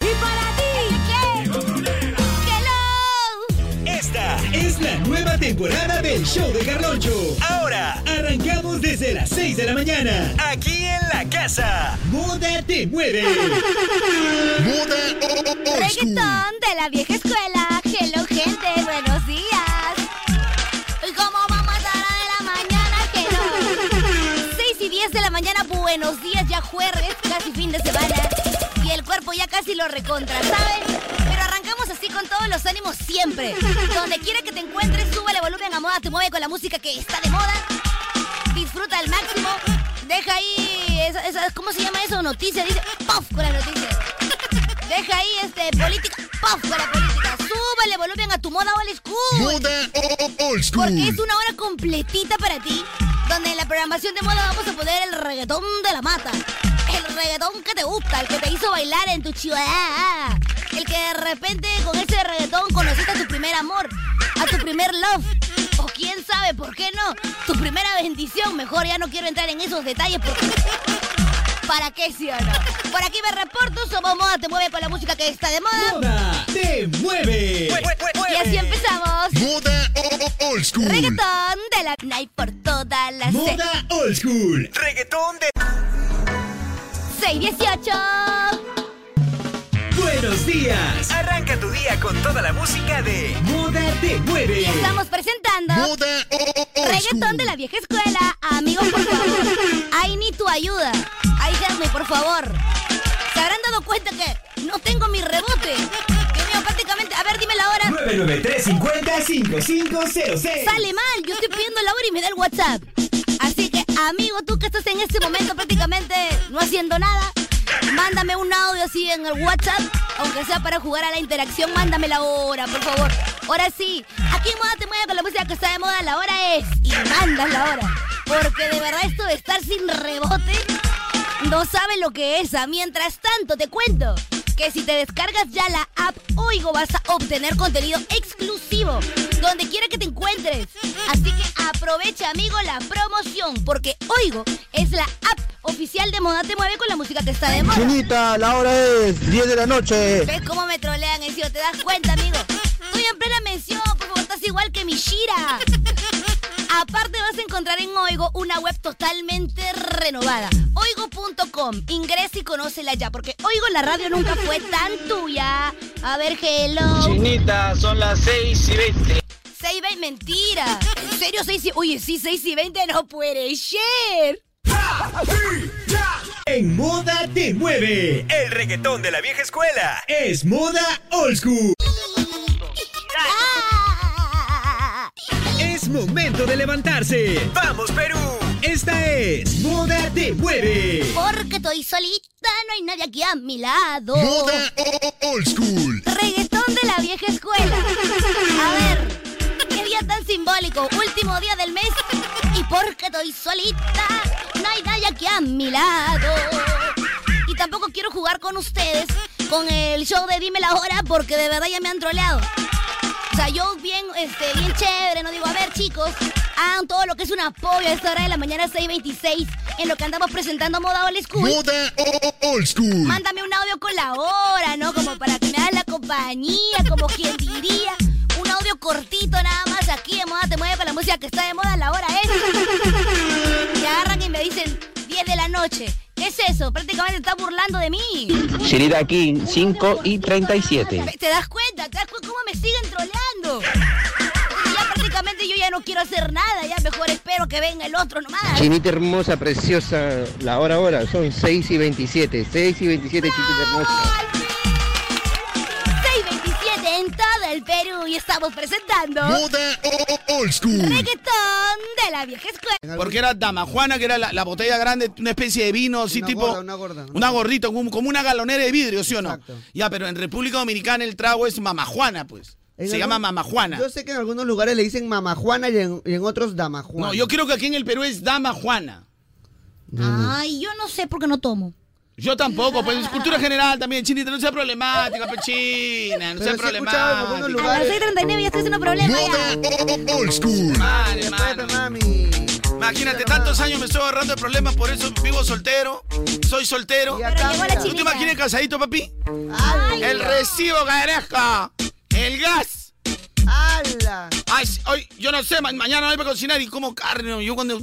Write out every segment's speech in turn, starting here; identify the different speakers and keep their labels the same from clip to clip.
Speaker 1: Y para ti, Hello.
Speaker 2: Esta es la nueva temporada del show de Carloncho. Ahora arrancamos desde las 6 de la mañana. Aquí en la casa. Moda Te Mueve.
Speaker 1: Reggaetón de la vieja escuela. Hello, gente, buenos días. ¿Y cómo vamos a la de la mañana? Hello. 6 y 10 de la mañana, buenos días, ya jueves, casi fin de semana. Y el cuerpo ya casi lo recontra, ¿sabes? Pero arrancamos así con todos los ánimos siempre. Donde quiera que te encuentres, súbele volumen a moda, te mueve con la música que está de moda. disfruta al máximo. Deja ahí, esa- esa- ¿cómo se llama eso? Noticias, dice, ¡puff! con las noticias. Deja ahí, este, política, ¡puff! con la política. Súbale volumen a tu moda old school.
Speaker 3: Moda o- o- Old School.
Speaker 1: Porque es una hora completita para ti, donde en la programación de moda vamos a poner el reggaetón de la mata. El reggaetón que te gusta, el que te hizo bailar en tu chivada. El que de repente con ese reggaetón conociste a tu primer amor, a tu primer love. O quién sabe, ¿por qué no? Tu primera bendición. Mejor ya no quiero entrar en esos detalles porque... ¿Para qué sí o no? Por aquí me reporto, somos Moda Te Mueve con la música que está de moda.
Speaker 2: Moda Te
Speaker 4: eh.
Speaker 2: Mueve.
Speaker 1: Y así empezamos.
Speaker 3: Moda o- o- Old School.
Speaker 1: Reggaetón de la night por todas las
Speaker 2: Moda Old School.
Speaker 5: Reggaetón de
Speaker 1: 618.
Speaker 2: Buenos días.
Speaker 5: Arranca tu día con toda la música de
Speaker 2: Moda Te Mueve.
Speaker 1: Y estamos presentando
Speaker 3: Moda o- o- o- Old
Speaker 1: Reggaetón de la vieja escuela. Amigos, por favor. Ay, ni tu ayuda. Ay, Jasmine, por favor. Se habrán dado cuenta que no tengo mi rebote. Dios mío, prácticamente. A ver, dime la hora.
Speaker 2: 993505506.
Speaker 1: Sale mal, yo estoy pidiendo la hora y me da el WhatsApp. Así que, amigo, tú que estás en este momento prácticamente no haciendo nada, mándame un audio así en el WhatsApp, aunque sea para jugar a la interacción, mándame la hora, por favor. Ahora sí, aquí en Moda Te Mueve con la música que está de moda, la hora es, y mandas la hora. Porque de verdad esto de estar sin rebote, no sabe lo que es. ah. Mientras tanto, te cuento que si te descargas ya la app Oigo vas a obtener contenido exclusivo donde quiera que te encuentres. Así que aprovecha, amigo, la promoción porque Oigo es la app oficial de Moda Te Mueve con la música que está de moda.
Speaker 6: Chinita, la hora es 10 de la noche.
Speaker 1: ¿Ves cómo me trolean, encima? ¿Te das cuenta, amigo? Estoy en plena mención, por favor, estás igual que mi Shira. Aparte vas a encontrar en Oigo una web totalmente renovada. Oigo.com. Ingresa y conócela ya, porque Oigo la radio nunca fue tan tuya. A ver, hello.
Speaker 7: Chinita, son las 6 y 20.
Speaker 1: 6 y 20, mentira. ¿En serio 6 y... Oye, sí, 6 y 20 no puede ser.
Speaker 2: En Moda Te Mueve.
Speaker 5: El reggaetón de la vieja escuela.
Speaker 2: Es Moda Old School.
Speaker 1: Ah.
Speaker 2: Es momento de levantarse.
Speaker 5: ¡Vamos, Perú!
Speaker 2: Esta es Moda Te Mueve.
Speaker 1: Porque estoy solita, no hay nadie aquí a mi lado.
Speaker 3: School. Moda o- o- Old School.
Speaker 1: Reggaetón de la vieja escuela. A ver, qué día tan simbólico. Último día del mes. Y porque estoy solita, no hay nadie aquí a mi lado. Y tampoco quiero jugar con ustedes con el show de Dime la Hora porque de verdad ya me han troleado. O sea, yo bien, este, bien chévere, no digo, a ver chicos, hagan todo lo que es un apoyo a esta hora de la mañana 6.26 en lo que andamos presentando Moda Old School.
Speaker 3: Moda o-
Speaker 2: oh.
Speaker 3: o- Old
Speaker 2: Mm.
Speaker 3: School.
Speaker 1: Mándame un audio con la hora, ¿no? Como para que me hagas la compañía, como quien diría. Un audio cortito nada más aquí de moda te mueve con la música que está de moda la hora es. Me agarran y me dicen 10 de la noche. ¿Qué es eso? Prácticamente está burlando de mí.
Speaker 7: Chinita aquí, 5 y 37.
Speaker 1: ¿Te das cuenta? ¿Te das cuenta cómo me siguen troleando? Ya prácticamente yo ya no quiero hacer nada, ya mejor espero que venga el otro nomás.
Speaker 8: Chinita hermosa, preciosa, la hora ahora, son 6 y 27, 6 y 27 chinita hermosa.
Speaker 1: 627 en todo el Perú y estamos presentando
Speaker 3: Moda o- o- Old School.
Speaker 1: reggaetón de la vieja escuela.
Speaker 9: Porque era Dama Juana, que era la, la botella grande, una especie de vino, así
Speaker 6: Una
Speaker 9: tipo.
Speaker 6: gorda, una gorda.
Speaker 9: Una gordita, como, como una galonera de vidrio, ¿sí o no?
Speaker 6: Exacto.
Speaker 9: Ya, pero en República Dominicana el trago es mamajuana, pues.
Speaker 6: En
Speaker 9: Se
Speaker 6: algún-
Speaker 9: llama mamajuana.
Speaker 6: Yo sé que en algunos lugares le dicen mamajuana y en, y en otros damajuana.
Speaker 9: No, yo creo que aquí en el Perú es Dama Juana.
Speaker 1: Ay, yo no sé por qué no tomo.
Speaker 9: Yo tampoco, pues es cultura general también, chinita, no sea problemática, pechina, no
Speaker 6: Pero
Speaker 9: sea
Speaker 6: sí he escuchado en algunos
Speaker 9: problemática.
Speaker 6: lugares.
Speaker 1: A las 6.39 ya estoy haciendo problema ya.
Speaker 3: Moda old school.
Speaker 9: Mal,
Speaker 6: Respeta,
Speaker 9: hermano.
Speaker 6: mami.
Speaker 9: Imagínate, tantos años me estoy agarrando de problemas, por eso vivo soltero, soy soltero.
Speaker 6: Ya
Speaker 1: Pero
Speaker 6: está,
Speaker 1: llegó la
Speaker 6: mira.
Speaker 9: ¿Tú te
Speaker 1: chinita.
Speaker 9: imaginas casadito, papi?
Speaker 6: ¡Hala!
Speaker 9: El recibo, carajo. El gas.
Speaker 6: ¡Hala!
Speaker 9: Ay, sí, hoy, yo no sé, ma- mañana voy a cocinar y como carne. ¿no? Yo cuando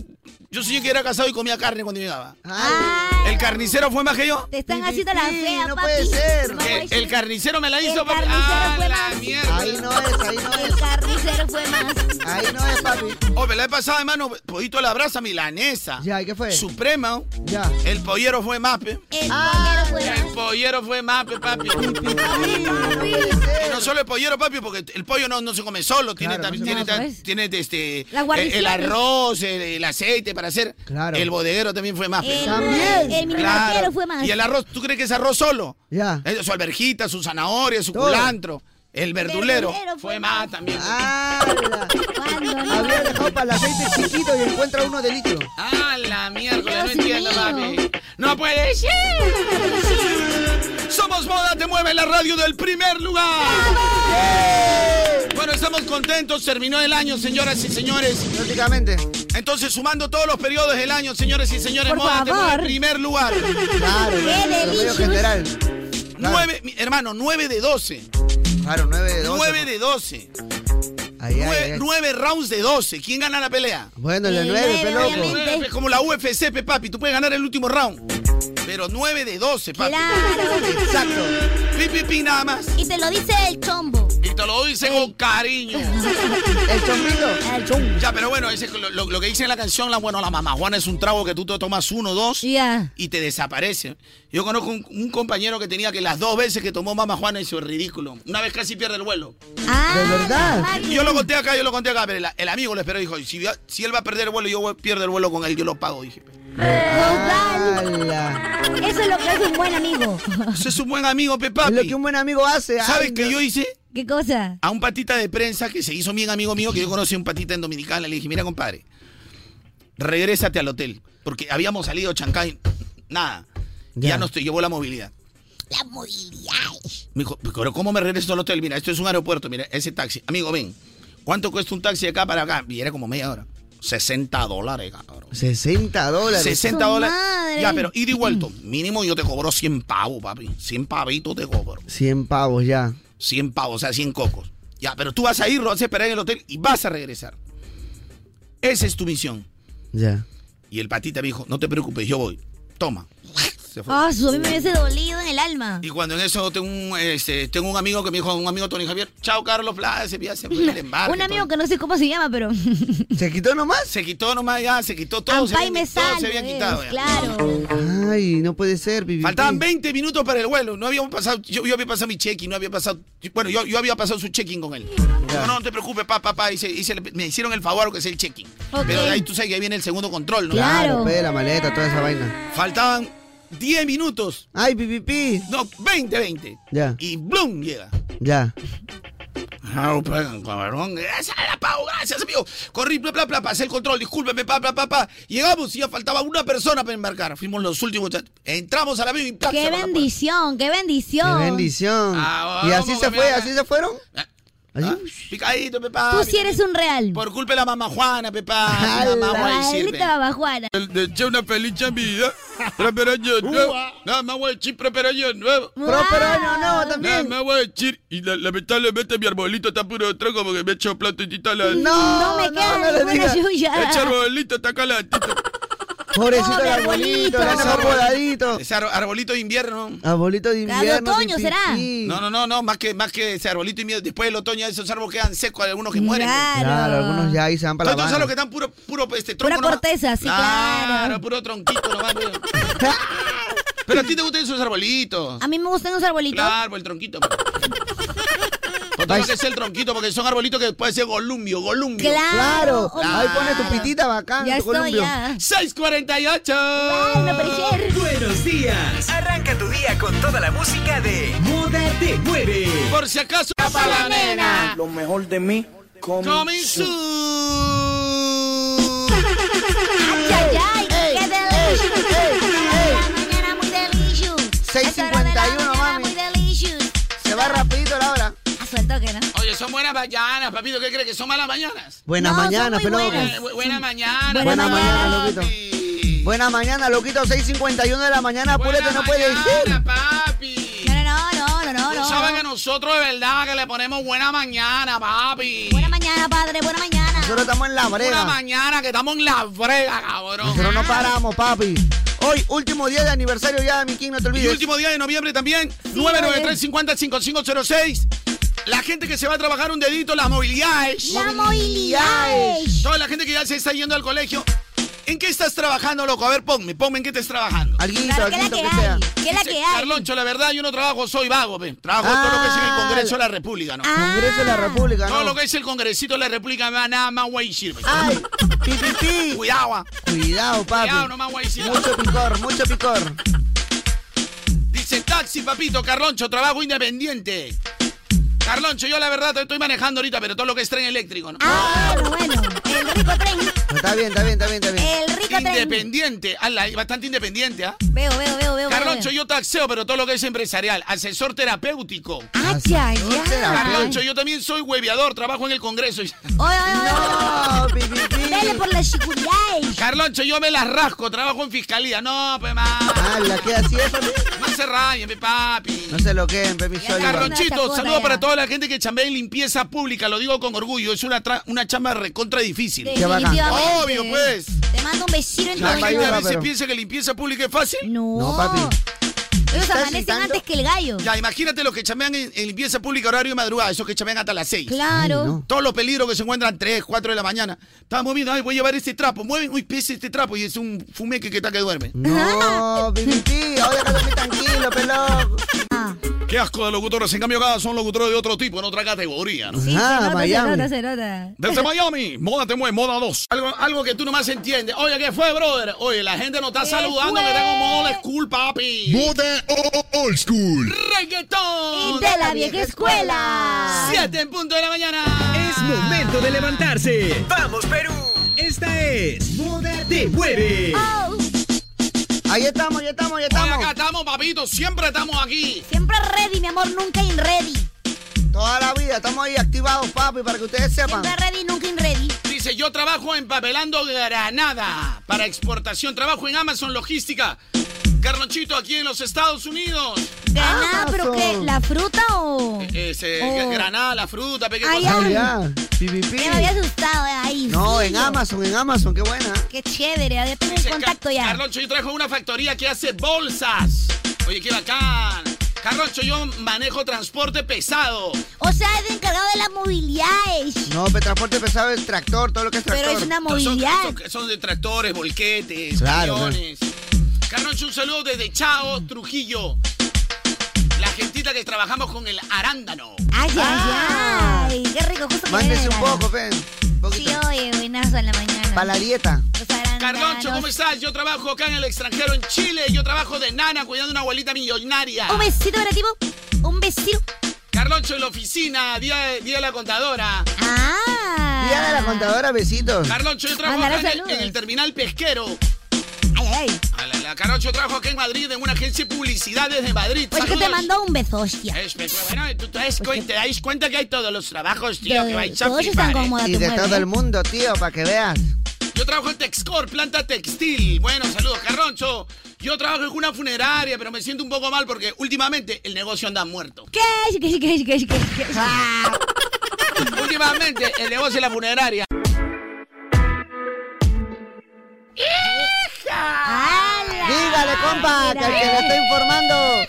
Speaker 9: yo soy yo que era casado y comía carne cuando llegaba.
Speaker 6: ¡Ay!
Speaker 9: ¿El carnicero fue más que yo?
Speaker 1: Te están haciendo la
Speaker 6: Pipipi,
Speaker 1: fea,
Speaker 6: no
Speaker 1: papi.
Speaker 6: puede ser.
Speaker 1: Mamá,
Speaker 9: El, el carnicero me la hizo,
Speaker 1: El carnicero fue
Speaker 9: ¡Ah,
Speaker 1: más.
Speaker 9: la
Speaker 6: Ahí
Speaker 9: mierda!
Speaker 6: no es, ahí no
Speaker 1: El
Speaker 6: es.
Speaker 1: carnicero fue más.
Speaker 6: Ahí no es, papi.
Speaker 9: Oh, me la he pasado, hermano, pollito a la brasa milanesa.
Speaker 6: Ya, ¿y qué fue?
Speaker 9: Suprema.
Speaker 6: Ya.
Speaker 9: El pollero fue más, pe.
Speaker 1: El
Speaker 6: Ah,
Speaker 1: pollero
Speaker 9: El pollero fue más, pe, papi. Y
Speaker 1: fue más.
Speaker 9: no solo el pollero, papi, porque el pollo no, no se come solo. Tiene,
Speaker 6: Claro,
Speaker 9: también,
Speaker 6: no se
Speaker 9: tiene,
Speaker 1: come
Speaker 9: ta-
Speaker 1: solo.
Speaker 9: tiene, este,
Speaker 1: Las
Speaker 9: eh, el,
Speaker 1: guarniciones.
Speaker 9: arroz, el, el aceite para hacer.
Speaker 6: Claro.
Speaker 9: El bodeguero también fue más, pe.
Speaker 1: El,
Speaker 6: También.
Speaker 1: el mini
Speaker 9: Claro.
Speaker 1: vaquero fue más.
Speaker 9: Y el arroz, ¿tú crees que es arroz solo?
Speaker 6: Ya.
Speaker 9: Eh, Su alberjita, su zanahoria, su
Speaker 6: Todo.
Speaker 9: culantro. El verdulero,
Speaker 1: Verdulero
Speaker 9: fue
Speaker 1: fue
Speaker 9: más también.
Speaker 6: ¡Hala!
Speaker 1: ¿Cuándo? no?
Speaker 6: Había dejado para el aceite chiquito y encuentra uno de litro.
Speaker 9: Ah, la mierda, no
Speaker 1: Dios
Speaker 9: entiendo,
Speaker 1: mío.
Speaker 9: papi. No puede ser. Somos Moda Te Mueve, la radio del primer lugar. Bueno, estamos contentos, terminó el año, señoras y señores.
Speaker 6: Prácticamente.
Speaker 9: Entonces, sumando todos los periodos del año, señores y señores,
Speaker 1: Por
Speaker 9: Moda Te Mueve,
Speaker 1: favor.
Speaker 9: primer lugar.
Speaker 6: Claro,
Speaker 1: Qué
Speaker 6: promedio
Speaker 1: delicious.
Speaker 6: general. Claro,
Speaker 9: Nueve, mi- hermano, 9 de 12.
Speaker 6: Claro, 9 de 12.
Speaker 9: 9 de 12.
Speaker 6: Ahí, ahí,
Speaker 9: Nueve,
Speaker 6: ahí.
Speaker 9: nueve rounds de 12. ¿Quién gana la pelea?
Speaker 6: Bueno, el de
Speaker 1: El
Speaker 6: 9,
Speaker 1: nueve,
Speaker 6: peloco.
Speaker 1: obviamente.
Speaker 9: Nueve, pe- como la UFC, pe, papi. Tú puedes ganar el último round. Pero 9 de 12, papi.
Speaker 1: Claro.
Speaker 6: Exacto.
Speaker 9: Pi, pi, pi, nada más.
Speaker 1: Y te lo dice el chombo.
Speaker 9: Y te lo dicen con cariño.
Speaker 6: El chombito.
Speaker 1: El chombo.
Speaker 9: Ya, pero bueno, ese es lo, lo- lo que dice en la canción, la, bueno, la mamá Juana es un trago que tú te tomas uno, dos
Speaker 1: Ya.
Speaker 9: y te desaparece. Yo conozco un, un compañero que tenía que las dos veces que tomó mamá Juana hizo ridículo. Una vez casi pierde el vuelo.
Speaker 1: Ah,
Speaker 6: ¿De verdad?
Speaker 1: Mario.
Speaker 9: Yo lo conté acá, yo lo conté acá, pero el, el amigo le esperó y dijo, si, va- si él va a perder el vuelo, yo voy- pierdo el vuelo con él, yo lo pago, dije.
Speaker 1: Total.
Speaker 6: ¡Hala!
Speaker 1: Eso es lo que hace un buen amigo.
Speaker 9: Ese es un buen amigo, pe,
Speaker 6: Es
Speaker 9: papi.
Speaker 6: lo que un buen amigo hace. Ay,
Speaker 9: ¿Sabes qué
Speaker 6: no.
Speaker 9: yo hice?
Speaker 1: ¿Qué cosa?
Speaker 9: A un patita de prensa que se hizo bien amigo mío, que yo conocí a un patita en Dominicana, le dije, mira, compadre, regrésate al hotel, porque habíamos salido Chancay, nada, ya,
Speaker 6: Ya.
Speaker 9: nos te llevó la movilidad.
Speaker 1: La movilidad.
Speaker 9: Me dijo, pero ¿cómo me regreso al hotel? Mira, esto es un aeropuerto, mira, ese taxi. Amigo, ven, ¿cuánto cuesta un taxi de acá para acá? Y era como media hora. 60 dólares, cabrón.
Speaker 6: 60 dólares.
Speaker 9: 60
Speaker 1: Su
Speaker 9: dólares.
Speaker 1: madre.
Speaker 9: Ya, pero ida y vuelto. Mínimo yo te cobro 100 pavos, papi. 100 pavitos te cobro.
Speaker 6: 100 pavos ya.
Speaker 9: 100 pavos, o sea, 100 cocos. Ya, pero tú vas a ir, lo vas a esperar en el hotel y vas a regresar. Esa es tu misión.
Speaker 6: Ya.
Speaker 9: Y el patita me dijo, no te preocupes, yo voy. Toma. Se fue.
Speaker 1: Ah, su a mí me hubiese dolido en el alma.
Speaker 9: Y cuando en eso tengo un, este, tengo un amigo que me dijo, un amigo Tony Javier, chao Carlos Blas, se, ya se fue el embarque.
Speaker 1: Un amigo
Speaker 9: todo.
Speaker 1: que no sé cómo se llama, pero.
Speaker 6: ¿Se quitó nomás?
Speaker 9: Se quitó nomás ya, se quitó todo. Se
Speaker 1: Ampay
Speaker 9: habían,
Speaker 1: me
Speaker 9: todo se
Speaker 1: salvo,
Speaker 9: habían
Speaker 1: eh,
Speaker 9: quitado ya.
Speaker 1: Claro.
Speaker 6: Ay, no puede ser, pipi.
Speaker 9: Faltaban 20 minutos para el vuelo. No habíamos pasado, yo, yo había pasado mi check-in, no había pasado. Bueno, yo, yo había pasado su check-in con él. No, no te preocupes, papá, papá. Hice, hice- me hicieron el favor que es el check-in.
Speaker 1: Ok.
Speaker 9: Pero de ahí tú sabes que ahí viene el segundo control, ¿no?
Speaker 1: Claro.
Speaker 6: Pe, pues, la maleta, toda esa vaina.
Speaker 9: Faltaban 10 minutos.
Speaker 6: Ay, pipi, pi.
Speaker 9: No, 20, 20.
Speaker 6: Ya.
Speaker 9: Y ¡blum! llega.
Speaker 6: Ya.
Speaker 9: Ah, pues, cabrón. Gracias, la pago, gracias, amigo. Corrí, bla, bla, bla, pasé el control, discúlpeme, papá, papá, papá. Llegamos y ya faltaba una persona para embarcar. Fuimos los últimos. Entramos al avión y ¡plac!
Speaker 1: Qué
Speaker 9: cerró la puerta.
Speaker 1: bendición, qué
Speaker 6: Qué
Speaker 1: bendición.
Speaker 6: bendición.
Speaker 9: pues. Ah,
Speaker 6: y
Speaker 9: vamos,
Speaker 6: así se
Speaker 9: mi
Speaker 6: fue,
Speaker 9: amor.
Speaker 6: así se fueron.
Speaker 9: Ah,
Speaker 6: Así.
Speaker 9: ah, Picadito, papá.
Speaker 1: Tú sí eres un real.
Speaker 9: Por culpa de la mamá Juana, Pepa.
Speaker 6: ¡Hala!
Speaker 9: mamá Juana sirve.
Speaker 1: Maldita mamá Juana.
Speaker 9: Deseo una feliz vida. Próspero año nuevo. Nada más voy a decir próspero año nuevo.
Speaker 6: Próspero año nuevo
Speaker 9: Nada
Speaker 6: también.
Speaker 9: más voy a decir. Y la- lamentablemente mi arbolito está puro de tronco porque me he hecho plato y tita la.
Speaker 1: No,
Speaker 6: No,
Speaker 1: me
Speaker 6: no,
Speaker 1: queda
Speaker 6: no le
Speaker 1: ninguna
Speaker 6: digas.
Speaker 1: yuya.
Speaker 9: Ese arbolito está calentito.
Speaker 6: Pobrecito
Speaker 1: mi
Speaker 6: el
Speaker 1: arbolito.
Speaker 6: arbolito, el arboladito.
Speaker 9: Ese ar- arbolito de invierno.
Speaker 6: Arbolito de
Speaker 1: Cada
Speaker 6: invierno.
Speaker 1: otoño
Speaker 6: pipi,
Speaker 1: será.
Speaker 6: pi.
Speaker 9: No, no, no, no. Más que, más que ese arbolito de invierno. Después del otoño esos árboles quedan secos. hay Algunos que mueren.
Speaker 6: Claro, algunos ya ahí se van para
Speaker 9: Todos
Speaker 6: la
Speaker 9: esos árboles que
Speaker 6: Habana.
Speaker 9: están puro, puro este, tronco.
Speaker 1: Pura
Speaker 9: nomás.
Speaker 1: corteza, sí, claro.
Speaker 9: puro tronquito nomás. güey. Pero a ti te gustan esos arbolitos.
Speaker 1: A mí me gustan los arbolitos.
Speaker 9: Claro, el tronquito. pues. Pues tengo que es el tronquito, porque son arbolitos que puede ser golumbio, golumbio.
Speaker 1: Claro.
Speaker 6: Claro. Ahí pones tu pitita bacán,
Speaker 1: Ya
Speaker 6: tu
Speaker 1: estoy
Speaker 6: columpio.
Speaker 1: ya.
Speaker 9: 648.
Speaker 1: Ay, no, Periger.
Speaker 2: Buenos días.
Speaker 5: Arranca tu día con toda la música de
Speaker 2: Moda te mueve.
Speaker 9: Por si acaso.
Speaker 1: la nena.
Speaker 10: Lo mejor de mí,
Speaker 9: Coming soon.
Speaker 1: Ay, ay, ay, qué delicia. Ah,
Speaker 9: que son buenas mañanas, papito. ¿Qué crees que son malas mañanas? Eh,
Speaker 6: Buenas
Speaker 1: No, son
Speaker 6: mañanas,
Speaker 1: muy
Speaker 6: pelón.
Speaker 1: buenas.
Speaker 9: Bu- buena mañana.
Speaker 1: Buena
Speaker 6: Buenas
Speaker 1: mañana.
Speaker 6: mañanas, loquito. Buenas mañanas, loquito. 6.51 de la mañana. Apúrate, no puede
Speaker 9: mañana,
Speaker 6: ir.
Speaker 9: papi.
Speaker 1: No, no, no, no, no, no.
Speaker 9: Tú sabes que nosotros de verdad que le ponemos buena mañana, papi.
Speaker 1: Buena mañana, padre, buena mañana.
Speaker 6: Nosotros estamos en la
Speaker 9: Buena
Speaker 6: brega.
Speaker 9: mañana, que estamos en la brega, ah, cabrón.
Speaker 6: Nosotros no paramos, papi. Hoy, último día de aniversario ya de mi King, no te
Speaker 9: Y
Speaker 6: olvides.
Speaker 9: último día de noviembre también, 993-50-5506. La gente que se va a trabajar un dedito, las movilidades.
Speaker 1: La movilidad.
Speaker 9: Toda la gente que ya se está yendo al colegio. ¿En qué estás trabajando, loco? A ver, ponme, ponme en qué estás trabajando.
Speaker 6: Alguito,
Speaker 1: Claro, ¿qué es
Speaker 6: alguito
Speaker 1: la
Speaker 6: que
Speaker 1: que
Speaker 6: sea.
Speaker 1: hay? ¿Qué es la que hay?
Speaker 9: Carloncho, la verdad, yo no trabajo, soy vago, pe. Trabajo todo lo que es en el Congreso de la República, ¿no?
Speaker 1: Ah.
Speaker 6: Congreso de la República,
Speaker 9: Todo
Speaker 6: ¿no?
Speaker 9: lo que es el Congresito de la República, nada nada más güey sirve.
Speaker 6: ¡Ay! ¡Pi, pi, pi!
Speaker 9: Cuidado, ah.
Speaker 6: Cuidado, papi.
Speaker 9: cuidado, no más güey sirve.
Speaker 6: Mucho picor, mucho picor.
Speaker 9: Dice taxi, papito, Carloncho, trabajo independiente. Carloncho, yo la verdad estoy manejando ahorita, pero todo lo que es tren eléctrico, ¿no?
Speaker 1: Ah, bueno, el rico tren.
Speaker 6: No, está bien, está bien, está bien, está bien.
Speaker 1: El rico tren.
Speaker 9: Independiente, ala, y bastante independiente, ¿ah?
Speaker 1: Veo, veo, veo, veo.
Speaker 9: Carloncho,
Speaker 1: veo.
Speaker 9: yo taxeo, pero todo lo que es empresarial, asesor terapéutico.
Speaker 1: Ah, ya, ya.
Speaker 9: Carloncho, yo también soy hueveador, trabajo en el Congreso.
Speaker 1: Oye, oye, oye.
Speaker 6: ¡No, pi, pi, pi!
Speaker 1: Dele por la seguridad.
Speaker 9: Carloncho, yo me las rasco, trabajo en fiscalía. No, pe, ma.
Speaker 6: ¡Hala, qué así es, papi!
Speaker 9: No se rayen, pe, papi.
Speaker 6: No se lo queden, papi.
Speaker 1: Ya
Speaker 6: Soli,
Speaker 1: está.
Speaker 6: papi.
Speaker 9: Carlonchito,
Speaker 1: Una
Speaker 9: saludo
Speaker 1: chacona
Speaker 9: para
Speaker 1: ya.
Speaker 9: toda la gente que chambea en limpieza pública, lo digo con orgullo, es una, tra- una chamba recontra difícil.
Speaker 6: Qué bacán.
Speaker 1: Definitivamente.
Speaker 9: Obvio, pues.
Speaker 1: Te mando un besito en tu
Speaker 9: La
Speaker 6: Chamba
Speaker 9: gente a
Speaker 6: ayuda,
Speaker 9: veces
Speaker 6: pero-
Speaker 9: piensa que limpieza pública es fácil.
Speaker 1: No.
Speaker 6: No, papi.
Speaker 1: Ellos
Speaker 6: ¿Estás
Speaker 1: amanecen
Speaker 6: gritando?
Speaker 1: antes que el gallo.
Speaker 9: Ya, imagínate los que chamean en, en limpieza pública horario de madrugada, esos que chamean hasta las 6.
Speaker 1: Claro.
Speaker 6: Ay, no.
Speaker 9: Todos los peligros que se encuentran 3, 4 de la mañana. Estamos viendo, ay, voy a llevar este trapo. Mueven, uy, pese este trapo y es un fumeque que está que duerme.
Speaker 6: No, pi, pi, pi. Ahora que dormí tranquilo, pelón.
Speaker 1: Ah.
Speaker 9: Qué asco de locutores. En cambio, acá son locutores de otro tipo, en otra categoría, ¿no?
Speaker 1: Sí,
Speaker 6: Ah,
Speaker 1: se nota,
Speaker 6: Miami.
Speaker 1: se nota, se nota.
Speaker 9: Desde Miami, moda te mueve, moda 2. Algo, algo que tú nomás entiendes. Oye, ¿qué fue, brother? Oye, la gente nos está
Speaker 1: ¿Qué
Speaker 9: saludando,
Speaker 1: fue?
Speaker 9: que tengo modo la school, papi.
Speaker 3: Moda o- o- old school.
Speaker 9: Reggaetón.
Speaker 1: Y de la vieja escuela.
Speaker 9: 7 en punto de la mañana.
Speaker 2: Es momento de levantarse. Eh.
Speaker 5: Vamos, Perú.
Speaker 2: Esta es Moda Te Mueve.
Speaker 1: Oh,
Speaker 6: Ahí estamos, ya estamos, ya
Speaker 9: Oye, acá
Speaker 6: estamos.
Speaker 9: estamos, papito. Siempre estamos aquí.
Speaker 1: siempre ready, mi amor, nunca in ready.
Speaker 6: Toda la vida estamos ahí activados, papi, para que ustedes sepan.
Speaker 1: Siempre ready, nunca in ready.
Speaker 9: Dice, yo trabajo empapelando Granada para exportación. Trabajo en Amazon Logística. Carlonchito, aquí en los Estados Unidos. Ah,
Speaker 1: Granada, pero
Speaker 6: Amazon.
Speaker 1: qué, ¿la fruta o...?
Speaker 9: Ese,
Speaker 1: Oh.
Speaker 9: Eh, Granada, la fruta, pequeño.
Speaker 1: Ay,
Speaker 6: Ah, ya. Pi, pi, pi.
Speaker 1: Ya me había asustado eh, ahí.
Speaker 6: No,
Speaker 1: sí,
Speaker 6: en
Speaker 1: yo.
Speaker 6: Amazon, en Amazon, qué buena.
Speaker 1: Qué chévere, ya tengo el contacto ya.
Speaker 9: Carloncho, yo trabajo en una factoría que hace bolsas. Oye, qué bacán. Carloncho, yo manejo transporte pesado.
Speaker 1: O sea, es encargado de las movilidades.
Speaker 6: No, pe- transporte pesado, el tractor, todo lo que es tractor.
Speaker 1: Pero es una
Speaker 9: Son, son,
Speaker 1: movilidad.
Speaker 9: son de tractores, volquetes,
Speaker 6: Claro,
Speaker 9: camiones. Carloncho, un saludo desde Chao, Trujillo. La gentita que trabajamos con el arándano.
Speaker 1: Ay,
Speaker 6: Ah.
Speaker 1: ay, ay. Qué rico, justo que
Speaker 6: Mándese
Speaker 1: viene
Speaker 6: un
Speaker 1: de verano.
Speaker 6: poco, ven. Un
Speaker 1: Sí,
Speaker 6: poquito.
Speaker 1: oye, buenazo en la mañana.
Speaker 6: Para la dieta.
Speaker 1: Los arándanos.
Speaker 9: Carloncho, ¿cómo estás? Yo trabajo acá en el extranjero, en Chile. Yo trabajo de nana cuidando a una abuelita millonaria.
Speaker 1: Un besito para ti, po. Un besito.
Speaker 9: Carloncho en la oficina, día de, día de la contadora.
Speaker 1: Ah.
Speaker 6: Día de la contadora, besitos.
Speaker 9: Carloncho, yo trabajo
Speaker 1: Mándale
Speaker 9: acá en el,
Speaker 1: saludos.
Speaker 9: en el terminal pesquero.
Speaker 1: Ay, ay.
Speaker 9: A la- la Carloncho, yo trabajo acá en Madrid, en una agencia de publicidad desde Madrid.
Speaker 1: Pues que te
Speaker 9: Saludos.
Speaker 1: mandó un beso, hostia.
Speaker 9: Es, pero bueno, tú te das, cuen- te dais cuenta que hay todos los trabajos, tío, que
Speaker 1: De-
Speaker 9: vais a
Speaker 1: Todos
Speaker 9: flipar,
Speaker 1: están
Speaker 9: ¿eh?
Speaker 1: como moda
Speaker 6: Y
Speaker 1: tu
Speaker 6: de
Speaker 1: mueve,
Speaker 6: todo
Speaker 1: ¿eh?
Speaker 6: el mundo, tío, para que veas.
Speaker 9: Yo trabajo en Texcor, planta textil. Bueno, saludos, Carloncho. Yo trabajo en una funeraria, pero me siento un poco mal porque últimamente el negocio anda muerto.
Speaker 1: ¿Qué? Sí, ¿Qué? sí, ¿Qué? sí, ¿Qué? sí, ¿Qué? sí, ¿Qué? sí.
Speaker 9: Últimamente, el negocio de la funeraria.
Speaker 1: ¡Hala!
Speaker 6: Dígale, compa, que el que le está informando.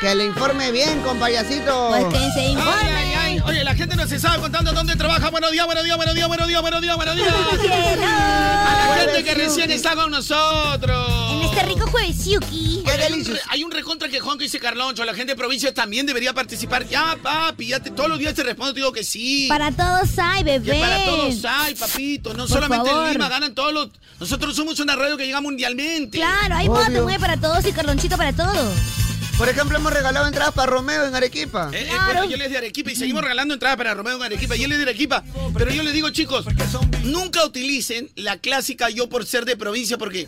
Speaker 6: Que le informe bien, compayacito.
Speaker 1: Pues que se
Speaker 9: Ay, ay,
Speaker 1: informe.
Speaker 9: ay. Oye, la gente nos estaba contando dónde trabaja. Buenos días, buenos días, buenos días, buenos días, buenos días, buenos días.
Speaker 1: Hello.
Speaker 9: A la gente que recién está con nosotros.
Speaker 1: En este rico jueves, Yuki.
Speaker 6: Qué
Speaker 9: Hay un, re-
Speaker 6: delicioso.
Speaker 9: hay un recontra que Juan que dice Carloncho, la gente de provincia también debería participar. Ya, papi, ya te- todos los días te respondo, te digo que sí.
Speaker 1: Para todos hay,
Speaker 9: Que
Speaker 1: bebé.
Speaker 9: para todos hay, papito. No
Speaker 1: Por
Speaker 9: solamente en
Speaker 1: favor.
Speaker 9: Lima, ganan todos los. Nosotros somos una radio que llega mundialmente.
Speaker 1: Claro, hay moda te
Speaker 6: Obvio.
Speaker 1: mueve para todos y Carlonchito para todos.
Speaker 6: Por ejemplo, hemos regalado entradas para Romeo en Arequipa.
Speaker 9: Eh, eh,
Speaker 1: Claro.
Speaker 9: pero yo les de Arequipa y seguimos regalando entradas para Romeo en Arequipa. Yo les de Arequipa. Pero yo les digo, chicos, nunca utilicen la clásica yo por ser de provincia porque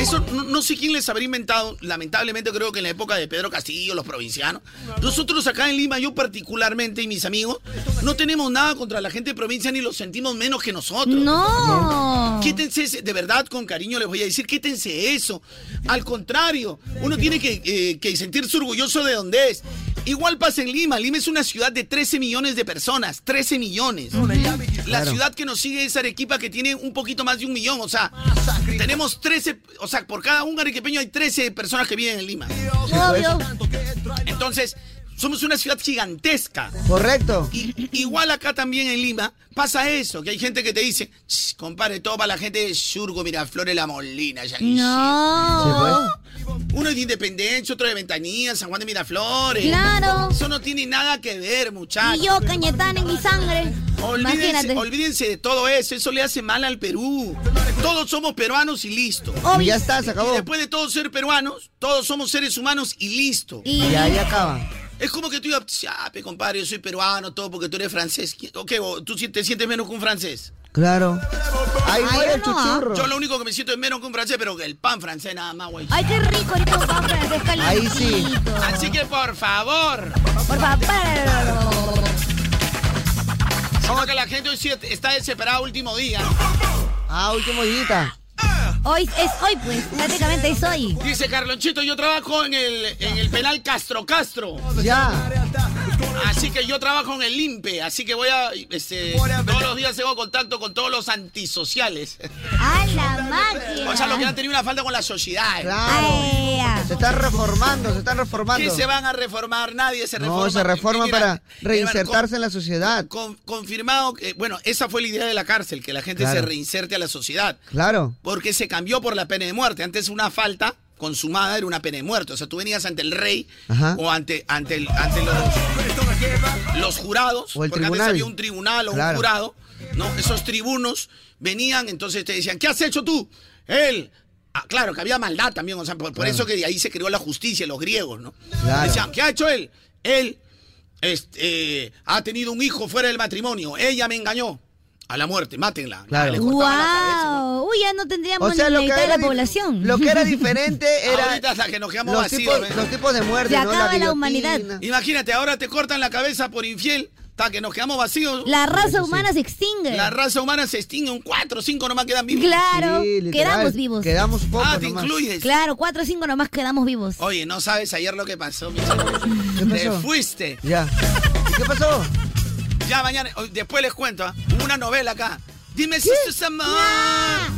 Speaker 9: Eso no, no sé quién les habrá inventado. Lamentablemente creo que en la época de Pedro Castillo, los provincianos. Nosotros acá en Lima, yo particularmente y mis amigos, no tenemos nada contra la gente de provincia ni los sentimos menos que nosotros.
Speaker 1: No.
Speaker 9: Quítense, ese- de verdad, con cariño les voy a decir, quítense eso. Al contrario, uno tiene que, eh, que sentirse orgulloso de donde es. Igual pasa en Lima. Lima es una ciudad de 13 millones de personas. 13 millones. La
Speaker 6: Claro.
Speaker 9: ciudad que nos sigue es Arequipa, que tiene un poquito más de un millón. O sea, tenemos 13, o sea, por cada un arequipeño hay 13 personas que viven en Lima.
Speaker 1: Obvio.
Speaker 9: Entonces, somos una ciudad gigantesca.
Speaker 6: Correcto.
Speaker 9: Y- igual acá también en Lima pasa eso, que hay gente que te dice, "Ch, compadre, todo para la gente de Surgo, Miraflores, La Molina, Yanqui".
Speaker 1: No.
Speaker 6: pues.
Speaker 9: Uno es de Independencia, otro de Ventanilla, San Juan de Miraflores.
Speaker 1: Claro.
Speaker 9: Eso no tiene nada que ver, muchachos.
Speaker 1: Y yo, Cañetán, en mi sangre.
Speaker 9: Olvídense,
Speaker 1: Imagínate.
Speaker 9: olvídense de todo eso, eso le hace mal al Perú. Todos somos peruanos y listo.
Speaker 6: Y ya
Speaker 1: Obvio.
Speaker 6: está, se acabó.
Speaker 9: Y después de todos ser peruanos, todos somos seres humanos y listo.
Speaker 1: Y
Speaker 6: Ya, ya acaba.
Speaker 9: Es como que tú digas, "Ya, pe, compadre, yo soy peruano, todo porque tú eres francés. ¿Qué- ¿O qué? ¿O ¿Tú si- te sientes menos que un francés?
Speaker 6: Claro. Ahí muere el
Speaker 1: no, ah.
Speaker 6: chuchurro.
Speaker 9: Yo lo único que me siento es menos que un francés, pero que el pan francés nada más, güey.
Speaker 1: Ay, qué rico ahorita un pan francés
Speaker 6: Ahí sí.
Speaker 1: calientito.
Speaker 9: Así que por favor,
Speaker 1: Por favor.
Speaker 9: sino que la gente hoy sí está desesperada último día.
Speaker 6: Ah, último día.
Speaker 1: Hoy es hoy, pues. Prácticamente es hoy.
Speaker 9: Dice Carlonchito, yo trabajo en el, en el penal Castro Castro.
Speaker 6: Ya.
Speaker 9: Así que yo trabajo en el INPE, así que voy a, este, todos los días tengo contacto con todos los antisociales.
Speaker 1: A la
Speaker 9: O sea, los que han
Speaker 1: máquina.
Speaker 9: tenido una falta con la sociedad.
Speaker 6: Claro.
Speaker 1: Ay, ya.
Speaker 6: Se están reformando, se están reformando.
Speaker 9: ¿Qué se van a reformar? Nadie se reforma.
Speaker 6: No, se reforman
Speaker 9: Mira,
Speaker 6: para
Speaker 9: mira,
Speaker 6: reinsertarse en la sociedad.
Speaker 9: con- con- confirmado que, bueno, esa fue la idea de la cárcel, que la gente
Speaker 6: Claro.
Speaker 9: se reinserte a la sociedad.
Speaker 6: Claro.
Speaker 9: Porque se cambió por la pena de muerte. Antes una falta consumada era una pena de muerte. O sea, tú venías ante el rey
Speaker 6: Ajá.
Speaker 9: o ante, ante, el- ante los, los jurados.
Speaker 6: O el
Speaker 9: porque
Speaker 6: tribunal.
Speaker 9: antes había un tribunal o un
Speaker 6: Claro.
Speaker 9: jurado. ¿no? Esos tribunos venían, entonces te decían, ¿qué has hecho tú? Él. Ah, claro, que había maldad también. O sea, por, por eso que de ahí se creó la justicia, los griegos, ¿no?
Speaker 6: Claro.
Speaker 9: Decían, ¿qué ha hecho él? Él este, eh, ha tenido un hijo fuera del matrimonio. Ella me engañó. A la muerte, mátenla.
Speaker 6: Claro.
Speaker 9: Le cortaban la cabeza.
Speaker 1: ¡Wow! Uy, ya no tendríamos
Speaker 6: O sea,
Speaker 1: ni
Speaker 6: lo que,
Speaker 1: mitad de
Speaker 6: era
Speaker 1: la
Speaker 6: dif-
Speaker 1: población.
Speaker 6: lo que era diferente era
Speaker 9: Ahorita hasta que nos quedamos
Speaker 6: los
Speaker 9: vacíos.
Speaker 6: tipos,
Speaker 9: ¿ves?
Speaker 6: los tipos de
Speaker 1: Se
Speaker 6: muerte, ¿no?
Speaker 1: acaba la
Speaker 6: guillotina.
Speaker 1: humanidad.
Speaker 9: Imagínate, ahora te cortan la cabeza por infiel, hasta que nos quedamos vacíos.
Speaker 1: La
Speaker 9: La,
Speaker 1: raza humana se extingue.
Speaker 9: raza humana se extingue, un 4 o 5 nomás quedan vivos.
Speaker 1: Claro,
Speaker 6: Sí, literal.
Speaker 1: quedamos vivos.
Speaker 6: Quedamos pocos
Speaker 9: ah, te
Speaker 6: nomás.
Speaker 9: incluyes.
Speaker 1: Claro, cuatro o cinco nomás quedamos vivos.
Speaker 9: Oye, no sabes ayer lo que pasó, mi
Speaker 6: ¿Qué
Speaker 9: Te
Speaker 6: pasó?
Speaker 9: fuiste.
Speaker 6: Ya. ¿Y ¿Qué pasó?
Speaker 9: Ya mañana, hoy- después les cuento, ¿ah? Hubo una novela acá. Dime si esto es amor.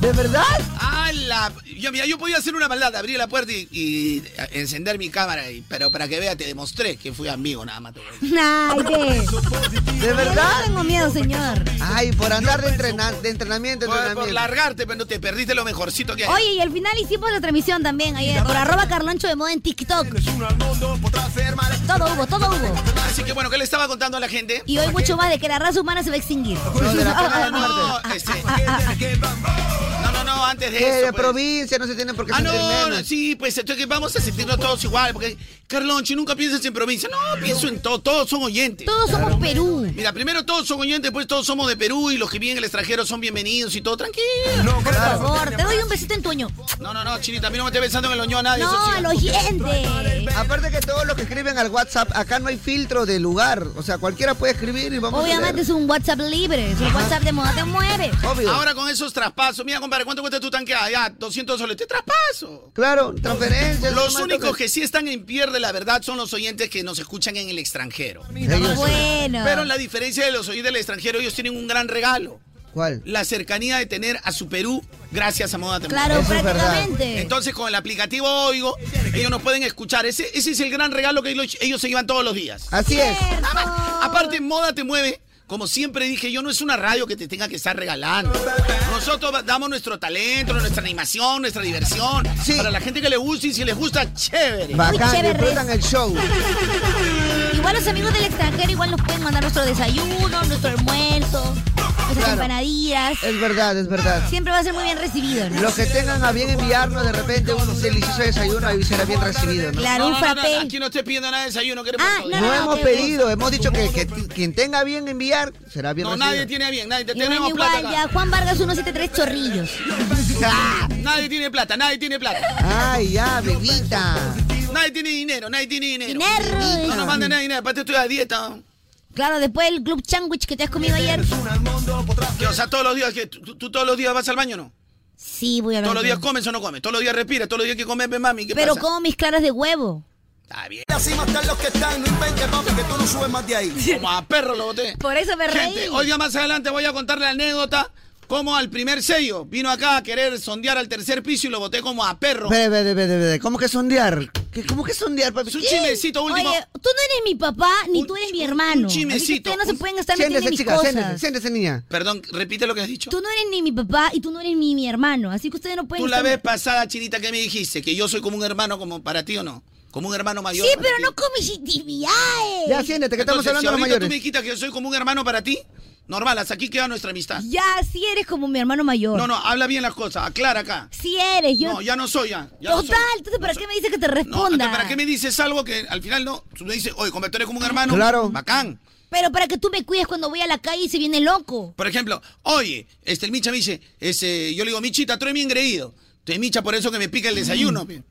Speaker 6: ¿De verdad?
Speaker 9: Ah, la- Yo, mira, yo podía hacer una maldad, abrir la puerta y, y encender mi cámara, y- pero para que vea, te demostré que fui amigo nada más.
Speaker 1: Ay, ve.
Speaker 6: ¿De
Speaker 1: Yo no
Speaker 6: verdad?
Speaker 1: tengo miedo, señor.
Speaker 6: Ay, por andar de, entrena- de entrenamiento,
Speaker 9: Por, por
Speaker 6: entrenamiento.
Speaker 9: largarte, pero te perdiste lo mejorcito que hay.
Speaker 1: Oye, y al final hicimos la transmisión también ayer por arroba Carloncho de Moda en TikTok. Todo hubo, todo hubo.
Speaker 9: Así que bueno, ¿qué le estaba contando a la gente?
Speaker 1: Y hoy mucho más de que la raza humana se va a extinguir.
Speaker 6: No, de la pena de
Speaker 9: No,
Speaker 6: Ah,
Speaker 9: no, no, este, no, no, no, antes de
Speaker 6: Que
Speaker 9: eso.
Speaker 6: de
Speaker 9: pues.
Speaker 6: provincia no se tienen por qué
Speaker 9: Ah,
Speaker 6: sentir
Speaker 9: no, no,
Speaker 6: menos.
Speaker 9: sí, pues entonces vamos a sentirnos todos igual, porque Carlonchi, nunca piensas en provincia. No, pienso en todo, todos son oyentes.
Speaker 1: Todos somos Perú.
Speaker 9: Mira, primero todos son oyentes, después todos somos de Perú y los que viven en el extranjero son bienvenidos y todo tranquilo.
Speaker 1: Por favor, te doy un besito en tu oño.
Speaker 9: No, no, no, Chinita, a mí no me esté pensando en el oñón a nadie. eso
Speaker 1: No,
Speaker 9: sí.
Speaker 1: a los oyentes.
Speaker 6: Aparte que todos los que escriben al WhatsApp, acá no hay filtro de lugar. O sea, cualquiera puede escribir y vamos
Speaker 1: Obviamente
Speaker 6: a
Speaker 1: es un WhatsApp libre, es un WhatsApp de moda te mueve.
Speaker 6: leer. Obvio.
Speaker 9: Ahora con esos traspasos, mira, compadre, ¿cuánto cuesta tu tanque? Ah, ya, 200 soles. Te traspaso.
Speaker 6: Claro, transferencias.
Speaker 9: Los
Speaker 6: nomás
Speaker 9: únicos
Speaker 6: toca-
Speaker 9: que sí están en pierde, la verdad, son los oyentes que nos escuchan en el extranjero.
Speaker 6: Ellos-
Speaker 1: Bueno.
Speaker 9: Pero la diferencia de los oyentes del extranjero, ellos tienen un gran regalo.
Speaker 6: ¿Cuál?
Speaker 9: La cercanía de tener a su Perú gracias a Moda Te Mueve.
Speaker 1: Claro,
Speaker 6: Eso es verdad.
Speaker 1: prácticamente.
Speaker 9: Entonces, con el aplicativo Oigo, ellos nos pueden escuchar. Ese, ese es el gran regalo que ellos ellos se llevan todos los días.
Speaker 6: Así es.
Speaker 1: Cierto.
Speaker 9: Aparte, Moda Te Mueve, como siempre dije yo, no es una radio que te tenga que estar regalando. Nosotros va- damos nuestro talento, nuestra animación, nuestra diversión.
Speaker 6: Sí.
Speaker 9: Para la gente que le gusta y si les gusta, chévere.
Speaker 6: Bacán,
Speaker 1: chévere.
Speaker 6: disfrutan el show.
Speaker 1: Igual los amigos del extranjero igual nos pueden mandar nuestro desayuno, nuestro almuerzo. sus empanadillas.
Speaker 6: Es verdad, es verdad.
Speaker 1: Siempre va a ser muy bien recibido, ¿no?
Speaker 6: Los que tengan a bien enviarnos de repente un delicioso desayuno, ahí será bien recibido, ¿no?
Speaker 1: Claro, un
Speaker 9: no, no, no,
Speaker 1: frappé.
Speaker 9: aquí no estoy pidiendo nada de desayuno, queremos
Speaker 1: Ah,
Speaker 9: todo.
Speaker 1: no,
Speaker 6: No,
Speaker 1: no,
Speaker 6: hemos
Speaker 1: qué
Speaker 6: pedido, hemos dicho que, que ti- quien tenga bien enviar será bien
Speaker 9: No,
Speaker 6: recibido.
Speaker 9: nadie tiene bien, nadie,
Speaker 1: Y bueno,
Speaker 9: tenemos plata
Speaker 1: igual,
Speaker 9: acá.
Speaker 1: ya. Juan Vargas 173 Chorrillos.
Speaker 6: ¡Ah!
Speaker 9: Nadie tiene plata, nadie tiene plata.
Speaker 1: ¿Ah?
Speaker 6: Ay, ya, bebita.
Speaker 9: Nadie tiene dinero, nadie tiene dinero. No nos
Speaker 1: Dinero.
Speaker 9: manden nada de dinero, para esto estoy a dieta.
Speaker 1: Claro, después el club sandwich que te has comido ayer.
Speaker 9: Que, o sea, todos los días, que tú, tú- tú todos los días vas al baño, ¿no?
Speaker 1: Sí, voy a ver.
Speaker 9: Todos los días comes o no comes, todos los días respiras, todos los días que comes, ve, mami, ¿qué
Speaker 1: Pero
Speaker 9: pasa?
Speaker 1: como mis claras de huevo.
Speaker 9: Está bien.
Speaker 10: Encima están los que están, no inventes, papi, que tú no subes más de ahí.
Speaker 9: Como a perro lo boté.
Speaker 1: Por eso me reí.
Speaker 9: Gente, hoy día más adelante voy a contar la anécdota como al primer sello vino acá a querer sondear al tercer piso y lo boté como a perro.
Speaker 6: Ve, ve, ve, ve, ve, ve. ¿Cómo que sondear? ¿Qué- ¿Cómo que sondear, papi?
Speaker 9: Es un
Speaker 6: ¿Qué?
Speaker 9: chimecito último.
Speaker 1: Oye, tú no eres mi papá ni
Speaker 9: Un-
Speaker 1: tú eres mi
Speaker 9: un-
Speaker 1: hermano.
Speaker 9: un chimecito.
Speaker 1: Así que ustedes no se
Speaker 9: Un-
Speaker 1: pueden estar metiendo en
Speaker 6: Siéntese,
Speaker 1: mis
Speaker 6: chica,
Speaker 1: cosas.
Speaker 6: siéntese, siéntese, niña.
Speaker 9: Perdón, repite lo que has dicho.
Speaker 1: Tú no eres ni mi papá y tú no eres ni mi hermano. Así que ustedes no pueden
Speaker 9: Tú la
Speaker 1: estar-
Speaker 9: vez pasada, chinita, que me dijiste que yo soy como un hermano como para ti o no? Como un hermano mayor.
Speaker 1: Sí,
Speaker 9: para
Speaker 1: pero
Speaker 9: ti.
Speaker 1: no con mis intimidades.
Speaker 6: Ya, siéntate, que estamos
Speaker 9: Entonces,
Speaker 6: hablando de los
Speaker 9: si ahorita tú
Speaker 6: mayores.
Speaker 9: me dijiste que yo soy como un hermano para ti, normal, hasta aquí queda nuestra amistad.
Speaker 1: Ya, sí eres como mi hermano mayor.
Speaker 9: No, no, habla bien las cosas, aclara acá.
Speaker 1: Sí eres, yo.
Speaker 9: No, ya no soy ya. ya no soy.
Speaker 1: Total, entonces ¿para qué me dices que te
Speaker 9: No,
Speaker 1: responda?
Speaker 9: ¿para qué me dices algo que al final no? Tú me dices, oye, como tú eres como un hermano,
Speaker 6: Claro.
Speaker 9: bacán.
Speaker 1: Pero para que tú me cuides cuando voy a la calle y se viene loco.
Speaker 9: Por ejemplo, oye, este, el Micha me dice, ese, yo le digo, Michita, tú eres mi engreído. Entonces, Micha, por eso que me pica el desayuno. pe.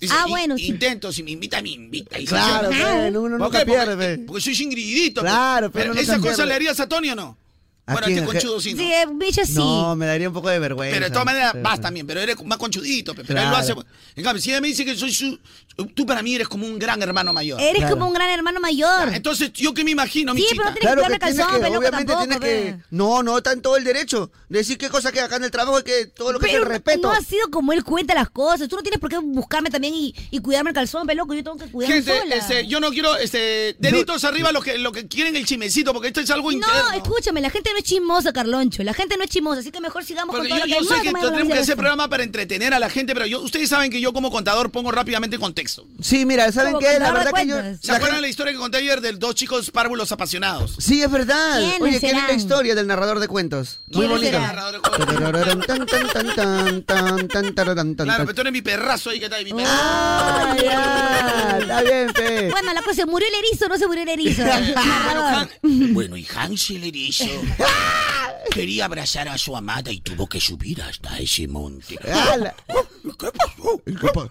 Speaker 9: Dice,
Speaker 1: Mm. Ah,
Speaker 9: "I-
Speaker 1: bueno, sí.
Speaker 9: Intento, si me invita, me invita. Y se pues,
Speaker 6: Claro,
Speaker 9: hace-
Speaker 6: ve, uno
Speaker 9: ¿Por qué?
Speaker 6: nunca pierde,
Speaker 9: porque,
Speaker 6: ve.
Speaker 9: porque soy ingridito. pe.
Speaker 6: Claro, pero
Speaker 9: Pero
Speaker 6: nunca
Speaker 9: ¿Esa cosa
Speaker 6: pierde.
Speaker 9: le harías a Tony o no?
Speaker 6: ¿A
Speaker 9: bueno,
Speaker 6: quién?
Speaker 9: este conchudo sí.
Speaker 1: Sí,
Speaker 9: ¿no?
Speaker 1: bicha sí.
Speaker 6: No, me daría un poco de vergüenza.
Speaker 9: Pero de todas maneras
Speaker 6: Sí,
Speaker 9: vas
Speaker 6: sí.
Speaker 9: también, pero eres más conchudito. pe, Pero él lo hace.
Speaker 6: Claro.
Speaker 9: En cambio, si ella me dice que soy su. Tú para mí eres como un gran hermano mayor.
Speaker 1: Eres
Speaker 6: Claro.
Speaker 1: como un gran hermano mayor.
Speaker 9: Entonces, ¿yo qué me imagino,
Speaker 1: Sí,
Speaker 9: Michita?
Speaker 1: pero tienes
Speaker 6: Claro
Speaker 1: que
Speaker 6: que
Speaker 1: darme
Speaker 6: tienes
Speaker 1: calzón,
Speaker 6: que,
Speaker 1: peluca
Speaker 6: obviamente
Speaker 1: tampoco,
Speaker 6: tienes
Speaker 1: ve.
Speaker 6: que... No, no, está en todo el derecho. Decir qué cosa que acá en el trabajo es que todo lo que es
Speaker 1: Pero
Speaker 6: el respeto.
Speaker 1: no ha sido como él cuenta las cosas. Tú no tienes por qué buscarme también y, y cuidarme el calzón, peloco. Yo tengo que cuidarme
Speaker 9: Gente,
Speaker 1: sola.
Speaker 9: este, yo no quiero este, deditos arriba los que, los que quieren el chimecito, porque esto es algo interno.
Speaker 1: No, escúchame, la gente no es chismosa, Carloncho. La gente no es chismosa, así que mejor sigamos
Speaker 9: Porque
Speaker 1: con
Speaker 9: yo,
Speaker 1: todo
Speaker 9: yo
Speaker 1: lo que
Speaker 9: sé
Speaker 1: hay.
Speaker 9: que
Speaker 1: Más, más,
Speaker 9: tenemos
Speaker 1: más,
Speaker 9: que
Speaker 1: más,
Speaker 9: hacer
Speaker 1: más.
Speaker 9: programa para entretener a la gente, pero yo, ustedes saben que yo como contador pongo rápidamente en contexto.
Speaker 6: Sí, mira, ¿saben
Speaker 1: Como
Speaker 6: qué? La
Speaker 1: contador de
Speaker 6: verdad que yo...
Speaker 1: cuentas.
Speaker 9: ¿Se
Speaker 6: la
Speaker 9: acuerdan
Speaker 6: gente-
Speaker 9: de la historia que conté ayer de dos chicos párvulos apasionados?
Speaker 6: Sí, es verdad.
Speaker 1: ¿Quiénes
Speaker 6: Oye, qué
Speaker 1: serán?
Speaker 6: linda historia del narrador de cuentos. Muy
Speaker 1: ¿Quiénes
Speaker 6: bonita.
Speaker 1: serán?
Speaker 6: Tarararán, tan, tan, tan, tan, tan, tan, tararán, tan,
Speaker 9: Claro,
Speaker 6: tan.
Speaker 9: pero tú eres mi perrazo ahí que está ahí, mi perro.
Speaker 6: Ah, ya, está bien, fe.
Speaker 1: Bueno, la cosa, ¿se murió el erizo o no se murió el erizo?
Speaker 9: Bueno,
Speaker 1: Narrador.
Speaker 9: Han- bueno, y Hansel Erizo quería abrazar a su amada y tuvo que subir hasta ese monte.
Speaker 6: Ala.
Speaker 9: ¿Qué pasó?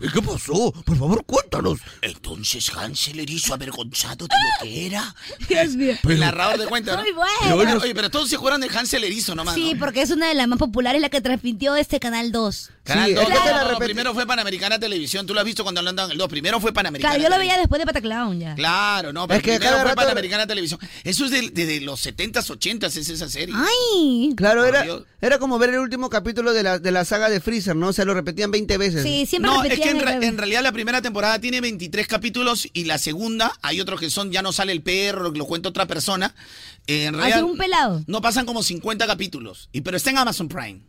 Speaker 9: ¿Qué, pasó? Por favor, cuéntanos. Entonces Hansel Erizo, avergonzado de lo que era.
Speaker 1: Dios mío.
Speaker 9: El narrador de cuentas. ¿no?
Speaker 1: Muy bueno.
Speaker 9: Pero bueno, Oye, pero todos se acuerdan de Hansel Erizo nomás.
Speaker 1: Sí,
Speaker 9: ¿no?
Speaker 1: porque es una de las más populares, la que transmitió este Canal 2.
Speaker 9: Canal
Speaker 6: Sí,
Speaker 9: dos,
Speaker 6: es que te la
Speaker 9: no, no,
Speaker 6: repetí.
Speaker 9: primero fue Panamericana Televisión. Tú lo has visto cuando lo andaban en el 2. Primero fue Panamericana.
Speaker 1: Claro, yo lo veía
Speaker 9: Televisión.
Speaker 1: después de Pataclown ya.
Speaker 9: Claro, no, pero
Speaker 6: Es que
Speaker 9: primero
Speaker 6: cada
Speaker 9: fue
Speaker 6: rato-
Speaker 9: Panamericana Televisión. Eso es del- desde los 70s, 80s, es esa serie.
Speaker 1: Ay.
Speaker 6: Claro, era,
Speaker 9: Dios.
Speaker 6: era como ver el último capítulo de la, de la saga de Freezer, ¿no? O sea, lo repetían 20 veces.
Speaker 1: Sí, siempre
Speaker 9: No, es que
Speaker 1: repetían
Speaker 9: en, re-
Speaker 1: el-
Speaker 9: en realidad la primera temporada tiene 23 capítulos y la segunda, hay otros que son, ya no sale el perro, que lo cuenta otra persona. Eh, en
Speaker 1: Ah,
Speaker 9: realidad,
Speaker 1: sí, un pelado.
Speaker 9: No pasan como 50 capítulos, y, pero está en Amazon Prime.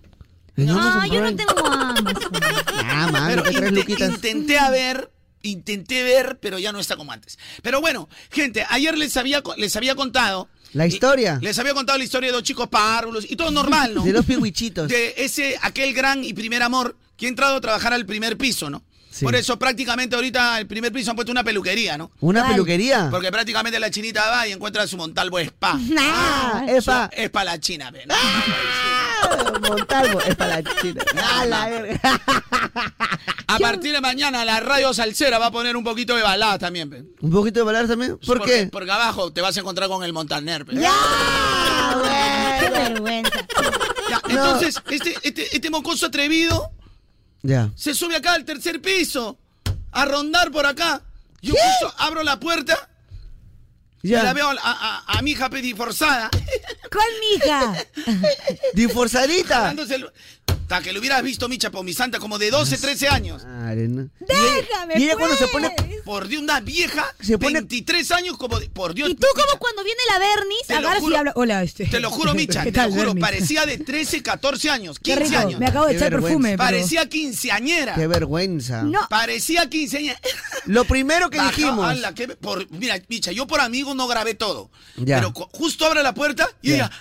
Speaker 6: Y no,
Speaker 1: Ah,
Speaker 6: no,
Speaker 1: yo no
Speaker 6: no.
Speaker 1: tengo Amazon.
Speaker 6: Ah, mano,
Speaker 9: pero
Speaker 6: que tres
Speaker 9: inte-
Speaker 6: luquitas.
Speaker 9: intenté a ver, intenté ver, pero ya no está como antes. Pero bueno, gente, ayer les había, co- les había contado...
Speaker 6: La historia.
Speaker 9: Les había contado la historia de dos chicos párvulos y todo normal, ¿no?
Speaker 6: De dos pingüichitos.
Speaker 9: de ese, aquel gran y primer amor que ha entrado a trabajar al primer piso, ¿no?
Speaker 6: Sí.
Speaker 9: Por eso prácticamente ahorita el primer piso han puesto una peluquería, ¿no?
Speaker 6: Una
Speaker 1: ¿Cuál?
Speaker 6: peluquería.
Speaker 9: Porque prácticamente la chinita va y encuentra su Montalvo Spa.
Speaker 1: Nah.
Speaker 6: Ah, es para
Speaker 9: Es para la china, pe, ¿no?
Speaker 6: Montalvo, es para la china. Ah, la verga.
Speaker 9: A partir de mañana la radio salsera va a poner un poquito de balada también, pe.
Speaker 6: Un poquito de balar también. ¿Por qué?
Speaker 9: Porque, porque abajo te vas a encontrar con el Montaner, pe.
Speaker 6: Ah,
Speaker 1: Qué
Speaker 6: bueno.
Speaker 1: vergüenza.
Speaker 9: Ya, Entonces, este, este, este mocoso atrevido
Speaker 6: Ya.
Speaker 9: se sube acá al tercer piso a rondar por acá. Yo justo abro la puerta y la
Speaker 6: Ya.
Speaker 9: veo a, a- a mi hija pedi forzada.
Speaker 1: ¿Cuál mija?
Speaker 6: Diforzadita.
Speaker 9: Dándose el- Hasta que lo hubieras visto, Micha, por mi santa, como de 12, 13 años.
Speaker 6: Madre, ¿no?
Speaker 1: Déjame.
Speaker 6: Y ella cuando se
Speaker 1: pues.
Speaker 6: pone.
Speaker 9: Por Dios, una vieja,
Speaker 6: Se pone-
Speaker 9: 23 años, como de- Por Dios.
Speaker 1: Y tú como
Speaker 9: Micha,
Speaker 1: cuando viene la Bernis,
Speaker 9: Te lo
Speaker 1: agarras y
Speaker 9: juro.
Speaker 1: hablas. Hola, este.
Speaker 9: Te lo juro, Micha,
Speaker 1: ¿Qué
Speaker 9: te
Speaker 1: tal,
Speaker 9: lo juro,
Speaker 1: Bernie?
Speaker 9: parecía de 13, 14 años,
Speaker 1: Qué
Speaker 9: 15
Speaker 1: rico,
Speaker 9: años.
Speaker 1: me acabo de
Speaker 6: Qué
Speaker 1: echar
Speaker 6: vergüenza.
Speaker 1: perfume. pero-
Speaker 9: Parecía quinceañera.
Speaker 6: Qué vergüenza.
Speaker 1: No,
Speaker 9: Parecía quinceañera.
Speaker 6: Lo primero que
Speaker 9: Baja-
Speaker 6: dijimos.
Speaker 9: ala, qué- por- mira, Micha, yo por amigo no grabé todo.
Speaker 6: Ya.
Speaker 9: Pero cu- justo abre la puerta y
Speaker 6: Ya.
Speaker 9: ella.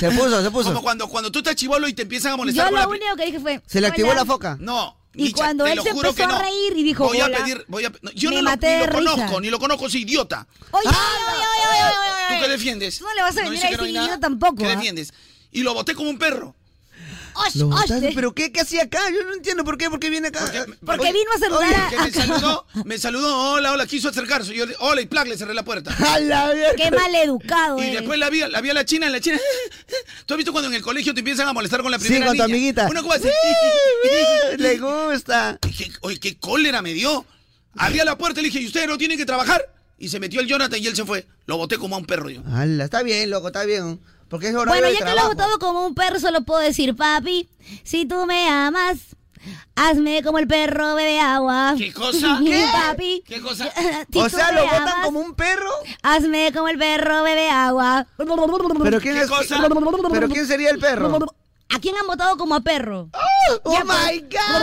Speaker 6: Se puso, se puso.
Speaker 9: Como cuando, cuando tú estás chivolo y te empiezan a molestar
Speaker 1: Yo
Speaker 9: con la
Speaker 1: lo
Speaker 9: pri-
Speaker 1: único que dije fue.
Speaker 6: Se le activó
Speaker 1: "Hola".
Speaker 6: la foca.
Speaker 9: No.
Speaker 1: Y
Speaker 9: Micha,
Speaker 1: cuando
Speaker 9: te
Speaker 1: él
Speaker 9: lo
Speaker 1: se
Speaker 9: juro
Speaker 1: empezó
Speaker 9: que
Speaker 1: a
Speaker 9: no.
Speaker 1: reír y dijo,
Speaker 9: Voy a
Speaker 1: "Hola".
Speaker 9: pedir, voy a. no, yo
Speaker 1: Me
Speaker 9: no lo,
Speaker 1: maté de
Speaker 9: ni lo
Speaker 1: risa.
Speaker 9: conozco, ni lo conozco, soy idiota.
Speaker 1: Oye, oye, oye, oye, oye, oye.
Speaker 9: ¿Tú qué defiendes?
Speaker 1: Tú no le vas a venir
Speaker 9: dice
Speaker 1: a
Speaker 9: que hay
Speaker 1: decir
Speaker 9: nada.
Speaker 1: idiota tampoco,
Speaker 9: ¿Qué
Speaker 1: ¿ah?
Speaker 9: defiendes? Y lo boté como un perro.
Speaker 1: Osh,
Speaker 6: Lo
Speaker 1: osh,
Speaker 6: botaste,
Speaker 1: eh.
Speaker 6: ¿Pero qué, qué hacía acá? Yo no entiendo por qué, por qué viene acá.
Speaker 1: Porque vino a saludar
Speaker 6: Oye,
Speaker 1: a-
Speaker 9: Que me
Speaker 1: acá.
Speaker 9: saludó, me saludó, hola, hola, quiso acercarse. Yo le, hola, y plac, le cerré la puerta.
Speaker 6: A la mierda.
Speaker 1: Qué maleducado,
Speaker 9: Y
Speaker 1: eres.
Speaker 9: después la vi, la vi a la china, en la china. ¿Tú has visto cuando en el colegio te empiezan a molestar con la
Speaker 6: Sí,
Speaker 9: primera
Speaker 6: con tu
Speaker 9: niña?
Speaker 6: amiguita.
Speaker 9: Uno como así.
Speaker 6: Le gusta.
Speaker 9: Dije, oye, qué cólera me dio. Abrí a la puerta y le dije, ¿y ustedes no tienen que trabajar? Y se metió el Jonathan y él se fue. Lo boté como a un perro yo.
Speaker 6: Ala, está bien, loco, está bien. Porque es horario
Speaker 1: Bueno,
Speaker 6: de
Speaker 1: ya que lo he
Speaker 6: trabajo.
Speaker 1: votado como un perro, solo puedo decir, papi, si tú me amas, hazme como el perro bebe agua.
Speaker 9: ¿Qué cosa?
Speaker 1: ¿Qué? Papi.
Speaker 9: ¿Qué cosa?
Speaker 1: Si
Speaker 6: O
Speaker 1: tú
Speaker 6: sea,
Speaker 1: me
Speaker 6: lo botan
Speaker 1: amas,
Speaker 6: como un perro.
Speaker 1: Hazme como el perro bebe agua.
Speaker 6: ¿Pero quién
Speaker 9: ¿Qué
Speaker 6: es?
Speaker 9: cosa?
Speaker 6: ¿Pero quién sería el perro?
Speaker 1: ¿A quién han votado como a perro? pues.
Speaker 6: ¡Oh, my God!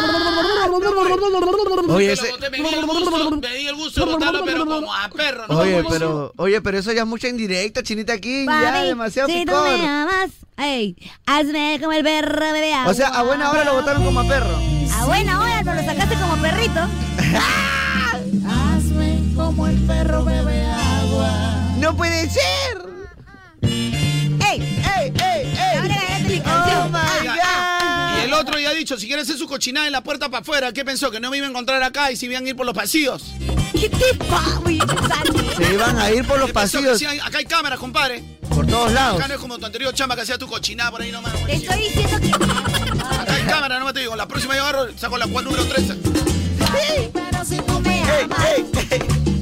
Speaker 6: Oye, ese-
Speaker 9: me di el gusto, me di el gusto de botarlo, pero como a perro. ¿no?
Speaker 6: Oye,
Speaker 9: Como-
Speaker 6: pero, oye, pero eso ya es mucha indirecta, chinita aquí, ya
Speaker 1: Papi,
Speaker 6: demasiado
Speaker 1: si tú
Speaker 6: picor.
Speaker 1: me amas, ey, hazme como el perro bebe agua.
Speaker 6: O sea, a buena hora lo botaron como a perro.
Speaker 1: A buena hora nos lo sacaste como perrito.
Speaker 6: ¡No puede ser!
Speaker 1: ¡Ey!
Speaker 6: ¡Ey, ey,
Speaker 1: Ahora
Speaker 6: ey!
Speaker 1: ganaste mi
Speaker 6: ¡Oh,
Speaker 1: canción. Ah,
Speaker 6: my
Speaker 9: Y el
Speaker 6: God!
Speaker 9: otro ya ha dicho, si quiere hacer su cochinada en la puerta para afuera, ¿qué pensó? Que no me iba a encontrar acá y si iban a ir por los pasillos.
Speaker 1: ¡Qué tipo! Uy, Santi.
Speaker 6: Se iban a ir por los
Speaker 9: ¿Qué pensó? Que
Speaker 6: pasillos,
Speaker 9: sí hay- acá hay cámaras, compadre.
Speaker 6: por todos lados.
Speaker 9: Acá no es como tu anterior chamba que hacía tu cochinada por ahí nomás.
Speaker 1: Te estoy diciendo que.
Speaker 9: Acá hay cámara, nomás te digo. La próxima yo agarro, saco la cual número 13.
Speaker 1: Pero si tú me amas.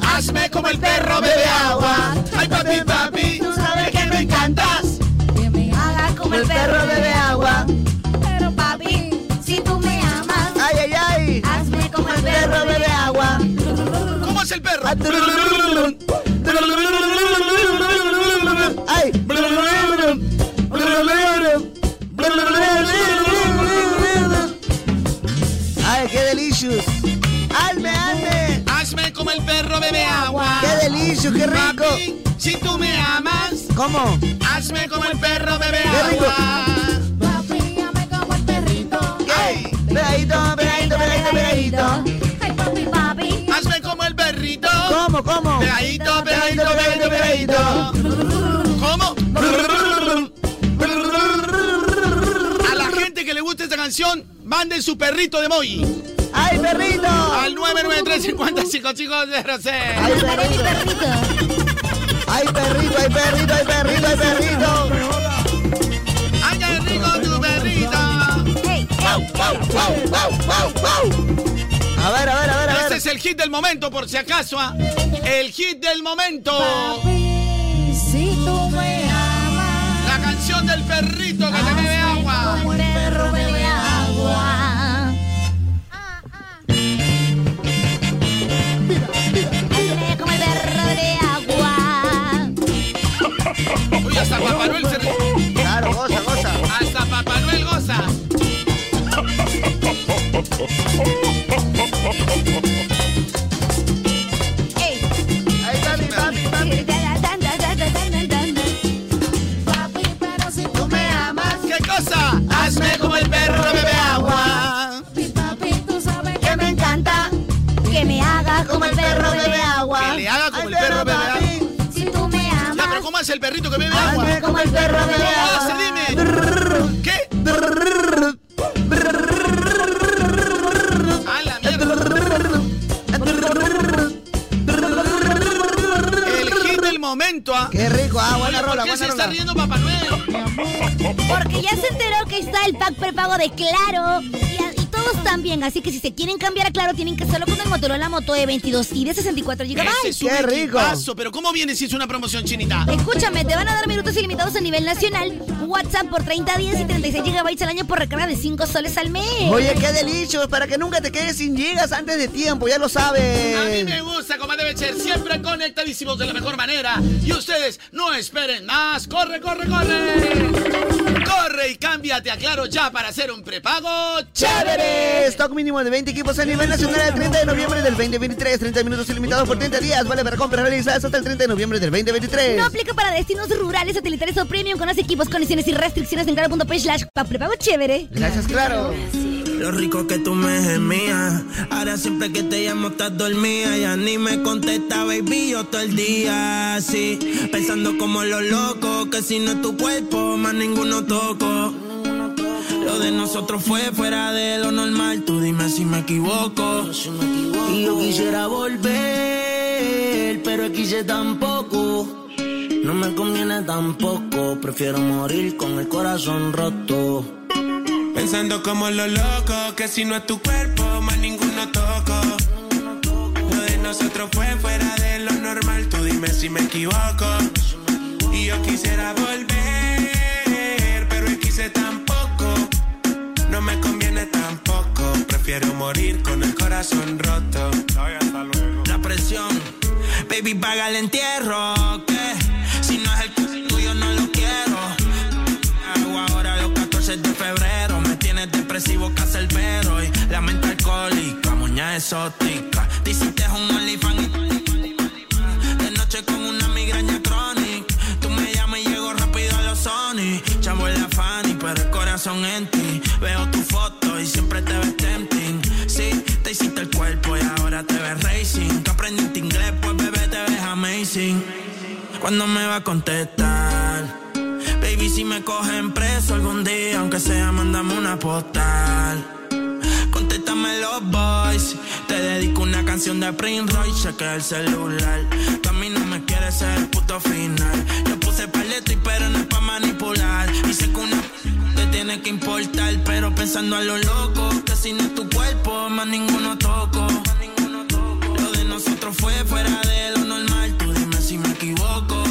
Speaker 9: Hazme como el perro, bebe agua. Ay, papi, papi, tú sabes que me encantas.
Speaker 1: Que me hagas como el perro bebe agua. Pero papi, si tú me amas,
Speaker 6: ¡Ay, ay, ay!
Speaker 1: hazme como el perro bebe agua.
Speaker 9: ¿Cómo es el perro?
Speaker 6: ¡Ay! ¡Ay, qué delicious! ¡Alme, alme!
Speaker 9: Hazme como el perro, bebe agua.
Speaker 6: ¡Qué delicious, qué rico!
Speaker 9: Papi, si tú me amas,
Speaker 6: ¿Cómo?
Speaker 9: hazme como el perro, bebe
Speaker 6: Qué rico.
Speaker 9: agua.
Speaker 1: Papi, hazme como el perrito.
Speaker 6: ¡Ay! ¡Pegadito, pegadito, pegadito, pegadito!
Speaker 1: Ay, papi, papi.
Speaker 9: Hazme como el perrito.
Speaker 6: ¿Cómo, cómo?
Speaker 9: Pegadito, pegadito, pegadito, pegadito. ¿Cómo? A la gente que le gusta esta canción, manden su perrito de emoji
Speaker 6: ¡Ay, perrito!
Speaker 9: al 993
Speaker 6: Ay,
Speaker 1: Sacaré mi
Speaker 6: perrito.
Speaker 1: perrito.
Speaker 6: ¡Ay, perrito, ay, perrito, ay, perrito, ay, perrito!
Speaker 9: ¡Ay, qué rico tu perrito!
Speaker 1: Ey, ey,
Speaker 6: A ver, a ver, a ver, a
Speaker 9: Este
Speaker 6: ver.
Speaker 9: es el hit del momento, por si acaso. ¿ah? El hit del momento.
Speaker 1: si tú me amas,
Speaker 9: La canción del perrito que te bebe agua.
Speaker 1: como el perro bebe agua. Hazme como el perro bebe agua.
Speaker 9: Uy, hasta Papá Noel se re-
Speaker 6: Claro, goza, goza.
Speaker 9: Hasta Papá Noel goza.
Speaker 1: Ey.
Speaker 6: Ahí está mi papi, papi.
Speaker 1: Papi, pero si tú me amas,
Speaker 9: ¿Qué cosa? Hazme como el perro bebe agua.
Speaker 1: mi papi, tú sabes que me encanta que me hagas como el perro bebe agua.
Speaker 9: Que le haga
Speaker 6: Ay,
Speaker 9: como el perro bebe
Speaker 6: papi.
Speaker 9: agua.
Speaker 1: Si tú me
Speaker 9: Ya, pero
Speaker 1: amas,
Speaker 9: ¿cómo hace el perrito que bebe agua?
Speaker 6: Hazme como el perro
Speaker 9: ¿Cómo
Speaker 6: bebe
Speaker 9: hace?
Speaker 6: agua.
Speaker 9: Dime. ¿Qué? A la mierda. El hit del momento, ¿ah?
Speaker 6: Qué rico, ah, buena
Speaker 9: Oye,
Speaker 6: rola,
Speaker 9: ¿Por qué
Speaker 6: buena
Speaker 9: se está
Speaker 6: rola.
Speaker 9: riendo Papá Noel?
Speaker 1: porque ya se enteró que está el pack prepago de Claro. Y, a- y todos también, así que si se quieren cambiar a Claro, tienen que hacerlo con el Motorola Moto E22 y de 64 GB.
Speaker 9: Ese es un
Speaker 6: qué rico.
Speaker 9: equipazo, pero ¿cómo viene si es una promoción chinita?
Speaker 1: Escúchame, te van a dar minutos ilimitados a nivel nacional, WhatsApp por 30 días y 36 GB al año por recarga de 5 soles al mes.
Speaker 6: Oye, qué delicio, para que nunca te quedes sin gigas antes de tiempo, Pues ya lo
Speaker 9: A mí me
Speaker 6: sabes.
Speaker 9: gusta como debe ser, siempre conectadísimos de la mejor manera. Y ustedes no esperen más. ¡Corre, corre, corre! Corre y cámbiate a Claro ya para hacer un prepago chévere.
Speaker 6: Stock mínimo de 20 equipos a nivel nacional el 30 de noviembre del 2023. 30 minutos ilimitados por 30 días. Vale para compras realizadas hasta el 30 de noviembre del 2023.
Speaker 1: No aplica para destinos rurales, satelitales o premium con los equipos, condiciones y restricciones en claro.p slash pa- prepago chévere.
Speaker 6: Gracias, claro.
Speaker 11: Lo rico que tú me gemías. Ahora siempre que te llamo estás dormida. Ya ni me contesta, baby, yo todo el día así. Pensando como los locos, que si no es tu cuerpo, más ninguno toco. Lo de nosotros fue fuera de lo normal. Tú dime si me equivoco. Y yo quisiera volver, pero quise tampoco. No me conviene tampoco. Prefiero morir con el corazón roto.
Speaker 12: Pensando como los locos, que si no es tu cuerpo, más ninguno toco. Lo de nosotros fue fuera de lo normal, tú dime si me equivoco. Y yo quisiera volver, pero el quise tampoco. No me conviene tampoco, prefiero morir con el corazón roto.
Speaker 11: La presión, baby, paga el entierro. Que si no es el caso tuyo, no lo quiero. Hago ahora los 14 de febrero. Me tienes depresivo, cacerbero. Y la mente alcohólica, muña exótica. Dicen que es un olifán. De noche con una migraña crónica. Tú me llamas y llego rápido a los Sony. Chavo en la Fanny, pero el corazón en ti. Veo tu foto y siempre te ves tempting. Sí, te hiciste el cuerpo y ahora te ves racing. Tú aprendiste inglés, pues bebé te ves amazing. ¿Cuándo me va a contestar? Baby, si me cogen preso algún día, aunque sea, mándame una postal. Contéstame los boys. Te dedico una canción de Prince Royce, chequea el celular. Tú a mí no me quieres ser el puto final. Yo puse paleto y pero no es pa' manipular. Dice que una te tiene que importar, pero pensando a lo loco, que si no es tu cuerpo, más ninguno toco. Lo de nosotros fue fuera de lo normal, tú dime si me equivoco.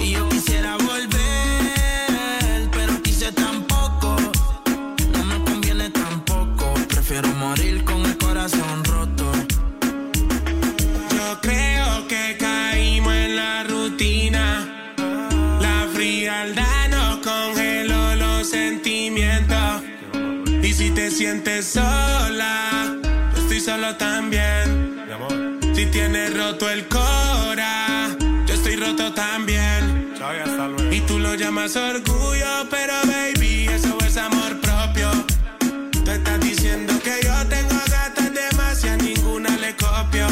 Speaker 11: Y yo quisiera volver, pero quise tampoco. No me conviene tampoco, prefiero morir con el corazón roto.
Speaker 12: Yo creo que caímos en la rutina. La frialdad nos congeló los sentimientos. Y si te sientes sola, yo estoy solo también. Si tienes roto el cora, yo estoy roto también. Y tú lo llamas orgullo, pero baby, eso es amor propio. Tú estás diciendo que yo tengo gatas de más y a ninguna le copio.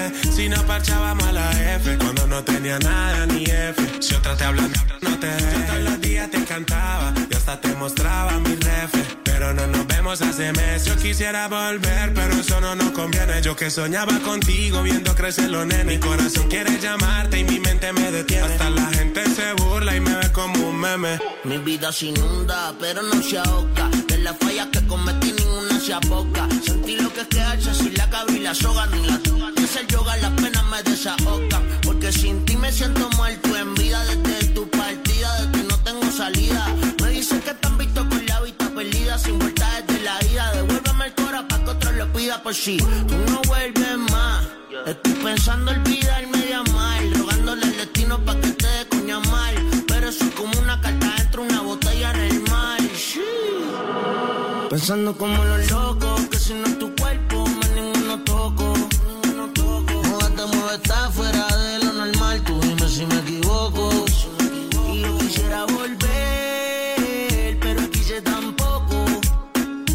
Speaker 12: Eh, si no parchábamos a la F cuando no tenía nada ni F. Si otra te habla, no te dejes. Yo todos los días te cantaba y hasta te mostraba mi ref. Pero no nos vemos hace meses. Yo quisiera volver, pero eso no nos conviene. Yo que soñaba contigo viendo crecer los nenes. Mi corazón quiere llamarte y mi mente me detiene. Hasta la gente se burla y me ve como un meme.
Speaker 11: Mi vida se inunda, pero no se ahoga. De las fallas que cometí, ninguna se aboca. Sentí lo que es quedarse sin la cabra y la soga, ni la soga. Es el yoga, las penas me desahogan. Porque sin ti me siento muerto en vida desde tu partida, desde que no tengo salida. Me dicen que están visto con la vista perdida, sin vuelta desde la ida. Devuélveme el cora para que otro lo pida por si tú no vuelves más. Estoy pensando olvidarme de amar, rogándole al destino para que te dé coña mal. Pero eso es como una carta dentro de una botella en el mar. Sí. Pensando como los locos, que si no es tu cuerpo, más ninguno toco. Ninguno toco. Muévete, muévete, está fuera de lo normal. Tú dime si me equivoco. Y yo quisiera volver, pero quise tampoco.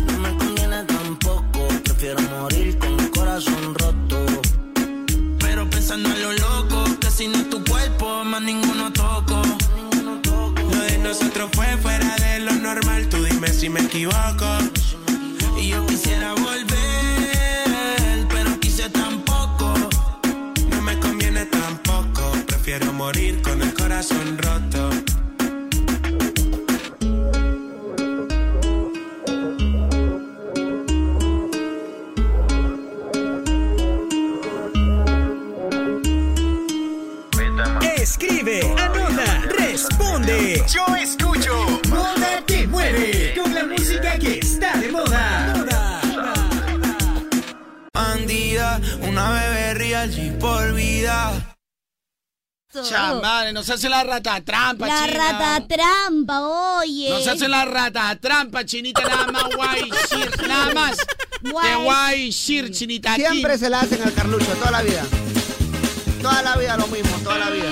Speaker 11: No me conviene tampoco. Prefiero morir con el corazón roto. Pero pensando en lo loco, que si no es tu cuerpo, más ninguno toco.
Speaker 12: Lo de nosotros fue fuera de lo normal, tú dime si me equivoco.
Speaker 11: Y yo quisiera volver, pero quise tampoco.
Speaker 12: No me conviene tampoco, prefiero morir con el corazón roto.
Speaker 2: Escribe, anota, responde. Yo escucho. Moda te mueve. Con la música que está de moda.
Speaker 11: Bandida, una bebé real y por vida.
Speaker 1: esto?
Speaker 9: Chamane, nos hacen la ratatrampa,
Speaker 1: La
Speaker 9: china.
Speaker 1: ratatrampa, oye.
Speaker 9: Nos hacen la ratatrampa, chinita, nada más guay, shir, nada más. De guay, shir, chinita. aquí.
Speaker 6: Siempre se la hacen al Carlucho, toda la vida. Toda la vida lo mismo, toda la vida.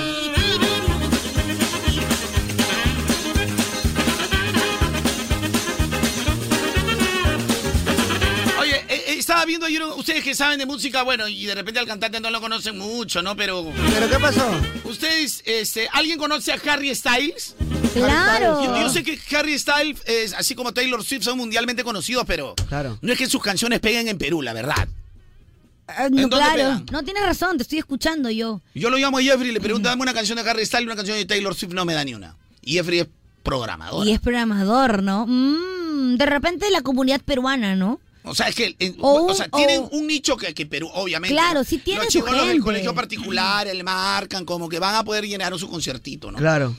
Speaker 9: Oye, eh, eh, estaba viendo ayer, ustedes que saben de música, bueno, y de repente al cantante no lo conocen mucho, ¿no? Pero... ¿Pero
Speaker 6: qué pasó?
Speaker 9: Ustedes, este, ¿alguien conoce a Harry Styles?
Speaker 1: Claro.
Speaker 9: Yo, yo sé que Harry Styles, es, así como Taylor Swift, son mundialmente conocidos, pero no es que sus canciones peguen en Perú, la verdad.
Speaker 1: Ah, no,
Speaker 9: ¿En dónde
Speaker 1: claro.
Speaker 9: pegan?
Speaker 1: No tienes razón, te estoy escuchando yo.
Speaker 9: Yo lo llamo a Jeffrey y le pregunto, dame una canción de Harry Styles y una canción de Taylor Swift, no me da ni una. Y Jeffrey es programador.
Speaker 1: Y es programador, ¿no? Mm, de repente la comunidad peruana, ¿no?
Speaker 9: O sea, es que eh,
Speaker 1: O
Speaker 9: o
Speaker 1: un-
Speaker 9: sea, tienen
Speaker 1: o-
Speaker 9: un nicho que, que Perú, obviamente.
Speaker 1: Claro,
Speaker 9: ¿no?
Speaker 1: sí tiene
Speaker 9: Los
Speaker 1: su
Speaker 9: chicos los del
Speaker 1: gente.
Speaker 9: colegio particular, el marcan, como que van a poder llenar su concertito, ¿no?
Speaker 6: Claro.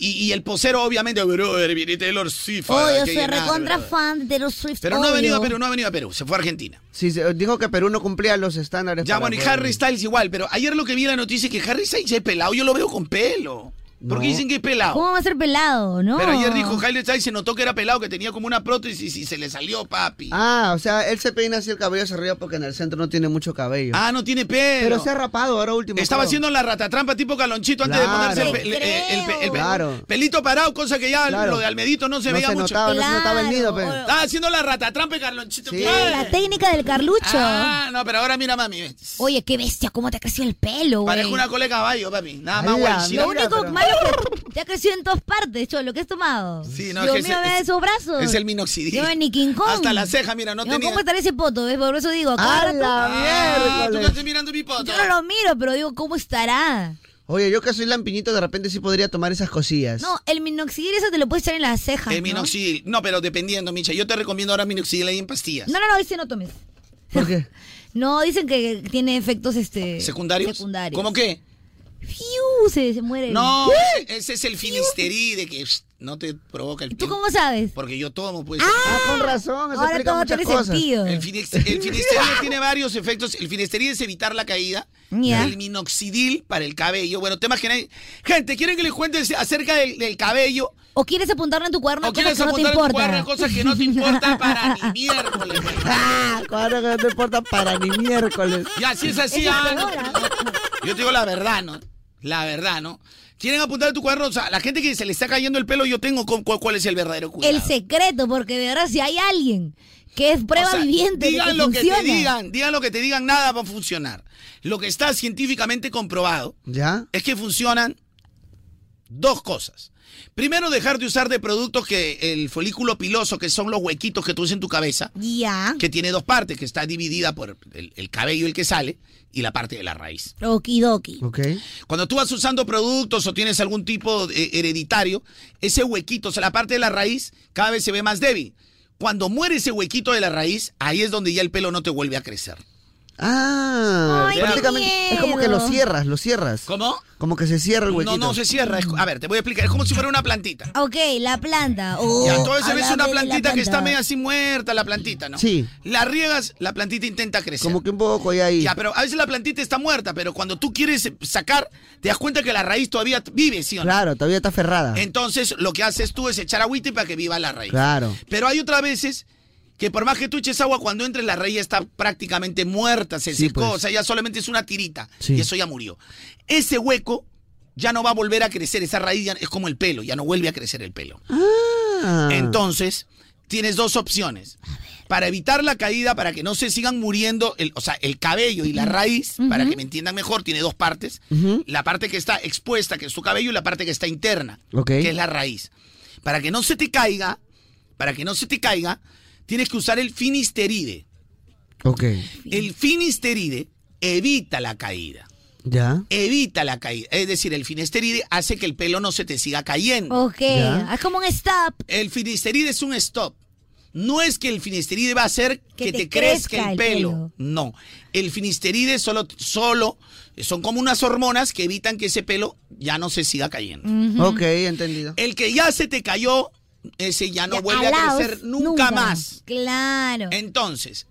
Speaker 9: Y, y el posero, obviamente, brother, viene Taylor Swift.
Speaker 1: Oh,
Speaker 9: hay
Speaker 1: yo
Speaker 9: que
Speaker 1: soy
Speaker 9: llenar,
Speaker 1: recontra
Speaker 9: brother".
Speaker 1: fan de Taylor Swift.
Speaker 9: Pero no ha venido a
Speaker 1: obvio.
Speaker 9: Perú, no ha venido a Perú, se fue a Argentina.
Speaker 6: Sí, se- dijo que Perú no cumplía los estándares.
Speaker 9: Ya,
Speaker 6: para
Speaker 9: bueno, y
Speaker 6: poder-
Speaker 9: Harry Styles igual, pero ayer lo que vi en la noticia es que Harry Styles es pelado, yo lo veo con pelo. Porque
Speaker 6: No.
Speaker 9: dicen que es pelado.
Speaker 1: ¿Cómo va a ser pelado, no?
Speaker 9: Pero ayer dijo Harry Styles se notó que era pelado, que tenía como una prótesis y se le salió, papi.
Speaker 6: Ah, o sea, él se peina así el cabello hacia arriba porque en el centro no tiene mucho cabello.
Speaker 9: Ah, no tiene pelo.
Speaker 6: Pero se ha rapado ahora último.
Speaker 9: Estaba
Speaker 6: creo.
Speaker 9: haciendo la ratatrampa tipo calonchito antes
Speaker 6: Claro.
Speaker 9: de ponerse el, pe-
Speaker 6: Te
Speaker 9: el- el- el- el- el-
Speaker 6: Claro.
Speaker 9: pelito parado, cosa que ya
Speaker 6: Claro.
Speaker 9: lo de Almedito no se
Speaker 6: No
Speaker 9: veía
Speaker 6: se
Speaker 9: mucho. Ah,
Speaker 6: notaba, no se notaba el nido, pe.
Speaker 9: Estaba haciendo la ratatrampa y calonchito.
Speaker 1: Ah, La técnica del Carlucho.
Speaker 9: Ah, no, pero ahora mira, mami. ve.
Speaker 1: Oye, qué bestia, cómo te ha crecido el pelo, güey.
Speaker 9: Parezco una cola de caballo, papi. Nada más
Speaker 1: Ala,
Speaker 9: guay. sí.
Speaker 1: Ah, Lo único malo que te ha crecido en todas partes, cholo, que has tomado.
Speaker 9: Sí, no,
Speaker 1: Dios
Speaker 9: es que
Speaker 1: mío,
Speaker 9: ese-
Speaker 1: ve
Speaker 9: es-
Speaker 1: esos brazos.
Speaker 9: es el minoxidil.
Speaker 1: Yo, ni King Kong.
Speaker 9: Hasta la ceja, mira, no
Speaker 1: Yo,
Speaker 9: tenía.
Speaker 1: ¿Cómo estará ese poto? ¿Ves? Por eso digo,
Speaker 6: ¡A
Speaker 1: cada
Speaker 6: la
Speaker 1: rato-
Speaker 9: Ah, tú
Speaker 6: miércoles!
Speaker 9: no estás mirando mi poto.
Speaker 1: Yo no lo miro, pero digo, ¿cómo estará?
Speaker 6: Oye, yo que soy lampiñito, de repente sí podría tomar esas cosillas.
Speaker 1: No, el minoxidil eso te lo puedes echar en las cejas.
Speaker 9: El
Speaker 1: ¿no?
Speaker 9: Eh, minoxidil. No, pero dependiendo, Micha. Yo te recomiendo ahora minoxidil ahí en pastillas.
Speaker 1: No, no, no, dice no tomes.
Speaker 6: ¿Por qué?
Speaker 1: No, dicen que tiene efectos este
Speaker 9: ¿Secundarios?
Speaker 1: secundarios.
Speaker 9: ¿Cómo qué?
Speaker 1: Fiu, se, se muere.
Speaker 9: No,
Speaker 1: ¿Qué?
Speaker 9: ese, ese es el finisterí de que psh, no te provoca el
Speaker 1: ¿Tú
Speaker 9: pin-
Speaker 1: cómo sabes?
Speaker 9: Porque yo tomo, pues.
Speaker 6: Ah, con razón, eso
Speaker 1: Ahora
Speaker 6: explica
Speaker 1: todo
Speaker 6: muchas
Speaker 1: tiene
Speaker 6: cosas.
Speaker 1: sentido.
Speaker 9: El, finis- el este finisteril tiene varios efectos. El finisteril es evitar la caída.
Speaker 1: Ya.
Speaker 9: El minoxidil para el cabello. Bueno, temas que nadie... Gente, ¿quieren que les cuente acerca del, del cabello?
Speaker 1: ¿O quieres apuntarlo en tu cuaderno
Speaker 9: ¿O
Speaker 1: de cosas
Speaker 9: quieres
Speaker 1: que no te
Speaker 9: apuntar en tu
Speaker 1: importan?
Speaker 9: cuaderno cosas que no te importan para ni miércoles? güey?
Speaker 6: Ah, cuadro que no te importa para ni miércoles.
Speaker 9: Ya, si es así,
Speaker 1: Eso es
Speaker 9: ah, no,
Speaker 1: peor, ¿ah?
Speaker 9: Yo te digo la verdad, ¿no? La verdad, ¿no? ¿Quieren apuntar en tu cuaderno? O sea, la gente que se le está cayendo el pelo, yo tengo cu- cu- cuál es el verdadero cuidado.
Speaker 1: El secreto, porque de verdad, si hay alguien que es prueba
Speaker 9: O sea,
Speaker 1: viviente de
Speaker 9: Digan
Speaker 1: que
Speaker 9: lo
Speaker 1: funciona.
Speaker 9: que te digan, digan lo que te digan, nada va a funcionar. Lo que está científicamente comprobado
Speaker 6: ¿Ya?
Speaker 9: es que funcionan dos cosas. Primero, dejar de usar de productos que el folículo piloso, que son los huequitos que tú usas en tu cabeza,
Speaker 1: Ya.
Speaker 9: que tiene dos partes, que está dividida por el, el cabello, el que sale, y la parte de la raíz.
Speaker 1: Okidoki.
Speaker 6: Ok.
Speaker 9: Cuando tú vas usando productos o tienes algún tipo de- hereditario, ese huequito, o sea, la parte de la raíz, cada vez se ve más débil. Cuando muere ese huequito de la raíz, ahí es donde ya el pelo no te vuelve a crecer.
Speaker 6: Ah,
Speaker 1: Ay, qué
Speaker 6: prácticamente es como que lo
Speaker 1: miedo.
Speaker 6: cierras, lo cierras.
Speaker 9: ¿Cómo?
Speaker 6: Como que se cierra el
Speaker 9: No,
Speaker 6: huequito.
Speaker 9: no se cierra. Es- a ver, te voy a explicar. Es como si fuera una plantita.
Speaker 1: Ok, la planta. Oh,
Speaker 9: Ya, entonces
Speaker 1: a
Speaker 9: ves
Speaker 1: la
Speaker 9: una
Speaker 1: vez, la
Speaker 9: plantita que está
Speaker 1: planta.
Speaker 9: medio así muerta, la plantita, ¿no?
Speaker 6: Sí.
Speaker 9: La riegas, la plantita intenta crecer.
Speaker 6: Como que un poco y ahí.
Speaker 9: Ya, pero a veces la plantita está muerta, pero cuando tú quieres eh, sacar, te das cuenta que la raíz todavía vive, ¿sí o no?
Speaker 6: Claro, todavía está ferrada.
Speaker 9: Entonces, lo que haces tú es echar agüita para que viva la raíz.
Speaker 6: Claro.
Speaker 9: Pero hay otras veces que por más que tú eches agua, cuando entres la raíz está prácticamente muerta, se
Speaker 6: Sí,
Speaker 9: secó,
Speaker 6: pues.
Speaker 9: o sea, ya solamente es una tirita
Speaker 6: Sí.
Speaker 9: y eso ya murió. Ese hueco ya no va a volver a crecer, esa raíz ya es como el pelo, ya no vuelve a crecer el pelo.
Speaker 6: Ah.
Speaker 4: Mm.
Speaker 9: Entonces, tienes dos opciones. Para evitar la caída, para que no se sigan muriendo, el, o sea, el cabello y la raíz, para que me entiendan mejor, tiene dos partes.
Speaker 6: Ujú.
Speaker 9: La parte que está expuesta, que es tu cabello, y la parte que está interna,
Speaker 6: Ok.
Speaker 9: que es la raíz. Para que no se te caiga, para que no se te caiga, tienes que usar el finisteride.
Speaker 6: Ok.
Speaker 9: El finisteride evita la caída.
Speaker 6: Ya.
Speaker 9: Evita la caída. Es decir, el finisteride hace que el pelo no se te siga cayendo.
Speaker 1: Ok,
Speaker 6: Ya.
Speaker 1: es como un stop.
Speaker 9: El finisteride es un stop. No es que el finisteride va a hacer que, te, crezca, el
Speaker 1: pelo.
Speaker 9: pelo. No. El finisteride solo, solo son como unas hormonas que evitan que ese pelo ya no se siga cayendo.
Speaker 6: Ok, entendido.
Speaker 9: El que ya se te cayó, ese ya no
Speaker 1: Ya,
Speaker 9: vuelve a
Speaker 1: alaos,
Speaker 9: crecer nunca, más.
Speaker 1: Claro.
Speaker 9: Entonces,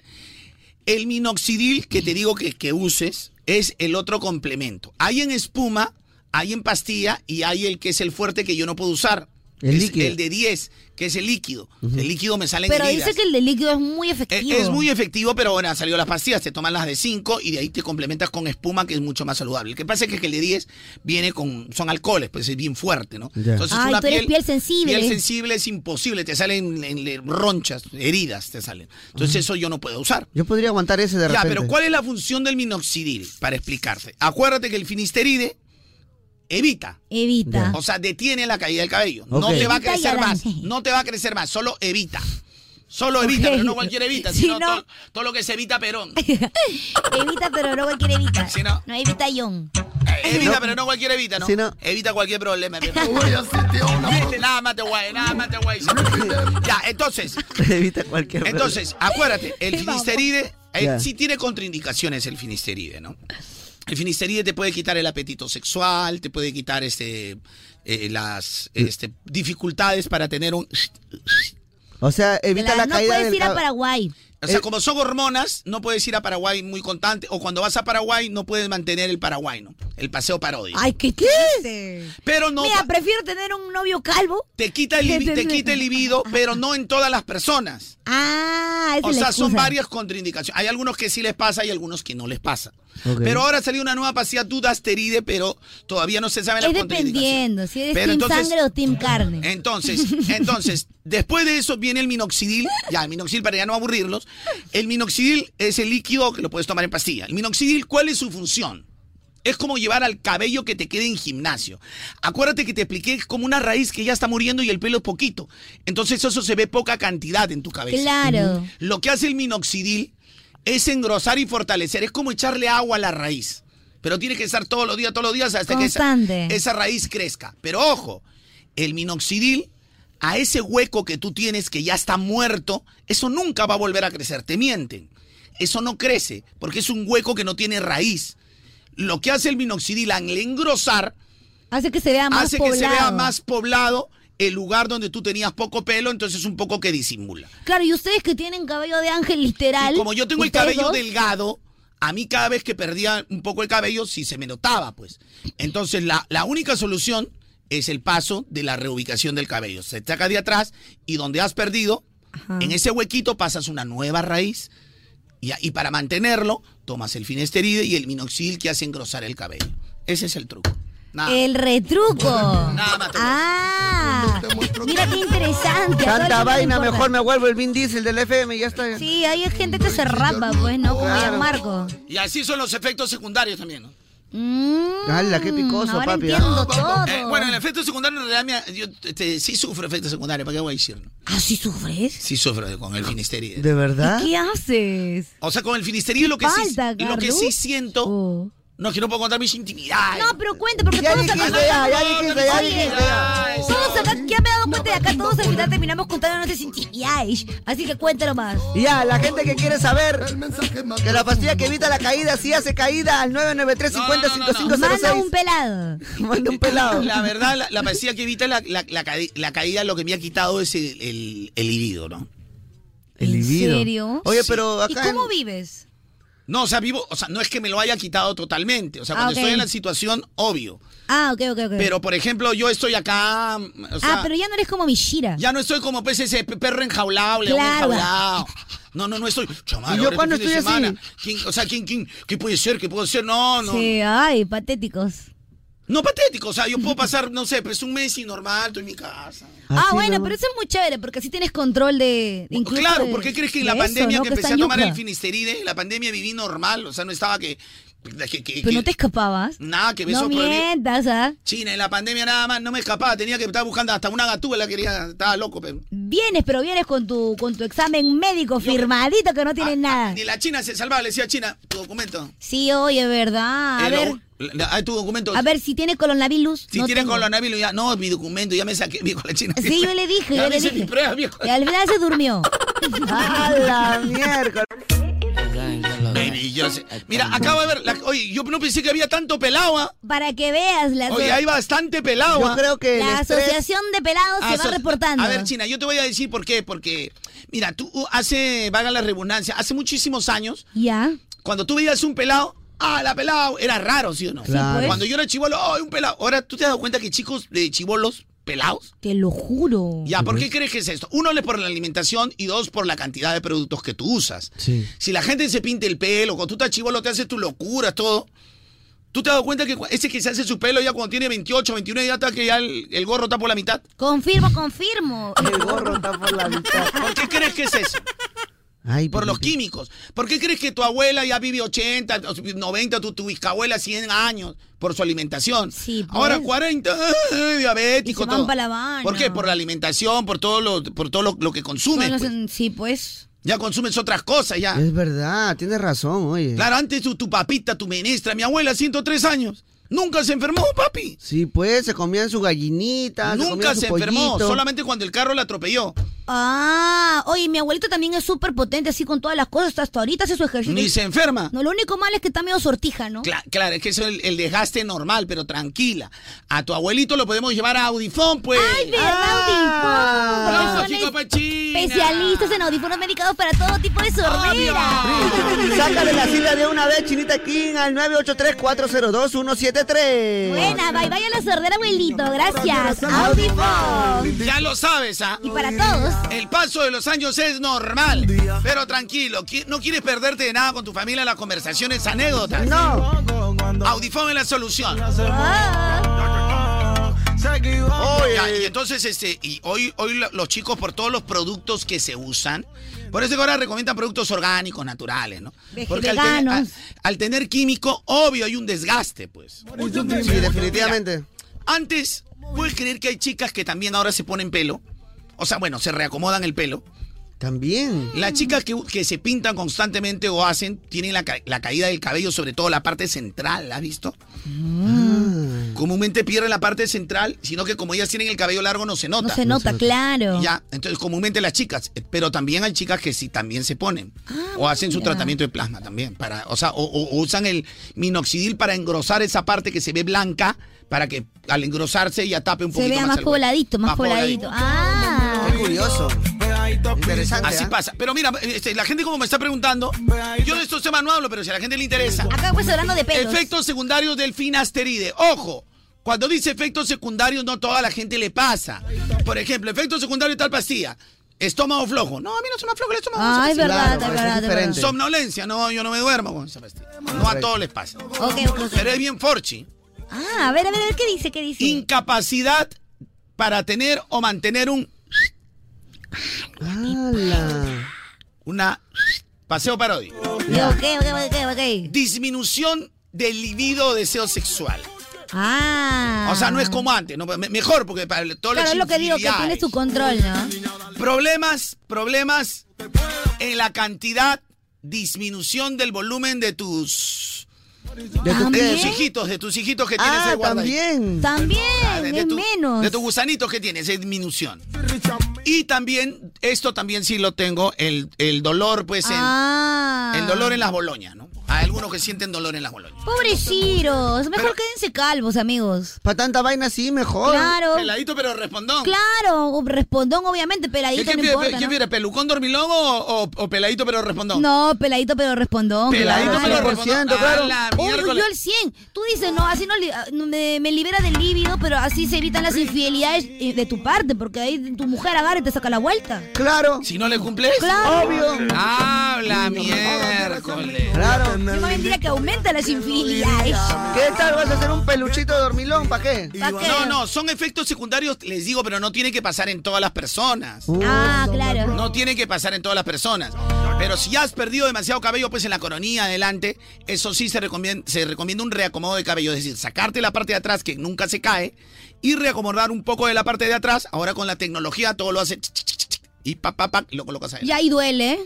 Speaker 9: el minoxidil que te digo que, que uses es el otro complemento. Hay en espuma, hay en pastilla y hay el que es el fuerte que yo no puedo usar.
Speaker 6: El
Speaker 9: que es
Speaker 6: líquido.
Speaker 9: El de 10, que es el líquido. El líquido me sale en
Speaker 1: Pero
Speaker 9: heridas.
Speaker 1: dice que el de líquido es muy efectivo.
Speaker 9: Es muy efectivo, pero ahora salió las pastillas, te toman las de 5 y de ahí te complementas con espuma, que es mucho más saludable. Lo que pasa es que el de 10 viene con, son alcoholes, pues es bien fuerte, ¿no?
Speaker 1: Ya. Ay, tú eres piel sensible.
Speaker 9: Piel sensible es imposible, te salen en- en ronchas, heridas te salen. Entonces eso yo no puedo usar.
Speaker 6: Yo podría aguantar ese de
Speaker 9: Ya,
Speaker 6: repente.
Speaker 9: pero ¿cuál es la función del minoxidil? Para explicarte. Acuérdate que el finisteride evita.
Speaker 1: Evita.
Speaker 9: O sea, detiene la caída del cabello. No
Speaker 1: Ok.
Speaker 9: te va a
Speaker 1: Evita y
Speaker 9: crecer más.
Speaker 1: adelante.
Speaker 9: No te va a crecer más, solo evita. Solo evita,
Speaker 1: Ok.
Speaker 9: pero no cualquier evita,
Speaker 1: Si
Speaker 9: sino
Speaker 1: no-
Speaker 9: todo, todo lo que se evita Perón.
Speaker 1: Evita, pero no cualquier evita. no. evita John.
Speaker 9: Eh, Evita, pero no cualquier evita, ¿no?
Speaker 1: Si no-
Speaker 9: Evita cualquier problema. pero- Nada más te guay, nada más te guay. Ya, entonces,
Speaker 6: Evita cualquier.
Speaker 9: Entonces, acuérdate, el
Speaker 6: Qué baboso.
Speaker 9: finisteride eh,
Speaker 6: Ya.
Speaker 9: sí tiene contraindicaciones el finisteride, ¿no? El finisteride te puede quitar el apetito sexual, te puede quitar este eh, las este, dificultades para tener un...
Speaker 6: O sea, evita la,
Speaker 9: no
Speaker 6: caída
Speaker 9: puedes
Speaker 6: del
Speaker 9: ir a
Speaker 6: cab-
Speaker 1: Paraguay.
Speaker 9: O sea, como son hormonas, no puedes ir a Paraguay muy constante, o cuando vas a Paraguay no puedes mantener el Paraguay, ¿no? El paseo parodia.
Speaker 1: Ay, ¿qué qué?
Speaker 9: Pero no...
Speaker 1: Mira, prefiero tener un novio calvo.
Speaker 9: Te quita el, libi- te quita el libido, pero no en todas las personas.
Speaker 1: Ah, esa
Speaker 9: O
Speaker 1: es la
Speaker 9: sea, son
Speaker 1: excusa.
Speaker 9: varias contraindicaciones. Hay algunos que sí les pasa y algunos que no les pasa.
Speaker 6: Ok.
Speaker 9: Pero ahora salió una nueva pastilla dudasteride, pero todavía no se sabe la
Speaker 1: Es dependiendo, si eres team sangre o team carne.
Speaker 9: Entonces, entonces, después de eso viene el minoxidil. Ya, el minoxidil para ya no aburrirlos. El minoxidil es el líquido que lo puedes tomar en pastilla. El minoxidil, ¿cuál es su función? Es como llevar al cabello que te quede en gimnasio. Acuérdate que te expliqué es como una raíz que ya está muriendo y el pelo es poquito. Entonces eso se ve poca cantidad en tu cabeza.
Speaker 1: Claro.
Speaker 9: Lo que hace el minoxidil es engrosar y fortalecer. Es como echarle agua a la raíz. Pero tiene que estar todos los días, todos los días hasta que
Speaker 1: Constante.
Speaker 9: esa, esa raíz crezca. Pero ojo, el minoxidil a ese hueco que tú tienes que ya está muerto, eso nunca va a volver a crecer. Te mienten. Eso no crece porque es un hueco que no tiene raíz. Lo que hace el minoxidil al engrosar
Speaker 1: Hace que se vea más
Speaker 9: hace que se
Speaker 1: poblado.
Speaker 9: vea más poblado el lugar donde tú tenías poco pelo, entonces un poco que disimula.
Speaker 1: Claro, y ustedes que tienen cabello de ángel literal.
Speaker 9: Y como yo tengo el
Speaker 1: ustedes
Speaker 9: cabello
Speaker 1: dos,
Speaker 9: delgado, a mí cada vez que perdía un poco el cabello, sí se me notaba, pues. Entonces, la, la única solución es el paso de la reubicación del cabello. Se saca de atrás y donde has perdido, en ese huequito pasas una nueva raíz. Y, y para mantenerlo, tomas el finesteride y el minoxidil que hace engrosar el cabello. Ese es el truco. Nada.
Speaker 1: El retruco.
Speaker 9: Nada más.
Speaker 1: Ah, mira qué interesante. a todos
Speaker 6: Tanta
Speaker 1: les
Speaker 6: vaina,
Speaker 1: importa.
Speaker 6: mejor me vuelvo el Vin Diesel del FM y ya está.
Speaker 1: Sí, hay gente que se rapa, pues, ¿no? Como
Speaker 6: Claro.
Speaker 1: ya Marco.
Speaker 9: Y así son los efectos secundarios también, ¿no?
Speaker 6: Hala, qué picoso,
Speaker 1: ahora
Speaker 6: papi. ¿ah?
Speaker 1: entiendo todo.
Speaker 9: Eh, bueno, el efecto secundario en realidad me- yo este, sí sufro efecto secundario, ¿para qué voy a decir? no?
Speaker 1: ¿Ah, sí sufres?
Speaker 9: Sí sufro con el finisteride.
Speaker 6: ¿De verdad?
Speaker 1: ¿Qué haces?
Speaker 9: O sea, con el finisteride lo que
Speaker 1: falta, Oh.
Speaker 9: sí, lo que
Speaker 1: Carlos?
Speaker 9: sí siento. No, es que no puedo contar mis intimidades.
Speaker 1: No, pero cuenta, porque
Speaker 9: Ya
Speaker 1: todos
Speaker 9: dijiste,
Speaker 1: acá.
Speaker 9: ya, ya dijiste, ya
Speaker 1: Oye,
Speaker 9: dijiste, ya.
Speaker 1: Todos acá, ya me he dado cuenta de acá, todos al final terminamos contando nuestras intimidades. Así que cuéntalo más.
Speaker 6: Y Ya, la gente que quiere saber que la pastilla que evita la caída, si hace caída al 993 50
Speaker 1: Manda un pelado.
Speaker 6: Manda un pelado.
Speaker 9: La verdad, la, la pastilla que evita la, la- la cadi- la caída, lo que me ha quitado es el, el, el libido, ¿no?
Speaker 6: El libido.
Speaker 1: serio?
Speaker 6: Oye, pero
Speaker 1: ¿Y
Speaker 6: acá.
Speaker 1: cómo vives?
Speaker 9: No, o sea, vivo, o sea, no es que me lo haya quitado totalmente. O sea,
Speaker 1: Ah,
Speaker 9: cuando
Speaker 1: ok.
Speaker 9: estoy en la situación, obvio.
Speaker 1: Ah, ok, ok, ok.
Speaker 9: Pero, por ejemplo, yo estoy acá, o sea,
Speaker 1: ah, pero ya no eres como Mishira.
Speaker 9: Ya no estoy como pues ese pe- perro enjaulado, león
Speaker 1: Claro.
Speaker 9: enjaulado. No, no, no estoy. Chamar,
Speaker 6: ¿Y yo
Speaker 9: ahora este
Speaker 6: cuándo
Speaker 9: fin de
Speaker 6: estoy así?
Speaker 9: semana. ¿Quién- o sea, ¿quién, quién, ¿qué puede ser? ¿Qué puedo ser? No, no.
Speaker 1: Sí, ay, patéticos.
Speaker 9: No patético, o sea, yo puedo pasar, no sé, pues un mes y normal, estoy en mi casa.
Speaker 1: Ah, bueno, pero eso es muy chévere, porque así tienes control de. incluso
Speaker 9: claro,
Speaker 1: de-
Speaker 9: ¿por qué crees que en
Speaker 1: de
Speaker 9: la
Speaker 1: eso,
Speaker 9: pandemia
Speaker 1: ¿no?
Speaker 9: que
Speaker 1: Que
Speaker 9: empecé
Speaker 1: está
Speaker 9: a tomar
Speaker 1: ñuca.
Speaker 9: el finisteride, en la pandemia viví normal, o sea, no estaba que. que- que-
Speaker 1: Pero no
Speaker 9: que-
Speaker 1: te escapabas.
Speaker 9: Nada, que beso
Speaker 1: No
Speaker 9: prohibido.
Speaker 1: mientas, ¿ah?
Speaker 9: China, en la pandemia nada más, no me escapaba, tenía que estar buscando hasta una gatúbela, quería, estaba loco, pero.
Speaker 1: Vienes, pero vienes con tu, con tu examen médico firmadito que no
Speaker 9: Ah,
Speaker 1: tienes nada.
Speaker 9: Ni la China se salvaba, le decía China, tu documento.
Speaker 1: Sí, oye, ¿verdad? A
Speaker 9: Eh,
Speaker 1: ver,
Speaker 9: lo- la- la- ah, tu documento.
Speaker 1: a ver si tiene coronavirus.
Speaker 9: Si
Speaker 1: no
Speaker 9: tiene
Speaker 1: tengo.
Speaker 9: coronavirus, ya, no, mi documento, ya me saqué, viejo, la china.
Speaker 1: Sí, yo le dije, yo
Speaker 9: Ya me
Speaker 1: le
Speaker 9: hice
Speaker 1: dije.
Speaker 9: mi prueba, viejo.
Speaker 1: Y al final se durmió.
Speaker 6: A la miércoles.
Speaker 9: Baby, yo sé. Mira, acabo de ver, la- oye, yo no pensé que había tanto pelado, ¿ah?
Speaker 1: Para que veas la
Speaker 9: Oye, hay bastante pelado, ¿ah?
Speaker 1: la asociación de pelados se va
Speaker 9: Aso-
Speaker 1: reportando.
Speaker 9: Ah, A ver, China, yo te voy a decir por qué, porque, uh, mira, tú hace, vaga la redundancia, hace muchísimos años,
Speaker 1: Ya.
Speaker 9: cuando tú veías un pelado, ah, la pelado. Era raro, ¿sí o no?
Speaker 1: Sí, pues.
Speaker 9: Cuando yo era chivolo, oh, un pelado. Ahora, ¿tú te has dado cuenta que chicos de chivolos pelados?
Speaker 1: Te lo juro.
Speaker 9: Ya, ¿por qué crees que es esto? Uno es por la alimentación y dos por la cantidad de productos que tú usas.
Speaker 13: Sí.
Speaker 9: Si la gente se pinta el pelo, cuando tú estás chivolo te haces tu locura, todo. ¿Tú te has dado cuenta que cu- ese que se hace su pelo ya cuando tiene 28, 21 ya está que ya el, el gorro está por la mitad?
Speaker 1: Confirmo, confirmo.
Speaker 6: El gorro está por la mitad.
Speaker 9: ¿Por qué crees que es eso? por los químicos. ¿Por qué crees que tu abuela ya vive 80, 90, tu, tu bisabuela 100 años por su alimentación?
Speaker 1: pues.
Speaker 9: Ahora 40, ay, diabético,
Speaker 1: Y se van
Speaker 9: todo.
Speaker 1: pa' La Habana.
Speaker 9: ¿Por qué? Por la alimentación, por todo lo, por todo lo, lo que consumes.
Speaker 1: Son los-
Speaker 9: pues.
Speaker 1: Sí, pues.
Speaker 9: Ya consumes otras cosas, ya.
Speaker 6: Es verdad, tienes razón, oye.
Speaker 9: Claro, antes tu, tu papita, tu menestra, mi abuela, 103 años. Nunca se enfermó, papi.
Speaker 6: Sí, pues, se comían su gallinita, se
Speaker 9: Nunca
Speaker 6: comían su
Speaker 9: se enfermó,
Speaker 6: pollito.
Speaker 9: solamente cuando el carro la atropelló.
Speaker 1: Pues, Ah, oye, mi abuelito también es súper potente, así con todas las cosas. Hasta ahorita hace su ejercicio.
Speaker 9: Ni se enferma.
Speaker 1: No, lo único malo es que está medio sortija, ¿no?
Speaker 9: Cla- claro, es que eso es el, el desgaste normal, pero tranquila. A tu abuelito lo podemos llevar a Audifón, pues.
Speaker 1: Ay, ¿verdad, Audifón? Porque
Speaker 9: Lógico,
Speaker 1: son
Speaker 9: pues, China.
Speaker 1: Especialistas en audífonos medicados para todo tipo de sordera.
Speaker 6: Sácale la cita de una vez, Chinita King, al 983-402-173.
Speaker 1: Buena, bye bye a la sordera, abuelito. Gracias. Audifón.
Speaker 9: Ya lo sabes, ¿ah?
Speaker 1: Y para todos.
Speaker 9: El paso de los años es normal. Pero tranquilo, qui- no quieres perderte de nada con tu familia las conversaciones, anécdotas.
Speaker 6: No.
Speaker 9: Audifón es la solución. Ya, y entonces, este, y hoy, hoy lo- los chicos, por todos los productos que se usan, por eso que ahora recomiendan productos orgánicos, naturales, ¿no?
Speaker 1: Vege-
Speaker 9: al, te-
Speaker 1: veganos.
Speaker 9: a- al tener químico, obvio hay un desgaste, pues.
Speaker 6: Sí, definitivamente.
Speaker 9: Antes, ¿puedes creer que hay chicas que también ahora se ponen pelo? O sea, bueno, se reacomodan el pelo.
Speaker 6: También.
Speaker 9: Las chicas que, que se pintan constantemente o hacen, tienen la, ca- la caída del cabello, sobre todo la parte central, ¿la has visto?
Speaker 1: Mm,
Speaker 9: Comúnmente pierden la parte central, sino que como ellas tienen el cabello largo no se nota.
Speaker 1: No se nota, claro.
Speaker 9: Ya, entonces comúnmente las chicas, eh, pero también hay chicas que sí también se ponen. o hacen su
Speaker 1: Ah, mira.
Speaker 9: tratamiento de plasma también. Para, o sea, o, o- o usan el minoxidil para engrosar esa parte que se ve blanca, para que al engrosarse ya tape un
Speaker 1: Se
Speaker 9: poquito
Speaker 1: vea
Speaker 9: más.
Speaker 1: más
Speaker 9: el hueco.
Speaker 1: pobladito, más pobladito. Ah.
Speaker 6: Qué curioso. Interesante.
Speaker 9: Así
Speaker 6: ¿ah?
Speaker 9: pasa. Pero mira, este, la gente como me está preguntando, yo de estos temas no hablo, pero si a la gente le interesa.
Speaker 1: Acá pues hablando de pelos.
Speaker 9: Efectos secundarios del finasteride. Ojo, cuando dice efectos secundarios no toda la gente le pasa. Por ejemplo, efectos secundarios de tal pastilla. Estómago flojo. No, a mí no se me afloja el estómago. no se
Speaker 1: Ah,
Speaker 9: me
Speaker 1: es verdad,
Speaker 6: Claro,
Speaker 1: es
Speaker 6: es
Speaker 1: verdad, es verdad.
Speaker 6: diferente.
Speaker 9: Somnolencia, no, yo no me duermo con esa pastilla. No a todos les pasa.
Speaker 1: Ok, ok, ok.
Speaker 9: Pero es bien forchi.
Speaker 1: Ah, a ver, a ver, a ver, ¿qué dice? ¿Qué dice?
Speaker 9: Incapacidad para tener o mantener un
Speaker 6: ¡Hala!
Speaker 9: una paseo parodio.
Speaker 1: Ya, Ok, ok, ok, ok.
Speaker 9: Disminución del libido o deseo sexual.
Speaker 1: Ah.
Speaker 9: O sea, no es como antes, no, me- mejor porque para todo
Speaker 1: Claro, es lo que digo, que tienes tu control, ¿no?
Speaker 9: problemas, problemas en la cantidad, disminución del volumen de tus
Speaker 6: ¿De tu
Speaker 9: de
Speaker 6: qué?
Speaker 9: tus hijitos, de tus hijitos que tienes
Speaker 6: Ah,
Speaker 9: ahí guardados.
Speaker 6: también.
Speaker 9: Ah,
Speaker 1: También,
Speaker 9: de- de
Speaker 1: es
Speaker 9: tu-
Speaker 1: menos.
Speaker 9: De tus gusanitos que tienes, es disminución. Y también, esto también sí lo tengo, el, el dolor, pues, en-
Speaker 1: ah.
Speaker 9: el dolor en las boloñas, ¿no? Hay algunos que sienten dolor en las boloñas.
Speaker 1: Pobrecitos, mejor
Speaker 9: Pero-
Speaker 1: quédense calvos, amigos.
Speaker 6: Para tanta vaina, sí, mejor.
Speaker 1: Claro,
Speaker 9: Peladito, pero respondón.
Speaker 1: claro, o respondón obviamente,
Speaker 9: ¿Qué,
Speaker 1: peladito
Speaker 9: qué
Speaker 1: no
Speaker 9: pide-
Speaker 1: importa,
Speaker 9: qué
Speaker 1: ¿no?
Speaker 9: pide, pelucón dormilón o, o- o peladito pero respondón?
Speaker 1: No, peladito pero respondón.
Speaker 9: Peladito
Speaker 1: claro.
Speaker 9: pero respondón.
Speaker 6: 100%, claro.
Speaker 9: A la
Speaker 1: Obvio,
Speaker 9: miércoles.
Speaker 1: yo al 100. Tú dices, no, así no li- ah, no, me, me libera del líbido, pero así se evitan las infidelidades eh, de tu parte, porque ahí tu mujer agarra y te saca la vuelta.
Speaker 6: Claro.
Speaker 9: Si no le cumples.
Speaker 1: Claro.
Speaker 6: Obvio.
Speaker 9: Habla miércoles.
Speaker 6: Claro.
Speaker 1: Yo me diría que aumenta las infidelidades.
Speaker 6: ¿Qué tal? ¿Vas a hacer un peluchito dormilón? ¿Para qué?
Speaker 1: ¿Pa' qué?
Speaker 9: No, no, son efectos secundarios, les digo, pero no tiene que pasar en todas las personas.
Speaker 1: Ah, claro.
Speaker 9: No tiene que pasar en todas las personas. Pero si has perdido demasiado cabello, pues en la coronilla adelante, eso sí se recomienda, se recomienda un reacomodo de cabello. Es decir, sacarte la parte de atrás que nunca se cae y reacomodar un poco de la parte de atrás. Ahora con la tecnología todo lo hace ch, ch, ch, ch, ch, y pa, pa, pa, y lo colocas ahí.
Speaker 1: Y ahí duele. ¿eh?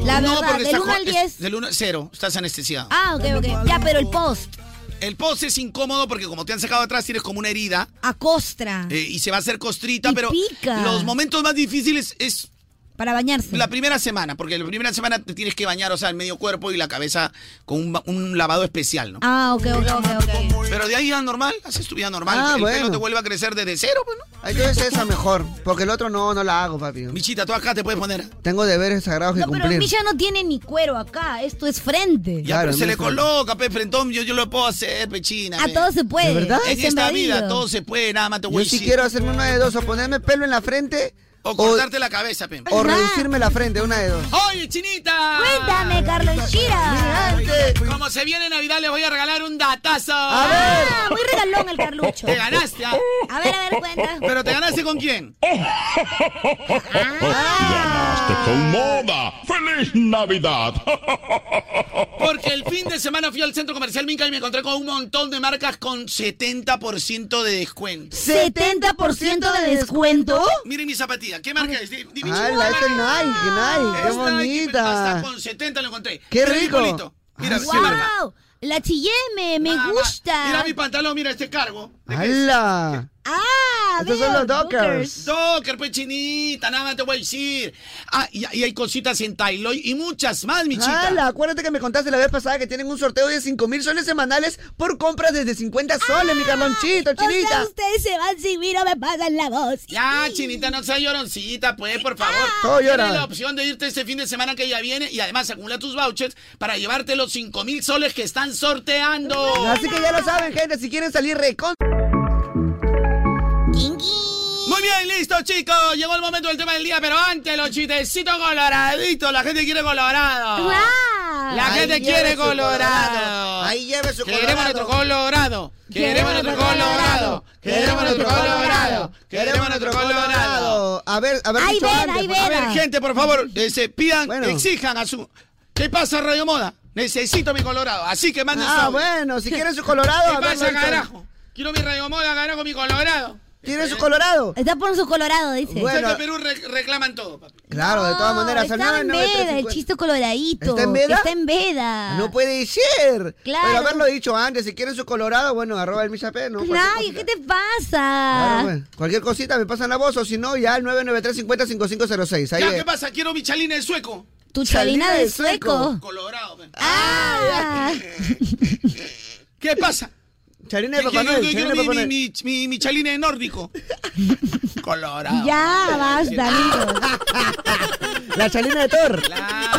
Speaker 1: La verdad,
Speaker 9: está
Speaker 1: del 1
Speaker 9: co-
Speaker 1: al
Speaker 9: es-
Speaker 1: 10.
Speaker 9: Del 1 al 0, estás anestesiado.
Speaker 1: Ah, ok, ok. Ya, pero el post,
Speaker 9: El pose es incómodo porque como te han sacado atrás, tienes como una herida.
Speaker 1: a costra.
Speaker 9: Eh, y se va a hacer costrita,
Speaker 1: Y
Speaker 9: pero
Speaker 1: pica.
Speaker 9: los momentos más difíciles es
Speaker 1: Para bañarse.
Speaker 9: La primera semana, porque la primera semana te tienes que bañar, o sea, el medio cuerpo y la cabeza con un, ba- un lavado especial, ¿no?
Speaker 1: Ah, ok, ok, ok, ok.
Speaker 9: Pero de ahí a normal, haces tu vida normal.
Speaker 6: Ah,
Speaker 9: el
Speaker 6: bueno.
Speaker 9: pelo te vuelve a crecer desde cero, pues, ¿no?
Speaker 6: Entonces esa mejor, porque el otro no, no la hago, papi.
Speaker 9: Michita, tú acá te puedes poner.
Speaker 6: Tengo deberes sagrados que
Speaker 1: No, pero
Speaker 6: cumplir.
Speaker 1: Misha no tiene ni cuero acá. Esto es frente.
Speaker 9: Ya, pero se le
Speaker 6: mijo.
Speaker 9: coloca, pe, frentón, yo, yo lo puedo hacer, pechina.
Speaker 1: A todo se puede.
Speaker 6: ¿De verdad?
Speaker 9: En
Speaker 6: Se
Speaker 9: esta
Speaker 6: me ha
Speaker 9: vida
Speaker 6: ido.
Speaker 9: todo se puede, nada más te voy
Speaker 6: Yo
Speaker 9: a
Speaker 6: sí
Speaker 9: decir.
Speaker 6: quiero hacerme una de dos, o ponerme pelo en la frente
Speaker 9: O cortarte la cabeza, pe.
Speaker 6: o reducirme la frente, una de dos.
Speaker 9: ¡Oye, chinita!
Speaker 1: Cuéntame, Carlos Shira.
Speaker 9: Como se viene Navidad, les voy a regalar un datazo.
Speaker 1: A ver. Ah, muy regalón el Carlucho.
Speaker 9: Te ganaste, ¿ah?
Speaker 1: A ver, a ver, cuenta. Ah.
Speaker 9: ¿Pero te ganaste con quién?
Speaker 13: Ganaste con moda. ¡Feliz Navidad!
Speaker 9: Porque el fin de semana fui al centro comercial Minca y me encontré con un montón de marcas con 70% de descuento.
Speaker 1: ¿70% de descuento?
Speaker 9: Miren mi zapatilla, ¿qué marca es? Di- di-
Speaker 6: Ah,
Speaker 9: ¿qué
Speaker 6: la esta es
Speaker 9: marca es?
Speaker 6: Nike, Nike, qué
Speaker 9: Esta Hasta
Speaker 6: bonita.
Speaker 9: con 70 lo encontré.
Speaker 6: Qué
Speaker 9: Mira mi
Speaker 6: rico.
Speaker 9: colito. Mira, ¿qué marca?
Speaker 1: ¡Wow! La chilleme, me
Speaker 9: Ah,
Speaker 1: gusta.
Speaker 9: Mira mi pantalón, mira este cargo.
Speaker 6: ¡Hala!
Speaker 1: Ah,
Speaker 6: Estos son
Speaker 1: veo,
Speaker 6: los Dockers.
Speaker 9: Docker, pues chinita, nada más te voy a decir. Ah, y, y hay cositas en Tailoy y muchas más, mi chica.
Speaker 6: ¡Hala! Acuérdate que me contaste la vez pasada que tienen un sorteo de 5 mil soles semanales por compras desde 50 soles, mi Carlonchito,
Speaker 1: Ah, O sea,
Speaker 6: chinita.
Speaker 1: ustedes se van sin mí, no me pagan la voz. Ah.
Speaker 9: Ya, chinita, no seas lloroncita, pues, por favor.
Speaker 6: Todo llora.
Speaker 9: Tienes la opción de irte este fin de semana que ya viene y además acumula tus vouchers para llevarte los 5 mil soles que están sorteando.
Speaker 6: Así que ya lo saben, gente, si quieren salir recon...
Speaker 9: Muy bien, listo, chicos. Llegó el momento del tema del día, pero antes los chistecitos coloraditos. La gente quiere colorado.
Speaker 1: ¡Guau!
Speaker 9: La
Speaker 6: Ahí
Speaker 9: gente
Speaker 6: lleve
Speaker 9: quiere
Speaker 6: su
Speaker 9: colorado.
Speaker 6: colorado. Ahí lleve su
Speaker 9: Queremos
Speaker 6: colorado.
Speaker 9: nuestro colorado. Queremos
Speaker 6: Queremos
Speaker 9: nuestro
Speaker 6: nuestro
Speaker 9: colorado.
Speaker 6: colorado.
Speaker 9: Queremos nuestro colorado. Queremos nuestro colorado.
Speaker 6: A ver, a ver.
Speaker 1: Ahí
Speaker 6: dicho
Speaker 1: ven,
Speaker 6: antes,
Speaker 1: ahí
Speaker 6: pues.
Speaker 1: ven.
Speaker 9: A ver, gente, por favor, eh, se pidan,
Speaker 6: Mm. Bueno.
Speaker 9: exijan a su. ¿Qué pasa, Radio Moda? Necesito mi colorado. Así que manden
Speaker 6: Ah,
Speaker 9: su-
Speaker 6: bueno, si quieren su colorado... a
Speaker 9: ¿Qué
Speaker 6: ver,
Speaker 9: pasa,
Speaker 6: ahorita.
Speaker 9: carajo? Quiero mi Radio Moda, carajo, mi colorado.
Speaker 6: ¿Tienen su colorado?
Speaker 1: Está por su colorado, dice.
Speaker 9: O sea, que
Speaker 6: Bueno.
Speaker 9: en Perú re- reclaman todo, papi.
Speaker 6: Claro, de todas maneras, al
Speaker 1: está en veda, el
Speaker 6: 99350.
Speaker 1: chiste coloradito.
Speaker 6: ¿Está en veda?
Speaker 1: Está en veda.
Speaker 6: No puede ser.
Speaker 1: Claro.
Speaker 6: Pero haberlo dicho antes, si quieren su colorado, bueno, arroba el Michape, ¿no? Cualquier
Speaker 1: Ay,
Speaker 6: cosita.
Speaker 1: ¿qué te
Speaker 6: Claro,
Speaker 1: pasa?
Speaker 6: bueno. Cualquier cosita me pasan la voz o si no, ya al 993-50-5506. Ahí
Speaker 9: Ya,
Speaker 6: es.
Speaker 9: ¿qué pasa? Quiero mi chalina de sueco.
Speaker 1: Tu chalina
Speaker 6: Chalina
Speaker 1: de
Speaker 6: de sueco.
Speaker 1: sueco.
Speaker 9: Colorado, man.
Speaker 1: Ah,
Speaker 9: ¿Qué pasa?
Speaker 6: Charina de
Speaker 9: Quiero,
Speaker 6: Papá Noel.
Speaker 9: quiero-
Speaker 6: Charina
Speaker 9: quiero
Speaker 6: de Papá
Speaker 9: mi, mi,
Speaker 6: Noel.
Speaker 9: mi, mi- mi chalina de nórdico. Colorado. Ah.
Speaker 1: ya basta, amigo.
Speaker 6: La chalina de Thor.
Speaker 9: Claro.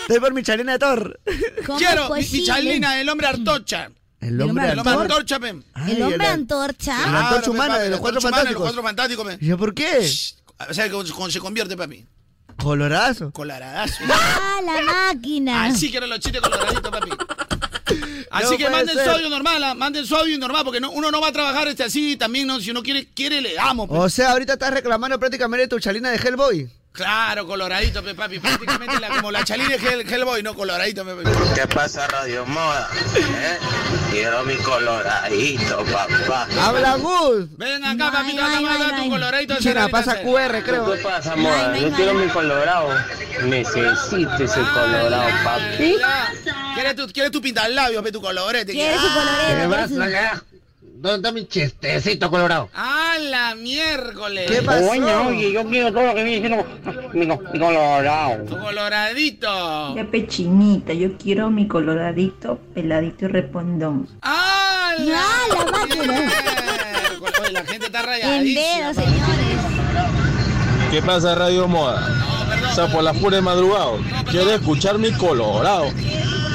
Speaker 6: Estoy por mi chalina de Thor.
Speaker 1: ¿Cómo es
Speaker 9: Quiero mi, mi
Speaker 1: posible?
Speaker 9: chalina del hombre artocha.
Speaker 6: El
Speaker 1: hombre
Speaker 6: hombre
Speaker 9: El hombre
Speaker 6: actor.
Speaker 9: artocha, ven.
Speaker 6: Ay,
Speaker 1: El hombre
Speaker 6: la-
Speaker 1: antorcha.
Speaker 6: La antorcha
Speaker 9: Claro, pe,
Speaker 6: humana
Speaker 9: papi,
Speaker 6: de
Speaker 9: la
Speaker 6: los cuatro
Speaker 9: antorcha humana de los
Speaker 6: fantásticos.
Speaker 9: cuatro fantásticos, pe.
Speaker 6: ¿Y yo por qué?
Speaker 9: O sea, que se convierte, papi.
Speaker 6: Coloradazo.
Speaker 9: Coloradazo.
Speaker 1: Ah, la máquina.
Speaker 9: Así que eran los chistes coloraditos, papi. Así
Speaker 6: No
Speaker 9: que
Speaker 6: puede
Speaker 9: manden
Speaker 6: ser.
Speaker 9: su audio normal, ah, manden su audio normal, porque no, uno no va a trabajar este así también, ¿no? Si uno quiere, quiere le damos. pe.
Speaker 6: O sea, ahorita estás reclamando prácticamente tu chalina de Hellboy.
Speaker 9: Claro, coloradito, pe, papi. Prácticamente la- como la chalina de Hell- Hellboy, no coloradito, pe, papi.
Speaker 7: ¿Qué pasa, Radio Moda? ¿Eh? Quiero mi coloradito, papá.
Speaker 6: Habla Gus.
Speaker 9: Ven acá,
Speaker 1: No,
Speaker 9: papito,
Speaker 1: ay,
Speaker 9: acá
Speaker 1: ay,
Speaker 9: me da
Speaker 1: ay,
Speaker 9: tu
Speaker 1: ay.
Speaker 9: coloradito. de
Speaker 6: China,
Speaker 9: Sarita
Speaker 6: pasa
Speaker 9: Cera.
Speaker 6: QR, creo.
Speaker 7: ¿Qué pasa,
Speaker 1: Ay,
Speaker 7: Moda?
Speaker 1: no hay
Speaker 7: Yo quiero mi
Speaker 1: manera.
Speaker 7: colorado. Necesito ese colorado, papi.
Speaker 9: Ya. ¿Quieres tu, quieres tu pintalabios, pe, tu colorete?
Speaker 1: Quiere su colorero. quiere su-
Speaker 7: ¿Dónde está mi chistecito colorado?
Speaker 9: ¡Ah, la miércoles!
Speaker 6: ¿Qué pasó?
Speaker 7: Bueno, oye, yo quiero todo lo que viene diciendo mi, co- mi colorado.
Speaker 9: Tu coloradito.
Speaker 14: Ya pechinita, yo quiero mi coloradito, peladito y respondón.
Speaker 1: Ah,
Speaker 9: ¡Ah,
Speaker 1: la máquina.
Speaker 9: miércoles! Oye, la gente está
Speaker 1: En
Speaker 9: rayadísima.
Speaker 1: dedo, señores.
Speaker 13: ¿Qué pasa, Radio Moda?
Speaker 9: No,
Speaker 13: O
Speaker 9: perdón.
Speaker 13: sea, por las puras madrugadas. Quiero escuchar mi colorado.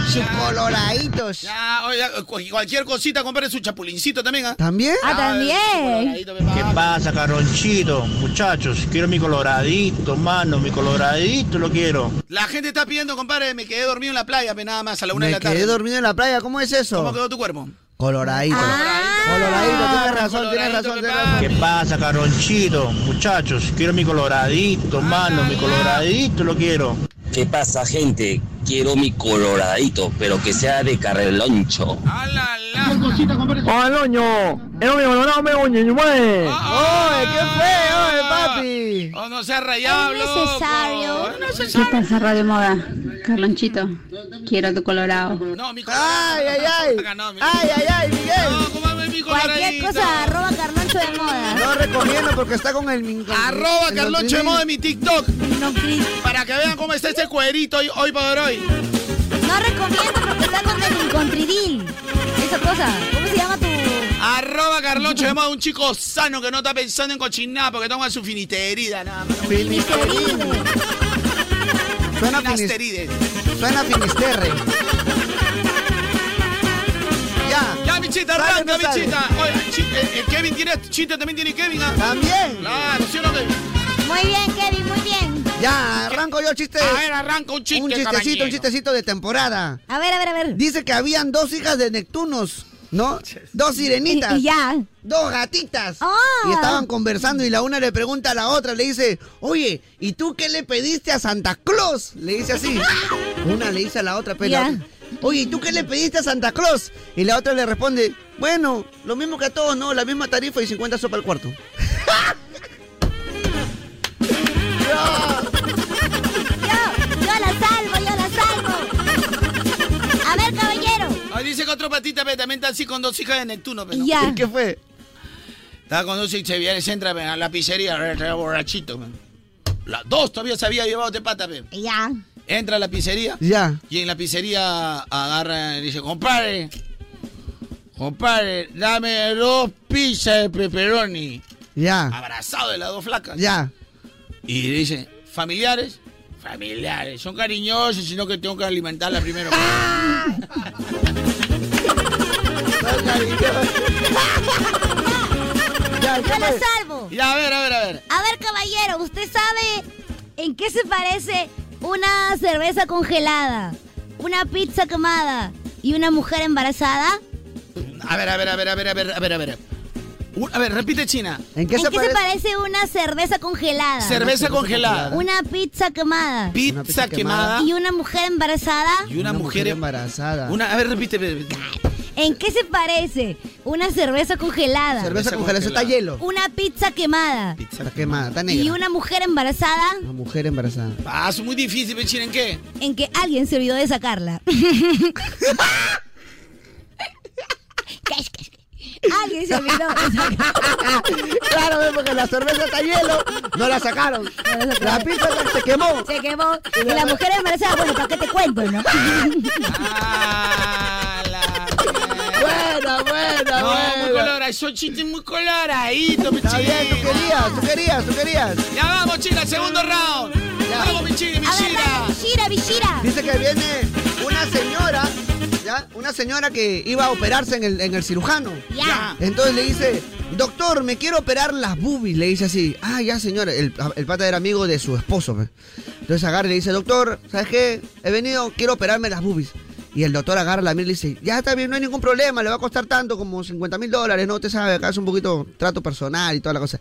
Speaker 6: Sus coloraditos.
Speaker 9: Ya, oiga, cu- cualquier cosita, compre su chapulincito también, ¿ah?
Speaker 6: ¿También?
Speaker 1: Ah, también.
Speaker 9: Coloradito, pe, papi.
Speaker 7: pasa, carronchito? Muchachos, quiero mi coloradito, mano. Mi coloradito lo quiero.
Speaker 9: La gente está pidiendo, compadre, me quedé dormido en la playa, pe, nada más, a la una de
Speaker 6: Me
Speaker 9: la tarde.
Speaker 6: quedé dormido en la playa. ¿Cómo es eso?
Speaker 9: ¿Cómo quedó tu cuerpo?
Speaker 6: Coloradito.
Speaker 1: Ah.
Speaker 6: Coloradito, tienes razón,
Speaker 9: Coloradito,
Speaker 6: tienes razón,
Speaker 9: pe,
Speaker 6: tienes
Speaker 9: papi.
Speaker 6: razón.
Speaker 7: ¿Qué pasa, carronchito? Muchachos, quiero mi coloradito, mano, mi coloradito lo quiero.
Speaker 15: ¿Qué pasa, gente? Quiero mi coloradito, pero que sea de carreloncho.
Speaker 9: ¡Ah, la, la!
Speaker 13: ¡Hola, ño!
Speaker 16: ¡Eh, mi Colorado, me oye, yo, mae!
Speaker 6: ¡Oye, qué feo, papi!
Speaker 9: ¡Oh, no seas rayado, loco!
Speaker 1: necesario.
Speaker 17: ¿Qué pasa, Radio Moda? Carlonchito, quiero tu colorado.
Speaker 9: No, mi
Speaker 6: ¡Ay, ay, ay! ¡Ay, ay, ay, Miguel!
Speaker 9: No, cómame mi
Speaker 1: Cualquier
Speaker 9: coloradito.
Speaker 1: cosa, arroba Carloncho de moda.
Speaker 6: No recomiendo porque está con el min-
Speaker 9: Arroba
Speaker 6: el-
Speaker 9: Carloncho de moda en mi TikTok. Para que vean cómo está este cuerito hoy, hoy por hoy.
Speaker 1: No Ah, recomiendo porque está con el contridil. Esa cosa. ¿Cómo se llama tu...?
Speaker 9: Arroba Carloncho de moda, un chico sano que no está pensando en cochinada porque toma su finiterida nada más.
Speaker 6: Finisterre. Suena
Speaker 9: Finasterides.
Speaker 6: finis- Suena Finisterre. Ya.
Speaker 9: Ya, Michita,
Speaker 6: Sale,
Speaker 9: arranca,
Speaker 6: no sale.
Speaker 9: Michita. Oye, chi- eh, eh, Kevin tiene chiste, también tiene Kevin. ¿ah?
Speaker 6: También.
Speaker 9: Claro, ¿sí o no, Kevin?
Speaker 1: Muy bien, Kevin, muy bien.
Speaker 6: Ya, arranco yo chiste.
Speaker 9: A ver, arranca un chiste,
Speaker 6: Un chistecito,
Speaker 9: caballero.
Speaker 6: un chistecito de temporada.
Speaker 1: A ver, a ver, a ver.
Speaker 6: Dice que habían dos hijas de Neptunos, ¿no? Dos sirenitas.
Speaker 1: Y- y ya.
Speaker 6: Dos gatitas.
Speaker 1: Ah.
Speaker 6: Y estaban conversando y la una le pregunta a la otra, le dice, oye, ¿y tú qué le pediste a Santa Claus? Le dice así. Una le dice a la otra, pero la
Speaker 1: Ya.
Speaker 6: otra, oye, ¿y tú qué le pediste a Santa Claus? Y la otra le responde, bueno, lo mismo que a todos, ¿no? La misma tarifa y 50 sopa al cuarto.
Speaker 1: Yo, yo la salvo, yo la salvo. A ver, caballero.
Speaker 9: Ahí dice que otro patita pero también está así con dos hijas de Neptuno. Pero no.
Speaker 1: Ya.
Speaker 6: ¿Y qué fue?
Speaker 9: Estaba con dos y se viene, se entra pe, a la pizzería, re- re- borrachito. pe. Las dos todavía se había llevado de pata. pe.
Speaker 1: Ya.
Speaker 9: Entra a la pizzería
Speaker 6: Ya.
Speaker 9: y en la pizzería agarra y dice, compadre, compadre, dame dos pizzas de pepperoni. Ah,
Speaker 6: Ya.
Speaker 9: Abrazado de las dos flacas.
Speaker 6: Ya.
Speaker 9: Y le dice, ¿familiares? Familiares, son cariñosos, sino que tengo que alimentarla primero.
Speaker 6: Ya,
Speaker 1: Yo
Speaker 6: ¿qué
Speaker 1: la
Speaker 6: fue?
Speaker 1: salvo.
Speaker 9: y a ver, a ver, a ver.
Speaker 1: A ver, caballero, ¿usted sabe en qué se parece una cerveza congelada, una pizza quemada y una mujer embarazada?
Speaker 9: A ver, a ver, a ver, a ver, a ver, a ver, a ver. Un- a ver, repite China.
Speaker 6: ¿En qué
Speaker 1: ¿En
Speaker 6: se
Speaker 1: qué se
Speaker 6: parece?
Speaker 1: parece una cerveza congelada?
Speaker 9: Cerveza congelada.
Speaker 1: Una pizza quemada.
Speaker 9: Pizza, quemada.
Speaker 1: ¿Y una mujer embarazada?
Speaker 9: Y una, mujer, em-
Speaker 6: embarazada.
Speaker 9: Una, a ver, repite, repite.
Speaker 1: ¿En qué se parece una cerveza congelada?
Speaker 6: Cerveza congelada, eso está hielo.
Speaker 1: Una pizza quemada.
Speaker 6: Está quemada, está negra.
Speaker 1: ¿Y una mujer embarazada?
Speaker 6: Una mujer embarazada.
Speaker 9: Ah, es muy difícil, pe, China, ¿en qué?
Speaker 1: En que alguien se olvidó de sacarla. alguien se olvidó de sacarla.
Speaker 6: Claro, ve, porque la cerveza está hielo, no la sacaron. La pizza se quemó.
Speaker 1: Se quemó. Y la mujer embarazada, bueno, ¿para qué te cuento, no?
Speaker 9: Ah, la...
Speaker 6: Buena, buena,
Speaker 9: No, muy
Speaker 6: buena.
Speaker 9: colorado, son chistes muy coloraditos, mi
Speaker 6: Está bien, tú
Speaker 9: China.
Speaker 6: querías, tú querías, tú querías.
Speaker 9: Ya vamos, China, segundo round.
Speaker 6: Ya.
Speaker 9: Vamos, mi China, mi
Speaker 1: A ver,
Speaker 9: China.
Speaker 1: vamos, Shira, Vishira.
Speaker 6: Dice que viene una señora, ¿ya? Una señora que iba a operarse en el, en el cirujano. Eh,
Speaker 1: Ya.
Speaker 6: Entonces le dice, doctor, me quiero operar las boobies. Le dice así, ah, ya señora. El, el pata era amigo de su esposo. pe. Entonces agarra y le dice, doctor, ¿sabes qué? He venido, quiero operarme las boobies. Y el doctor agarra la mira y le dice, ya está bien, no hay ningún problema, le va a costar tanto, como 50 mil dólares, no te sabe, acá es un poquito trato personal y toda la cosa.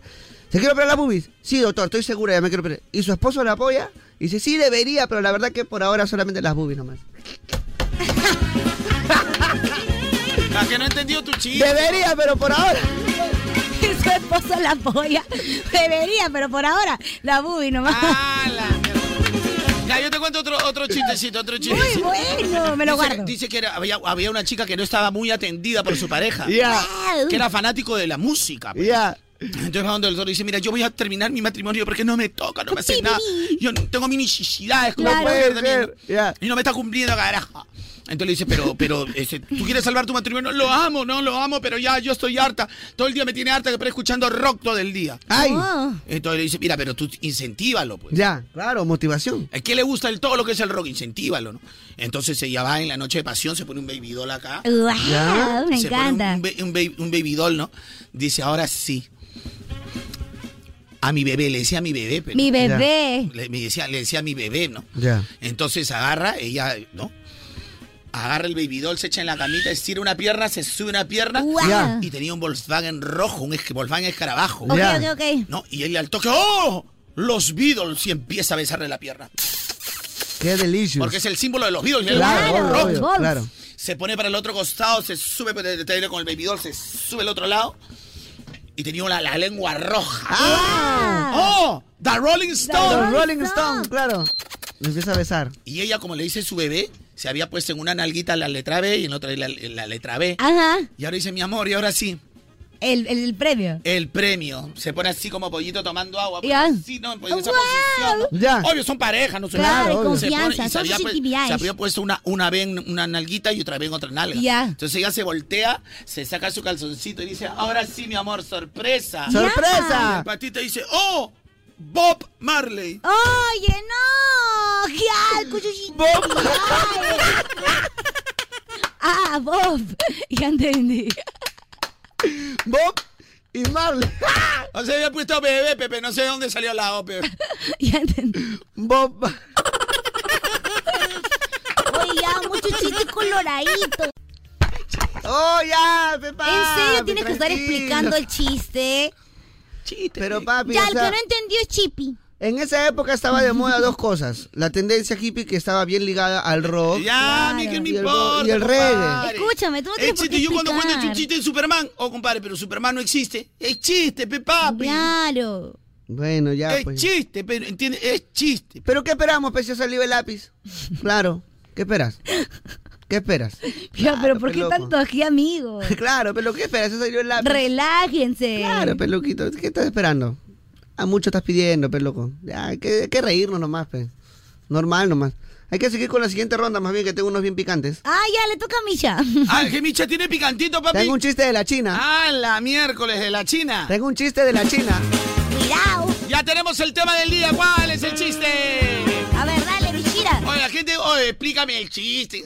Speaker 6: ¿Se quiere operar las boobies? Sí, doctor, estoy segura, ya me quiero operar. ¿Y su esposo la apoya? Y dice, sí, debería, pero la verdad que por ahora solamente las boobies nomás.
Speaker 9: La que no entendió tu chiste.
Speaker 6: Debería, pero por ahora.
Speaker 1: Y su esposo la apoya. Debería, pero por ahora, la bubi nomás.
Speaker 9: Ah, la mierda. Ya, yo te cuento otro, otro chistecito, otro
Speaker 1: Muy
Speaker 9: chistecito.
Speaker 1: bueno, me lo
Speaker 9: Dice-
Speaker 1: guardo.
Speaker 9: Dice que era- había, había una chica que no estaba muy atendida por su pareja.
Speaker 6: Ya,
Speaker 9: Que era fanático de la música. pues.
Speaker 6: ya.
Speaker 9: Entonces va donde el doctor y dice, mira, yo voy a terminar mi matrimonio porque no me toca, no me hace nada. Yo no tengo mis necesidades como
Speaker 1: Claro.
Speaker 9: mujer
Speaker 6: Puede
Speaker 9: también.
Speaker 6: ser, ya.
Speaker 9: Y no me está cumpliendo, carajo. Entonces le dice, pero, pero, este, ¿tú quieres salvar tu matrimonio? Lo amo, no, lo amo, pero ya, yo estoy harta. Todo el día me tiene harta que estoy escuchando rock todo el día.
Speaker 6: Ay,
Speaker 1: Oh.
Speaker 9: Entonces le dice, mira, pero tú incentívalo, pues.
Speaker 6: ya, claro, motivación.
Speaker 9: ¿A quién le gusta el, todo lo que es el rock? Incentívalo, ¿no? Entonces ella va en la noche de pasión, se pone un baby doll acá.
Speaker 1: Guau,
Speaker 6: Ya.
Speaker 1: me
Speaker 9: se pone
Speaker 1: encanta.
Speaker 9: Un, ba- un ba- un baby doll, ¿no? Dice, ahora sí. A mi bebé, le decía a mi bebé, pero.
Speaker 1: Mi bebé.
Speaker 9: Le, me decía, le decía a mi bebé, ¿no?
Speaker 6: Ya.
Speaker 9: Entonces agarra, ella, ¿no? Agarra el baby doll, se echa en la camita, estira una pierna, se sube una pierna.
Speaker 1: Guau.
Speaker 6: Ya.
Speaker 9: Y tenía un Volkswagen rojo, un esque- Volkswagen escarabajo.
Speaker 1: Ok,
Speaker 6: Ya.
Speaker 1: ok, ok.
Speaker 9: ¿no? Y ella al toque, ¡oh! Los Beatles y empieza a besarle la pierna.
Speaker 6: Qué delicioso.
Speaker 9: Porque es el símbolo de los Beatles. ya
Speaker 6: Claro,
Speaker 9: lo- rock.
Speaker 6: obvio, claro.
Speaker 9: Se pone para el otro costado, se sube pues, con el- te- con el baby doll, se sube al otro lado. Y tenía la, la lengua roja. ¡Oh! The Rolling
Speaker 6: Los
Speaker 9: Stone.
Speaker 6: Rolling Stone, claro. Me empieza a besar.
Speaker 9: Y ella, como le dice su bebé, se había puesto en una nalguita la letra B y en la otra la, la letra B.
Speaker 1: Ajá.
Speaker 9: Y ahora dice, mi amor, y ahora sí,
Speaker 1: El, el, el premio.
Speaker 9: el premio. Se pone así como pollito tomando agua.
Speaker 1: Ya.
Speaker 9: Sí, no, pues, en esa posición.
Speaker 6: Ya.
Speaker 9: Obvio, son pareja, no son
Speaker 1: Claro,
Speaker 9: nada.
Speaker 1: y
Speaker 9: Obvio.
Speaker 1: confianza,
Speaker 9: Se, pone- y se,
Speaker 1: son
Speaker 9: había,
Speaker 1: sus
Speaker 9: pues-
Speaker 1: intimidades.
Speaker 9: se había puesto una, una vez en una nalguita y otra vez en otra nalga.
Speaker 1: Ya.
Speaker 9: Entonces ella se voltea, se saca su calzoncito y dice, ahora sí, mi amor, sorpresa.
Speaker 6: ¡Sorpresa!
Speaker 9: Y el patita dice, oh, Bob Marley.
Speaker 1: Oh. Oye, no. ¡Qué algo, chuchito! Ah, Bob. Ya entendí.
Speaker 6: Bob y Marley.
Speaker 9: O sea, había puesto bebé, Pepe, no sé de dónde salió la O, Pepe.
Speaker 1: Ya entendí.
Speaker 6: Bob.
Speaker 1: Oye, ya, mucho chiste coloradito.
Speaker 6: ¡Oh,
Speaker 1: Ah,
Speaker 6: ya,
Speaker 9: Ah.
Speaker 6: Pepa!
Speaker 1: En serio,
Speaker 6: Pe,
Speaker 1: tienes que estar
Speaker 6: tranquilo.
Speaker 1: explicando el chiste.
Speaker 6: Pero papi,
Speaker 1: ya,
Speaker 6: o
Speaker 1: el
Speaker 6: sea,
Speaker 1: que no entendió es Chippy.
Speaker 6: en esa época estaba de moda dos cosas. La tendencia hippie que estaba bien ligada al rock.
Speaker 9: Ya, a mí qué me
Speaker 6: Y el
Speaker 9: importa.
Speaker 6: bo- y el
Speaker 9: compadre.
Speaker 6: reggae.
Speaker 1: Escúchame, tú no
Speaker 9: Es
Speaker 1: tienes por
Speaker 9: chiste,
Speaker 1: qué
Speaker 9: yo cuando cuento
Speaker 1: explicar.
Speaker 9: un chiste de Superman, oh compadre, pero Superman no existe. Es chiste, pe papi.
Speaker 1: Claro.
Speaker 6: Bueno, ya,
Speaker 9: es
Speaker 6: pues.
Speaker 9: chiste, pero entiende, es chiste.
Speaker 6: ¿Pero qué esperamos, pues, si salió el lápiz? Claro. ¿Qué esperas? ¿Qué esperas?
Speaker 1: Ya, pero ¿por
Speaker 6: pe,
Speaker 1: qué
Speaker 6: loco.
Speaker 1: tanto aquí, amigos?
Speaker 6: Claro, pero ¿qué esperas? Se salió el lápiz.
Speaker 1: Relájense.
Speaker 6: Claro, peluquito, ¿qué estás esperando? A mucho estás pidiendo, peluco. Ya, hay que, hay que reírnos nomás, pe. Normal nomás. Hay que seguir con la siguiente ronda, más bien que tengo unos bien picantes.
Speaker 1: Ah, ya, le toca a Misha.
Speaker 9: Ah, que Micha tiene picantito, papi.
Speaker 6: Tengo un chiste de la China.
Speaker 9: Ah, la miércoles de la China.
Speaker 6: Tengo un chiste de la China.
Speaker 1: Cuidado.
Speaker 9: Ya tenemos el tema del día. ¿Cuál es el chiste?
Speaker 1: A ver, dale, Mishira.
Speaker 9: Oye, la gente, oye, explícame el chiste.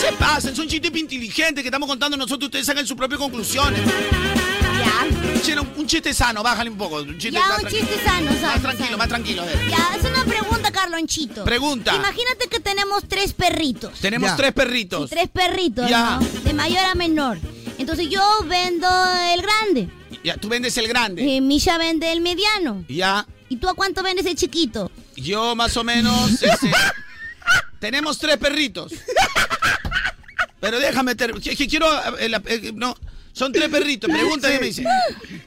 Speaker 9: Se pasan, son chistes inteligentes que estamos contando nosotros. Ustedes sacan sus propias conclusiones.
Speaker 1: Ya.
Speaker 9: Chino, Un, chiste sano, bájale un poco. Un chiste
Speaker 1: Ya,
Speaker 9: más
Speaker 1: un
Speaker 9: tranquilo.
Speaker 1: chiste sano, sano,
Speaker 9: Más tranquilo,
Speaker 1: sano.
Speaker 9: más tranquilo. a ver.
Speaker 1: Ya, es una pregunta, Carlonchito.
Speaker 9: Pregunta.
Speaker 1: Imagínate que tenemos tres perritos.
Speaker 9: Tenemos
Speaker 6: Ya.
Speaker 9: tres perritos.
Speaker 1: Tres perritos,
Speaker 9: Ya.
Speaker 1: ¿no? De mayor a menor. Entonces yo vendo el grande.
Speaker 9: Ya, tú vendes el grande.
Speaker 1: Eh, Misha vende el mediano.
Speaker 9: Ya,
Speaker 1: ¿Y tú a cuánto vendes el chiquito?
Speaker 9: yo más o menos. este, tenemos tres perritos. Pero déjame ter- que, que quiero. eh, la- eh, no, son tres perritos. Pregunta que me dice.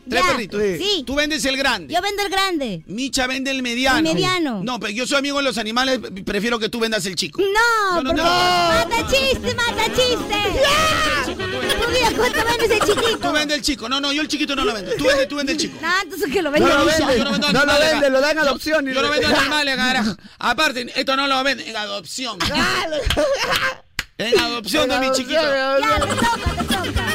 Speaker 9: Tres
Speaker 1: Ya,
Speaker 9: perritos.
Speaker 1: sí.
Speaker 9: Tú vendes el grande.
Speaker 1: Yo vendo el grande.
Speaker 9: Micha vende el mediano.
Speaker 1: El mediano.
Speaker 9: No, pero yo soy amigo de los animales. Prefiero que tú vendas el chico.
Speaker 1: No,
Speaker 9: No, no,
Speaker 1: por
Speaker 9: no.
Speaker 1: favor. mata chiste, mata chiste. Tú dile a cuánto vendes el
Speaker 9: Tú
Speaker 1: chiquito.
Speaker 9: vendes el chico. No, no, yo el chiquito no lo vendo. Tú vendes, tú vendes el chico.
Speaker 1: No, entonces que lo
Speaker 6: No
Speaker 1: vende
Speaker 6: lo
Speaker 1: Misha.
Speaker 6: vende.
Speaker 9: Yo no vendo
Speaker 6: No lo
Speaker 9: animales,
Speaker 6: vende, lo dan
Speaker 9: yo-
Speaker 6: adopción y-
Speaker 9: Yo no vendo animales, carajo. Aparte, esto no lo venden en adopción. En adopción de mi chiquito.
Speaker 1: Ya, te toca, te toca.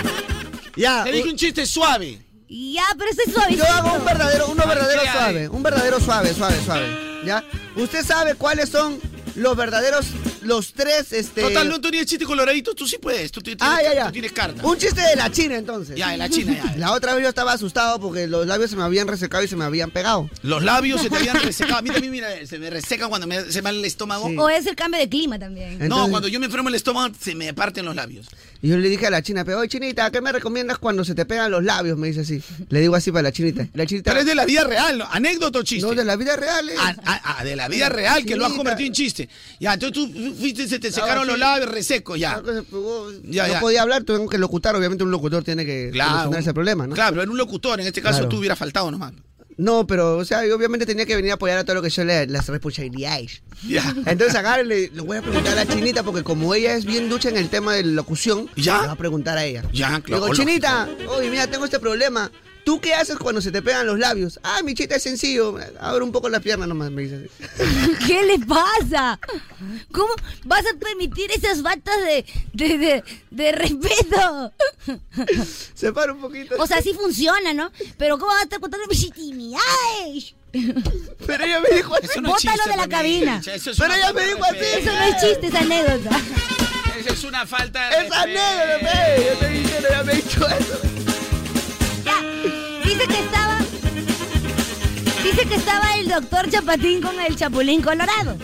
Speaker 6: Ya,
Speaker 9: Te dije
Speaker 6: un-
Speaker 9: un chiste suave.
Speaker 1: Ya, pero ese es suave.
Speaker 6: yo hago un verdadero, uno verdadero
Speaker 9: ya,
Speaker 6: suave.
Speaker 9: eh.
Speaker 6: Un verdadero suave, suave, suave. ¿Ya? Usted sabe cuáles son los verdaderos, los tres, este.
Speaker 9: Total, no tenías chiste coloradito, tú sí puedes. Tú, tú tienes,
Speaker 6: Ah, ya, ya.
Speaker 9: tú tienes carta.
Speaker 6: Un chiste de la China, entonces.
Speaker 9: Ya, en la China, ya.
Speaker 6: La otra vez yo estaba asustado porque los labios se me habían resecado y se me habían pegado.
Speaker 9: Los labios se te habían resecado. A mí también, mira, se me reseca cuando me, se me va el estómago.
Speaker 6: Sí.
Speaker 1: O es el cambio de clima también.
Speaker 9: No,
Speaker 6: Entonces-
Speaker 9: cuando yo me enfermo el estómago, se me parten los labios.
Speaker 6: Y yo le dije a la china, pero oye, chinita, ¿qué me recomiendas cuando se te pegan los labios? Me dice así. Le digo así para la chinita. La chinita,
Speaker 9: Pero es de la vida real, ¿no? anécdota o chiste.
Speaker 6: no, de la vida real. eh".
Speaker 9: Ah, ah, ah, de la vida real, que lo has
Speaker 6: Chinita.
Speaker 9: convertido en chiste. Ya, entonces tú fuiste, se te secaron los
Speaker 6: Ah, sí. Ah,
Speaker 9: labios resecos, ya.
Speaker 6: Algo se pegó.
Speaker 9: Ya,
Speaker 6: no
Speaker 9: ya.
Speaker 6: podía hablar, tengo que locutar. Obviamente un locutor tiene que
Speaker 9: Claro.
Speaker 6: solucionar ese problema, ¿no?
Speaker 9: Claro, pero era un locutor, en este caso
Speaker 6: Claro.
Speaker 9: tú hubieras faltado nomás.
Speaker 6: No, pero, o sea, yo obviamente tenía que venir a apoyar a todo lo que yo le, las responsabilidades.
Speaker 9: Ya.
Speaker 6: Entonces agarre, le, le voy a preguntar a la chinita, porque como ella es bien ducha en el tema de locución,
Speaker 9: ¿Ya?
Speaker 6: le voy a preguntar a ella.
Speaker 9: Ya,
Speaker 6: Le
Speaker 9: claro,
Speaker 6: Digo, chinita, oye, mira, tengo este problema. ¿Tú qué haces cuando se te pegan los labios? Ah, mi chita es sencillo. Abro un poco las piernas nomás, me dice. así.
Speaker 1: ¿Qué le pasa? ¿Cómo vas a permitir esas batas de, de, de, de respeto?
Speaker 6: Se para un poquito.
Speaker 1: O sea, sí funciona, ¿no? Pero ¿cómo vas a estar contando mis intimidades?
Speaker 6: pero ella me dijo así.
Speaker 9: Eso
Speaker 1: Bótalo de la
Speaker 9: Pamela.
Speaker 1: cabina.
Speaker 9: Eso es
Speaker 6: Pero
Speaker 9: una
Speaker 6: ella
Speaker 9: falta
Speaker 6: me
Speaker 9: de
Speaker 6: dijo así.
Speaker 9: respeto.
Speaker 1: Eso no es chiste, es anécdota.
Speaker 9: Eso es una falta de
Speaker 6: Esa
Speaker 9: respeto.
Speaker 6: negra, pe. Yo te dije, no, ya me he dicho eso.
Speaker 1: Ya, dice que estaba... Dice que estaba el doctor Chapatín con el Chapulín Colorado.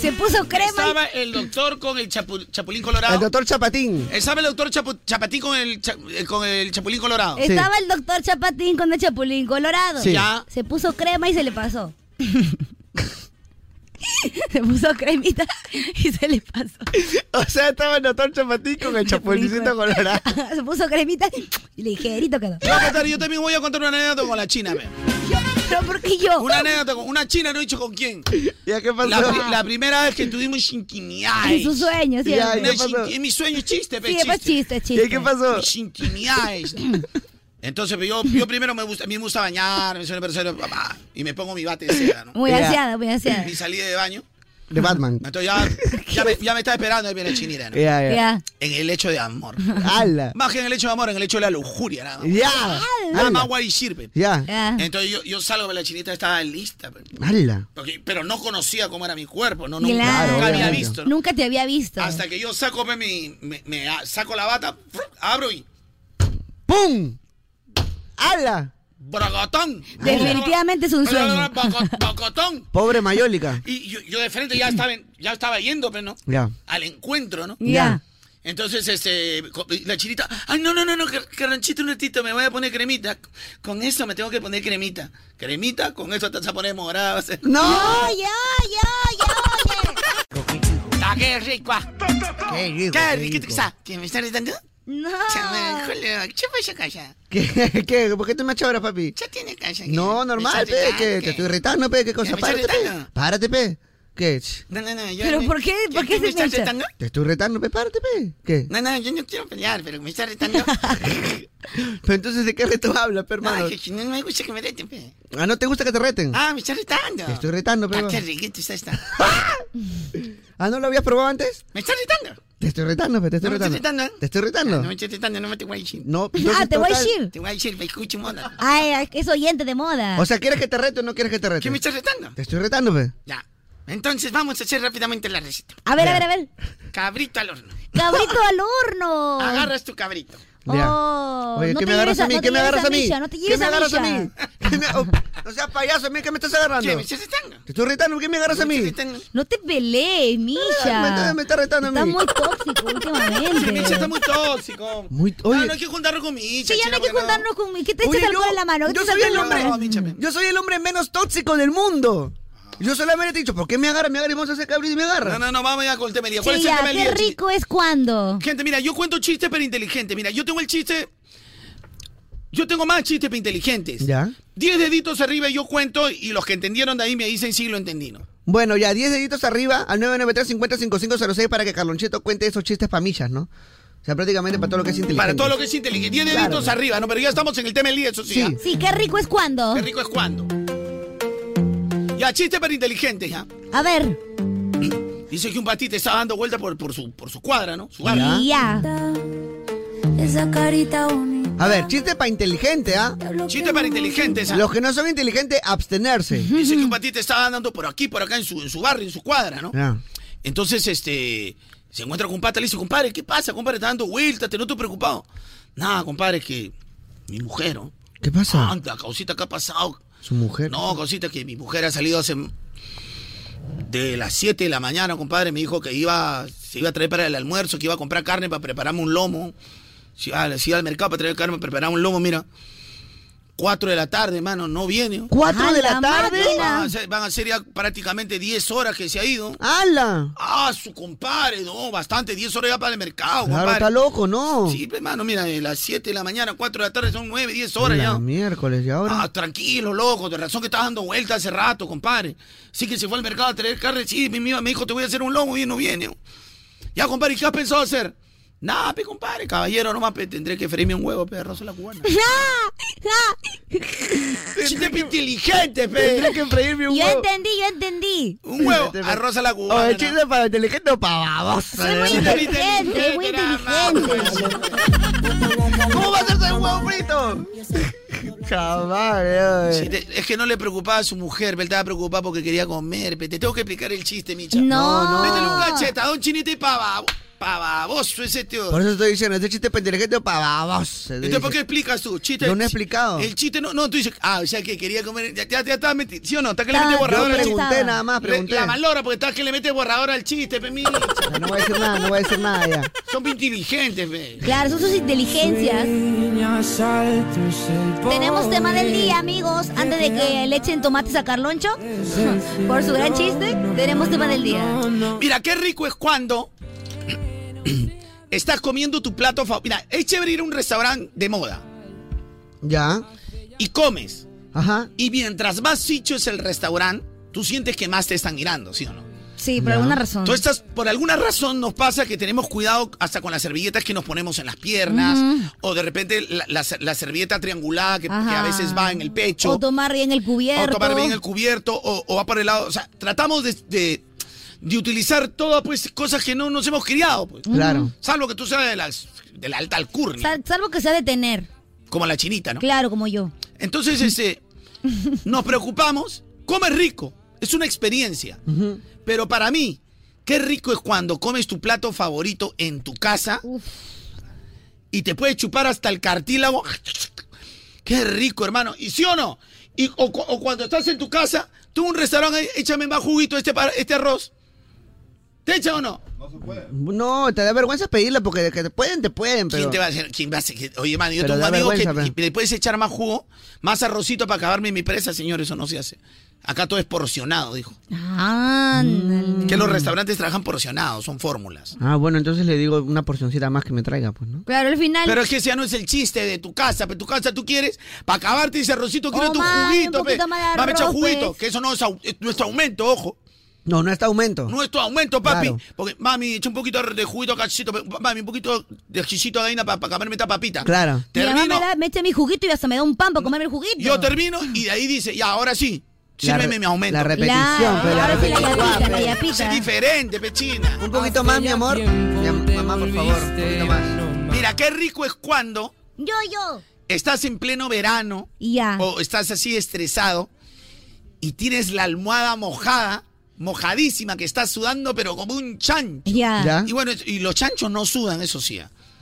Speaker 1: Se puso crema
Speaker 9: Estaba el doctor con el chapu- chapulín
Speaker 6: El
Speaker 9: colorado.
Speaker 6: doctor Chapatín.
Speaker 9: Estaba el doctor Chapu- Chapatín con el, cha- eh, con el chapulín colorado.
Speaker 1: y... Estaba el doctor Chapatín con el Chapulín Colorado.
Speaker 9: Sí. Ya.
Speaker 1: Se puso crema y se le pasó. Se puso cremita y se le pasó.
Speaker 6: O sea, estaba en Otón Chapatín con el chapulincito colorado.
Speaker 1: se puso cremita y le dije, Erito quedó.
Speaker 9: Voy a contar- yo también voy a contar una anécdota con la China, me.
Speaker 1: ¿Pero por qué yo?
Speaker 9: Una anécdota con una China, no he dicho con quién.
Speaker 6: ¿Ya qué pasó?
Speaker 9: La, pri- la primera vez que tuvimos Shinkinyai.
Speaker 1: En su sueño, ¿sí?
Speaker 6: Ya,
Speaker 9: No,
Speaker 6: ¿qué
Speaker 9: es
Speaker 6: pasó?
Speaker 9: shinki- es mi sueño es chiste, pe,
Speaker 1: Sí, pues chiste,
Speaker 6: ¿Y
Speaker 1: chiste.
Speaker 6: ahí qué pasó?
Speaker 9: Shinkinyai. Entonces pues, yo, yo primero me gusta, a mí me gusta bañar, me soy una persona, papá, y me pongo mi bate de seda, ¿no?
Speaker 1: Muy ansiada, muy ansiada.
Speaker 9: Mi salida de baño.
Speaker 6: De Batman.
Speaker 9: Entonces ya, ya, me, ya me está esperando, ahí viene Chinira, ¿no?
Speaker 6: Ya, ya.
Speaker 1: Ya.
Speaker 9: En el hecho de amor.
Speaker 6: ¡Hala!
Speaker 9: Más que en el hecho de amor, en el hecho de la lujuria, nada más.
Speaker 6: ¡Ya!
Speaker 9: Nada
Speaker 6: ¡Hala!
Speaker 9: más guay sirve.
Speaker 6: ¡Ya!
Speaker 9: Entonces yo, yo salgo, la chinita estaba lista. pe.
Speaker 6: ¡Hala!
Speaker 9: Porque- pero no conocía cómo era mi cuerpo, no, nunca,
Speaker 1: Claro,
Speaker 9: nunca había
Speaker 6: obviamente.
Speaker 9: visto. ¿no?
Speaker 1: Nunca te había visto.
Speaker 9: Hasta que yo saco pe, mi, me, me a- saco la bata, fru, abro y
Speaker 6: ¡Pum! ¡Hala!
Speaker 9: ¡bragotón!
Speaker 1: Definitivamente es un sueño.
Speaker 9: Boco- ¡Bocotón!
Speaker 6: Pobre Mayólica.
Speaker 9: Y yo, yo de frente ya estaba, en- ya estaba yendo, pero no,
Speaker 6: Ya.
Speaker 9: al encuentro, ¿no?
Speaker 1: Ya.
Speaker 9: Entonces, este, co- la chinita, ay, no, no, no, no, car- carranchito un ratito, me voy a poner cremita. Con eso me tengo que poner cremita. Cremita, con eso te vas a poner morada. vas a-
Speaker 6: ¡No!
Speaker 1: ¡Ya, ya, ya, ya!
Speaker 9: ¡Ah, qué rico! ah!
Speaker 6: ¡Qué rico!
Speaker 9: ¡Qué rico! ah! ¿Que me está gritando?
Speaker 1: No.
Speaker 9: Chama, Julio, ¿qué pasa, calla?
Speaker 6: ¿Qué? ¿Qué? ¿Por qué te me echas ahora, papi?
Speaker 9: Ya tiene calla. ¿qué?
Speaker 6: No, normal,
Speaker 9: Me está
Speaker 6: pe, que te estoy
Speaker 9: gritando,
Speaker 6: irritando, pe, qué
Speaker 9: ¿Ya
Speaker 6: cosa.
Speaker 9: me está
Speaker 6: Párate, pe.
Speaker 9: retando?
Speaker 6: Párate, pe. ¿Qué?
Speaker 9: ¿qué? No, no, no. Yo
Speaker 1: ¿Pero
Speaker 9: no-
Speaker 1: por qué? ¿Por qué se
Speaker 9: tú me estás
Speaker 1: pincha?
Speaker 9: retando?
Speaker 6: Te estoy retando, pe, párate, pe. ¿Qué?
Speaker 9: No, no, yo no quiero pelear, pero me está retando.
Speaker 6: Pero entonces, ¿de qué reto hablas, pe, hermano?
Speaker 9: no, que- que no me gusta que me reten, pe.
Speaker 6: Ah, ¿no te gusta que te reten?
Speaker 9: Ah, me está retando.
Speaker 6: Te estoy retando, pe.
Speaker 9: Ah, qué riquito está esta.
Speaker 6: Ah, ¿no lo habías probado antes?
Speaker 9: Me está retando.
Speaker 6: Te estoy retando, pe, te estoy
Speaker 9: No me estoy
Speaker 6: retando.
Speaker 9: retando. ¿eh?
Speaker 6: Te estoy
Speaker 9: No
Speaker 6: retando.
Speaker 9: me estoy retando, no me te voy a decir.
Speaker 6: No,
Speaker 1: Ah,
Speaker 6: entonces,
Speaker 1: te voy a
Speaker 6: total-
Speaker 1: decir.
Speaker 9: Te voy a decir, me escucho moda.
Speaker 1: Ay, es oyente de moda.
Speaker 6: O sea, ¿quieres que te rete o no quieres que te
Speaker 9: ¿Qué
Speaker 6: rete?
Speaker 9: me estás retando?
Speaker 6: Te estoy retando, pe.
Speaker 9: Ya. Entonces vamos a hacer rápidamente la receta.
Speaker 1: a ver, a ver, a ver.
Speaker 9: Cabrito al horno.
Speaker 1: Cabrito al horno.
Speaker 9: Agarras tu cabrito.
Speaker 6: Ya.
Speaker 1: Oh,
Speaker 6: Oye,
Speaker 1: no
Speaker 6: ¿qué
Speaker 1: te
Speaker 6: me agarras
Speaker 1: lleves
Speaker 6: a mí?
Speaker 1: no te
Speaker 6: ¿Qué me
Speaker 1: lleves
Speaker 6: agarras a mí?
Speaker 1: Misha, No te
Speaker 6: ¿Qué
Speaker 1: lleves
Speaker 6: me
Speaker 1: a
Speaker 6: agarras a
Speaker 1: Misha.
Speaker 6: mí? ¿Qué me- oh, No seas payaso, a mí, ¿qué me estás agarrando?
Speaker 9: ¿Qué me
Speaker 6: Te
Speaker 9: estás retando?
Speaker 6: estoy retando, ¿por qué me agarras a
Speaker 9: Me
Speaker 6: mí?
Speaker 9: estás retando.
Speaker 1: No te pelees, Misha.
Speaker 6: Me está- me está retando a
Speaker 1: Está
Speaker 6: mí.
Speaker 1: muy tóxico últimamente.
Speaker 9: Sí, Micha está muy tóxico.
Speaker 6: Muy-
Speaker 9: No,
Speaker 6: oye.
Speaker 9: no hay que juntarnos con Micha.
Speaker 1: Sí, ya no hay que
Speaker 9: porque
Speaker 1: juntarnos con mi. ¿Qué te
Speaker 6: Oye,
Speaker 1: echas alcohol
Speaker 6: yo-
Speaker 1: en la mano? ¿Qué
Speaker 6: Yo
Speaker 1: te
Speaker 6: soy
Speaker 1: echas
Speaker 6: el
Speaker 1: alcohol en la
Speaker 9: No,
Speaker 1: mano?
Speaker 6: hombre.
Speaker 9: Micha, me-
Speaker 6: Yo soy el hombre menos tóxico del mundo. Yo solamente he dicho, ¿por qué me agarra? Me agarra y vamos a hacer cabrito y me agarra.
Speaker 9: No, no, no, vamos ya con el tema del día. ¿Cuál
Speaker 1: Sí,
Speaker 9: es el
Speaker 1: ya,
Speaker 9: tema del
Speaker 1: qué
Speaker 9: día, chi-
Speaker 1: rico es cuando.
Speaker 9: Gente, mira, yo cuento chistes pero inteligente. Mira, yo tengo el chiste. Yo tengo más chistes pero inteligentes.
Speaker 6: Ya.
Speaker 9: Diez deditos arriba yo cuento y los que entendieron de ahí me dicen sí lo entendí. ¿no?
Speaker 6: Bueno, ya 10 deditos arriba al 993-50-5506 para que Carloncheto cuente esos chistes pamillas, ¿no? O sea, prácticamente para todo lo que es inteligente.
Speaker 9: Para todo lo que es inteligente. Diez deditos arriba, ¿no? Pero ya estamos en el tema del día, eso sí.
Speaker 6: Sí.
Speaker 9: ¿ah?
Speaker 1: Sí, qué rico es cuando.
Speaker 9: Qué rico es cuando. Ya, chiste pero inteligente, ya.
Speaker 1: A ver.
Speaker 9: Dice que un patita estaba dando vuelta por, por, su, por su cuadra, ¿no? Su barrio.
Speaker 1: Y ya.
Speaker 4: Esa carita bonita.
Speaker 6: A ver, chiste para inteligente, ¿ah?
Speaker 9: Chiste para inteligentes. ¿ah?
Speaker 6: Los que no son inteligentes, abstenerse.
Speaker 9: Dice que un patita estaba andando por aquí, por acá, en su, en su barrio, en su cuadra, ¿no?
Speaker 6: Ya.
Speaker 9: Entonces, este, se encuentra con un pata, le dice, compadre, ¿qué pasa, compadre? Está dando vueltas, te noto preocupado. Nada, compadre, es que mi mujer, ¿no?
Speaker 6: ¿Qué pasa?
Speaker 9: Anda, causita, ¿qué ha pasado?
Speaker 6: Su mujer.
Speaker 9: No, causita, que mi mujer ha salido hace... De las 7 de la mañana, compadre, me dijo que iba, se iba a traer para el almuerzo, que iba a comprar carne para prepararme un lomo. Si iba, al- se iba al mercado para traer carne para preparar un lomo, mira. 4 de la tarde, hermano, no viene. ¿no?
Speaker 6: ¿Cuatro
Speaker 1: A
Speaker 6: de la
Speaker 1: la
Speaker 6: tarde?
Speaker 1: máquina.
Speaker 9: Van a ser- van a ser ya prácticamente 10 horas que se ha ido.
Speaker 6: ¡Hala!
Speaker 9: Ah, su compadre, no, bastante, 10 horas ya para el mercado,
Speaker 6: Claro,
Speaker 9: compadre.
Speaker 6: está loco, ¿no?
Speaker 9: Ah, Sí, pues, hermano, mira, de las 7 de la mañana, 4 de la tarde, son 9, 10 horas
Speaker 6: La
Speaker 9: ya.
Speaker 6: miércoles, ¿y ahora?
Speaker 9: Ah, tranquilo, loco, de razón que estás dando vueltas hace rato, compadre. Sí que se fue al mercado a traer carne, sí, mi mía me dijo, te voy a hacer un lomo y no viene. Ya, compadre, ¿y qué has pensado hacer? Nada, pe, compadre, caballero, nomás pe, tendré que freírme un huevo, pe, arroz a la cubana. Chiste pe, inteligente,
Speaker 6: Tendré
Speaker 9: pe.
Speaker 6: que freírme un
Speaker 1: Yo
Speaker 6: huevo.
Speaker 1: entendí, yo entendí.
Speaker 9: Un huevo, arroz a la
Speaker 6: O
Speaker 9: cubana.
Speaker 6: el chiste para inteligente o para baboso.
Speaker 1: Soy muy
Speaker 6: ¿eh?
Speaker 1: inteligente, muy
Speaker 9: nada más,
Speaker 1: inteligente.
Speaker 6: ¿Cómo vas a hacer un huevo frito? Jamás, eh.
Speaker 9: Sí, te- es que no le preocupaba a su mujer, pero estaba preocupada porque quería comer. pe. Te tengo que explicar el chiste, Micha.
Speaker 1: No,
Speaker 9: Métele
Speaker 1: no.
Speaker 9: un cachetadón chinito y pava. Pavaboso ese tío.
Speaker 6: Por eso estoy diciendo, este chiste pendejete pavaboso.
Speaker 9: Entonces, ¿por qué explicas tú? Chiste,
Speaker 6: Yo no he explicado.
Speaker 9: El chiste no, no, tú dices, ah, o sea que quería comer. Ya, ya, ya estaba metido. ¿Sí o no? Está que le
Speaker 6: Estaba-
Speaker 9: mete borrador
Speaker 6: yo
Speaker 9: al
Speaker 6: pregunté
Speaker 9: chiste.
Speaker 6: nada más,
Speaker 9: Le-
Speaker 6: pregunté.
Speaker 9: La malora, porque está que le mete borrador al chiste, pe, mi.
Speaker 6: No voy a decir nada, no voy a decir nada ya.
Speaker 9: Son inteligentes, pe.
Speaker 1: Claro, son sus inteligencias. Tenemos tema del día, amigos. Antes de que le echen tomates a Carloncho, por su gran chiste, tenemos tema del día.
Speaker 9: Mira, qué rico es cuando estás comiendo tu plato favorito. Mira, es chévere ir a un restaurante de moda
Speaker 6: Ya.
Speaker 9: y comes.
Speaker 6: Ajá.
Speaker 9: Y mientras más dicho es el restaurante, tú sientes que más te están mirando, ¿sí o no?
Speaker 1: Sí, por alguna razón.
Speaker 9: Tú estás, por alguna razón nos pasa que tenemos cuidado hasta con las servilletas que nos ponemos en las piernas,
Speaker 1: Ujú.
Speaker 9: o de repente la, la ser- la servilleta triangulada que, que
Speaker 1: Ajá.
Speaker 9: a veces va en el pecho,
Speaker 1: O tomar bien el
Speaker 9: o
Speaker 1: cubierto.
Speaker 9: tomar bien el cubierto, o, o va por el lado. O sea, tratamos de, de- de utilizar todas pues, cosas que no nos hemos criado. pues.
Speaker 6: Claro.
Speaker 9: Salvo que tú seas de, las, de la alta alcurnia,
Speaker 1: Sal- salvo que sea de tener.
Speaker 9: como la chinita, ¿no?
Speaker 1: Claro, como yo.
Speaker 9: Entonces, este, nos preocupamos, come rico, es una experiencia. Pero para mí, qué rico es cuando comes tu plato favorito en tu casa y te puedes chupar hasta el cartílago. Qué rico, hermano. ¿Y sí o no? Y, o, cu- o cuando estás en tu casa, tú en un restaurante, "Ay, échame más juguito este, par- este arroz. ¿Te echa o no?
Speaker 6: No, te da vergüenza pedirla porque de que te pueden, te pueden, pero.
Speaker 9: ¿Quién te va a hacer? ¿Quién va a hacer? Oye, mano, yo
Speaker 6: Pero
Speaker 9: tengo un
Speaker 6: da
Speaker 9: amigo que,
Speaker 6: vergüenza,
Speaker 9: que le puedes echar más jugo, más arrocito para acabarme mi presa, señor, eso no se hace. Acá todo es porcionado, dijo.
Speaker 1: Ándale.
Speaker 6: Mm.
Speaker 9: Que los restaurantes trabajan porcionados, son fórmulas.
Speaker 6: Ah, bueno, entonces le digo una porcioncita más que me traiga, pues, ¿no?
Speaker 1: Claro, al final.
Speaker 9: Pero es que ese ya no es el chiste de tu casa, pero tu casa tú quieres, para acabarte ese arrocito, quiero
Speaker 1: Oh,
Speaker 9: tu
Speaker 1: mami,
Speaker 9: juguito,
Speaker 1: un
Speaker 9: pe.
Speaker 1: poquito más de
Speaker 9: Mami, echa
Speaker 1: arroz,
Speaker 9: juguito,
Speaker 1: pues.
Speaker 9: que eso no es, au- es nuestro aumento, ojo.
Speaker 6: No, no está aumento.
Speaker 9: Nuestro aumento, papi.
Speaker 6: Claro.
Speaker 9: Porque, mami, echa un poquito de juguito acá, chisito, pe- mami, un poquito de chisito de gallina para comerme esta papita.
Speaker 6: Claro.
Speaker 1: Mi mamá
Speaker 9: Termino,
Speaker 1: me, da- me echa mi juguito y hasta me da un pan para comerme el juguito.
Speaker 9: yo termino y de ahí dice, ya, ahora sí,
Speaker 6: La
Speaker 9: sírveme
Speaker 6: re-
Speaker 9: mi aumento.
Speaker 6: la repetición, Claro, pe, la ahora sí la repetición. yapita, la yapita.
Speaker 9: Es diferente, pechina.
Speaker 6: Un poquito más, mi amor. Mi am- mamá, por favor, un poquito más.
Speaker 9: Mira, qué rico es cuando
Speaker 1: Yo, yo.
Speaker 9: estás en pleno verano
Speaker 1: Y ya.
Speaker 9: o estás así estresado y tienes la almohada mojada, mojadísima, que estás sudando, pero como un chancho.
Speaker 1: Ya. Ya.
Speaker 9: Y bueno, y los chanchos no sudan, eso sí.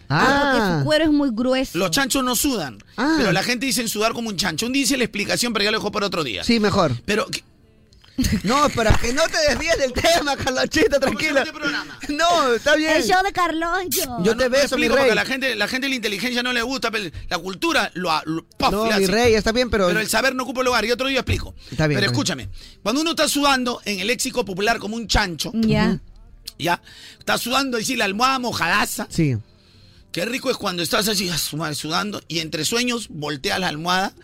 Speaker 9: ah.
Speaker 1: Porque su cuero es muy grueso.
Speaker 9: Los chanchos no sudan.
Speaker 1: Ah.
Speaker 9: Pero la gente dice sudar como un chancho. Un día hice la explicación, pero ya lo dejo para otro día.
Speaker 6: Sí, mejor.
Speaker 9: Pero ¿qué-
Speaker 6: No, para que no te desvíes del tema, Carlonchito, tranquilo. No, está bien.
Speaker 1: El show de Carloncho.
Speaker 6: Yo te
Speaker 9: este no
Speaker 6: beso, mi
Speaker 9: explico
Speaker 6: rey.
Speaker 9: porque a la gente, la gente la inteligencia no le gusta, pero la cultura lo, a- lo- puff,
Speaker 6: No,
Speaker 9: le
Speaker 6: mi
Speaker 9: hace.
Speaker 6: rey, está bien, pero.
Speaker 9: Pero el saber no ocupa lugar, y otro día explico.
Speaker 6: Está bien,
Speaker 9: Pero
Speaker 6: está
Speaker 9: escúchame, cuando uno está sudando en el léxico popular como un chancho,
Speaker 1: Ya.
Speaker 9: ya, está sudando así la almohada mojadaza,
Speaker 6: Sí.
Speaker 9: qué rico es cuando estás así a su madre, sudando y entre sueños volteas la almohada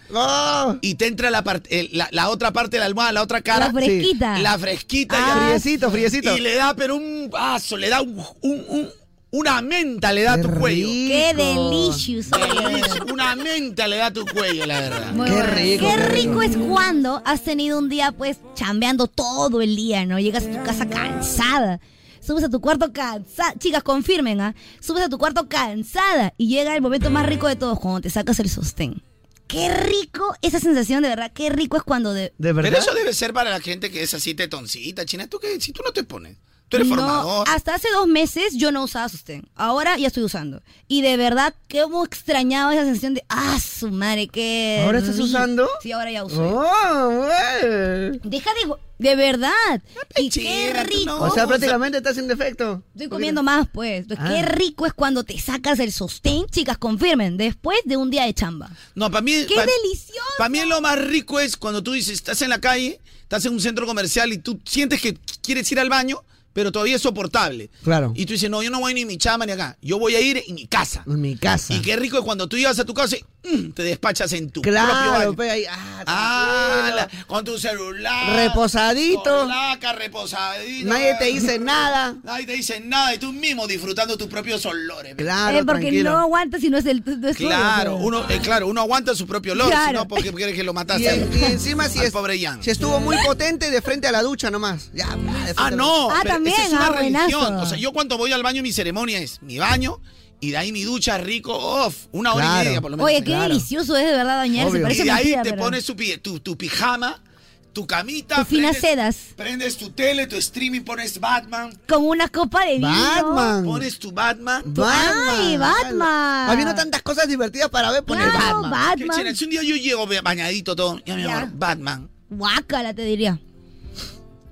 Speaker 9: y te entra la, parte- el- la, la otra parte de la almohada, la otra cara.
Speaker 1: La fresquita.
Speaker 9: La fresquita. y-
Speaker 1: Ah,
Speaker 6: Friecito, friecito.
Speaker 9: Y le da, pero un vaso, le da un, un- un- una menta, le da a tu cuello.
Speaker 1: Qué delicious.
Speaker 9: Delicia, Una menta le da a tu cuello, la verdad.
Speaker 1: Muy bueno. Qué rico es cuando has tenido un día, pues, chambeando todo el día, ¿no? Llegas a tu casa cansada. Subes a tu cuarto cansada. Chicas, confirmen, ¿ah? Subes a tu cuarto cansada y llega el momento más rico de todos, cuando te sacas el sostén. Qué rico esa sensación, de verdad. Qué rico es cuando de.
Speaker 9: Pero eso debe ser para la gente que es así tetoncita, china. ¿Tú qué? Si tú no te pones. Tú eres
Speaker 1: No,
Speaker 9: formador.
Speaker 1: hasta hace dos meses yo no usaba sostén. Ahora ya estoy usando. Y de verdad, qué como extrañaba esa sensación de, ah, su madre, qué...
Speaker 6: ¿Ahora estás
Speaker 1: rico".
Speaker 6: usando?
Speaker 1: Sí, ahora ya uso.
Speaker 6: Oh, güey.
Speaker 1: Deja de... go- De verdad. Y qué
Speaker 9: Ah, pechera, tú
Speaker 1: rico.
Speaker 9: no.
Speaker 6: O sea, prácticamente estás sin defecto.
Speaker 1: Estoy comiendo más, pues. Entonces, Qué
Speaker 6: Ah.
Speaker 1: rico es cuando te sacas el sostén, chicas, confirmen, después de un día de chamba.
Speaker 9: No, para mí.
Speaker 1: ¡Qué
Speaker 9: pa-
Speaker 1: delicioso!
Speaker 9: Para mí lo más rico es cuando tú dices, estás en la calle, estás en un centro comercial y tú sientes que quieres ir al baño, pero todavía es soportable.
Speaker 6: Claro.
Speaker 9: Y tú dices, no, yo no voy ni a mi chama ni acá. Yo voy a ir en mi casa.
Speaker 6: En mi casa.
Speaker 9: Y qué rico es cuando tú llegas a tu casa y mm, te despachas en tu propio
Speaker 6: Claro,
Speaker 9: baño.
Speaker 6: pe, ahí, ah,
Speaker 9: Ah, la- con tu celular.
Speaker 6: Reposadito.
Speaker 9: Con laca, reposadito.
Speaker 6: Nadie te dice nada.
Speaker 9: Nadie te dice nada y tú mismo disfrutando tus propios olores.
Speaker 6: Claro,
Speaker 1: Eh, porque
Speaker 6: tranquilo.
Speaker 1: no aguantas si no es el... no es tuyo,
Speaker 9: Claro,
Speaker 1: pues.
Speaker 9: uno, eh, claro, uno aguanta su propio olor,
Speaker 1: Claro.
Speaker 9: si no, porque quieres que lo
Speaker 6: Y,
Speaker 9: mataste.
Speaker 6: y encima si,
Speaker 9: al
Speaker 6: es-
Speaker 9: pobre Jan.
Speaker 6: si estuvo muy potente de frente a la ducha nomás. Ya, bla, de frente a
Speaker 9: Ah,
Speaker 6: la
Speaker 9: no,
Speaker 6: ducha.
Speaker 1: Ah,
Speaker 9: pero
Speaker 1: también,
Speaker 9: esa es una
Speaker 1: ah,
Speaker 9: religión.
Speaker 1: buenazo.
Speaker 9: O sea, yo cuando voy al baño, mi ceremonia es mi baño y de ahí mi ducha rico, off, una hora y
Speaker 6: Claro.
Speaker 9: media por lo menos.
Speaker 1: Oye, qué
Speaker 6: Claro.
Speaker 1: delicioso es de verdad bañarse,
Speaker 6: Obvio.
Speaker 9: Y
Speaker 1: parece
Speaker 9: de ahí
Speaker 1: mentira,
Speaker 9: te
Speaker 1: pero-
Speaker 9: pones tu, pi- tu, tu pijama, tu camita. Tus
Speaker 1: finas sedas.
Speaker 9: Prendes tu tele, tu streaming, pones Batman.
Speaker 1: Con una copa de vino.
Speaker 6: Batman.
Speaker 9: Pones tu Batman.
Speaker 6: Batman.
Speaker 1: Ay, Batman.
Speaker 6: Habiendo tantas cosas divertidas para ver, pones
Speaker 1: Claro,
Speaker 6: Batman.
Speaker 9: Qué
Speaker 1: Batman.
Speaker 9: chévere. Si un día yo llego bañadito todo, ya mi
Speaker 1: Ya.
Speaker 9: amor, Batman.
Speaker 1: Guácala, te diría.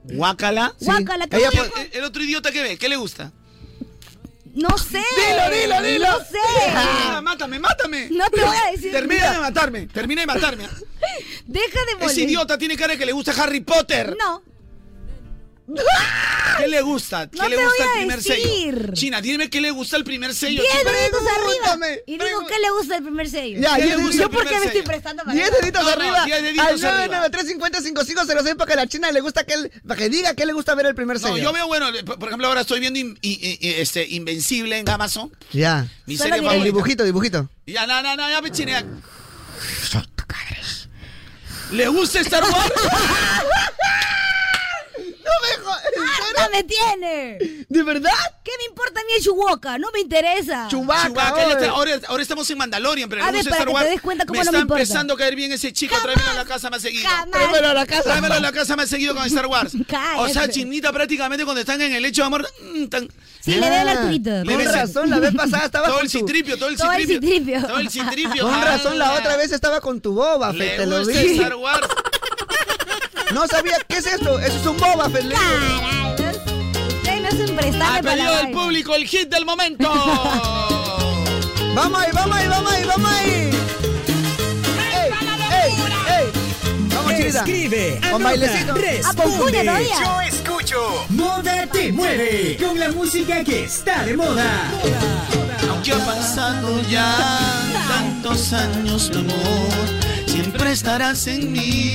Speaker 9: Guácala.
Speaker 1: Guácala, qué
Speaker 9: Ella
Speaker 1: rico.
Speaker 9: po- el, el otro idiota que ve, ¿qué le gusta?
Speaker 1: No sé.
Speaker 9: Dilo, dilo, dilo.
Speaker 1: No sé.
Speaker 9: Ah, mátame, mátame.
Speaker 1: No te voy a decir
Speaker 9: Termina de
Speaker 1: nada.
Speaker 9: matarme, termina de matarme.
Speaker 1: Deja de
Speaker 9: Ese
Speaker 1: molestar.
Speaker 9: idiota tiene cara que le gusta Harry Potter.
Speaker 1: No.
Speaker 9: ¿Qué le gusta? ¿Qué
Speaker 1: No
Speaker 9: le
Speaker 1: te
Speaker 9: gusta
Speaker 1: voy
Speaker 9: el
Speaker 1: a
Speaker 9: primer
Speaker 1: decir.
Speaker 9: sello? China, dime qué le gusta el primer sello.
Speaker 1: Diez
Speaker 9: China.
Speaker 1: deditos arriba. Y digo, ¿qué le gusta el primer sello?
Speaker 6: Ya,
Speaker 9: ¿Qué
Speaker 6: diez
Speaker 9: le gusta
Speaker 6: deditos-
Speaker 9: el
Speaker 1: ¿Por qué
Speaker 9: primer
Speaker 1: me estoy
Speaker 9: sello? Ah,
Speaker 1: prestando para
Speaker 6: 10 deditos
Speaker 9: No, no,
Speaker 6: arriba
Speaker 9: diez deditos
Speaker 6: al
Speaker 9: arriba.
Speaker 6: 993-505506 para que la china le gusta que, él- para que diga que le gusta ver el primer sello.
Speaker 9: No, yo veo, bueno, por por ejemplo, ahora estoy viendo in- i- i- este, Invencible en Amazon.
Speaker 6: Ya.
Speaker 9: Mi
Speaker 1: Solo
Speaker 9: serie
Speaker 1: diré-
Speaker 6: El
Speaker 9: favorita.
Speaker 6: dibujito, dibujito.
Speaker 9: Ya, no, no, no, ya me chiné. ¿Le gusta Star Wars?
Speaker 1: ¡Harta Ah, me tiene!
Speaker 6: ¿De verdad?
Speaker 1: ¿Qué me importa a mí el Chewbacca? No me interesa.
Speaker 6: Chewbacca.
Speaker 9: Chewbacca, ya
Speaker 6: oye.
Speaker 9: está- ahora, ahora estamos en Mandalorian, pero
Speaker 1: A
Speaker 9: le
Speaker 1: ver,
Speaker 9: gusta
Speaker 1: para
Speaker 9: Star
Speaker 1: que
Speaker 9: Wars.
Speaker 1: te des cuenta cómo
Speaker 9: me
Speaker 1: no me
Speaker 9: está
Speaker 1: importa.
Speaker 9: empezando a caer bien ese chico. Tráemelo a la casa más seguido.
Speaker 1: Jamás.
Speaker 6: Tráemelo a la casa.
Speaker 9: Tráemelo a la casa más seguido con Star Wars.
Speaker 1: Cállate.
Speaker 9: O sea, chinita prácticamente cuando están en el lecho de amor. mm, tan-
Speaker 1: Sí, le veo la alturita.
Speaker 9: Le
Speaker 6: Ah. Con
Speaker 9: ves-
Speaker 6: razón, la vez pasada estaba
Speaker 9: todo
Speaker 6: con
Speaker 9: el
Speaker 6: tu-
Speaker 9: citripio, todo el
Speaker 1: Todo el
Speaker 9: citripio.
Speaker 1: citripio.
Speaker 9: Todo el citripio.
Speaker 6: Con
Speaker 9: Ah,
Speaker 6: razón, la otra vez estaba con tu boba, Fett,
Speaker 9: Le
Speaker 6: te lo
Speaker 9: gusta
Speaker 6: dije.
Speaker 9: Star Wars.
Speaker 6: No sabía, ¿qué es esto? Eso es un boba, Fett. le digo.
Speaker 1: Caray, ustedes no se
Speaker 9: Ha
Speaker 1: prestan para
Speaker 9: pedido
Speaker 1: la
Speaker 9: del
Speaker 1: vaina.
Speaker 9: público el hit del momento.
Speaker 6: Vamos ahí, vamos ahí, vamos ahí, vamos ahí. ¡Ey, ey, ey! Vamos, chinita.
Speaker 2: Escribe,
Speaker 6: Con bailecito.
Speaker 2: anota,
Speaker 1: Ah, con cuña
Speaker 2: responde.
Speaker 1: todavía.
Speaker 5: Yo escucho.
Speaker 2: Moda te mueve con la música que está de moda.
Speaker 9: Aunque ha pasado ya tantos años, mi amor, siempre estarás en mí.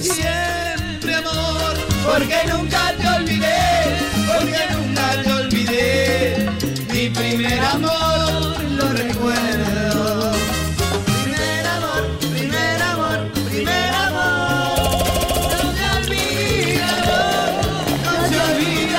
Speaker 9: Siempre, amor, porque nunca te olvidé, porque nunca te olvidé. Mi primer amor lo recuerdo. Primer amor, primer amor, primer amor. No te olvidaré, no te olvidaré.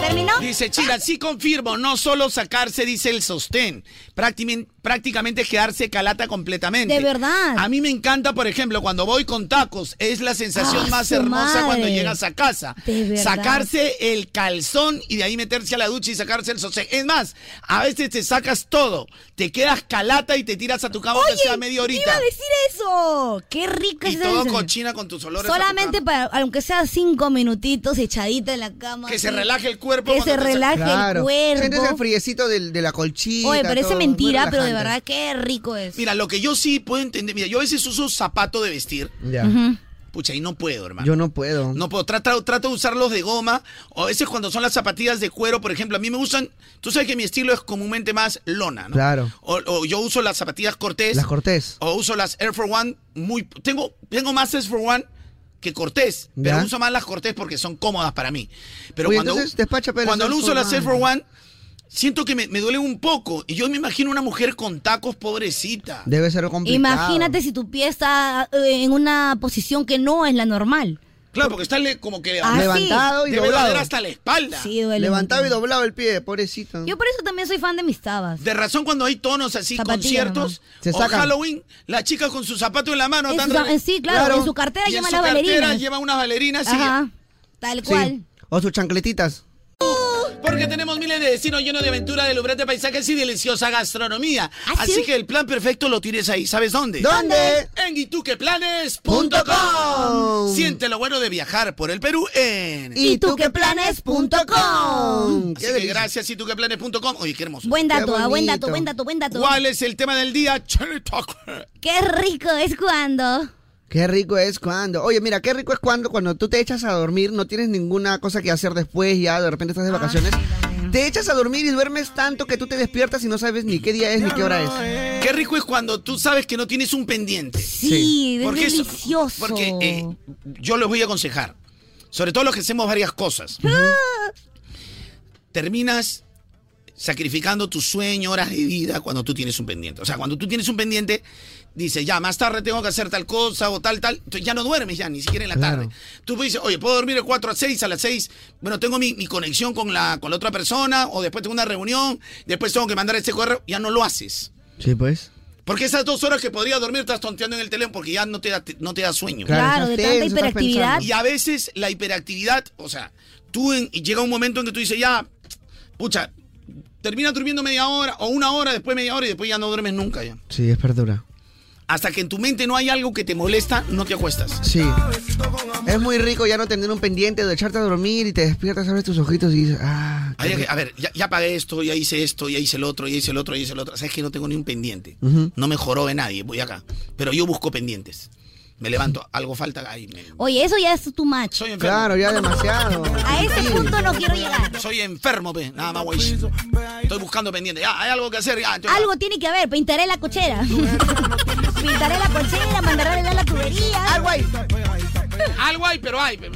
Speaker 1: ¿Terminó?
Speaker 9: Dice Chila, sí confirmo, no solo sacarse, dice el sostén, práctimen- prácticamente quedarse calata completamente.
Speaker 1: De verdad.
Speaker 9: A mí me encanta, por ejemplo, cuando voy con tacos, es la sensación
Speaker 1: Ah,
Speaker 9: más
Speaker 1: su
Speaker 9: hermosa
Speaker 1: madre.
Speaker 9: cuando llegas a casa.
Speaker 1: De verdad.
Speaker 9: Sacarse el calzón y de ahí meterse a la ducha y sacarse el sostén. Es más, a veces te sacas todo, te quedas calata y te tiras a tu cama que sea media
Speaker 1: iba
Speaker 9: horita.
Speaker 1: a decir eso. Qué rica
Speaker 9: Y
Speaker 1: es esa
Speaker 9: todo
Speaker 1: sensación.
Speaker 9: cochina con tus olores. a tu
Speaker 1: Solamente
Speaker 9: cama.
Speaker 1: para, aunque sea cinco minutitos, echadita en la cama.
Speaker 9: que se
Speaker 1: así.
Speaker 9: relaje el cuerpo.
Speaker 1: Que
Speaker 9: cuando
Speaker 1: se
Speaker 9: te sacas.
Speaker 1: relaje el cuerpo.
Speaker 6: Sientes el friecito del- de la colchita.
Speaker 1: Oye, parece
Speaker 6: todo, muy
Speaker 1: mentira, pero de verdad
Speaker 6: relajante.
Speaker 1: qué rico es.
Speaker 9: Mira, lo que yo sí puedo entender, mira, yo a veces uso zapato de vestir.
Speaker 6: Ya.
Speaker 1: Ujú.
Speaker 9: Pucha, ahí no puedo, hermano.
Speaker 6: Yo no puedo.
Speaker 9: No puedo, trato, trato de usarlos de goma, o a veces cuando son las zapatillas de cuero, por ejemplo, a mí me gustan, tú sabes que mi estilo es comúnmente más lona, ¿no?
Speaker 6: Claro.
Speaker 9: O, o yo uso las zapatillas cortés,
Speaker 6: Las cortés.
Speaker 9: o uso las Air for One, muy, tengo, tengo más Air for One que cortés, pero
Speaker 6: Ya.
Speaker 9: uso más las cortés porque son cómodas para mí. Pero
Speaker 6: Oye,
Speaker 9: cuando,
Speaker 6: entonces despacha, pues, las
Speaker 9: cuando
Speaker 6: Air
Speaker 9: no uso
Speaker 6: Force
Speaker 9: las Air for
Speaker 6: One.
Speaker 9: One, siento que me, me duele un poco, y yo me imagino una mujer con tacos pobrecita.
Speaker 6: Debe ser complicado.
Speaker 1: Imagínate si tu pie está eh, en una posición que no es la normal.
Speaker 9: Claro, porque está le- como que
Speaker 1: Ah,
Speaker 9: levantado.
Speaker 6: Levantado y
Speaker 9: Debe doler
Speaker 6: doblado.
Speaker 9: hasta la espalda.
Speaker 1: Sí, duele.
Speaker 6: Levantado y
Speaker 1: mucho.
Speaker 6: doblado el pie, pobrecito.
Speaker 1: Yo por eso también soy fan de mis tabas.
Speaker 9: De razón cuando hay tonos así,
Speaker 1: Zapatilla
Speaker 9: conciertos,
Speaker 6: nomás. Se
Speaker 9: o
Speaker 6: sacan.
Speaker 9: Halloween, la chica con su zapato en la mano.
Speaker 1: En
Speaker 9: tan
Speaker 1: su-
Speaker 9: raro.
Speaker 1: en sí, claro,
Speaker 6: Claro.
Speaker 1: en su cartera
Speaker 9: Y en
Speaker 1: lleva
Speaker 9: su
Speaker 1: las
Speaker 9: cartera
Speaker 1: bailarinas.
Speaker 9: lleva unas bailarinas. sí.
Speaker 1: Ajá, tal
Speaker 6: Sí.
Speaker 1: cual.
Speaker 6: O sus chancletitas.
Speaker 9: Porque tenemos miles de destinos llenos de aventuras, de de paisajes y deliciosa gastronomía.
Speaker 1: ¿Ah, sí?
Speaker 9: Así que el plan perfecto lo tienes ahí. ¿Sabes dónde?
Speaker 6: ¿Dónde?
Speaker 9: En ituqueplanes.com. Siente lo bueno de viajar por el Perú en...
Speaker 1: Y tú qué planes punto com.
Speaker 9: Así que gracias, ituqueplanes.com. Oye, qué hermoso.
Speaker 1: Buen dato, ah, buen dato,
Speaker 6: bonito.
Speaker 1: buen dato, buen dato.
Speaker 9: ¿Cuál es el tema del día? Cherry Tucker.
Speaker 1: Qué rico es cuando.
Speaker 6: Qué rico es cuando. Oye, mira, qué rico es cuando cuando tú te echas a dormir, no tienes ninguna cosa que hacer después, ya de repente estás
Speaker 1: Ah,
Speaker 6: de vacaciones. Te echas a dormir y duermes tanto que tú te despiertas y no sabes ni qué día es ni qué hora es.
Speaker 9: Qué rico es cuando tú sabes que no tienes un pendiente.
Speaker 1: Sí, es
Speaker 9: eso-
Speaker 1: delicioso.
Speaker 9: porque, eh, yo les voy a aconsejar, sobre todo los que hacemos varias cosas.
Speaker 1: Ah.
Speaker 9: Terminas sacrificando tu sueño, horas de vida cuando tú tienes un pendiente. O sea, cuando tú tienes un pendiente, dices, ya, más tarde tengo que hacer tal cosa o tal, tal. Entonces ya no duermes ya, ni siquiera en la
Speaker 6: Claro.
Speaker 9: tarde. Tú dices, oye, puedo dormir de 4 a 6, a las 6. Bueno, tengo mi, mi conexión con la, con la otra persona o después tengo una reunión, después tengo que mandar este correo. Ya no lo haces.
Speaker 6: Sí, pues.
Speaker 9: Porque esas dos horas que podrías dormir estás tonteando en el teléfono porque ya no te da, no te da sueño.
Speaker 1: Claro, Claro, de tanta
Speaker 6: estás hiperactividad. pensando.
Speaker 9: Y a veces la hiperactividad, o sea, tú en- y llega un momento en que tú dices, ya, pucha, termina durmiendo media hora o una hora, después media hora y después ya no duermes nunca ya.
Speaker 6: Sí, es verdura.
Speaker 9: Hasta que en tu mente no hay algo que te molesta, no te acuestas.
Speaker 6: Sí. Es muy rico ya no tener un pendiente de echarte a dormir y te despiertas, abres tus ojitos y dices, ah. qué
Speaker 9: Hay que-
Speaker 6: rico.
Speaker 9: a ver, ya, ya pagué esto, ya hice esto, ya hice el otro, ya hice el otro, ya hice el otro. Sabes que no tengo ni un pendiente.
Speaker 6: Ujú.
Speaker 9: No me joró de nadie, voy acá. Pero yo busco pendientes. Me levanto, algo falta, ay, me-
Speaker 1: Oye, eso ya es tu match.
Speaker 6: Claro, ya demasiado.
Speaker 1: A ese punto no quiero llegar.
Speaker 9: Soy enfermo, pe. Nada más, güey. Estoy buscando pendiente. Ya, hay algo que hacer. Ya, entonces-
Speaker 1: Algo tiene que haber, pintaré la cochera. pintaré la cochera, mandaré a arreglar la tubería. Algo
Speaker 6: hay.
Speaker 9: Algo hay, pero hay. pe.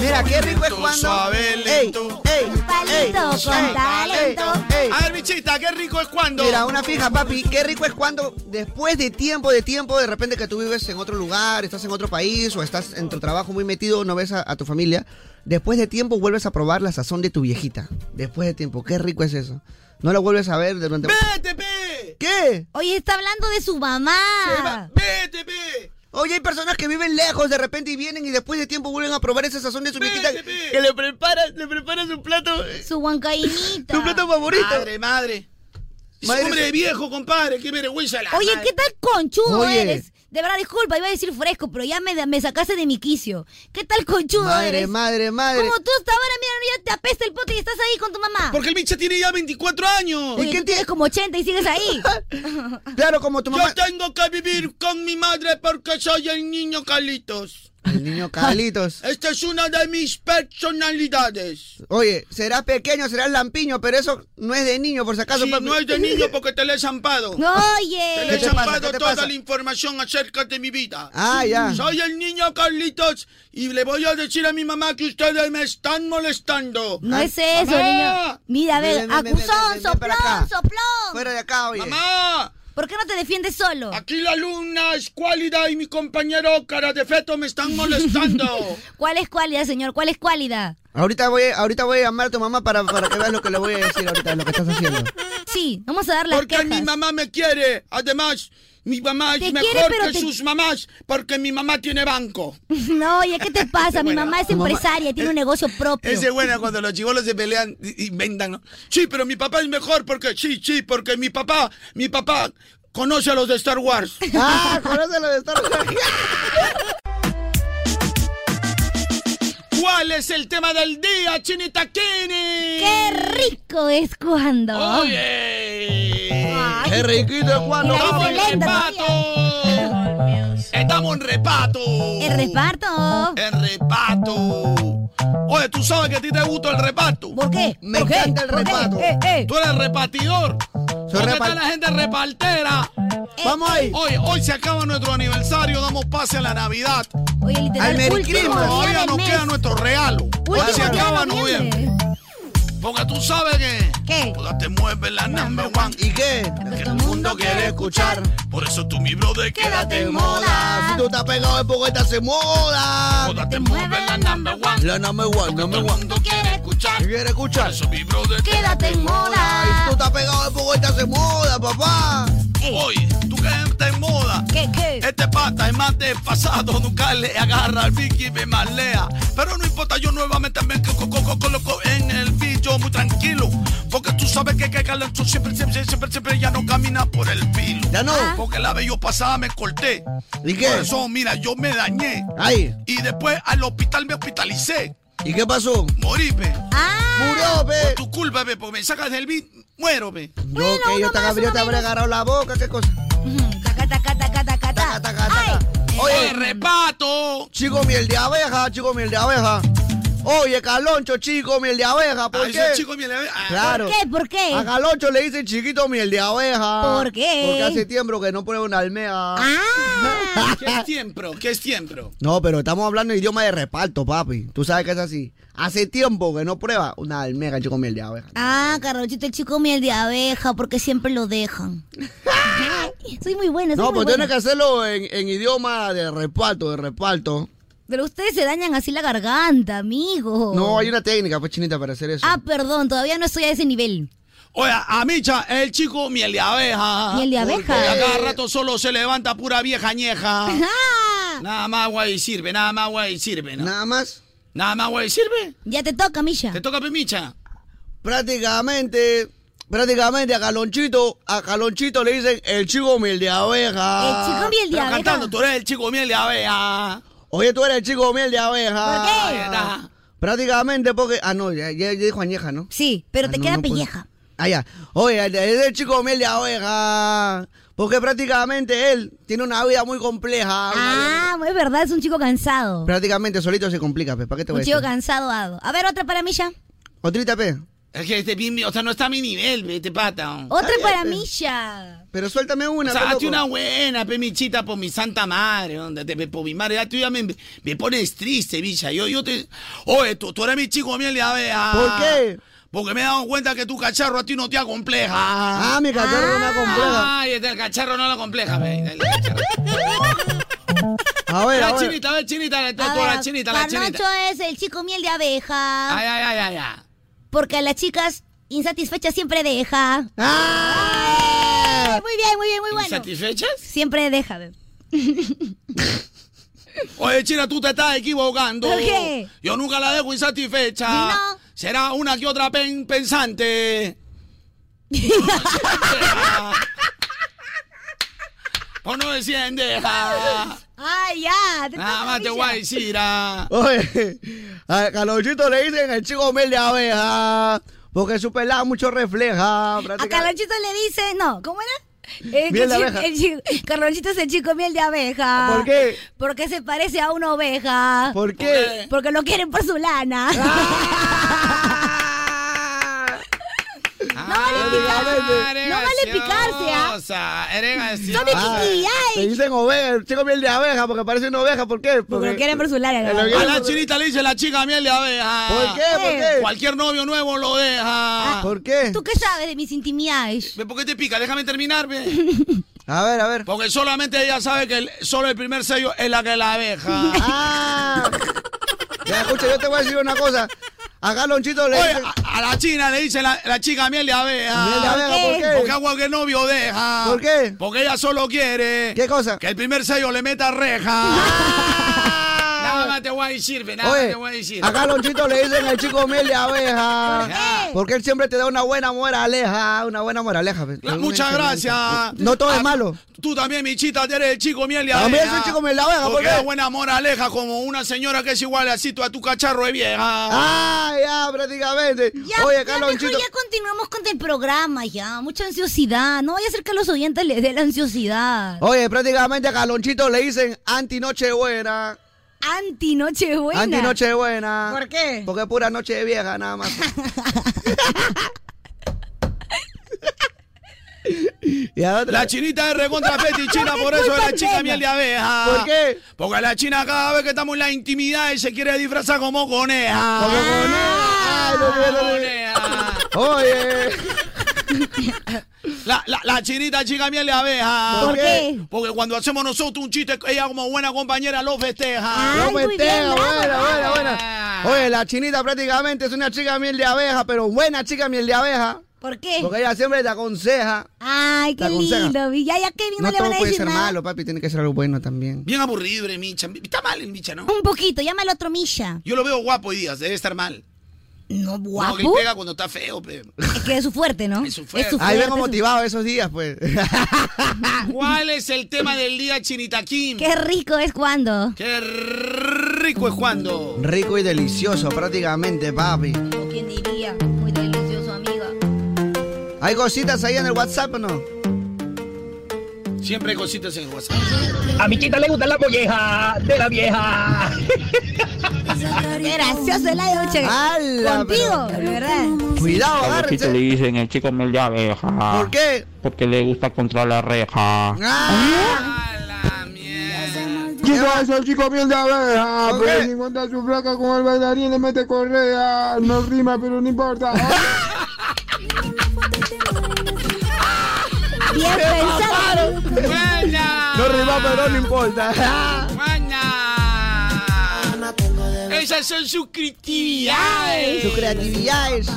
Speaker 6: Mira, qué rico es
Speaker 9: Lento,
Speaker 6: cuando.
Speaker 9: suave, lento.
Speaker 6: ¡Ey! ¡Ey!
Speaker 1: Palito con talento.
Speaker 9: A ver, bichita, qué rico es cuando.
Speaker 6: Mira, una fija, papi, qué rico es cuando después de tiempo, de tiempo, de repente que tú vives en otro lugar, estás en otro país o estás en tu trabajo muy metido, no ves a, a tu familia, después de tiempo vuelves a probar la sazón de tu viejita. Después de tiempo, qué rico es eso. No lo vuelves a ver durante...
Speaker 9: ¡Vete, pe!
Speaker 6: ¿Qué?
Speaker 1: Oye, está hablando de su mamá.
Speaker 9: ¡Vete, pe!
Speaker 6: Oye, hay personas que viven lejos de repente y vienen y después de tiempo vuelven a probar esa sazón de su viejita que le preparas, le preparas un plato,
Speaker 1: Su huancainita.
Speaker 6: su plato favorito.
Speaker 9: Madre, madre. Es un
Speaker 6: Madre-
Speaker 9: hombre de viejo, compadre. Qué vergüenza la
Speaker 1: Oye,
Speaker 9: madre.
Speaker 1: ¿qué tal conchudo
Speaker 6: Oye.
Speaker 1: eres? De verdad, disculpa, iba a decir fresco, pero ya me, me sacaste de mi quicio. ¿Qué tal conchudo
Speaker 6: Madre,
Speaker 1: eres?
Speaker 6: madre, madre.
Speaker 1: Como tú hasta ahora, mira, ya te apesta el pote y estás ahí con tu mamá.
Speaker 9: Porque el bicha tiene ya 24 años.
Speaker 1: Oye, tú tienes como 80 y sigues ahí.
Speaker 6: Claro, como tu mamá...
Speaker 9: Yo tengo que vivir con mi madre porque soy el niño Calitos.
Speaker 6: El niño Carlitos.
Speaker 9: Esta es una de mis personalidades.
Speaker 6: Oye, serás pequeño, serás lampiño, pero eso no es de niño, por si acaso.
Speaker 9: Si
Speaker 6: papi.
Speaker 9: no es de niño porque te le he zampado. Te le
Speaker 1: Oye.
Speaker 9: he
Speaker 6: ¿Qué te pasa?
Speaker 9: zampado
Speaker 6: ¿Qué te
Speaker 9: toda
Speaker 6: pasa?
Speaker 9: la información acerca de mi vida.
Speaker 6: Ah, ya.
Speaker 9: Soy el niño Carlitos y le voy a decir a mi mamá que ustedes me están molestando.
Speaker 1: No es eso,
Speaker 9: Mamá.
Speaker 1: niño. Mira, a ver,
Speaker 6: Ah, Ven, ven, ven, ven,
Speaker 1: acusón,
Speaker 6: ven, ven para acá.
Speaker 1: soplón, soplón.
Speaker 6: Fuera de acá, oye.
Speaker 9: ¡Mamá!
Speaker 1: ¿Por qué no te defiendes solo?
Speaker 9: Aquí la luna escuálida y mi compañero cara de feto me están molestando.
Speaker 1: ¿Cuál es cualidad, señor? ¿Cuál es cualidad?
Speaker 6: Ahorita voy, ahorita voy a llamar a tu mamá para, para que veas lo que le voy a decir ahorita, lo que estás haciendo.
Speaker 1: Sí, vamos a dar las
Speaker 9: Porque mi
Speaker 1: quejas.
Speaker 9: mamá me quiere. Además, mi mamá es
Speaker 1: Te
Speaker 9: mejor
Speaker 1: quiere, pero
Speaker 9: que
Speaker 1: te-
Speaker 9: sus mamás porque mi mamá tiene banco.
Speaker 1: No, oye, ¿qué te pasa? Mi
Speaker 9: Bueno,
Speaker 1: mamá es
Speaker 6: tu mamá-
Speaker 1: empresaria, tiene un negocio propio.
Speaker 9: Ese es bueno cuando los chivolos se pelean, i- inventan. ¿no? Sí, pero mi papá es mejor porque sí, sí, porque mi papá, mi papá conoce a los de Star Wars.
Speaker 6: Ah, conoce lo de estar.
Speaker 9: ¿Cuál es el tema del día, Chinita Kini?
Speaker 1: ¡Qué rico es cuando!
Speaker 9: Oye.
Speaker 1: Ay,
Speaker 6: Qué riquito cuando.
Speaker 1: Era
Speaker 9: Estamos en
Speaker 1: violento
Speaker 9: repato. Estamos en repato.
Speaker 1: ¡El reparto!
Speaker 9: En repato. Oye, tú sabes que a ti te gusta el reparto.
Speaker 1: ¿Por qué?
Speaker 6: Me
Speaker 1: ¿Por qué?
Speaker 6: encanta el
Speaker 1: ¿Por qué?
Speaker 6: reparto.
Speaker 1: Eh, eh.
Speaker 9: Tú eres repartidor. ¿Dónde
Speaker 6: repar-
Speaker 9: está la gente repartera?
Speaker 6: Vamos ahí.
Speaker 9: Hoy, hoy se acaba nuestro aniversario, damos pase a la Navidad.
Speaker 1: Oye,
Speaker 6: Al
Speaker 1: literal,
Speaker 6: Merry
Speaker 1: último
Speaker 6: Christmas.
Speaker 1: día
Speaker 9: Todavía
Speaker 1: del
Speaker 9: nos queda
Speaker 1: mes.
Speaker 9: nuestro regalo. Hoy se
Speaker 1: Último día
Speaker 9: acaba
Speaker 1: de
Speaker 9: noviembre.
Speaker 1: noviembre.
Speaker 9: Porque tú sabes que.
Speaker 1: ¿Qué?
Speaker 9: Todas te mueve la number one.
Speaker 6: ¿Y qué?
Speaker 9: Que el mundo quiere escuchar. Por eso tú, mi brother, quédate en moda.
Speaker 6: Si tú estás pegado en poqueta se moda.
Speaker 9: Todas te mueve la number one.
Speaker 6: La number one, number
Speaker 9: Todo el
Speaker 6: one.
Speaker 9: mundo quiere escuchar.
Speaker 6: ¿Quieres escuchar?
Speaker 9: Por eso, mi brother,
Speaker 1: Quédate en
Speaker 6: Si tú
Speaker 1: moda.
Speaker 6: estás pegado en poqueta se moda, papá.
Speaker 1: Eh,
Speaker 9: Oye, tú quédate en moda.
Speaker 1: ¿Qué, qué?
Speaker 9: Este pata es más desfasado, nunca le agarra al Vicky y me malea. Pero no importa, yo nuevamente me co- co- co- coloco en el bicho muy tranquilo. Porque tú sabes que que Calypso siempre, siempre, siempre, siempre ya no camina por el filo.
Speaker 6: Ya no.
Speaker 1: Ah.
Speaker 9: Porque la vez yo pasada me corté.
Speaker 6: ¿Y qué?
Speaker 9: Por eso, mira, yo me dañé.
Speaker 6: Ahí.
Speaker 9: Y después al hospital me hospitalicé.
Speaker 6: ¿Y qué pasó?
Speaker 9: Morí, pe.
Speaker 1: ¡Ah!
Speaker 6: Murió,
Speaker 9: Por
Speaker 6: ve.
Speaker 9: tu culpa, pe, porque me sacas del beat, muero, pe.
Speaker 6: Yo
Speaker 1: Bueno,
Speaker 6: que yo
Speaker 1: uno
Speaker 6: te,
Speaker 1: más,
Speaker 6: habría-
Speaker 1: uno
Speaker 6: te habré
Speaker 1: menos.
Speaker 6: agarrado la boca, qué cosa.
Speaker 1: Ujú, Taca, taca, taca, taca,
Speaker 6: Taca, taca, taca.
Speaker 1: Ay. eh,
Speaker 9: Oye, repato.
Speaker 6: Chico miel de abeja, chico miel de abeja. Oye, Caloncho, chico miel de abeja, ¿por
Speaker 9: Ah,
Speaker 6: qué?
Speaker 9: ese chico, mira, ah,
Speaker 6: Claro.
Speaker 1: ¿Por qué? ¿Por
Speaker 6: A
Speaker 1: qué?
Speaker 6: Caloncho le dicen chiquito miel de abeja.
Speaker 1: ¿Por qué?
Speaker 6: Porque hace tiempo que no pone una almeja.
Speaker 1: ¡Ah!
Speaker 9: ¿Qué es tiempo? ¿Qué es tiempo?
Speaker 6: No, pero estamos hablando de idioma de reparto, papi. Tú sabes que es así. Hace tiempo que no prueba una almeja, chico miel de abeja.
Speaker 1: Ah, Carrochito, el chico miel de abeja, porque siempre lo dejan. Ay, soy muy buena, soy
Speaker 6: No,
Speaker 1: muy
Speaker 6: pues
Speaker 1: buena.
Speaker 6: tienes que hacerlo en, en idioma de reparto, de reparto.
Speaker 1: Pero ustedes se dañan así la garganta, amigo. Oh.
Speaker 6: No, hay una técnica, pues chinita, para hacer eso.
Speaker 1: Ah, perdón, todavía no estoy a ese nivel.
Speaker 9: Oye, a Micha, el chico miel de abeja.
Speaker 1: Miel de abeja.
Speaker 9: Porque a cada rato solo se levanta pura vieja ñeja. nada más agua y sirve, nada más agua y sirve. ¿no?
Speaker 6: Nada más.
Speaker 9: Nada más agua y sirve.
Speaker 1: Ya te toca, Micha.
Speaker 9: Te toca, pe, Micha.
Speaker 6: Prácticamente, prácticamente a Calonchito, a Calonchito le dicen el chico miel de abeja.
Speaker 1: El Ah, chico miel de
Speaker 9: Pero
Speaker 1: abeja.
Speaker 9: cantando, tú eres el chico miel de abeja.
Speaker 6: Oye, tú eres el chico miel de abeja.
Speaker 1: ¿Por qué?
Speaker 9: Ahí está.
Speaker 6: Prácticamente porque. Ah, no, ya, ya- ya dijo añeja, ¿no?
Speaker 1: Sí, pero
Speaker 6: Ah,
Speaker 1: te
Speaker 6: no,
Speaker 1: queda
Speaker 6: no puedo.
Speaker 1: pelleja.
Speaker 6: Ah, ya. Oye, es el chico miel de abeja. Porque prácticamente él tiene una vida muy compleja. una vida-
Speaker 1: Ah, es verdad, es un chico cansado.
Speaker 6: Prácticamente solito se complica, pe. ¿Para qué te voy
Speaker 1: Un
Speaker 6: a
Speaker 1: chico
Speaker 6: decir?
Speaker 1: cansado. Ado. A ver, otra para Misha.
Speaker 6: Otrita, pe.
Speaker 9: Es que este bien, o sea, no está a mi nivel, pe, este pata. ¿no?
Speaker 1: Otra
Speaker 6: Está bien,
Speaker 1: para
Speaker 6: pe.
Speaker 1: Misha.
Speaker 6: Pero suéltame una,
Speaker 9: O
Speaker 6: pe,
Speaker 9: sea, hazte
Speaker 6: loco.
Speaker 9: una buena, pe, michita, por mi santa madre, onda, te- por mi madre. Ya tú ya me, me pones triste, bicha. Yo, yo te. Oye, tú, tú eres mi chico miel de abeja.
Speaker 6: ¿Por qué?
Speaker 9: ah. Porque me he dado cuenta que tu cacharro a ti no te acompleja.
Speaker 6: Ah, mi cacharro no me acompleja.
Speaker 9: Ay, este, el cacharro no lo compleja, pe. Dale, cacharro.
Speaker 6: A ver, a
Speaker 9: La
Speaker 6: ver.
Speaker 9: chinita, a ver, chinita, la,
Speaker 1: A
Speaker 9: tú, la
Speaker 1: ver,
Speaker 9: chinita, la
Speaker 1: Carloncho
Speaker 9: chinita.
Speaker 1: es el chico miel de abeja.
Speaker 9: Ay, ay, ay, ay, ay.
Speaker 1: Porque a las chicas insatisfechas siempre deja.
Speaker 6: ¡Ah!
Speaker 1: Ay, Muy bien, muy bien, muy bueno.
Speaker 9: ¿Satisfechas?
Speaker 1: Siempre deja. bebé.
Speaker 9: Oye, China, tú te estás equivocando.
Speaker 1: ¿Por qué?
Speaker 9: Yo nunca la dejo insatisfecha.
Speaker 1: Sí, no.
Speaker 9: Será una que otra pen pensante. o no desciendeja.
Speaker 1: Ah. Ay, ya. te
Speaker 9: Nada
Speaker 1: toca,
Speaker 9: más
Speaker 1: Misha.
Speaker 9: te voy a decir. ah.
Speaker 6: Oye, a Calonchito le dicen el chico miel de abeja. Porque su pelada mucho refleja.
Speaker 1: A
Speaker 6: prácticamente.
Speaker 1: Carlonchito le dice, no, ¿cómo era? Eh, que
Speaker 6: Miel de
Speaker 1: chi-
Speaker 6: abeja.
Speaker 1: el chi- Carlonchito es el chico miel de abeja.
Speaker 6: ¿Por qué?
Speaker 1: Porque se parece a una oveja.
Speaker 6: ¿Por qué?
Speaker 1: Porque lo quieren por su lana.
Speaker 9: No vale
Speaker 6: picarse,
Speaker 1: no vale picarse, ah.
Speaker 9: Eres
Speaker 1: Son de
Speaker 9: graciosa.
Speaker 6: Ah,
Speaker 1: chiquillay.
Speaker 6: le dicen oveja, el chico miel de abeja porque parece una oveja. ¿Por qué?
Speaker 1: Porque lo quieren por su lana.
Speaker 6: Eh, lo
Speaker 1: ¿no?
Speaker 9: A la chinita le dice la chica miel de abeja.
Speaker 6: ¿Por qué? ¿Por qué?
Speaker 9: Ah, eh,
Speaker 6: Ah,
Speaker 9: Cualquier novio nuevo lo deja.
Speaker 6: ¿Por qué?
Speaker 1: ¿Tú qué sabes de mis intimidades?
Speaker 9: Ve, ¿Por qué te pica? Déjame terminar, ve.
Speaker 6: A ver, a ver.
Speaker 9: Porque solamente ella sabe que el- solo el primer sello es la que la abeja.
Speaker 6: Ah. Ya, escucha, yo te voy a decir una cosa. A Galonchito le
Speaker 9: Oye,
Speaker 6: dicen
Speaker 9: a, a la china le dice la, la chica miel de abeja.
Speaker 6: miel de abeja, ¿por qué?
Speaker 9: Porque agua que novio deja.
Speaker 6: ¿Por qué?
Speaker 9: Porque ella solo quiere
Speaker 6: ¿Qué cosa? Ah.
Speaker 9: que el primer sello le meta reja. nada más te voy a decir, ve, nada más te voy a
Speaker 6: Oye,
Speaker 9: decir.
Speaker 6: a Galonchito le dicen el chico miel de abeja.
Speaker 9: Ya.
Speaker 6: Porque él siempre te da una buena moraleja, una buena moraleja. pues.
Speaker 9: La-
Speaker 6: Alguna
Speaker 9: muchas
Speaker 6: experiencia.
Speaker 9: gracias. Ah.
Speaker 6: No todo es
Speaker 9: A-
Speaker 6: malo.
Speaker 9: Tú también, Michita, eres el chico miel de abeja.
Speaker 6: También soy chico miel de abeja, ¿por
Speaker 9: Porque
Speaker 6: qué?
Speaker 9: da buena moraleja como una señora que es igual así tú a tu cacharro de vieja.
Speaker 6: Ah, ya, prácticamente.
Speaker 1: Ya,
Speaker 6: Oye,
Speaker 1: ya, mejor
Speaker 6: Galonchito.
Speaker 1: ya continuamos con el programa, ya. Mucha ansiosidad. No vaya a ser que a los oyentes les dé la ansiosidad.
Speaker 6: Oye, prácticamente a Galonchito le dicen anti-nochebuena.
Speaker 1: Anti Nochebuena.
Speaker 6: Anti-nochebuena.
Speaker 1: ¿Por qué?
Speaker 6: Porque es pura noche de vieja, nada más. y a otra.
Speaker 9: La chinita es recontra fetichina, por eso es la chica miel de abeja.
Speaker 6: ¿Por qué?
Speaker 9: Porque la china cada vez que estamos en la intimidad y se quiere disfrazar como coneja.
Speaker 6: Porque con- Ay, no, no, no, no.
Speaker 9: Coneja.
Speaker 6: Oye,
Speaker 9: La, la- la chinita chica miel de abeja.
Speaker 6: ¿Por qué?
Speaker 9: Porque cuando hacemos nosotros un chiste, ella como buena compañera lo festeja.
Speaker 1: Ay,
Speaker 6: no
Speaker 1: muy
Speaker 6: me
Speaker 1: bien,
Speaker 6: tenga,
Speaker 1: bravo,
Speaker 6: buena,
Speaker 1: bravo.
Speaker 6: buena, buena. Oye, la chinita prácticamente es una chica miel de abeja, pero buena chica miel de abeja.
Speaker 1: ¿Por qué?
Speaker 6: Porque ella siempre te aconseja.
Speaker 1: Ay,
Speaker 6: Te
Speaker 1: qué
Speaker 6: aconseja.
Speaker 1: lindo. vi. Ya, ya, Kevin, no,
Speaker 6: No,
Speaker 1: le van
Speaker 6: todo
Speaker 1: a
Speaker 6: puede
Speaker 1: decir
Speaker 6: ser
Speaker 1: nada.
Speaker 6: malo, papi, tiene que ser algo bueno también.
Speaker 9: Bien aburrido, eh, Micha. Está mal en Micha, ¿no?
Speaker 1: Un poquito, llámalo otro Misha.
Speaker 9: Yo lo veo guapo hoy día, debe estar mal.
Speaker 1: No,
Speaker 9: No, que
Speaker 1: guapo.
Speaker 9: pega cuando está feo, pe.
Speaker 1: es que es su fuerte, ¿no?
Speaker 9: Es su fuerte.
Speaker 6: Ahí
Speaker 1: es
Speaker 6: vengo
Speaker 1: su-
Speaker 6: motivado esos días, pues.
Speaker 9: ¿Cuál es el tema del día, Chinita Kim?
Speaker 1: Ah. Qué rico es cuando.
Speaker 9: Qué rico es cuando.
Speaker 6: Rico y delicioso prácticamente, papi.
Speaker 1: ¿Quién diría? Muy delicioso, amiga.
Speaker 6: ¿Hay cositas ahí en el WhatsApp o no?
Speaker 9: Siempre hay cositas en WhatsApp.
Speaker 16: A mi chita le gusta la molleja de la vieja.
Speaker 1: Qué gracioso el aire, che.
Speaker 6: ¡Hala,
Speaker 1: Contigo, de verdad.
Speaker 6: Cuidado,
Speaker 18: A Luchito le
Speaker 6: agárrense.
Speaker 18: dicen el chico miel de abeja.
Speaker 6: ¿Por qué?
Speaker 18: Porque le gusta contra la reja.
Speaker 6: ¡Ah!
Speaker 9: la mierda!
Speaker 6: Chicos,
Speaker 8: el chico miel de abeja,
Speaker 6: ¿Por pero qué? si
Speaker 8: encuentra su placa con el bailarín le mete correa, no rima pero no importa.
Speaker 1: Bien pensado.
Speaker 9: ¡Buena!
Speaker 6: No rima, pero no importa.
Speaker 9: ¡Buena! Esas son sus creatividades.
Speaker 6: Su creatividad es...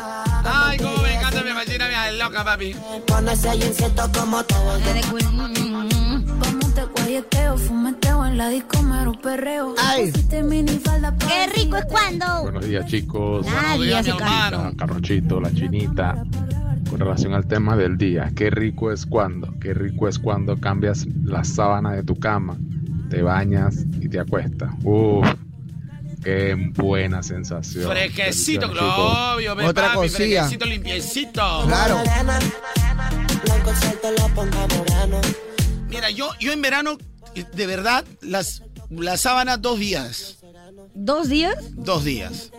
Speaker 9: Ay, cómo me encanta, me fascina, me I loca, papi.
Speaker 4: Cuando hay insectos como todos.
Speaker 1: mm,
Speaker 4: Como te guayeteo, fumeteo en la disco, mero perreo.
Speaker 1: Ay.
Speaker 4: Pusiste minifalda pa'
Speaker 1: Qué rico es cuando.
Speaker 19: Buenos días, chicos.
Speaker 1: Nadie
Speaker 9: días,
Speaker 1: hace
Speaker 9: mi
Speaker 1: caso.
Speaker 9: hermano.
Speaker 19: A Carrochito, la chinita. Con relación al tema del día, qué rico es cuando, qué rico es cuando cambias la sábana de tu cama, te bañas y te acuestas. Uf, qué buena sensación.
Speaker 9: Fresquecito,
Speaker 19: Bendiciones, chicos.
Speaker 9: obvio, ve,
Speaker 6: Otra
Speaker 9: papi,
Speaker 6: cosilla.
Speaker 9: Fresquecito, limpiecito.
Speaker 6: Claro.
Speaker 9: Mira, yo, yo en verano, eh, de verdad, las, la sábana dos días.
Speaker 1: ¿Dos días?
Speaker 9: Dos días.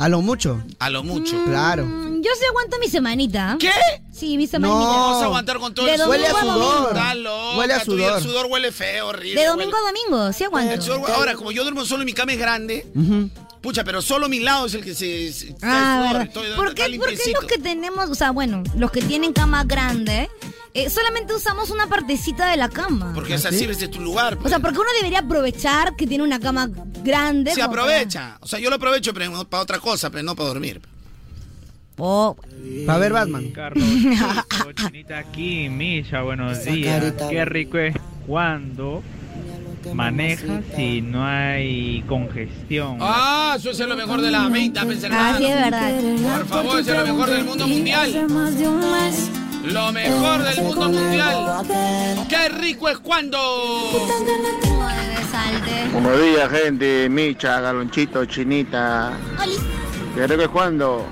Speaker 6: A lo mucho.
Speaker 9: A lo mucho.
Speaker 6: Claro.
Speaker 1: Mm, Yo sí aguanto mi semanita.
Speaker 9: ¿Qué?
Speaker 1: Sí, mi
Speaker 9: Vamos
Speaker 1: semanita.
Speaker 9: a aguantar con todo
Speaker 1: De
Speaker 9: el sudor.
Speaker 1: domingo a Huele a domingo. sudor.
Speaker 9: Está loca,
Speaker 6: Huele a
Speaker 9: tú, y el
Speaker 6: sudor.
Speaker 9: sudor huele feo,
Speaker 1: De
Speaker 9: horrible. huele-
Speaker 1: domingo a domingo, sí
Speaker 9: El
Speaker 1: aguanto.
Speaker 9: sudor- Ahora, como Eh, yo duermo solo y mi cama es grande, pucha, pero solo mi lado es el que se. se- está el
Speaker 1: Ah,
Speaker 9: sudor,
Speaker 1: verdad.
Speaker 9: todo-
Speaker 1: ¿Por
Speaker 9: está
Speaker 1: qué, por qué
Speaker 9: limpiecito.
Speaker 1: los que tenemos, o sea, bueno, los que tienen cama grande, eh, solamente usamos una partecita de la cama?
Speaker 9: Porque es así, ese es tu lugar.
Speaker 1: O sea, porque uno debería aprovechar que tiene una cama grande.
Speaker 9: se
Speaker 1: como para-
Speaker 9: aprovecha. O sea, yo lo aprovecho pero no para otra cosa, pero no para dormir.
Speaker 1: Oh,
Speaker 6: Para ver Batman.
Speaker 20: Carlos, chinita aquí, Misha, buenos días. Qué rico es cuando manejas y no hay congestión.
Speaker 9: Ah, eso es lo mejor de la vida,
Speaker 1: ah, sí, es
Speaker 9: pensar.
Speaker 1: verdad.
Speaker 9: Por favor, eso es lo mejor del mundo mundial.
Speaker 4: más de un mes.
Speaker 9: Lo mejor del mundo mundial. ¡Qué rico es cuando!
Speaker 1: Salte.
Speaker 7: Buenos días, gente. Micha, galonchito, chinita.
Speaker 1: Oli.
Speaker 7: Creo que es cuando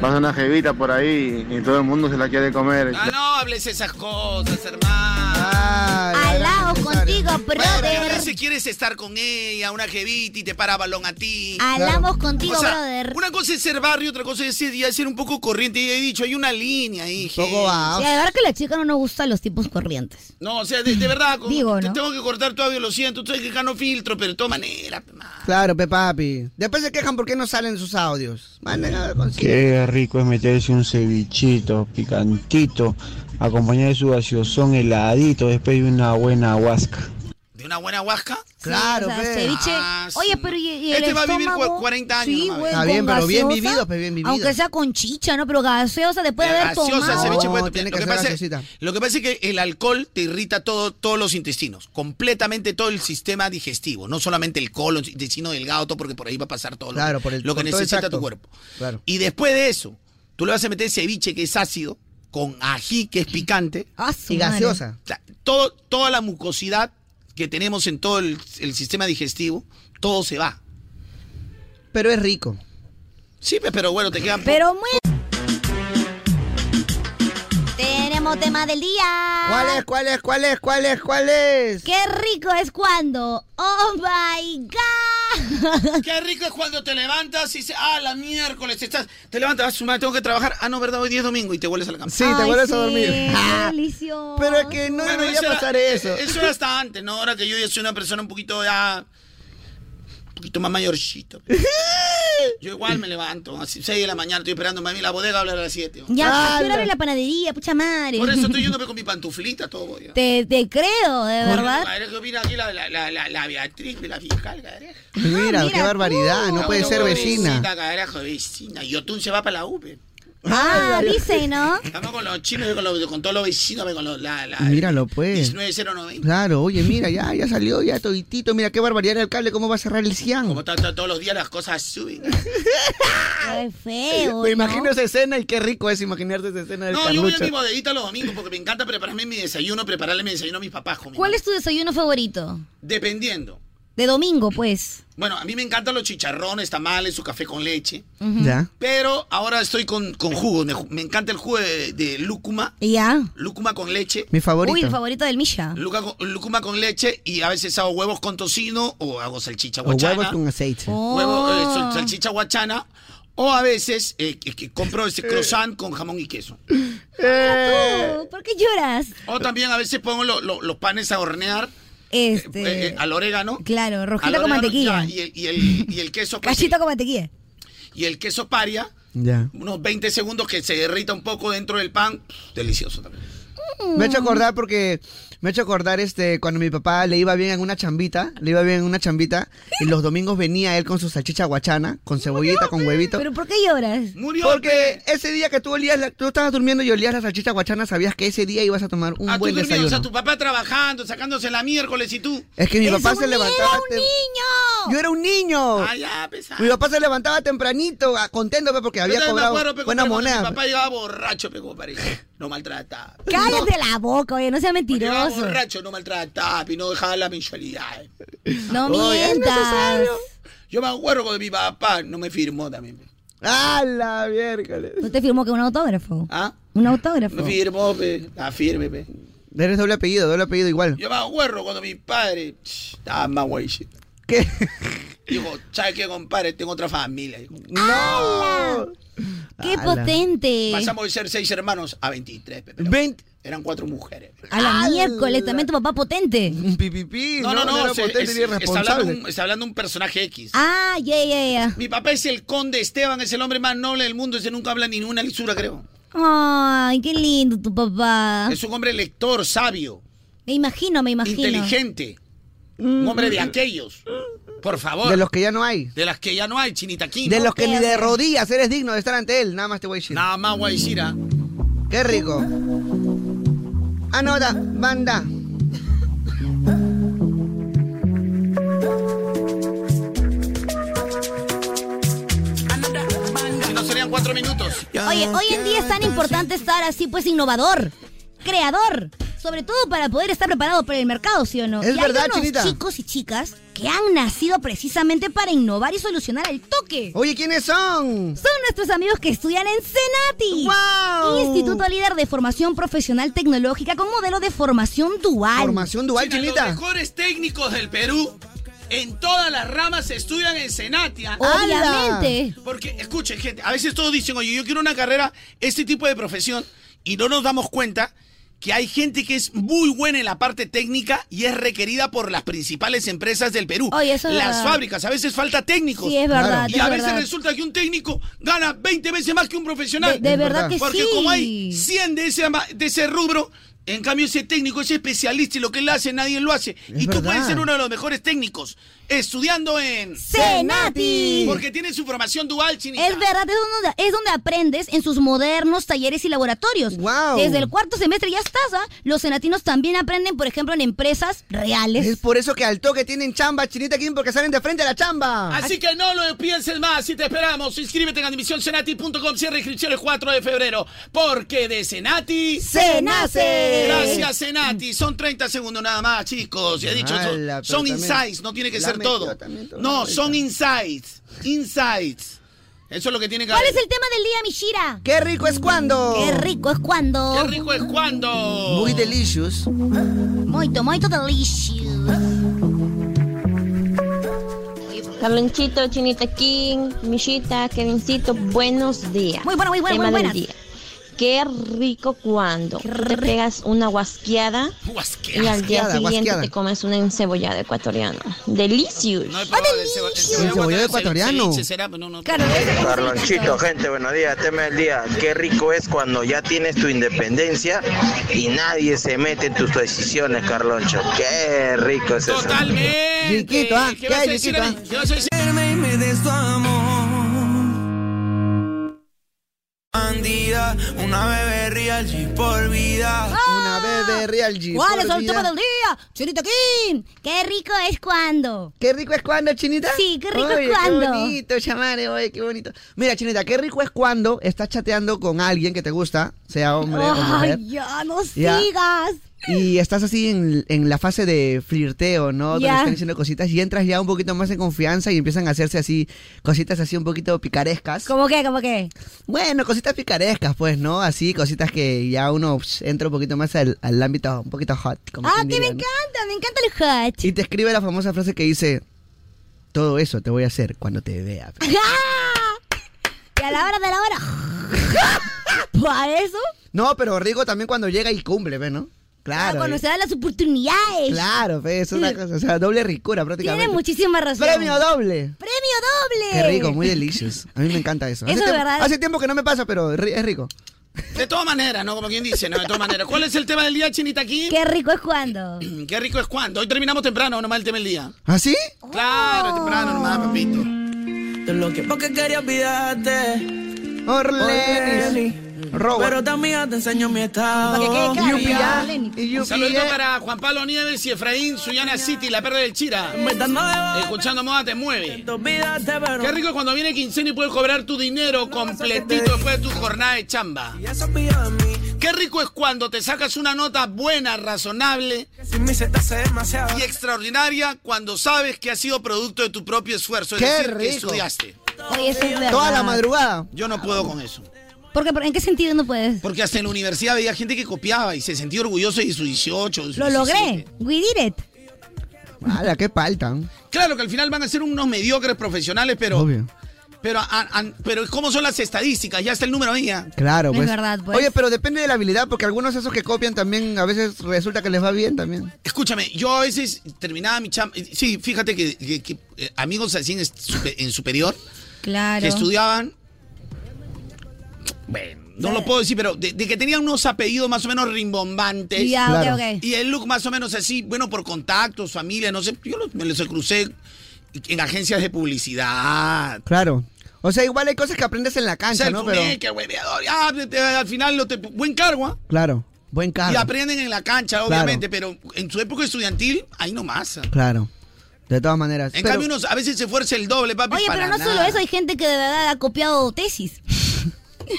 Speaker 7: pasa una jevita por ahí y todo el mundo se la quiere comer.
Speaker 9: Ah, no hables esas cosas, hermano.
Speaker 6: Ay,
Speaker 1: Al lado contigo,
Speaker 9: Pero
Speaker 1: brother.
Speaker 9: si quieres estar con ella, una jevita y te para balón a ti.
Speaker 1: Alamos contigo,
Speaker 9: O sea,
Speaker 1: brother.
Speaker 9: Una cosa es ser barrio, otra cosa es ser, ya ser un poco corriente. Y he dicho, hay una línea ahí.
Speaker 6: Un poco
Speaker 9: gente.
Speaker 6: va.
Speaker 1: Y a ver que la chica no nos gusta los tipos corrientes.
Speaker 9: No, o sea, de, de verdad, como-
Speaker 1: Digo,
Speaker 9: te
Speaker 1: ¿no?
Speaker 9: tengo que cortar tu audio, lo siento. Tú sabes que acá no filtro, pero de todas maneras. pe, ma.
Speaker 6: Claro, pe papi. Después se quejan por qué no salen sus audios. Manden a ver con-
Speaker 7: Qué rico es meterse un cevichito picantito, acompañado de su gaseosón heladito, después de una buena huasca.
Speaker 9: De una buena huasca.
Speaker 6: Claro,
Speaker 1: o sea,
Speaker 6: pe.
Speaker 1: ceviche.
Speaker 9: Ah, sí.
Speaker 1: Oye, pero y, y el
Speaker 9: Este va a vivir
Speaker 1: estómago?
Speaker 9: cua- 40 años
Speaker 1: Sí,
Speaker 9: nomás.
Speaker 1: güey,
Speaker 6: Está
Speaker 1: con
Speaker 6: bien, pero bien
Speaker 1: gaseosa,
Speaker 6: vivido, pe, bien vivido.
Speaker 1: Aunque sea con chicha, ¿no? Pero gaseosa después de
Speaker 9: La
Speaker 1: haber tomado.
Speaker 9: Eh, ceviche puede-
Speaker 6: No, tiene
Speaker 9: lo
Speaker 6: que
Speaker 9: que
Speaker 6: ser
Speaker 9: pasa es-
Speaker 6: gaseosita.
Speaker 9: Lo que pasa es que el alcohol te irrita todo, todos los intestinos, completamente todo el sistema digestivo, no solamente el colon, intestino delgado, todo porque por ahí va a pasar todo lo
Speaker 6: Claro,
Speaker 9: que-
Speaker 6: por el-
Speaker 9: lo que
Speaker 6: por todo el
Speaker 9: necesita
Speaker 6: tracto.
Speaker 9: tu cuerpo.
Speaker 6: Claro.
Speaker 9: Y después de eso, tú le vas a meter ceviche que es ácido, con ají que es picante,
Speaker 1: Ah, su
Speaker 6: Y
Speaker 1: madre.
Speaker 6: gaseosa.
Speaker 9: o sea, todo, toda la mucosidad que tenemos en todo el, el sistema digestivo, todo se va.
Speaker 6: Pero es rico.
Speaker 9: Sí, pe- pero bueno, te quedan...
Speaker 1: Pero muy. Tenemos tema del día.
Speaker 6: ¿Cuál es, cuál es, cuál es, cuál es, cuál es?
Speaker 1: Qué rico es cuando. Oh my god.
Speaker 9: Qué rico es cuando te levantas y dices, ah, la miércoles, estás, te levantas, ah, su madre, tengo que trabajar. Ah, no, verdad, hoy día es domingo y te vuelves a la cama.
Speaker 6: Sí, te
Speaker 1: Ay,
Speaker 6: vuelves
Speaker 1: sí,
Speaker 6: a dormir. Ja.
Speaker 1: Delicioso.
Speaker 6: Pero es que no
Speaker 9: Bueno,
Speaker 6: debería
Speaker 9: era-
Speaker 6: pasar eso.
Speaker 9: Eso era hasta antes, ¿no? Ahora que yo ya soy una persona un poquito ya. Un poquito más mayorcito. Yo igual me levanto, a 6 de la mañana, estoy esperando mami la bodega, hablar a las 7.
Speaker 1: Ya, ¿qué hora
Speaker 6: Ala.
Speaker 1: abre la panadería, pucha madre?
Speaker 9: Por eso estoy yéndome con mi pantuflita, todo voy. ¿De
Speaker 1: Te, te creo, de verdad.
Speaker 9: Madre, que vino aquí la, la, la, la, la Beatriz, la fiscal, careja.
Speaker 6: Mira,
Speaker 1: Ah, mira
Speaker 6: qué
Speaker 1: tú.
Speaker 6: barbaridad. No
Speaker 9: La
Speaker 6: puede ser vecina.
Speaker 9: Visita, careja, vecina. Y Otún se va para la UP.
Speaker 1: Ah, dice, ¿no?
Speaker 9: Estamos con los chinos, y con, los, con todos los vecinos, con los, la, la,
Speaker 6: Míralo, pues.
Speaker 9: 19090.
Speaker 6: Claro, oye, mira, ya, ya salió, ya toditito. Mira qué barbaridad el cable, cómo va a cerrar el
Speaker 9: Como
Speaker 6: Cian.
Speaker 9: ta- ta- todos los días las cosas suben.
Speaker 1: Qué feo.
Speaker 6: Me
Speaker 1: ¿Eh, ¿no?
Speaker 6: imagino esa escena y qué rico es imaginarte esa escena del
Speaker 9: No, yo voy a
Speaker 6: Carlucho.
Speaker 9: mi bodeguita los domingos porque me encanta prepararme mi desayuno, prepararle mi desayuno a mis papás. con mi
Speaker 1: uh, ¿Cuál
Speaker 9: mamá.
Speaker 1: es tu desayuno favorito?
Speaker 9: Dependiendo.
Speaker 1: De domingo, pues.
Speaker 9: Bueno, a mí me encantan los chicharrones, tamales, su café con leche.
Speaker 6: Ya.
Speaker 9: Pero ahora estoy con, con jugos. Me, ju- me encanta el jugo de, de lúcuma.
Speaker 1: Ya.
Speaker 9: Lúcuma con leche.
Speaker 6: Mi favorito.
Speaker 1: Uy, el favorito del Misha.
Speaker 9: luca con- lúcuma con leche. Y a veces hago huevos con tocino o hago salchicha
Speaker 6: o huevos
Speaker 9: guachana.
Speaker 6: con aceite.
Speaker 1: Oh.
Speaker 9: Huevo, eh, sal- salchicha guachana. O a veces eh, que- que compro este croissant con jamón y queso. Eh.
Speaker 1: Oh, ¿Por qué lloras?
Speaker 9: O también a veces pongo lo- lo- los panes a hornear eh,
Speaker 1: Este.
Speaker 9: eh, al orégano.
Speaker 1: claro,
Speaker 9: Al
Speaker 1: rojito con
Speaker 9: orégano,
Speaker 1: mantequilla.
Speaker 9: ya, y, el, y el- y el queso pues,
Speaker 1: Cachito con mantequilla.
Speaker 9: y el queso paria,
Speaker 6: Ya.
Speaker 9: unos 20 segundos que se derrita un poco dentro del pan. Delicioso también.
Speaker 6: Me ha hecho acordar porque Me ha hecho acordar este, cuando mi papá le iba bien en una chambita, le iba bien en una chambita, y los domingos venía él con su salchicha guachana, con cebollita, con huevito.
Speaker 1: ¿Pero por qué lloras?
Speaker 9: Murió.
Speaker 6: Porque ese día que tú olías, la- tú estabas durmiendo y olías la salchicha guachana, sabías que ese día ibas a tomar un
Speaker 9: Ah, tú
Speaker 6: buen
Speaker 9: durmiendo, o sea,
Speaker 6: desayuno.
Speaker 9: tu papá trabajando, sacándose la miércoles y tú.
Speaker 6: Es que mi
Speaker 9: Eso
Speaker 6: papá
Speaker 9: ni
Speaker 6: se
Speaker 9: era
Speaker 6: levantaba.
Speaker 9: un
Speaker 6: tem- Yo era un niño.
Speaker 9: Ah, ya, pesado.
Speaker 6: Mi papá se levantaba tempranito, ah, contento pe, porque
Speaker 9: Yo
Speaker 6: había
Speaker 9: también me
Speaker 6: cobrado
Speaker 9: acuerdo, pe,
Speaker 6: buena
Speaker 9: cuando
Speaker 6: moneda.
Speaker 9: Mi
Speaker 6: pe.
Speaker 9: papá llegaba borracho, pe, compadre. No maltrataba.
Speaker 1: Cállate la boca, oye, no seas
Speaker 9: Llegaba
Speaker 1: mentiroso.
Speaker 9: borracho, no maltrataba, y no dejaba la mensualidad.
Speaker 1: No
Speaker 9: Oye, es
Speaker 1: mientas.
Speaker 9: necesario. Yo me acuerdo cuando mi papá no me firmó también. pe.
Speaker 6: ¡Ah, la miércoles!
Speaker 1: ¿No te firmó que un autógrafo?
Speaker 9: ¿Ah?
Speaker 1: ¿Un autógrafo?
Speaker 9: No firmó, pe. La firme, pe.
Speaker 6: Eres doble apellido, doble apellido igual.
Speaker 9: Yo me acuerdo cuando mi padre ch, estaba más guay. ¿Qué? Dijo, ¿sabes qué, compadre? Tengo otra familia. Dijo,
Speaker 6: ¡No!
Speaker 1: ¡Qué
Speaker 9: Ala.
Speaker 1: potente!
Speaker 9: Pasamos de ser seis hermanos a 23, pe, pero Eran cuatro mujeres. pe.
Speaker 1: A la miércoles, también tu papá potente.
Speaker 6: Un pipipi.
Speaker 9: No, no, no.
Speaker 6: era
Speaker 9: se-
Speaker 6: potente
Speaker 9: es-
Speaker 6: ni
Speaker 9: es- está, hablando
Speaker 6: irresponsable.
Speaker 9: un, está hablando un personaje X.
Speaker 1: Ah, ya, ya, ya.
Speaker 9: Mi papá es el conde Esteban, es el hombre más noble del mundo. Ese nunca habla ni una lisura, creo.
Speaker 1: Ay, qué lindo tu papá.
Speaker 9: Es un hombre lector, sabio,
Speaker 1: Me imagino, me imagino. Mm,
Speaker 9: inteligente. Un hombre de aquellos. Por favor.
Speaker 6: De los que ya no hay.
Speaker 9: De las que ya no hay, chinitaquín.
Speaker 6: De los que ni de rodillas eres digno de estar ante él. Nada más te voy a decir.
Speaker 9: Nada más voy a decir, ah.
Speaker 6: Qué rico. Anota, banda.
Speaker 9: Si no serían cuatro minutos.
Speaker 1: Oye, hoy en día es tan importante estar así, pues, innovador, creador, sobre todo para poder estar preparado para el mercado, ¿sí o no?
Speaker 6: Es
Speaker 1: y
Speaker 6: verdad,
Speaker 1: hay unos
Speaker 6: Chinita.
Speaker 1: chicos y chicas que han nacido precisamente para innovar y solucionar el toque.
Speaker 6: Oye, ¿quiénes son?
Speaker 1: Son nuestros amigos que estudian en Senati.
Speaker 6: ¡Guau!
Speaker 1: Instituto Líder de Formación Profesional Tecnológica con modelo de formación dual.
Speaker 6: Formación dual,
Speaker 9: Mira, Los mejores técnicos del Perú en todas las ramas se estudian en Senatia.
Speaker 1: Obviamente.
Speaker 9: Porque, escuchen, gente, a veces todos dicen, oye, yo quiero una carrera, este tipo de profesión, y no nos damos cuenta que hay gente que es muy buena en la parte técnica y es requerida por las principales empresas del Perú.
Speaker 1: Oye, eso es
Speaker 9: las
Speaker 1: verdad.
Speaker 9: fábricas, a veces falta técnicos.
Speaker 1: Sí, es verdad,
Speaker 9: Y
Speaker 1: es
Speaker 9: a veces
Speaker 1: verdad.
Speaker 9: resulta que un técnico gana 20 veces más que un profesional.
Speaker 1: De- de verdad que
Speaker 9: Porque
Speaker 1: sí.
Speaker 9: como hay 100 de ese, ama- de ese rubro. En cambio, ese técnico es especialista y lo que él hace nadie lo hace. y tú
Speaker 6: verdad.
Speaker 9: puedes ser uno de los mejores técnicos estudiando en
Speaker 1: Senati.
Speaker 9: Porque tiene su formación dual, chinita.
Speaker 1: Es verdad, es donde, es donde aprendes en sus modernos talleres y laboratorios.
Speaker 6: Guau.
Speaker 1: Desde el cuarto semestre ya estás, ¿ah? Los senatinos también aprenden, por ejemplo, en empresas reales.
Speaker 6: Es por eso que al toque tienen chamba, chinita aquí, porque salen de frente a la
Speaker 1: Ah.
Speaker 6: chamba.
Speaker 9: Así que no lo pienses más y te esperamos. Inscríbete en admisioncenati.com. Cierra inscripciones 4 de febrero. Porque de Senati
Speaker 6: ¡Se nace!
Speaker 9: Gracias, Senati. Son 30 segundos nada más, chicos. Ya he dicho,
Speaker 6: Ala,
Speaker 9: son,
Speaker 6: pero
Speaker 9: son
Speaker 6: también
Speaker 9: insights. No tiene que
Speaker 6: la
Speaker 9: ser
Speaker 6: metió
Speaker 9: todo.
Speaker 6: también toda la
Speaker 9: No,
Speaker 6: vuelta.
Speaker 9: son insights. Insights. Eso es lo que tiene que
Speaker 1: ¿Cuál
Speaker 9: haber.
Speaker 1: es el tema del día, Mishira?
Speaker 6: ¡Qué rico es cuando!
Speaker 1: Qué rico es cuando.
Speaker 9: Qué rico es cuando.
Speaker 6: Muy delicious.
Speaker 1: Moito, moito delicious.
Speaker 21: Carlonchito, Chinita King, Michita, Kevincito, buenos días.
Speaker 1: Muy bueno, muy bueno,
Speaker 21: Tema
Speaker 1: muy
Speaker 21: del
Speaker 1: buenas.
Speaker 21: día. Qué rico cuando te pegas una guasqueada y al día
Speaker 6: Guasqueada,
Speaker 21: siguiente
Speaker 6: guasqueada.
Speaker 21: te comes una encebollada ecuatoriana. Delicious.
Speaker 9: No he probado Ah, el cebo- el cebollado
Speaker 6: cebollado
Speaker 9: ecuatoriano.
Speaker 6: ecuatoriano.
Speaker 9: ceviche será, pero no, no.
Speaker 22: Carlonchito, gente, buenos días. Tema del día. Qué rico es cuando ya tienes tu independencia y nadie se mete en tus decisiones, Carloncho. Qué rico es eso.
Speaker 9: Totalmente.
Speaker 6: Riquito, ¿ah?
Speaker 9: ¿Qué
Speaker 6: ¿Qué
Speaker 9: vas a
Speaker 6: hay,
Speaker 9: decir,
Speaker 6: riquito,
Speaker 9: Ani? ¿Qué vas a decir?
Speaker 11: y me des tu amor. Bandida, una bebé real G por vida.
Speaker 6: Una bebé real G.
Speaker 1: ¡Ah! ¿Cuál
Speaker 6: por
Speaker 1: es el
Speaker 6: vida.
Speaker 1: tema del día? Chinita Kim. Qué rico es cuando.
Speaker 6: Qué rico es cuando, Chinita.
Speaker 1: Sí, qué rico es
Speaker 6: Oye, Qué
Speaker 1: cuando.
Speaker 6: bonito, chamare, oye, qué bonito. Mira, Chinita, qué rico es cuando estás chateando con alguien que te gusta, sea hombre o mujer.
Speaker 1: Ay, ya, no
Speaker 6: Ya.
Speaker 1: sigas.
Speaker 6: Y estás así en, en la fase de flirteo, ¿no? Donde
Speaker 1: Ya.
Speaker 6: están diciendo cositas y entras ya un poquito más en confianza y empiezan a hacerse así cositas así un poquito picarescas.
Speaker 1: ¿Cómo qué? ¿Cómo qué?
Speaker 6: Bueno, cositas picarescas, pues, ¿no? Así, cositas que ya uno pss, entra un poquito más al, al ámbito un poquito hot. como
Speaker 1: Ah,
Speaker 6: quien
Speaker 1: que me
Speaker 6: diría, ¿no?
Speaker 1: encanta, me encanta el hot.
Speaker 6: Y te escribe la famosa frase que dice, todo eso te voy a hacer cuando te vea.
Speaker 1: ¡Ah! Y a la hora de la hora. ¿Para eso? Ah,
Speaker 6: No, pero rico también cuando llega y cumple, ¿ves, no? Claro.
Speaker 1: cuando
Speaker 6: eh.
Speaker 1: se dan las oportunidades. Mm.
Speaker 6: Claro, pe, es una cosa, o sea, doble ricura prácticamente.
Speaker 1: Tiene muchísima razón.
Speaker 6: Premio doble.
Speaker 1: ¡Premio doble!
Speaker 6: Qué rico, muy delicious. A mí me encanta eso.
Speaker 1: Eso
Speaker 6: hace
Speaker 1: es
Speaker 6: tiempo,
Speaker 1: verdad.
Speaker 6: Hace tiempo que no me pasa, pero ri- es rico.
Speaker 9: De todas maneras, ¿no? Como quien dice, ¿no? De todas maneras. ¿Cuál es el tema del día, Chinita, aquí?
Speaker 1: Qué rico es cuando.
Speaker 9: Qué rico es cuando. Hoy terminamos temprano, nomás el tema del día.
Speaker 6: ¿Ah, sí?
Speaker 1: Oh.
Speaker 9: Claro, temprano nomás, papito.
Speaker 11: De lo que porque quería olvidarte.
Speaker 6: Orlenis. Roba.
Speaker 11: Pero también te enseño mi estado. ah.
Speaker 9: Un saludo
Speaker 6: eh.
Speaker 9: para Juan Pablo Nieves y Efraín Suyana City, la perra del Chira. Escuchando moda te mueve. Qué rico cuando viene quincena y puedes cobrar tu dinero completito después de tu jornada de chamba. Qué rico es cuando te sacas una nota buena, razonable y extraordinaria cuando sabes que ha sido producto de tu propio esfuerzo, es
Speaker 6: Qué
Speaker 9: decir, que
Speaker 6: rico.
Speaker 9: estudiaste.
Speaker 1: Oye, eso es verdad.
Speaker 6: Toda la madrugada.
Speaker 9: Yo no puedo con eso.
Speaker 1: Porque, ¿En qué sentido no puedes?
Speaker 9: Porque hasta en la universidad veía gente que copiaba y se sentía orgulloso de su 18. de su
Speaker 1: Lo
Speaker 9: 17.
Speaker 1: logré. We did it.
Speaker 6: Mala, qué palta. ¿no?
Speaker 9: Claro que al final van a ser unos mediocres profesionales, pero. Pero, a- a- pero ¿cómo son las estadísticas? Ya está el número ahí. ¿ah?
Speaker 6: Claro,
Speaker 9: Es
Speaker 6: pues.
Speaker 9: verdad, pues.
Speaker 6: Oye, pero depende de la habilidad, porque algunos de esos que copian también a veces resulta que les va bien también.
Speaker 9: Escúchame, yo a veces terminaba mi chamba. eh, Sí, fíjate que, que- que, eh, amigos así en, est- supe- en superior
Speaker 1: Claro.
Speaker 9: que estudiaban. Bueno, no lo puedo decir, pero de, de que tenían unos apellidos más o menos rimbombantes.
Speaker 1: Ya, ok, Claro. ok.
Speaker 9: Y el look más o menos así, bueno, por contactos, familia, no sé. Yo los- me los crucé en agencias de publicidad.
Speaker 6: Claro. O sea, igual hay cosas que aprendes en la
Speaker 9: O
Speaker 6: cancha,
Speaker 9: sea, el
Speaker 6: ¿no? Pero.
Speaker 9: funeque, hueveador, ya, ah, te- te- al final lo te- buen cargo, ¿ah?
Speaker 6: Claro. Buen carro.
Speaker 9: Y aprenden en la cancha, obviamente, pero en su época estudiantil, ahí nomás. En
Speaker 6: Claro. De todas maneras. pero-
Speaker 9: cambio, unos a veces se esfuerza el doble, papi.
Speaker 1: Oye, pero
Speaker 9: para
Speaker 1: no solo
Speaker 9: nada.
Speaker 1: eso, hay gente que de verdad ha copiado tesis.
Speaker 9: Y ya ha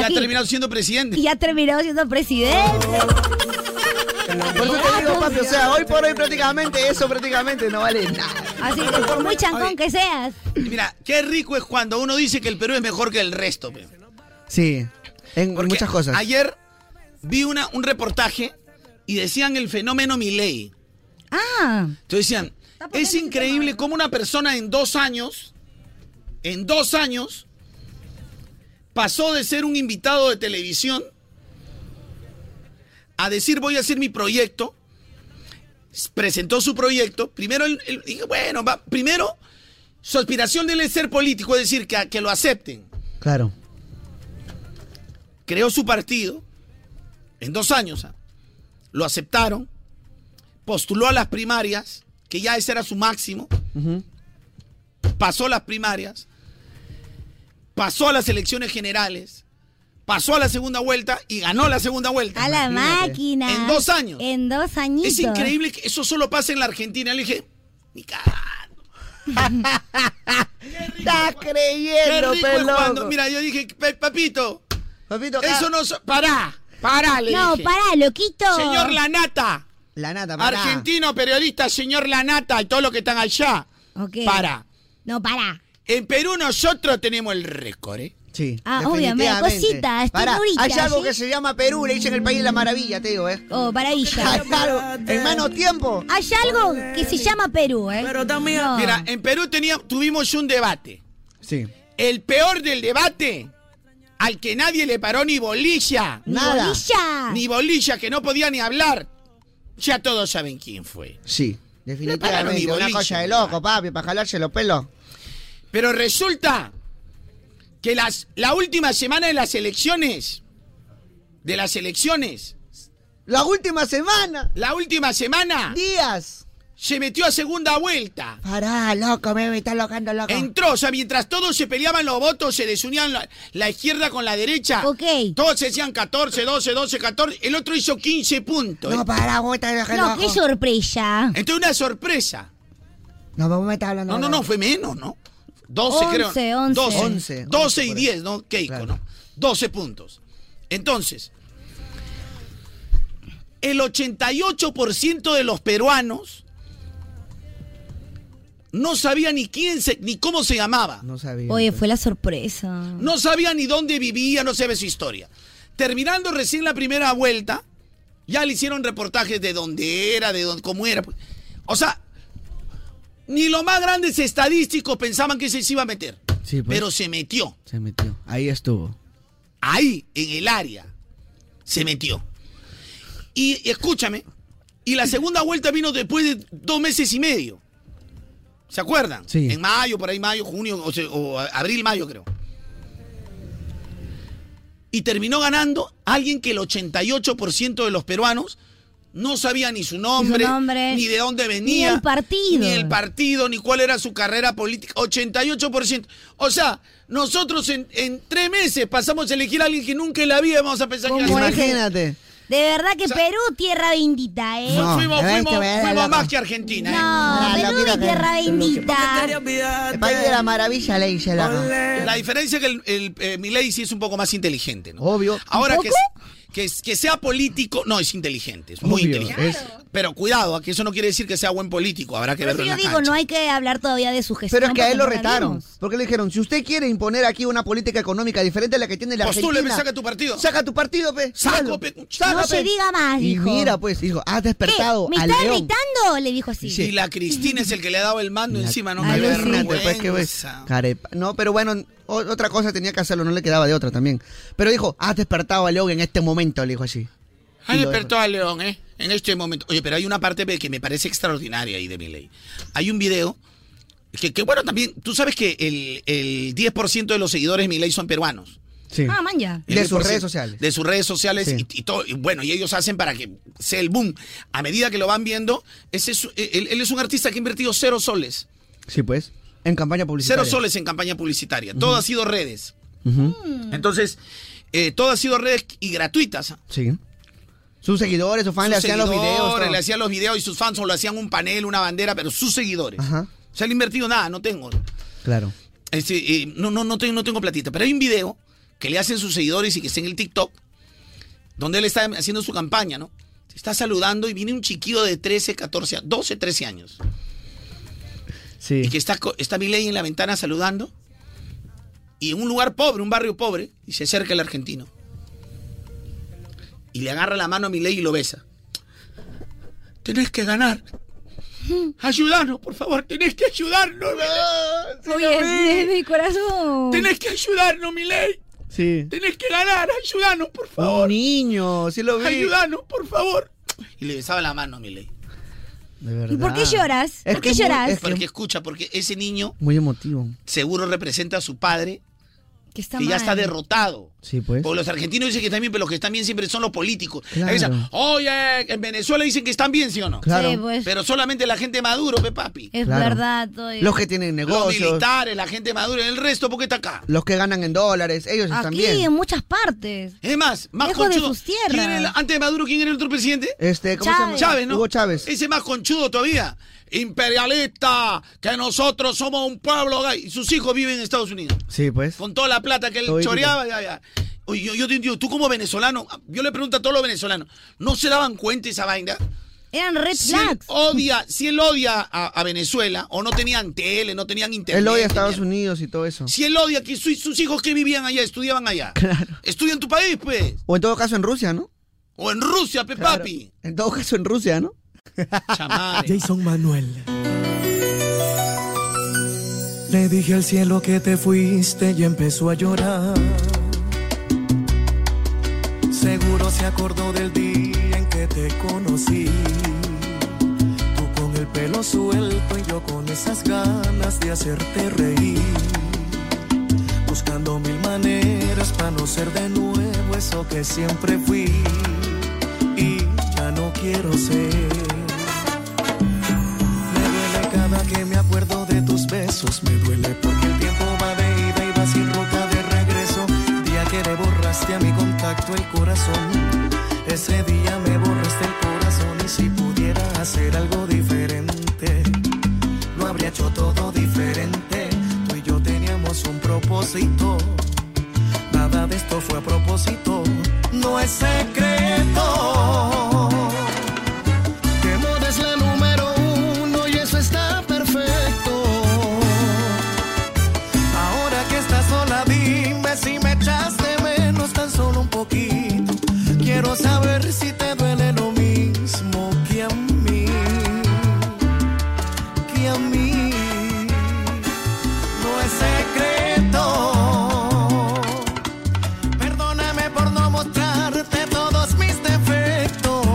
Speaker 1: Imagínate.
Speaker 9: terminado siendo presidente.
Speaker 1: Y ya ha terminado siendo presidente.
Speaker 6: Por eso te
Speaker 1: Ah,
Speaker 6: digo, papi, o sea, hoy por hoy prácticamente eso prácticamente no vale nada.
Speaker 1: Así que por muy chancón que seas.
Speaker 9: Mira, qué rico es cuando uno dice que el Perú es mejor que el resto. pe.
Speaker 6: Sí. En muchas cosas.
Speaker 9: Ayer vi una, un reportaje y decían el fenómeno Milei.
Speaker 1: Ah.
Speaker 9: Entonces decían, es increíble cómo una persona en dos años, en dos años, pasó de ser un invitado de televisión a decir voy a hacer mi proyecto. S- Presentó su proyecto. Primero, él- él dijo, bueno, va- primero, su aspiración de él es ser político, es decir, que, a- que lo acepten.
Speaker 6: Claro.
Speaker 9: Creó su partido en dos años. ¿ah? Lo aceptaron. Postuló a las primarias, que ya ese era su máximo.
Speaker 6: Ujú.
Speaker 9: pasó las primarias, pasó a las elecciones generales, pasó a la segunda vuelta y ganó la segunda vuelta.
Speaker 1: A la máquina.
Speaker 9: En dos años.
Speaker 1: En dos añitos.
Speaker 9: Es increíble que eso solo pasa en la Argentina. Le dije,
Speaker 6: Está
Speaker 9: qué
Speaker 6: creyendo,
Speaker 9: rico es
Speaker 6: pelón.
Speaker 9: cuando. Mira, yo dije, "Pe- papito,
Speaker 6: Papito, ah. acá.
Speaker 9: eso no. so- Pará, pará, le
Speaker 1: No,
Speaker 9: dije.
Speaker 1: pará, loquito.
Speaker 9: Señor Lanata,
Speaker 6: La nada, pará.
Speaker 9: argentino periodista, señor Lanata y todos los que están allá.
Speaker 1: Ok.
Speaker 9: Para.
Speaker 1: No, para.
Speaker 9: En Perú nosotros tenemos el récord, ¿eh?
Speaker 6: Sí.
Speaker 1: Ah, obviamente,
Speaker 6: definitivamente.
Speaker 1: cosita, estoy
Speaker 6: Pará,
Speaker 1: durita,
Speaker 6: Hay algo
Speaker 1: ¿sí?
Speaker 6: que se llama Perú, le dicen el país de la maravilla, te digo, ¿eh?
Speaker 1: Oh, maravilla.
Speaker 6: Claro, hermano, tiempo.
Speaker 1: Hay algo que se llama Perú, ¿eh?
Speaker 9: Pero también.
Speaker 1: No.
Speaker 9: Mira, en Perú tenía, tuvimos un debate.
Speaker 6: Sí.
Speaker 9: El peor del debate, al que nadie le paró ni bolilla.
Speaker 1: Ni Nada. bolilla.
Speaker 9: Ni bolilla, que no podía ni hablar. Ya todos saben quién fue.
Speaker 6: Sí.
Speaker 9: pararon ni
Speaker 6: Definitivamente, una
Speaker 9: boliche,
Speaker 6: cosa de loco, papi, para jalarse los pelos.
Speaker 9: Pero resulta que las, la última semana de las elecciones, de las elecciones,
Speaker 6: La última semana.
Speaker 9: la última semana,
Speaker 6: Días.
Speaker 9: se metió a segunda vuelta.
Speaker 6: Pará, loco, me, me está locando, loco.
Speaker 9: Entró, o sea, mientras todos se peleaban los votos, se desunían la, la izquierda con la derecha.
Speaker 1: Ok.
Speaker 9: Todos decían 14, 12, 12, 14. El otro hizo 15 puntos.
Speaker 6: No, pará, vos me estás dejando
Speaker 1: No,
Speaker 6: loco.
Speaker 1: qué sorpresa.
Speaker 9: Entonces una sorpresa.
Speaker 6: No, vos me estás hablando.
Speaker 9: No, no, no, fue menos, ¿no? 12 creo.
Speaker 1: 11, 11.
Speaker 9: 12,
Speaker 6: 11,
Speaker 9: 12 y 10, ¿no? Keiko, ¿no? 12 puntos. Entonces, el 88% de los peruanos no sabía ni quién se, ni cómo se llamaba.
Speaker 6: No sabía.
Speaker 1: Oye, fue la sorpresa.
Speaker 9: No sabía ni dónde vivía, no sabe su historia. Terminando recién la primera vuelta, ya le hicieron reportajes de dónde era, de dónde, cómo era. pues. O sea, ni los más grandes estadísticos pensaban que se iba a meter.
Speaker 6: Sí, pues.
Speaker 9: Pero se metió.
Speaker 6: Se metió. Ahí estuvo.
Speaker 9: Ahí, en el área. Se metió. Y, y escúchame, y la segunda vuelta vino después de dos meses y medio. ¿Se acuerdan?
Speaker 6: Sí.
Speaker 9: En mayo, por ahí mayo, junio, o, sea, o a- abril, mayo creo. y terminó ganando alguien que el 88% de los peruanos no sabía ni su nombre,
Speaker 1: nombre,
Speaker 9: ni de dónde venía,
Speaker 1: ni el partido.
Speaker 9: ni el partido, ni cuál era su carrera política. 88%. O sea, nosotros en, en tres meses pasamos a elegir a alguien que nunca en la vida vamos a pensar que era así.
Speaker 6: Imagínate.
Speaker 1: De verdad que Perú, tierra bendita, ¿eh?
Speaker 9: No, fuimos, fuimos- fuimos más que Argentina.
Speaker 6: Ah,
Speaker 1: No,
Speaker 9: ¿eh?
Speaker 1: Perú mi tierra bendita.
Speaker 6: El país de la maravilla, le dice la.
Speaker 9: La diferencia es que el, el, eh, Milei sí es un poco más inteligente, ¿no?
Speaker 6: Obvio.
Speaker 9: Ahora
Speaker 6: ¿Un
Speaker 9: que,
Speaker 6: poco?
Speaker 9: es- que, es- que sea político, no, es inteligente, es muy
Speaker 6: Obvio,
Speaker 9: inteligente. Pero cuidado, que eso no quiere decir que sea buen político, habrá que
Speaker 1: Por
Speaker 9: verlo
Speaker 1: eso yo
Speaker 9: en la
Speaker 1: digo,
Speaker 9: cancha.
Speaker 1: no hay que hablar todavía de su gestión.
Speaker 6: Pero es que a él lo
Speaker 1: porque no
Speaker 6: retaron.
Speaker 1: ganamos.
Speaker 6: Porque le dijeron, si usted quiere imponer aquí una política económica diferente a la que tiene la
Speaker 9: Postúleme,
Speaker 6: Argentina...
Speaker 9: saca tu partido.
Speaker 6: Saca tu partido, pe. Saco,
Speaker 9: pe.
Speaker 6: Saca,
Speaker 1: No se
Speaker 6: pe.
Speaker 1: diga más,
Speaker 6: Y
Speaker 1: dijo.
Speaker 6: mira, pues, dijo, has despertado
Speaker 1: ¿Me
Speaker 6: al
Speaker 1: estás
Speaker 6: león.
Speaker 1: gritando? Le dijo así.
Speaker 9: Y la Cristina es el que le ha dado el mando encima, ¿no? Qué
Speaker 6: Imagínate, pues, que, pues,
Speaker 9: vergüenza.
Speaker 6: carepa. No, pero bueno, o- otra cosa tenía que hacerlo, no le quedaba de otra también. Pero dijo, has despertado a León en este momento, le dijo así.
Speaker 9: Ha despertado a León, ¿eh? En este momento. Oye, pero hay una parte que me parece extraordinaria ahí de mi ley. Hay un video que, que, bueno, también, tú sabes que el, el 10% de los seguidores de mi ley son peruanos.
Speaker 6: Sí.
Speaker 1: Ah, man, ya.
Speaker 6: De sus
Speaker 9: 10%,
Speaker 6: redes sociales.
Speaker 9: De sus redes sociales y, y todo. Y bueno, y ellos hacen para que sea el boom. A medida que lo van viendo, ese es- e, él, él es un artista que ha invertido cero soles.
Speaker 6: Sí, pues, en campaña publicitaria.
Speaker 9: Cero soles en campaña publicitaria. Todo ha sido redes.
Speaker 6: Ujú,
Speaker 9: Entonces, eh, todo ha sido redes y gratuitas.
Speaker 6: Sí. Sus seguidores, sus fans le
Speaker 9: Sus
Speaker 6: hacían los
Speaker 9: seguidores
Speaker 6: videos. todo.
Speaker 9: Le hacían los videos y sus fans solo le hacían un panel, una bandera, pero sus seguidores.
Speaker 6: Ajá,
Speaker 9: O sea, le he invertido nada, no tengo.
Speaker 6: claro.
Speaker 9: Este, eh, no, no, no tengo, no tengo platita. Pero hay un video que le hacen sus seguidores y que está en el TikTok, donde él está haciendo su campaña, ¿no? Está saludando y viene un chiquillo de 13, 14, 12, 13 años.
Speaker 6: Sí.
Speaker 9: Y que está, co- está Milei en la ventana saludando. Y en un lugar pobre, un barrio pobre, y se acerca el argentino. Y le agarra la mano a Milei y lo besa. Tenés que ganar. Ayudarnos, por favor, tenés que ayudarnos.
Speaker 1: Oye, mi corazón.
Speaker 9: Tenés que ayudarnos, Milei.
Speaker 6: Sí.
Speaker 9: Tenés que ganar, ayudarnos, por favor.
Speaker 6: Un niño, sí lo vi.
Speaker 9: Ayúdanos, por favor. Y le besaba la mano a Milei.
Speaker 6: De verdad.
Speaker 1: ¿Y por
Speaker 9: Ah.
Speaker 1: qué lloras? ¿Por qué lloras?
Speaker 9: Porque escucha, porque ese niño
Speaker 6: Muy emotivo.
Speaker 9: seguro representa a su padre
Speaker 1: Que,
Speaker 9: que ya está derrotado.
Speaker 6: Sí, pues.
Speaker 9: Porque los argentinos dicen que están bien, pero los que están bien siempre son los políticos.
Speaker 6: Claro.
Speaker 9: Ahí dicen, Oye, en Venezuela dicen que están bien, ¿sí o no?
Speaker 6: Claro. Sí,
Speaker 1: pues.
Speaker 9: Pero solamente la gente maduro, pe papi.
Speaker 1: Es
Speaker 6: Claro.
Speaker 1: verdad, oye.
Speaker 6: Los que tienen
Speaker 9: Los
Speaker 6: negocios, los,
Speaker 9: militares, la gente madura, el resto, ¿por qué está acá?
Speaker 6: que ganan en dólares, ellos están
Speaker 1: Aquí,
Speaker 6: bien.
Speaker 1: en muchas partes.
Speaker 9: Es más, más
Speaker 1: Lejos de
Speaker 9: conchudo.
Speaker 1: sus tierras.
Speaker 9: ¿Quién era el- antes de Maduro, ¿quién era el otro presidente?
Speaker 6: Este, ¿cómo
Speaker 9: Chávez.
Speaker 6: se llama?
Speaker 9: Chávez, ¿no?
Speaker 6: Hugo Chávez.
Speaker 9: Ese más conchudo todavía. Imperialista, que nosotros somos un pueblo gay. Y Sus hijos viven en Estados Unidos.
Speaker 6: Sí, pues.
Speaker 9: Con toda la plata que él
Speaker 6: Todito.
Speaker 9: choreaba. ya, ya. Oye, yo, yo te digo, tú como venezolano, yo le pregunto a todos los venezolanos, ¿no se daban cuenta esa vaina?
Speaker 1: Eran red
Speaker 9: Si él
Speaker 1: flags.
Speaker 9: odia, si él odia a, a Venezuela, o no tenían tele, no tenían internet.
Speaker 6: Él odia a
Speaker 9: tenían-
Speaker 6: Estados Unidos y todo eso.
Speaker 9: Si él odia que su- sus hijos que vivían allá, estudiaban allá. Claro. Estudian tu país, pues.
Speaker 6: O en todo caso en Rusia, ¿no?
Speaker 9: O en Rusia, pe
Speaker 6: Claro.
Speaker 9: papi.
Speaker 6: En todo caso en Rusia, ¿no?
Speaker 2: Jason Manuel. Le dije al cielo que te fuiste y empezó a llorar. Seguro se acordó del día en que te conocí. Tú con el pelo suelto y yo con esas ganas de hacerte reír. Buscando mil maneras para no ser de nuevo eso que siempre fui. Y ya no quiero ser. Duele cada que me acuerdo de tus besos. Me duele porque el tiempo va de ida y va sin ruta de regreso. Día que le borraste a mi contacto el corazón. Ese día me borraste el corazón y si pudiera hacer algo diferente, lo habría hecho todo diferente. Tú y yo teníamos un propósito. Nada de esto fue a propósito. No es secreto. Que moda es la número uno y eso está perfecto. Ahora que estás sola, dime si me echas de menos tan solo un poquito. Quiero saber si te duele lo mismo que a mí. Que a mí no es secreto. Perdóname por no mostrarte todos mis defectos.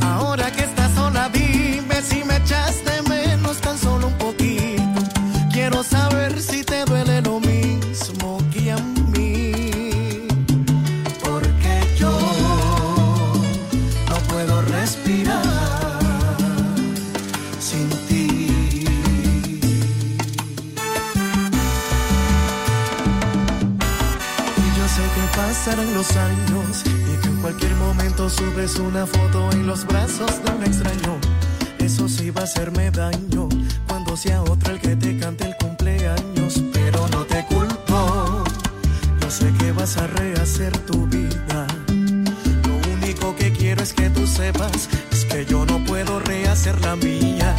Speaker 2: Ahora que estás sola, dime si me echaste menos tan solo un poquito. Quiero saber si te duele lo mismo que a mí. pasarán los años y que en cualquier momento subes una foto en los brazos de un extraño. Eso sí va a hacerme daño cuando sea otro el que te cante el cumpleaños, pero no te culpo. Yo sé que vas a rehacer tu vida. Lo único que quiero es que tú sepas es que yo no puedo rehacer la mía.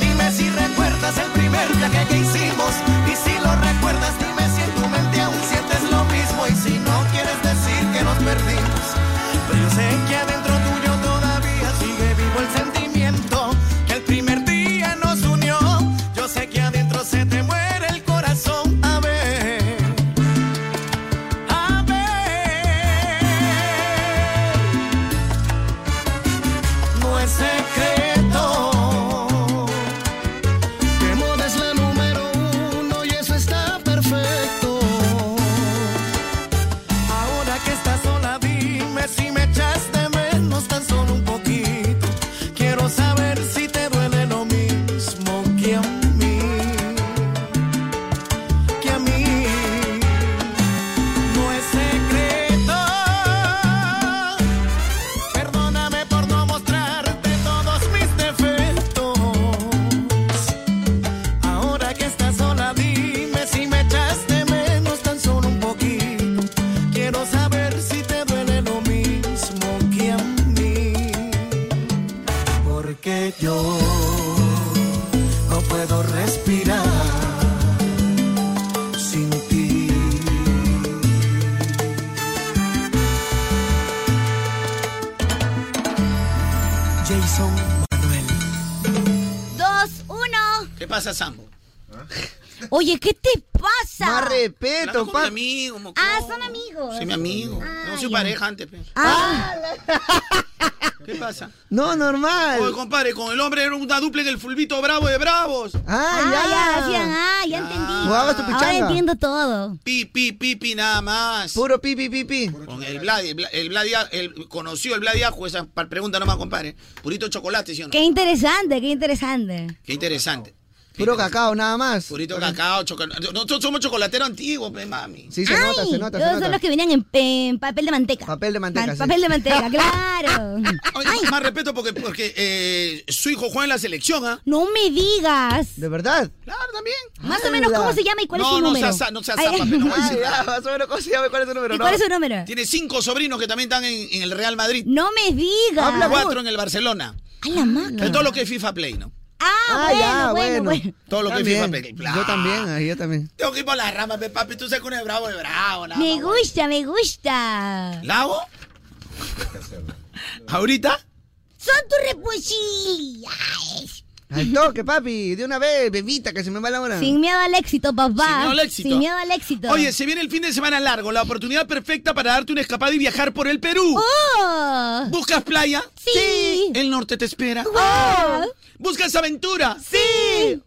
Speaker 2: Dime si recuerdas el primer viaje que hicimos y si lo recuerdas dime si en tu mente aún sientes lo mismo y si no quieres decir que nos perdimos. Pero yo sé que adentro tuyo todavía sigue vivo el sentimiento que el primer día nos unió. Yo sé que adentro se te muere el corazón. A ver, a ver. No es secreto. Que moda es la número uno y eso está perfecto. Ahora que estás sola, dime si me echas de menos tan solo un poquito. Quiero saber si te duele lo mismo que a mí. Que a mí. No es secreto. Perdóname por no mostrarte todos mis defectos. Ahora que estás sola, dime si me echaste menos tan solo un poquito. Quiero saber si te duele lo mismo que a mí. Porque yo no puedo respirar sin ti. Jason Manuel.
Speaker 1: Dos, uno.
Speaker 9: ¿Qué pasa, Sambo?
Speaker 1: Oye, ¿qué te pasa?
Speaker 6: Más respeto,
Speaker 9: Con mi amigo, mo-
Speaker 1: Ah, son amigos.
Speaker 9: soy mi amigo. No soy
Speaker 1: Ay.
Speaker 9: pareja antes. pe.
Speaker 1: Ah,
Speaker 9: ¿Qué pasa?
Speaker 6: No,
Speaker 9: Oye,
Speaker 6: normal.
Speaker 9: compadre, con el hombre era una dupla en el fulbito bravo de bravos.
Speaker 6: Ah,
Speaker 1: ya, ya, hacían, ah, ya entendí.
Speaker 6: Jugabas tu
Speaker 1: Ahora
Speaker 6: pichanga.
Speaker 1: entiendo todo.
Speaker 9: Pi, pi, pi, pi, nada más.
Speaker 6: Puro pi, pi, pi, pi.
Speaker 9: Con el Vladi, el Bla- el Vladi, el conoció el Vladi Ajo, esa pa- pregunta nomás, compadre. Purito chocolate, ¿sí o no?
Speaker 1: Qué interesante, qué interesante.
Speaker 9: Qué interesante.
Speaker 6: Puro cacao, nada más.
Speaker 9: Purito cacao, chocolate. Nosotros somos chocolateros antiguos, pe, mami.
Speaker 6: Sí, se nota, se nota, se
Speaker 1: Todos
Speaker 6: nota.
Speaker 1: son los que venían en, en papel de manteca.
Speaker 6: Papel de manteca.
Speaker 1: Pa-
Speaker 6: sí.
Speaker 1: papel de manteca, claro.
Speaker 9: Oye, más respeto porque, porque eh, su hijo juega en la selección, ¿ah?
Speaker 1: No me digas.
Speaker 6: ¿De verdad?
Speaker 9: Claro, también.
Speaker 1: Más o menos, ¿cómo se llama y cuál es
Speaker 9: No,
Speaker 1: su
Speaker 9: no
Speaker 1: número?
Speaker 9: seas sa- no seas
Speaker 1: Ay,
Speaker 9: zapa, pe, no voy a decir
Speaker 1: ay,
Speaker 9: nada.
Speaker 6: Más o menos, ¿cómo se llama? ¿Cuál es su número?
Speaker 1: ¿Y cuál es su número?
Speaker 9: Tiene cinco sobrinos que también están en, en el Real Madrid.
Speaker 1: No me digas.
Speaker 9: cuatro en el Barcelona.
Speaker 1: A la
Speaker 9: De
Speaker 1: máquina.
Speaker 9: todo lo que es FIFA Play, ¿no?
Speaker 1: Ah, bueno, bueno, bueno.
Speaker 9: Todo lo que es FIFA
Speaker 6: También.
Speaker 9: Play.
Speaker 6: Yo también, ahí yo también.
Speaker 9: Tengo que ir por las ramas, pe, papi. Tú sabes que uno es bravo de bravo, nada
Speaker 1: Me
Speaker 9: más.
Speaker 1: gusta, me gusta.
Speaker 9: ¿Lavo? ¿Ahorita?
Speaker 1: Son tus repuchillas.
Speaker 6: Al toque, papi. De una vez, bebita, que se me va la hora.
Speaker 1: Sin miedo al éxito, papá.
Speaker 9: Sin miedo al éxito.
Speaker 1: Sin miedo al éxito.
Speaker 9: Oye, se viene el fin de semana largo, la oportunidad perfecta para darte una escapada y viajar por el Perú.
Speaker 1: ¡Oh!
Speaker 9: ¿Buscas playa?
Speaker 1: Sí.
Speaker 9: El norte te espera. Oh.
Speaker 1: ¡Wow!
Speaker 9: ¿Buscas aventura?
Speaker 1: Sí.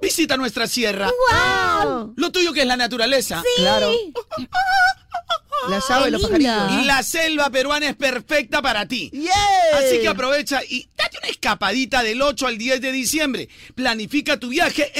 Speaker 9: Visita nuestra sierra.
Speaker 1: ¡Wow!
Speaker 9: Lo tuyo que es la naturaleza.
Speaker 1: Sí.
Speaker 6: Claro. Las aves, los pajaritos.
Speaker 9: Y la selva peruana es perfecta para ti. Así que aprovecha y date una escapadita del 8 al 10 de diciembre. Planifica tu viaje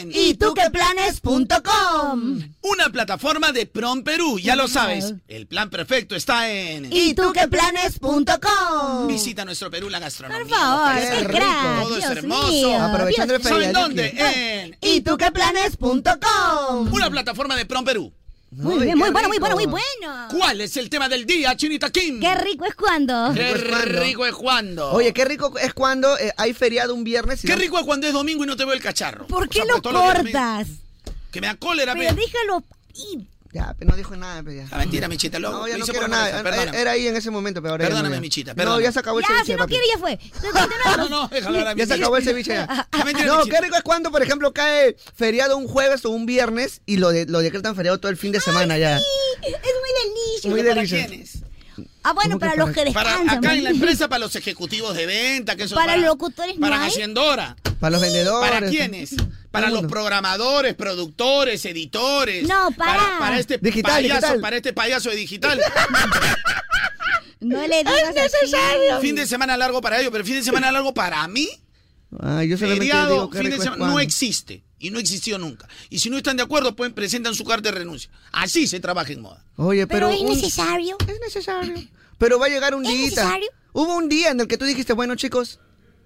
Speaker 9: en
Speaker 1: Y tú que planes.com.
Speaker 9: una plataforma de Prom Perú. Ya lo sabes, el plan perfecto está en...
Speaker 1: Y tú que planes.com.
Speaker 9: Visita nuestro Perú, la gastronomía.
Speaker 1: Por favor,
Speaker 9: los paisajes,
Speaker 1: qué crack,
Speaker 9: Todo es
Speaker 1: Dios
Speaker 9: hermoso.
Speaker 1: mío.
Speaker 6: Aprovechando el
Speaker 9: ¿Saben
Speaker 6: feriado
Speaker 9: dónde? Eh,
Speaker 6: aquí.
Speaker 9: En
Speaker 1: Y tú que planes.com.
Speaker 9: una plataforma de Prom Perú.
Speaker 1: Muy
Speaker 6: Uy,
Speaker 1: bien, muy
Speaker 6: qué
Speaker 1: bueno, muy bueno, muy
Speaker 6: rico.
Speaker 1: bueno.
Speaker 9: ¿Cuál es el tema del día, Chinita Kim?
Speaker 1: Qué rico es cuando.
Speaker 6: rico
Speaker 9: Qué
Speaker 6: es cuando.
Speaker 9: rico es cuando.
Speaker 6: Oye, qué rico es cuando eh, hay feriado un viernes. y
Speaker 9: Qué
Speaker 6: no-
Speaker 9: rico es cuando es domingo y no te veo el cacharro.
Speaker 1: ¿Por
Speaker 9: O sea,
Speaker 1: qué
Speaker 9: pues,
Speaker 1: lo
Speaker 9: todos los días me-
Speaker 1: cortas?
Speaker 9: Que me da cólera,
Speaker 1: Pero
Speaker 9: pe.
Speaker 1: déjalo ir.
Speaker 6: Ya, pero no dijo nada, pero
Speaker 9: Ah,
Speaker 6: ya.
Speaker 9: mentira, Michita, loco.
Speaker 6: No, ya
Speaker 9: Lo
Speaker 6: no
Speaker 9: hice
Speaker 6: quiero
Speaker 9: por
Speaker 6: nada.
Speaker 9: cabeza,
Speaker 6: Era-
Speaker 9: perdóname.
Speaker 6: Era ahí en ese momento, pero ahora ya no,
Speaker 9: Perdóname,
Speaker 6: ya.
Speaker 9: Michita,
Speaker 6: No,
Speaker 9: perdóname.
Speaker 6: ya se acabó el
Speaker 1: Ya,
Speaker 6: ceviche,
Speaker 1: si no
Speaker 6: papi.
Speaker 1: quiere, ya fue. Continúa.
Speaker 9: No, no, déjalo ahora,
Speaker 6: Ya se
Speaker 9: Michita.
Speaker 6: acabó el ceviche ya.
Speaker 9: Ah, mentira,
Speaker 6: No,
Speaker 9: Michita.
Speaker 6: qué rico es cuando, por ejemplo, cae feriado un jueves o un viernes y lo, de- lo decretan feriado todo el fin de semana ya.
Speaker 1: Sí, Es muy
Speaker 6: Muy
Speaker 1: delicioso.
Speaker 9: ¿Para
Speaker 6: delicioso.
Speaker 9: quiénes?
Speaker 1: Ah, bueno,
Speaker 6: ¿Cómo que
Speaker 1: para
Speaker 6: para
Speaker 1: los que
Speaker 9: Para
Speaker 1: descansan.
Speaker 9: acá en la
Speaker 1: pues.
Speaker 9: empresa, para los ejecutivos de venta, que eso
Speaker 1: Para locutores no
Speaker 9: Para
Speaker 1: hay.
Speaker 9: Haciendora.
Speaker 6: Para los vendedores.
Speaker 9: ¿Para quiénes? Para
Speaker 6: Todo el
Speaker 9: los
Speaker 6: mundo.
Speaker 9: programadores, productores, editores.
Speaker 1: No, para.
Speaker 9: Para, este
Speaker 6: Digital,
Speaker 9: payaso,
Speaker 6: digital.
Speaker 9: para este payaso de digital.
Speaker 1: No le digas así.
Speaker 9: fin de semana largo para ellos, pero fin de semana largo para mí,
Speaker 6: Ay, yo solamente
Speaker 9: feriado,
Speaker 6: digo qué
Speaker 9: fin de
Speaker 6: rico es
Speaker 9: semana,
Speaker 6: cuando.
Speaker 9: no existe. y no existió nunca. Y si no están de acuerdo, pueden presentan su carta de renuncia. Así se trabaja en moda.
Speaker 6: Oye, pero.
Speaker 9: Pero es
Speaker 6: necesario. Es necesario. Pero va a llegar un día. Hubo un día en el que tú dijiste, bueno, chicos,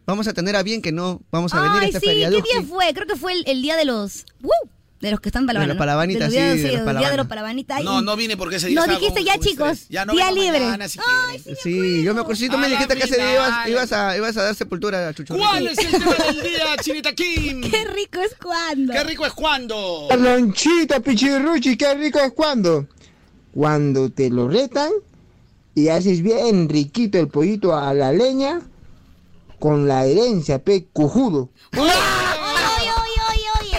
Speaker 6: vamos a tener a bien que no vamos a venir a
Speaker 1: Ay,
Speaker 6: este
Speaker 1: sí, ¿qué
Speaker 6: feriaduki".
Speaker 1: día fue? Creo que fue el, el día de los... ¡Woo! De los que están
Speaker 6: De
Speaker 1: palabanitas.
Speaker 6: los palabanitas, sí, de los
Speaker 1: día de
Speaker 6: palabanitas.
Speaker 1: los palabanitas.
Speaker 9: No, no vine porque ese día
Speaker 1: No
Speaker 9: estaba
Speaker 1: dijiste
Speaker 9: con-
Speaker 1: ya,
Speaker 9: con
Speaker 1: chicos.
Speaker 9: estrés. Ya no
Speaker 1: día
Speaker 9: vengo
Speaker 1: libre.
Speaker 9: mañana, si
Speaker 6: Sí, yo me acuerdo, sí, tú me
Speaker 9: A la
Speaker 6: dijiste que ese día ibas,
Speaker 9: final.
Speaker 6: ibas a, ibas a dar sepultura a Chucho.
Speaker 9: ¿Cuál es el tema del día, Chinita Kim? Qué
Speaker 1: rico es cuando.
Speaker 9: Qué rico es cuando.
Speaker 10: Carlonchito, pichirruchi, qué rico es cuando. Cuando te lo retan y haces bien riquito el pollito a la leña con la herencia, pe, cujudo.
Speaker 1: Oye, oye, oye, oye.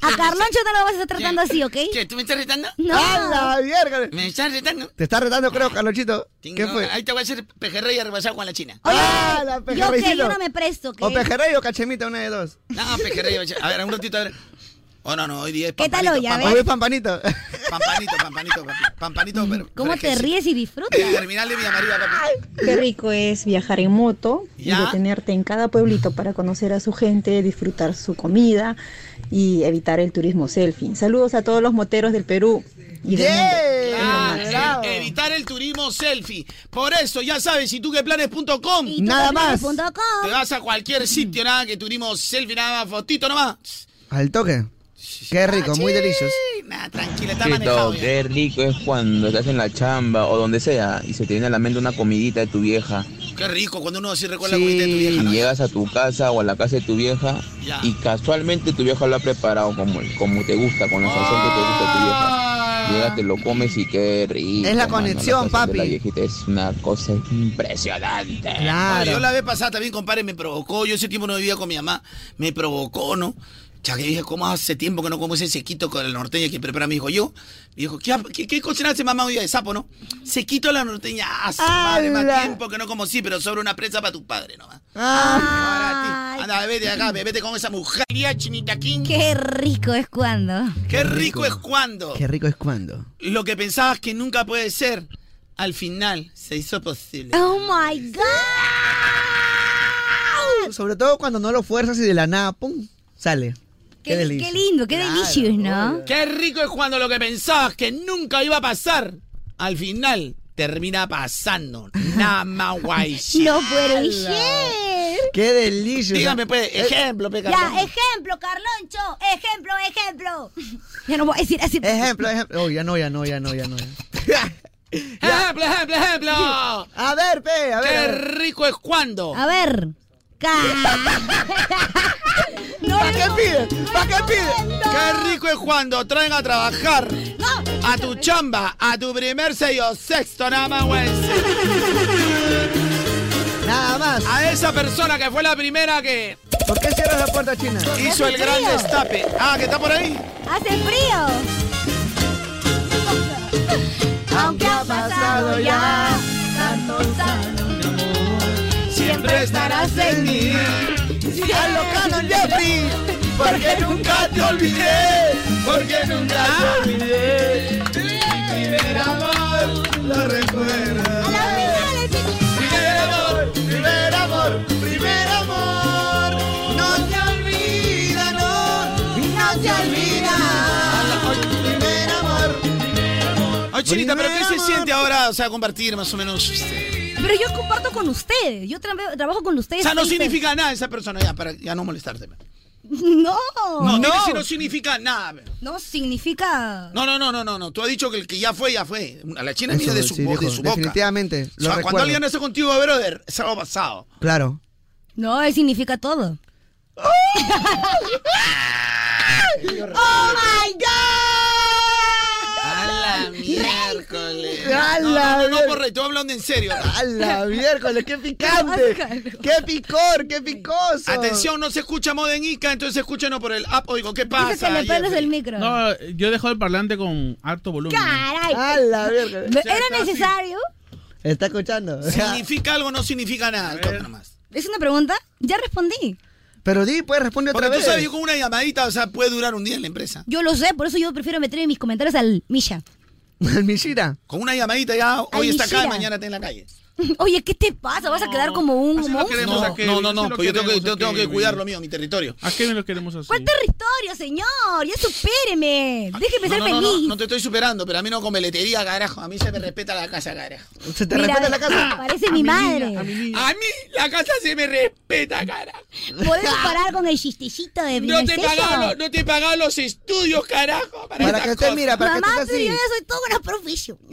Speaker 1: A Carloncho no lo vas a estar tratando así, ¿ok?
Speaker 9: ¿Qué? ¿Tú me estás retando?
Speaker 1: No.
Speaker 6: ¡A la mierda!
Speaker 9: ¿Me estás retando?
Speaker 6: Te está retando, creo, Carlonchito. ¿Qué
Speaker 9: No,
Speaker 6: fue?
Speaker 9: Ahí te voy a hacer pejerrey arrebasado con la china.
Speaker 1: yo que
Speaker 6: pejerreycito.
Speaker 1: yo no me presto, ¿ok?
Speaker 6: Ah, O pejerrey o cachemita, una de dos.
Speaker 9: No, pejerrey. arrebasado. A ver, un ratito, a ver. Oh, no, no, hoy día es
Speaker 1: ¿Qué tal
Speaker 9: pampanito,
Speaker 1: hoy? A
Speaker 9: pampanito.
Speaker 6: Oye, pampanito.
Speaker 9: Pampanito, pampanito, papi. Pampanito, pero.
Speaker 1: ¿Cómo te ríes y disfrutas?
Speaker 9: Terminal de Villa María, papi.
Speaker 12: Qué rico es viajar en moto
Speaker 9: Ya.
Speaker 12: y detenerte en cada pueblito para conocer a su gente, disfrutar su comida y evitar el turismo selfie. Saludos a todos los moteros del Perú y del mundo.
Speaker 9: Ah, el- evitar el turismo selfie. Por eso, ya sabes, si tú que planes.com.
Speaker 1: Y Nada más. Mm. tuqueplanes.com.
Speaker 9: Te vas a cualquier sitio, nada que turismo selfie, nada, fotito nomás.
Speaker 6: Al toque. Qué rico, muy delicioso.
Speaker 9: Nada, tranquila, está
Speaker 23: Chito,
Speaker 9: manejado. ya.
Speaker 23: qué rico es cuando estás en la chamba o donde sea y se te viene a la mente una comidita de tu vieja.
Speaker 9: eh. Qué rico cuando uno sí recuerda la comida de tu
Speaker 23: Sí,
Speaker 9: vieja.
Speaker 23: y
Speaker 9: ¿no?
Speaker 23: llegas a tu casa o a la casa de tu vieja
Speaker 9: Ya.
Speaker 23: y casualmente tu vieja lo ha preparado como, como te gusta, con la sazón que te gusta a tu
Speaker 9: Ah.
Speaker 23: vieja. Llegas, te lo comes y qué rico.
Speaker 6: Es la
Speaker 23: mano,
Speaker 6: conexión,
Speaker 23: sazón de La
Speaker 6: papi.
Speaker 23: viejita es una cosa impresionante.
Speaker 9: Oye, Yo la vez pasada también, compadre, me provocó. Yo ese tiempo no vivía con mi mamá. Me provocó, ¿no? Ya que dije, ¿cómo hace tiempo que no como ese sequito con la norteña que prepara mi hijo? Yo, me dijo, ¿qué, qué, qué cocinaste mamá hoy día de sapo, no? Sequito a la norteña, ah, su madre,
Speaker 6: ¡Hala!
Speaker 9: más tiempo que no como sí, pero sobre una presa para tu padre, nomás. Ahora, Ah, ti, Anda, vete de acá, ve, vete con esa mujer, ya, chinita King.
Speaker 1: Qué rico es cuando.
Speaker 9: Qué rico es cuando
Speaker 6: Qué rico es cuando.
Speaker 9: lo que pensabas que nunca puede ser, al final se hizo posible.
Speaker 1: Oh my God.
Speaker 6: Sobre todo cuando no lo fuerzas y de la nada, pum, sale. Qué,
Speaker 1: Qué,
Speaker 6: delicia.
Speaker 1: qué lindo, qué delicious, ¿no?
Speaker 9: Qué rico es cuando lo que pensabas que nunca iba a pasar, al final termina pasando. Nama guay.
Speaker 1: No puede ser.
Speaker 6: Qué delicia.
Speaker 9: Dígame, pues, ejemplo, pe,
Speaker 1: Ya, ejemplo, Carloncho. Ejemplo, ejemplo. Ya no voy a decir así.
Speaker 6: Ejemplo, ejemplo. Oh, ya no, ya no, ya no, ya no. ya.
Speaker 9: Ejemplo, ejemplo, ejemplo. A
Speaker 6: ver, pe, a
Speaker 9: ver. Qué rico es cuando.
Speaker 1: A ver.
Speaker 9: ¿Para qué piden? ¿Para qué piden? Qué rico es cuando traen a trabajar a tu chamba, a tu primer sello, sexto, nada más, güey.
Speaker 6: Nada más.
Speaker 9: A esa persona que fue la primera que
Speaker 6: ¿Por qué cierras la puerta china?
Speaker 9: hizo el gran destape. Ah, que está por ahí.
Speaker 1: Hace frío. Aunque ha pasado ya tantos años,
Speaker 9: siempre estarás en mí. Alocado en Jeffrey, porque nunca te olvidé, porque nunca
Speaker 1: Ah.
Speaker 9: te olvidé. Mi primer amor lo recuerda. Primer amor, primer amor, primer amor. No te olvida, no, no te olvida. Primer amor. Ay, Chinita, ¿pero qué se siente ahora, o sea, compartir más o menos? este.
Speaker 1: Pero yo comparto con ustedes. Yo tra- trabajo con
Speaker 9: O
Speaker 1: ustedes.
Speaker 9: sea, no
Speaker 1: seis veces.
Speaker 9: significa nada esa persona, ya, para ya no molestarte.
Speaker 1: No.
Speaker 9: No, no. no significa nada. pe.
Speaker 1: No significa.
Speaker 9: No, no, no, no, no, no. Tú has dicho que el que ya fue, ya fue. A la China
Speaker 6: Eso,
Speaker 9: mira de su,
Speaker 6: sí,
Speaker 9: bo- de
Speaker 6: dijo,
Speaker 9: su boca.
Speaker 6: Definitivamente. Lo
Speaker 9: O sea, cuando
Speaker 6: recuerdo.
Speaker 9: alguien está contigo, brother, es algo pasado.
Speaker 6: Claro.
Speaker 1: No, él significa todo.
Speaker 9: ¡Oh, my God! ¡A la miércoles!
Speaker 6: ¡A
Speaker 9: No,
Speaker 6: la
Speaker 9: no, no,
Speaker 6: mier-
Speaker 9: no, porre, estoy hablando en serio.
Speaker 6: A la miércoles, qué picante. qué picor, qué picoso.
Speaker 9: Atención, no se escucha moda en Ica, entonces escúchanos por el app. Oigo, ¿qué pasa? Jeffrey?
Speaker 1: micro.
Speaker 24: No, yo dejo el parlante con alto volumen.
Speaker 1: Caray.
Speaker 6: A la verga.
Speaker 1: Me- ¿Era necesario?
Speaker 6: ¿Está escuchando?
Speaker 9: ¿Significa algo o no significa nada? Toca nomás.
Speaker 1: ¿Es una pregunta? Ya respondí.
Speaker 6: Pero di, pues responde
Speaker 9: Porque
Speaker 6: otra
Speaker 9: tú
Speaker 6: vez.
Speaker 9: sabes, yo con una llamadita, o sea, puede durar un día en la empresa.
Speaker 1: Yo lo sé, por eso yo prefiero meter en mis comentarios al Misha.
Speaker 6: El Mishira.
Speaker 9: Con una llamadita ya, hoy
Speaker 1: Ay,
Speaker 9: está acá,
Speaker 1: Mishira.
Speaker 9: mañana está en la calle.
Speaker 1: Oye, ¿qué te pasa? ¿Vas a quedar como un monstruo?
Speaker 9: No, no, no, no,
Speaker 24: lo
Speaker 9: pues yo tengo que,
Speaker 24: queremos,
Speaker 9: yo tengo que
Speaker 24: Kevin.
Speaker 9: cuidar lo mío, mi territorio.
Speaker 24: ¿A qué me lo queremos así?
Speaker 1: ¿Cuál territorio, señor? Ya supéreme. Déjeme
Speaker 9: No,
Speaker 1: ser
Speaker 9: no, no,
Speaker 1: feliz.
Speaker 9: no, no te estoy superando, pero a mí no con veletería, carajo. A mí se me respeta la casa, carajo.
Speaker 6: Se
Speaker 1: Mira, Ah. Parece mi madre.
Speaker 9: A mí la casa se me respeta, carajo.
Speaker 1: Podemos parar con el chistecito de
Speaker 9: No te,
Speaker 1: ¿es eso?
Speaker 9: pagaba, no te pagaba los estudios, carajo. Para,
Speaker 6: Para
Speaker 9: estas
Speaker 6: que usted
Speaker 9: cosas.
Speaker 6: mira, para que
Speaker 1: Mamá,
Speaker 6: estés
Speaker 1: pero
Speaker 6: así.
Speaker 1: yo ya soy toda una profesional.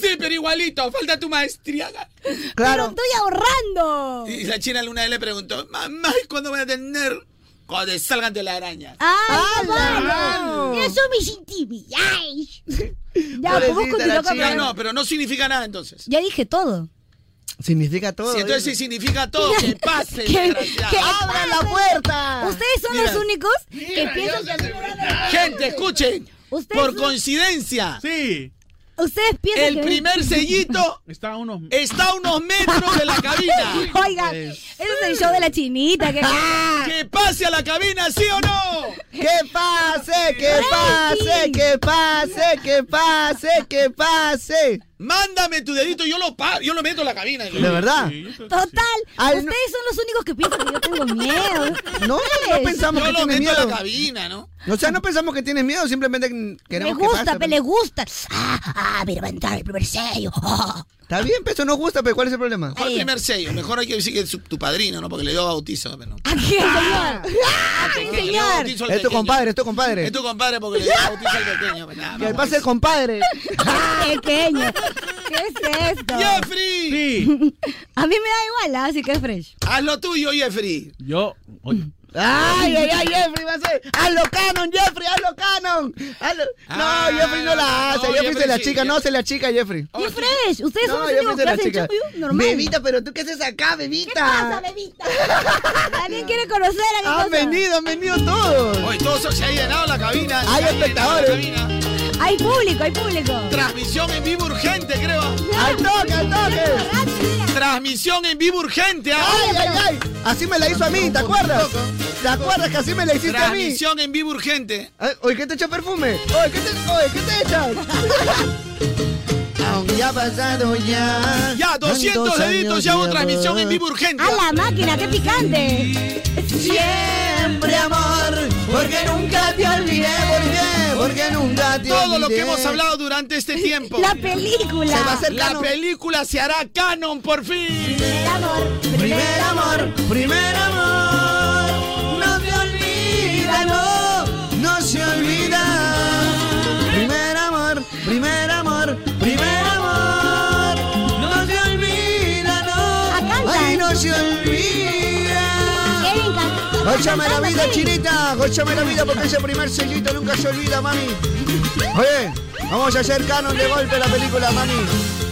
Speaker 9: Sí, pero igualito, falta tu maestría.
Speaker 1: Claro. Pero estoy ahorrando.
Speaker 9: Y la china luna le preguntó, mamá, ¿y ¿cuándo van a tener? Cuando salgan de la araña.
Speaker 1: ¡Ay,
Speaker 9: no!
Speaker 1: bueno! Eso mis intimidades. ya, podemos continuar con
Speaker 9: Pobrecita la china.
Speaker 1: el
Speaker 9: No, no, pero no significa nada entonces.
Speaker 1: Ya dije todo.
Speaker 6: Significa todo.
Speaker 9: Sí, entonces sí significa todo, que pase, desgraciado.
Speaker 1: ¡Abra la puerta! Ustedes son
Speaker 9: Ah. Mira.
Speaker 1: los únicos que piensan que...
Speaker 9: Gente, escuchen.
Speaker 1: Ustedes
Speaker 9: Por
Speaker 1: son-
Speaker 9: coincidencia. Sí.
Speaker 1: Ustedes piensan
Speaker 9: El
Speaker 1: que-
Speaker 9: primer sellito
Speaker 24: Está a unos.
Speaker 9: está a unos metros de la cabina.
Speaker 1: Oigan,
Speaker 6: Pues.
Speaker 1: ese es el show de la chinita. Que...
Speaker 9: Ah, ¡Que pase a la cabina, sí o no!
Speaker 6: ¡Que pase, que pase, que pase, que pase, que pase!
Speaker 9: Mándame tu dedito, yo lo pa- yo lo meto en la cabina.
Speaker 6: ¿De verdad?
Speaker 1: Total, ustedes son los únicos que piensan que yo tengo miedo.
Speaker 6: No, no pensamos
Speaker 9: Yo
Speaker 6: que
Speaker 9: lo
Speaker 6: tienes
Speaker 9: meto en
Speaker 6: miedo.
Speaker 9: la cabina, ¿no?
Speaker 6: O sea, no pensamos que tienes miedo, simplemente
Speaker 1: Me
Speaker 6: queremos que
Speaker 1: gusta,
Speaker 6: pase.
Speaker 1: pe, le gusta. Ah, ah, mira, va a entrar el primer sello. Ah.
Speaker 6: Está bien, pero eso no gusta, pero ¿cuál es el problema?
Speaker 9: Mejor primer sello, mejor hay que decir que es su- tu padrino, ¿no? Porque le dio bautizo. pero ¿no?
Speaker 1: ¿A quién, señor? ¿A quién,
Speaker 9: Le dio
Speaker 1: señor?
Speaker 9: bautizo al
Speaker 6: Es tu
Speaker 9: Ah. pequeño.
Speaker 6: compadre, es tu compadre.
Speaker 9: Es tu compadre porque le dio bautizo al pequeño. pues, nada,
Speaker 6: Que
Speaker 9: vamos.
Speaker 6: pase el compadre.
Speaker 1: Pequeño. ¿Qué es esto?
Speaker 9: ¡Jeffrey!
Speaker 1: A mí me da igual, ¿ah? así que es fresh.
Speaker 9: Haz lo tuyo, Jeffrey.
Speaker 24: Yo. oye,
Speaker 6: ¡Ay, ay, ay, Jeffrey! Va a ser. ¡Hazlo canon, Jeffrey! ¡Hazlo canon! Hazlo-
Speaker 9: Ah,
Speaker 6: no, Jeffrey no la hace.
Speaker 9: no,
Speaker 6: Jeffrey, se
Speaker 9: Jeffrey
Speaker 6: la
Speaker 9: sí,
Speaker 6: chica, no
Speaker 9: Jeffrey.
Speaker 6: se la chica, Jeffrey.
Speaker 1: ¿Qué es fresh? Ustedes son
Speaker 6: No,
Speaker 1: los
Speaker 6: Jeffrey
Speaker 1: únicos
Speaker 6: se
Speaker 1: que
Speaker 6: la
Speaker 1: hacen el
Speaker 6: chica.
Speaker 1: chup y yo, normal.
Speaker 6: Bebita, pero tú qué haces acá, bebita.
Speaker 1: ¿Qué pasa, bebita? También quiere conocer a la
Speaker 6: Han
Speaker 1: cosa.
Speaker 6: venido, han venido todos.
Speaker 9: Hoy todos se ha llenado la cabina. se
Speaker 6: Hay
Speaker 9: ha llenado la
Speaker 6: espectadores.
Speaker 9: cabina.
Speaker 1: Hay público, hay público.
Speaker 9: Transmisión en vivo urgente, creo.
Speaker 6: ¡Al toque, al toque!
Speaker 9: Transmisión en vivo urgente. ¿ah?
Speaker 6: ¡Ay, ay, ay! Así me la hizo a mí, ¿te acuerdas? ¿Te acuerdas que así me la hiciste a mí?
Speaker 9: Transmisión en vivo urgente.
Speaker 6: Ay, Oye, ¿qué te echa perfume? Oye, ¿qué te, oye, ¿qué te echas? Aún ya ha pasado ya.
Speaker 9: Ya, 200
Speaker 6: tantos
Speaker 9: deditos,
Speaker 6: años
Speaker 9: ya hubo
Speaker 6: de
Speaker 9: transmisión
Speaker 6: amor.
Speaker 9: en vivo urgente.
Speaker 1: A la máquina, qué picante.
Speaker 6: Siempre amor, porque nunca te olvidé, porque, porque nunca te olvidé.
Speaker 9: Todo lo que hemos hablado durante este tiempo.
Speaker 1: La película.
Speaker 6: Se va a hacer
Speaker 9: La
Speaker 6: canon.
Speaker 9: película se hará canon por fin.
Speaker 1: El amor.
Speaker 6: Primer amor, primer amor, no te olvida, no, no se olvida. Primer amor, primer amor, primer amor, no se olvida, no,
Speaker 1: Acá
Speaker 6: ay,
Speaker 1: está.
Speaker 6: no se olvida.
Speaker 1: Kevin, can-
Speaker 6: Góchame la
Speaker 1: cantando,
Speaker 6: vida,
Speaker 1: Kevin.
Speaker 6: chinita, góchame la vida porque ese primer sellito nunca se olvida, mami. Oye, vamos a hacer canon de golpe la película, mami.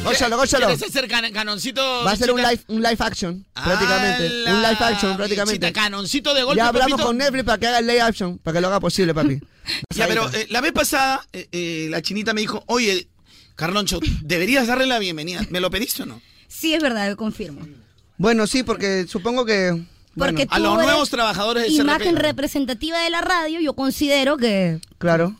Speaker 6: Góchalo, góchalo.
Speaker 9: ¿Quieres hacer can- canoncito?
Speaker 6: Va a ser un
Speaker 9: Chita?
Speaker 6: live, un live action, prácticamente.
Speaker 9: ¡Hala!
Speaker 6: Un live action,
Speaker 9: Chita,
Speaker 6: prácticamente.
Speaker 9: canoncito de golpe.
Speaker 6: ya hablamos
Speaker 9: papito.
Speaker 6: con Netflix para que haga el live action, para que lo haga posible, papi.
Speaker 9: Ya, pero eh, la vez pasada, eh, eh, la chinita me dijo, oye, Carloncho, deberías darle la bienvenida. ¿Me lo pediste o no?
Speaker 1: Sí, es verdad, yo confirmo.
Speaker 6: Bueno, sí, porque supongo que. bueno,
Speaker 1: Porque
Speaker 9: A
Speaker 1: tú
Speaker 9: los
Speaker 1: eres
Speaker 9: nuevos trabajadores de
Speaker 1: Imagen
Speaker 9: CRP.
Speaker 1: representativa de la radio, yo considero que
Speaker 6: claro.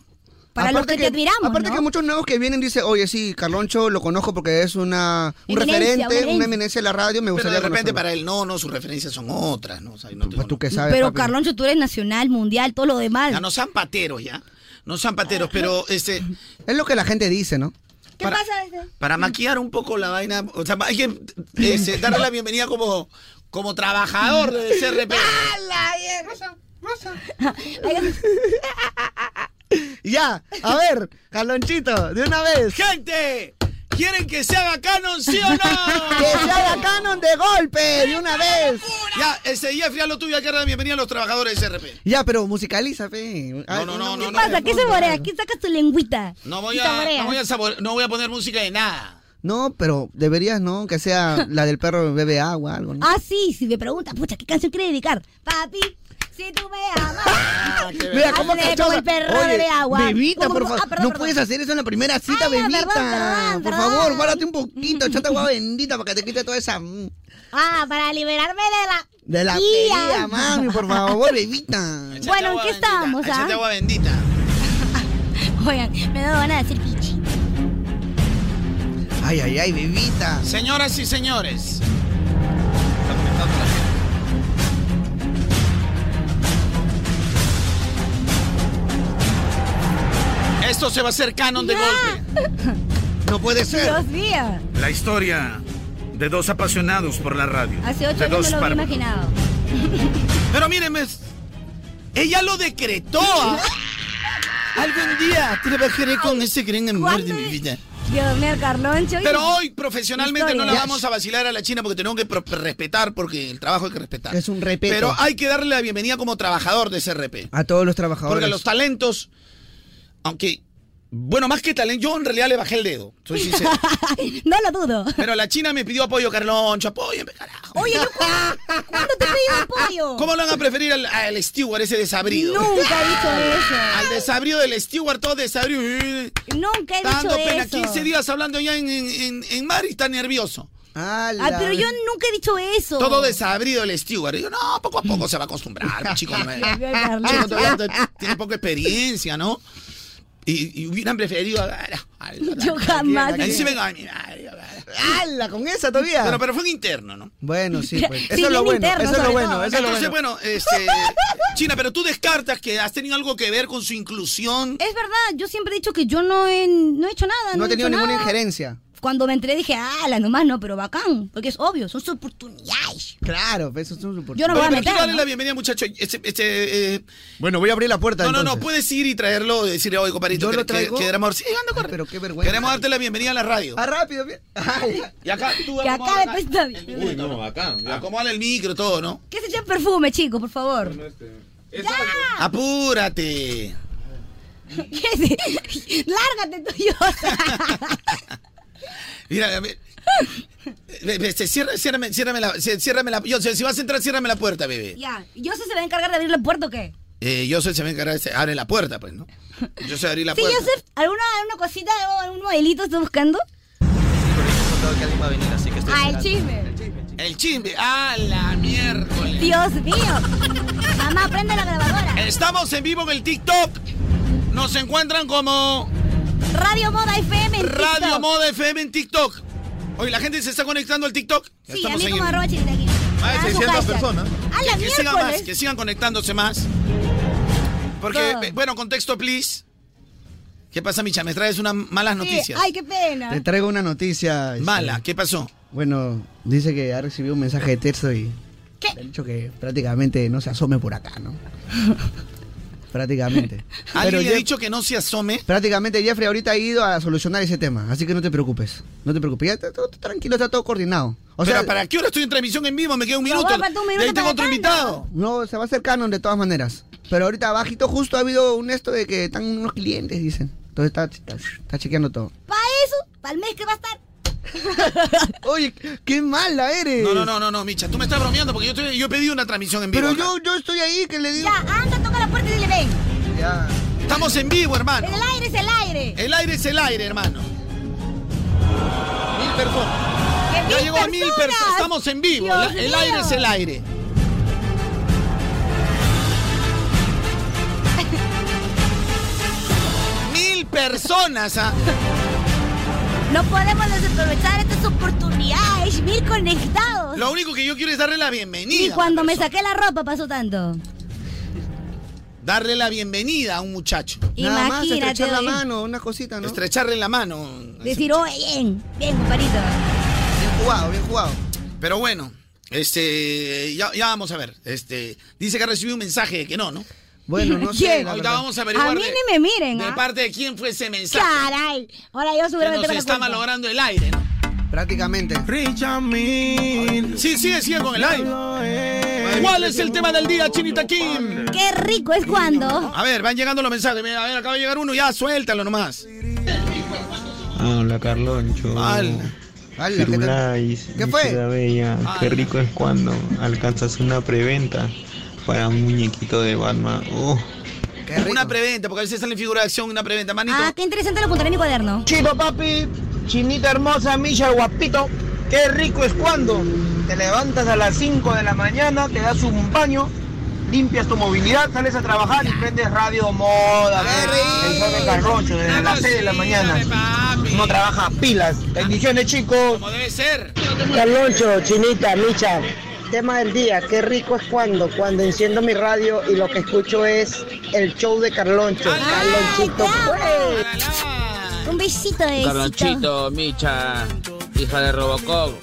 Speaker 1: para los que, te admiramos.
Speaker 6: aparte
Speaker 1: ¿no?
Speaker 6: que muchos nuevos que vienen dicen, oye, sí, Carloncho lo conozco porque es una, un
Speaker 1: Eminencia, una
Speaker 6: referente,
Speaker 1: eminencia.
Speaker 6: una eminencia de la radio, me
Speaker 9: Pero
Speaker 6: gustaría
Speaker 9: de repente
Speaker 6: conocerlo".
Speaker 9: para él, no, no, sus referencias son otras, ¿no? O sea, no tengo-
Speaker 6: Pues tú que sabes,
Speaker 1: Pero
Speaker 6: papi.
Speaker 1: Carloncho, tú eres nacional, mundial, todo lo demás.
Speaker 9: Ya no sean pateros, ya. No sean pateros, pero este,
Speaker 6: Es lo que la gente dice, ¿no?
Speaker 1: ¿Qué
Speaker 9: para-
Speaker 1: pasa? este?
Speaker 9: para maquillar un poco la vaina, o sea, hay que este, darle la bienvenida como, como trabajador de CRP.
Speaker 6: eh! Ya, a ver, Carlonchito, de una vez.
Speaker 9: ¡Gente! ¿Quieren que se haga canon, sí o no?
Speaker 6: ¡Que se haga canon de golpe! ¡De una vez!
Speaker 9: Ya, ese Jeffrey, ya lo tuyo, hay que darle la bienvenida a los trabajadores de CRP.
Speaker 6: Ya, pero musicaliza, fe.
Speaker 9: No, no, no, no,
Speaker 1: ¿Qué
Speaker 9: no.
Speaker 1: pasa? ¿Qué se borea? ¿Qué sacas tu lengüita?
Speaker 9: No voy
Speaker 1: Y
Speaker 9: a,
Speaker 1: saboreas.
Speaker 9: no voy a, sabor- no voy a poner música de nada.
Speaker 6: No, pero deberías, ¿no? Que sea la del perro bebe agua, algo, ¿no?
Speaker 1: Ah, sí, si me preguntas, pucha, ¿qué canción quiere dedicar? Papi, si tú me amas.
Speaker 6: Mira, ¿cómo
Speaker 1: Hazle
Speaker 6: cachosa.
Speaker 1: como el perro
Speaker 6: Oye,
Speaker 1: bebe agua.
Speaker 6: Bebita,
Speaker 1: Como-
Speaker 6: por
Speaker 1: como-
Speaker 6: favor.
Speaker 1: ah, perdón,
Speaker 6: no
Speaker 1: perdón.
Speaker 6: puedes hacer eso en la primera cita,
Speaker 1: Ay, ya,
Speaker 6: Bebita.
Speaker 1: perdón, perdón,
Speaker 6: por
Speaker 1: perdón.
Speaker 6: favor, guárdate un poquito, échate agua bendita para que te quite toda esa. mm,
Speaker 1: Ah, para liberarme de la.
Speaker 6: De la
Speaker 1: Tía.
Speaker 6: pelea, mami, por favor, Bebita.
Speaker 9: Échate
Speaker 1: Bueno, ¿en
Speaker 9: agua
Speaker 1: qué
Speaker 9: bendita,
Speaker 1: estábamos, ah?
Speaker 9: Échate agua bendita.
Speaker 1: Oigan, me da van a decir pichi.
Speaker 6: Ay, ay, ay, bebita.
Speaker 9: Señoras y señores. Esto se va a hacer canon de golpe.
Speaker 6: No puede ser.
Speaker 1: Dios mío.
Speaker 13: La historia de dos apasionados por la radio.
Speaker 1: Hace ocho
Speaker 13: de
Speaker 1: años
Speaker 13: dos
Speaker 1: no lo había
Speaker 13: párvulos.
Speaker 1: imaginado.
Speaker 9: Pero mírenme. Ella lo decretó. ¿ah? Algún día trabajaré con ese gran amor de mi vida.
Speaker 1: Dios mío, Carloncho. y-
Speaker 9: Pero hoy profesionalmente no la
Speaker 1: Historia.
Speaker 9: vamos a vacilar a la China porque tenemos que pro- respetar porque el trabajo hay que respetar.
Speaker 6: Es un respeto.
Speaker 9: Pero hay que darle la bienvenida como trabajador de ese RP.
Speaker 6: A todos los trabajadores.
Speaker 9: Porque los talentos, aunque, bueno, más que talento, yo en realidad le bajé el dedo, soy sincero.
Speaker 1: no lo dudo.
Speaker 9: Pero la China me pidió apoyo, Carloncho, apóyeme, carajo.
Speaker 1: Oye, ¿yo cu- ¿cuándo te he pedido apoyo?
Speaker 9: ¿Cómo lo van a preferir al, al steward, ese desabrido?
Speaker 1: Nunca he dicho eso.
Speaker 9: Al desabrido del steward, todo desabrido.
Speaker 1: Nunca he
Speaker 9: Está dando
Speaker 1: dicho
Speaker 9: pena,
Speaker 1: eso.
Speaker 9: 15 días hablando ya en, en, en, en mar y está nervioso.
Speaker 1: Ay, Ah, pero yo nunca he dicho eso.
Speaker 9: Todo desabrido el steward. Y yo, no, poco a poco se va a acostumbrar, chico. no es- chico todavía t- tiene poca experiencia, ¿no? Y, y hubieran preferido...
Speaker 6: Yo jamás.
Speaker 9: Ahí sí venga, mira.
Speaker 6: ¡Hala! Con esa todavía.
Speaker 9: Pero, pero fue un interno, ¿no?
Speaker 6: Bueno, sí, pues.
Speaker 9: Sí,
Speaker 6: Eso es lo
Speaker 9: bien
Speaker 6: bueno.
Speaker 9: interno,
Speaker 6: eso es lo
Speaker 9: sobre
Speaker 6: bueno.
Speaker 9: todo.
Speaker 6: Eso es lo
Speaker 9: Entonces,
Speaker 6: bueno.
Speaker 9: bueno, este, China, pero tú descartas que has tenido algo que ver con su inclusión.
Speaker 1: Es verdad, yo siempre he dicho que yo no he, no he hecho nada. No,
Speaker 6: No ha
Speaker 1: he
Speaker 6: tenido
Speaker 1: hecho
Speaker 6: ninguna
Speaker 1: nada.
Speaker 6: injerencia.
Speaker 1: Cuando me entré dije, ah, la nomás no, pero bacán. Porque es obvio, son sus oportunidades.
Speaker 6: Claro, pues, eso es un
Speaker 1: Yo no me voy a
Speaker 9: Oye, pero
Speaker 1: meter,
Speaker 9: quiero darle
Speaker 1: ¿no?
Speaker 9: la bienvenida, muchacho. Este, este, eh,
Speaker 6: Bueno, voy a abrir la puerta.
Speaker 9: no, no, no,
Speaker 6: entonces.
Speaker 9: puedes ir y traerlo, decirle, oye, compadrito,
Speaker 6: Yo
Speaker 9: que,
Speaker 6: lo traigo.
Speaker 9: que- que queremos- sí, anda, corre.
Speaker 6: Pero qué vergüenza.
Speaker 9: queremos darte la bienvenida a la radio.
Speaker 6: Ah, rápido, bien. Ay.
Speaker 9: Y acá tú
Speaker 1: Que
Speaker 9: acomódale
Speaker 1: acabe,
Speaker 9: acá.
Speaker 1: pues, está bien.
Speaker 9: Uy, no, bacán. Acomodale el micro, todo, ¿no?
Speaker 1: ¿Qué se echan perfume, chicos, por favor?
Speaker 9: Apúrate.
Speaker 1: ¿Qué se- Lárgate tú, yo.
Speaker 9: Mira, a ver. Ve- ve, este, cierra- ciérrame, ciérrame la, cie- ciérrame la, yo, si vas a entrar, ciérrame la puerta, bebé.
Speaker 1: ya, yo sé se va a encargar de abrir la puerta o qué.
Speaker 9: Eh, yo soy, se me encarga, de- abre la puerta, pues, ¿no? Yo sé abrir la
Speaker 1: Sí,
Speaker 9: puerta.
Speaker 1: Joseph, ¿alguna, alguna cosita o algún modelito estás buscando? Ah, el chisme.
Speaker 9: El chimbe, a la miércoles.
Speaker 1: Dios mío. Mamá, prende la grabadora.
Speaker 9: Estamos en vivo en el TikTok. Nos encuentran como
Speaker 1: Radio Moda FM. en
Speaker 9: Radio
Speaker 1: TikTok.
Speaker 9: Moda FM en TikTok. Hoy la gente se está conectando al TikTok.
Speaker 1: Sí, a
Speaker 9: Ya estamos
Speaker 1: mí
Speaker 9: en
Speaker 1: como
Speaker 9: el-
Speaker 1: arroba chiquitaquín.
Speaker 9: Más de
Speaker 1: Ah, su
Speaker 9: 600
Speaker 1: hashtag.
Speaker 9: personas.
Speaker 1: A la
Speaker 9: que sigan más,
Speaker 1: miércoles.
Speaker 9: que sigan conectándose más. Porque, eh, bueno, contexto, please. ¿Qué pasa, Micha? Me traes unas malas
Speaker 1: Sí,
Speaker 9: noticias.
Speaker 1: Ay, qué
Speaker 9: Ah.
Speaker 1: pena.
Speaker 6: Te traigo una noticia. este,
Speaker 9: Mala, ¿qué pasó?
Speaker 6: Bueno, dice que ha recibido un mensaje de texto y.
Speaker 1: ¿Qué?
Speaker 6: Le ha dicho que prácticamente no se asome por acá, ¿no? prácticamente.
Speaker 9: ¿Alguien
Speaker 6: Pero
Speaker 9: le ha
Speaker 6: Jeff-
Speaker 9: dicho que no se asome?
Speaker 6: Prácticamente Jeffrey ahorita ha ido a solucionar ese tema, así que no te preocupes. No te preocupes, ya está todo tranquilo, está todo coordinado. O sea,
Speaker 9: Pero, ¿para qué hora estoy en transmisión en vivo? Me queda un
Speaker 1: Pero
Speaker 9: minuto.
Speaker 1: va, falta un
Speaker 9: De ahí
Speaker 1: minuto
Speaker 9: tengo
Speaker 1: para
Speaker 9: otro
Speaker 1: acá,
Speaker 9: invitado.
Speaker 6: no, se va a hacer canon de todas maneras. Pero ahorita abajito justo ha habido un esto de que están unos clientes, dicen. Entonces está, está, está chequeando todo.
Speaker 1: Para eso, para el mes que va a estar.
Speaker 6: Oye, qué mala eres.
Speaker 9: No, no, no, no, no, Micha. Tú me estás bromeando porque yo, estoy- yo he pedido una transmisión en vivo.
Speaker 6: Pero
Speaker 9: acá.
Speaker 6: yo, yo estoy ahí que le digo.
Speaker 1: Ya, anda, toca la puerta y dile ven.
Speaker 6: Ya.
Speaker 9: Estamos en vivo, hermano.
Speaker 1: El aire es el aire.
Speaker 9: El aire es el aire, hermano. Mil personas.
Speaker 1: ¡Que
Speaker 9: Ya
Speaker 1: mil
Speaker 9: llegó a mil personas.
Speaker 1: personas!
Speaker 9: Estamos en vivo.
Speaker 1: Dios
Speaker 9: La- el aire
Speaker 1: mío.
Speaker 9: es el aire. Mil personas. ah.
Speaker 1: No podemos desaprovechar estas oportunidades. Mil conectados.
Speaker 9: Lo único que yo quiero es darle la bienvenida.
Speaker 1: Y
Speaker 9: a
Speaker 1: cuando
Speaker 9: una
Speaker 1: me
Speaker 9: persona.
Speaker 1: saqué la ropa pasó tanto.
Speaker 9: Darle la bienvenida a un muchacho.
Speaker 6: Nada más
Speaker 1: Imagínate,
Speaker 6: estrechar la
Speaker 1: oye.
Speaker 6: mano, una cosita, ¿no?
Speaker 9: Estrecharle la mano.
Speaker 1: Decir, oh, bien, bien, compadrito.
Speaker 6: Bien jugado, bien jugado.
Speaker 9: Pero bueno, este, ya, ya vamos a ver. Este, dice que ha recibido un mensaje de que no, ¿no?
Speaker 6: Bueno, no sé.
Speaker 1: ¿Quién?
Speaker 6: la
Speaker 9: Ahorita
Speaker 6: verdad.
Speaker 9: vamos a averiguar.
Speaker 1: A mí
Speaker 9: de-
Speaker 1: ni me miren,
Speaker 9: de
Speaker 1: ¿ah?
Speaker 9: parte de quién fue ese mensaje.
Speaker 1: Caray. Ahora yo
Speaker 9: Que
Speaker 1: seguramente
Speaker 9: nos
Speaker 1: me la
Speaker 9: está
Speaker 1: cuento.
Speaker 9: malogrando el aire, ¿no?
Speaker 6: Prácticamente.
Speaker 9: Sí, sigue, sigue con el aire. ¿Cuál es el tema del día, Chinita Kim?
Speaker 1: Qué rico es cuando.
Speaker 9: A ver, van llegando los mensajes. Mira, a ver, acaba de llegar uno, ya suéltalo nomás.
Speaker 23: Ah, Hola Carloncho.
Speaker 9: Al-
Speaker 6: al- ¿qué tal?
Speaker 23: Firulais,
Speaker 6: ¿Qué
Speaker 23: mi
Speaker 6: fue?
Speaker 23: ciudad bella.
Speaker 9: Ah.
Speaker 23: Qué rico es cuando alcanzas una preventa para un muñequito de Batman. Oh.
Speaker 9: Una preventa, porque a veces sale en figura de acción una preventa, manito.
Speaker 1: Ah, qué interesante lo apuntaré en mi cuaderno.
Speaker 14: Chico papi, chinita hermosa, Misha guapito, qué rico es cuando te levantas a las 5 de la mañana, te das un baño, limpias tu movilidad, sales a trabajar
Speaker 9: Ah,
Speaker 14: y prendes radio moda. El sol de Carrocho, desde las 6 de la mañana. no trabaja pilas. Bendiciones, chicos.
Speaker 9: Como debe ser.
Speaker 2: Carloncho, Chinita, Micha. Tema del día, qué rico es cuando, cuando enciendo mi radio y lo que escucho es el show de Carloncho. Carlonchito, pues.
Speaker 1: Un besito de
Speaker 23: Carlonchito, Micha, hija de Robocop.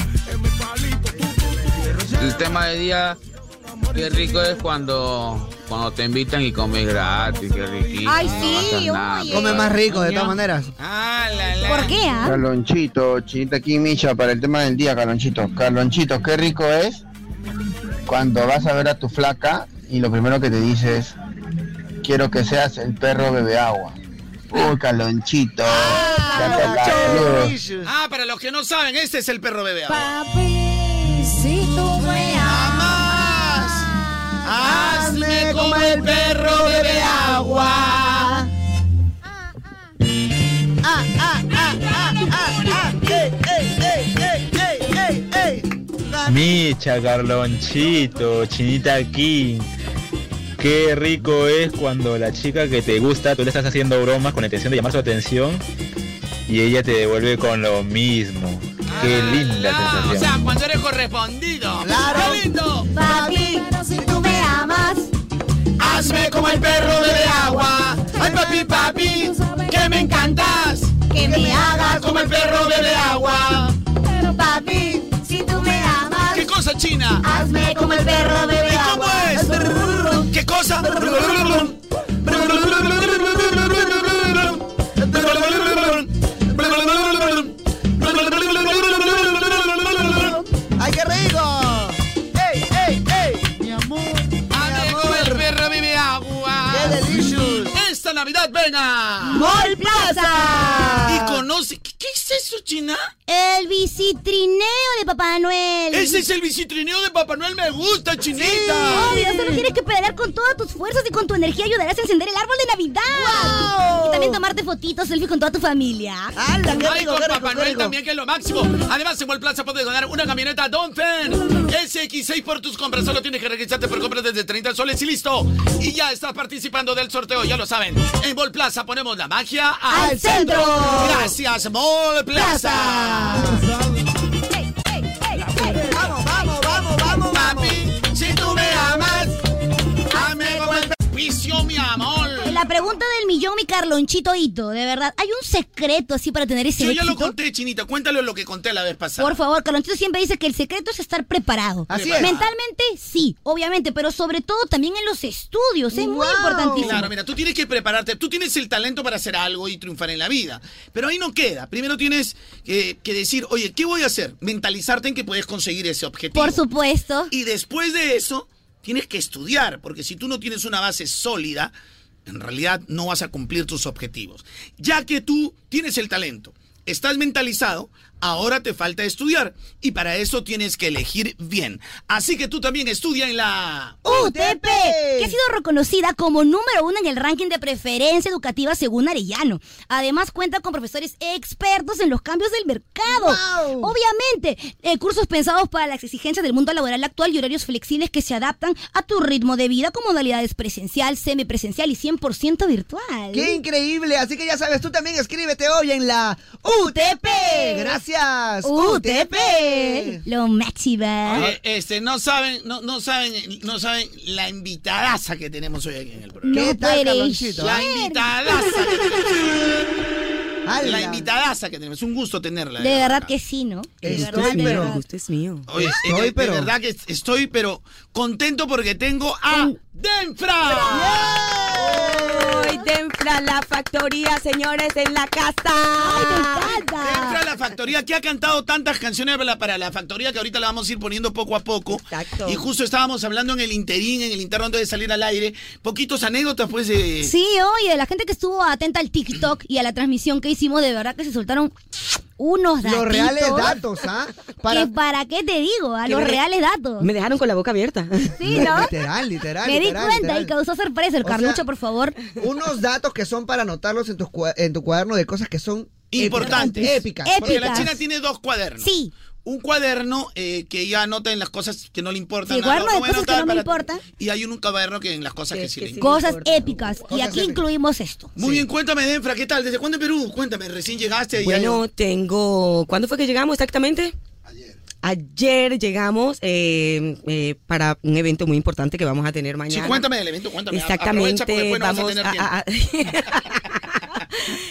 Speaker 23: El tema de día, qué rico es cuando, cuando te invitan y comes gratis, qué riquísimo.
Speaker 1: Ay,
Speaker 23: no
Speaker 1: sí,
Speaker 23: gastas nada.
Speaker 6: Come más rico, de todas maneras.
Speaker 1: ¿Por qué, ah?
Speaker 8: Carlonchito, chinita aquí, Micha, para el tema del día, Carlonchito. Carlonchito, qué rico es cuando vas a ver a tu flaca y lo primero que te dice es, quiero que seas el perro bebe agua. Uy, Carlonchito. Ya te la saludo.
Speaker 9: Ah, para los que no saben, este es el perro bebé.
Speaker 4: Papi, si tú me amas,
Speaker 9: hazme como el perro bebe agua.
Speaker 4: Ah, ah, ah, ah, ah, ah, eh, eh, eh, eh, eh, eh, eh.
Speaker 5: Micha, Carlonchito, Chinita aquí. Qué rico es cuando la chica que te gusta, tú le estás haciendo bromas con la intención de llamar su atención y ella te devuelve con lo mismo. Qué linda
Speaker 9: O
Speaker 5: sensación.
Speaker 9: sea, cuando eres correspondido.
Speaker 4: Claro.
Speaker 9: ¡Qué lindo!
Speaker 4: Papi, si tú me amas, hazme como el perro de agua. Ay, papi, papi, que me encantas. Que me hagas como el perro bebe agua. Pero papi, si tú me amas.
Speaker 9: ¿Qué cosa, China?
Speaker 4: Hazme como el perro bebe
Speaker 9: ¿Y
Speaker 4: agua.
Speaker 9: cómo es? ¿Qué cosa?
Speaker 4: ¡Ay, qué rico! ¡Ey, ey, ey! Mi amor.
Speaker 9: Hazme como el perro bebe agua.
Speaker 4: ¡Qué delicious!
Speaker 9: Esta Navidad venga.
Speaker 1: ¡Mall Plaza!
Speaker 9: Y conoce. ¿Qué, qué es eso, China?
Speaker 1: El bicitrineo de Papá Noel.
Speaker 9: Ese es el bicitrineo de Papá Noel. Me gusta, Chinita.
Speaker 1: Obvio, solo tienes que pedalear con todas tus fuerzas y con tu energía ayudarás a encender el árbol de Navidad. Y también tomarte fotitos, selfie con toda tu familia.
Speaker 9: Ay, con Papá Noel también, que es lo máximo. Además, en Walplaza puedes ganar una camioneta Donfen SX6 por tus compras. Solo tienes que registrarte por compras desde 30 soles y listo. Y ya estás participando del sorteo, ya lo saben. En Volplaza ponemos la magia al,
Speaker 4: ¡Al centro!
Speaker 9: Gracias, Volplaza.
Speaker 4: Vamos, vamos, vamos, vamos,
Speaker 9: Papi, si tú me amas, hazme como el vicio, mi amor.
Speaker 1: Eh, La pregunta del millón, mi Carlonchito Hito, de verdad, ¿hay un secreto así para tener ese
Speaker 9: Yo ya lo
Speaker 1: éxito?
Speaker 9: conté, Chinita. Cuéntalo lo que conté la vez pasada.
Speaker 1: Por favor, Carlonchito siempre dice que el secreto es estar preparado.
Speaker 9: Así es.
Speaker 1: Mentalmente, sí, obviamente, pero sobre todo también en los estudios. Es muy importantísimo.
Speaker 9: Claro, mira, tú tienes que prepararte, tú tienes el talento para hacer algo y triunfar en la vida, pero ahí no queda. Primero tienes que, que decir, oye, ¿qué voy a hacer? Mentalizarte en que puedes conseguir ese objetivo.
Speaker 1: Por supuesto.
Speaker 9: Y después de eso, tienes que estudiar, porque si tú no tienes una base sólida, en realidad no vas a cumplir tus objetivos. Ya que tú tienes el talento, estás mentalizado, ahora te falta estudiar, y para eso tienes que elegir bien. Así que tú también estudia en la...
Speaker 6: ¡Uh,
Speaker 1: UTP, que ha sido reconocida como número uno en el ranking de preferencia educativa según Arellano. Además cuenta con profesores expertos en los cambios del mercado. Obviamente, eh, cursos pensados para las exigencias del mundo laboral actual y horarios flexibles que se adaptan a tu ritmo de vida con modalidades presencial, semipresencial y 100% virtual.
Speaker 6: ¡Qué increíble! Así que ya sabes, tú también escríbete hoy en la UTP. Gracias.
Speaker 1: UTP. Lo máximo.
Speaker 9: Eh, este, no saben, no, no saben, no saben la invitadaza que tenemos hoy aquí en el programa.
Speaker 6: ¿Qué tal, Carlonchito?
Speaker 9: La
Speaker 6: ¿eh?
Speaker 9: invitadaza. que tenemos.
Speaker 1: Ala.
Speaker 9: La invitadaza que tenemos. Es un gusto tenerla.
Speaker 1: De verdad que sí, ¿no? De
Speaker 6: Eh,
Speaker 9: Estoy,
Speaker 1: verdad, de
Speaker 9: pero-
Speaker 1: verdad.
Speaker 15: es mío.
Speaker 9: Oye, eh,
Speaker 15: Estoy,
Speaker 9: de- de,
Speaker 15: pero-
Speaker 9: verdad que estoy, pero contento porque tengo a Denfra.
Speaker 15: Hoy Denfra, la factoría, señores, en la casa. ¡Ay, me
Speaker 9: Denfra la factoría que ha cantado tantas canciones para la, para la factoría que ahorita la vamos a ir poniendo poco a poco. Y justo estábamos hablando en el interín, en el interno antes de salir al aire, poquitos anécdotas pues de
Speaker 1: Sí, oye, la gente que estuvo atenta al TikTok y a la transmisión que hicimos, de verdad que se soltaron unos datos.
Speaker 6: Los reales datos, ¿ah?
Speaker 1: ¿Para, ¿Para qué te digo? A
Speaker 15: Que
Speaker 1: los
Speaker 15: me-
Speaker 1: reales datos.
Speaker 15: Me dejaron con la boca abierta.
Speaker 1: Sí, ¿no?
Speaker 6: Literal, literal.
Speaker 1: Me di
Speaker 6: literal,
Speaker 1: cuenta
Speaker 6: literal.
Speaker 1: y causó sorpresa el
Speaker 6: O sea,
Speaker 1: Carlucho, por favor.
Speaker 6: Unos datos que son para anotarlos en tu, en tu cuaderno de cosas que son
Speaker 9: importantes.
Speaker 6: Épicas.
Speaker 9: Porque la China tiene dos cuadernos.
Speaker 1: Sí.
Speaker 9: un cuaderno eh, que ya anota en las cosas que no le importan.
Speaker 1: Sí,
Speaker 9: nada,
Speaker 1: cuaderno de
Speaker 9: voy a
Speaker 1: cosas que
Speaker 9: anotar
Speaker 1: no me
Speaker 9: para-
Speaker 1: importan.
Speaker 9: Y hay un cuaderno que en las cosas que sí le importan.
Speaker 1: Cosas épicas. Y
Speaker 9: Cosas
Speaker 1: aquí
Speaker 9: épicas.
Speaker 1: incluimos esto.
Speaker 9: Muy bien, cuéntame, Denfra, ¿qué tal? ¿Desde cuándo en Perú? Cuéntame, recién llegaste. y
Speaker 15: Bueno,
Speaker 9: algo.
Speaker 15: tengo. ¿Cuándo fue que llegamos exactamente? Ayer. Ayer llegamos eh, eh, para un evento muy importante que vamos a tener
Speaker 9: Sí,
Speaker 15: mañana.
Speaker 9: cuéntame del evento, cuéntame. Aprovecha
Speaker 15: Exactamente,
Speaker 9: porque después no vas a
Speaker 15: vamos
Speaker 9: tener
Speaker 15: a-
Speaker 9: tiempo.
Speaker 15: a- a-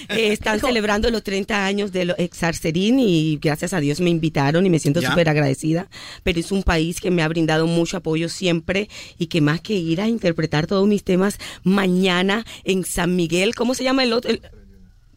Speaker 15: Eh, están celebrando los 30 años de lo Exarcerín y gracias a Dios me invitaron y me siento
Speaker 16: Ya.
Speaker 15: súper agradecida. Pero es un país que me ha brindado mucho apoyo siempre y que más que ir a interpretar todos mis temas mañana en San Miguel, ¿cómo se llama el otro? El-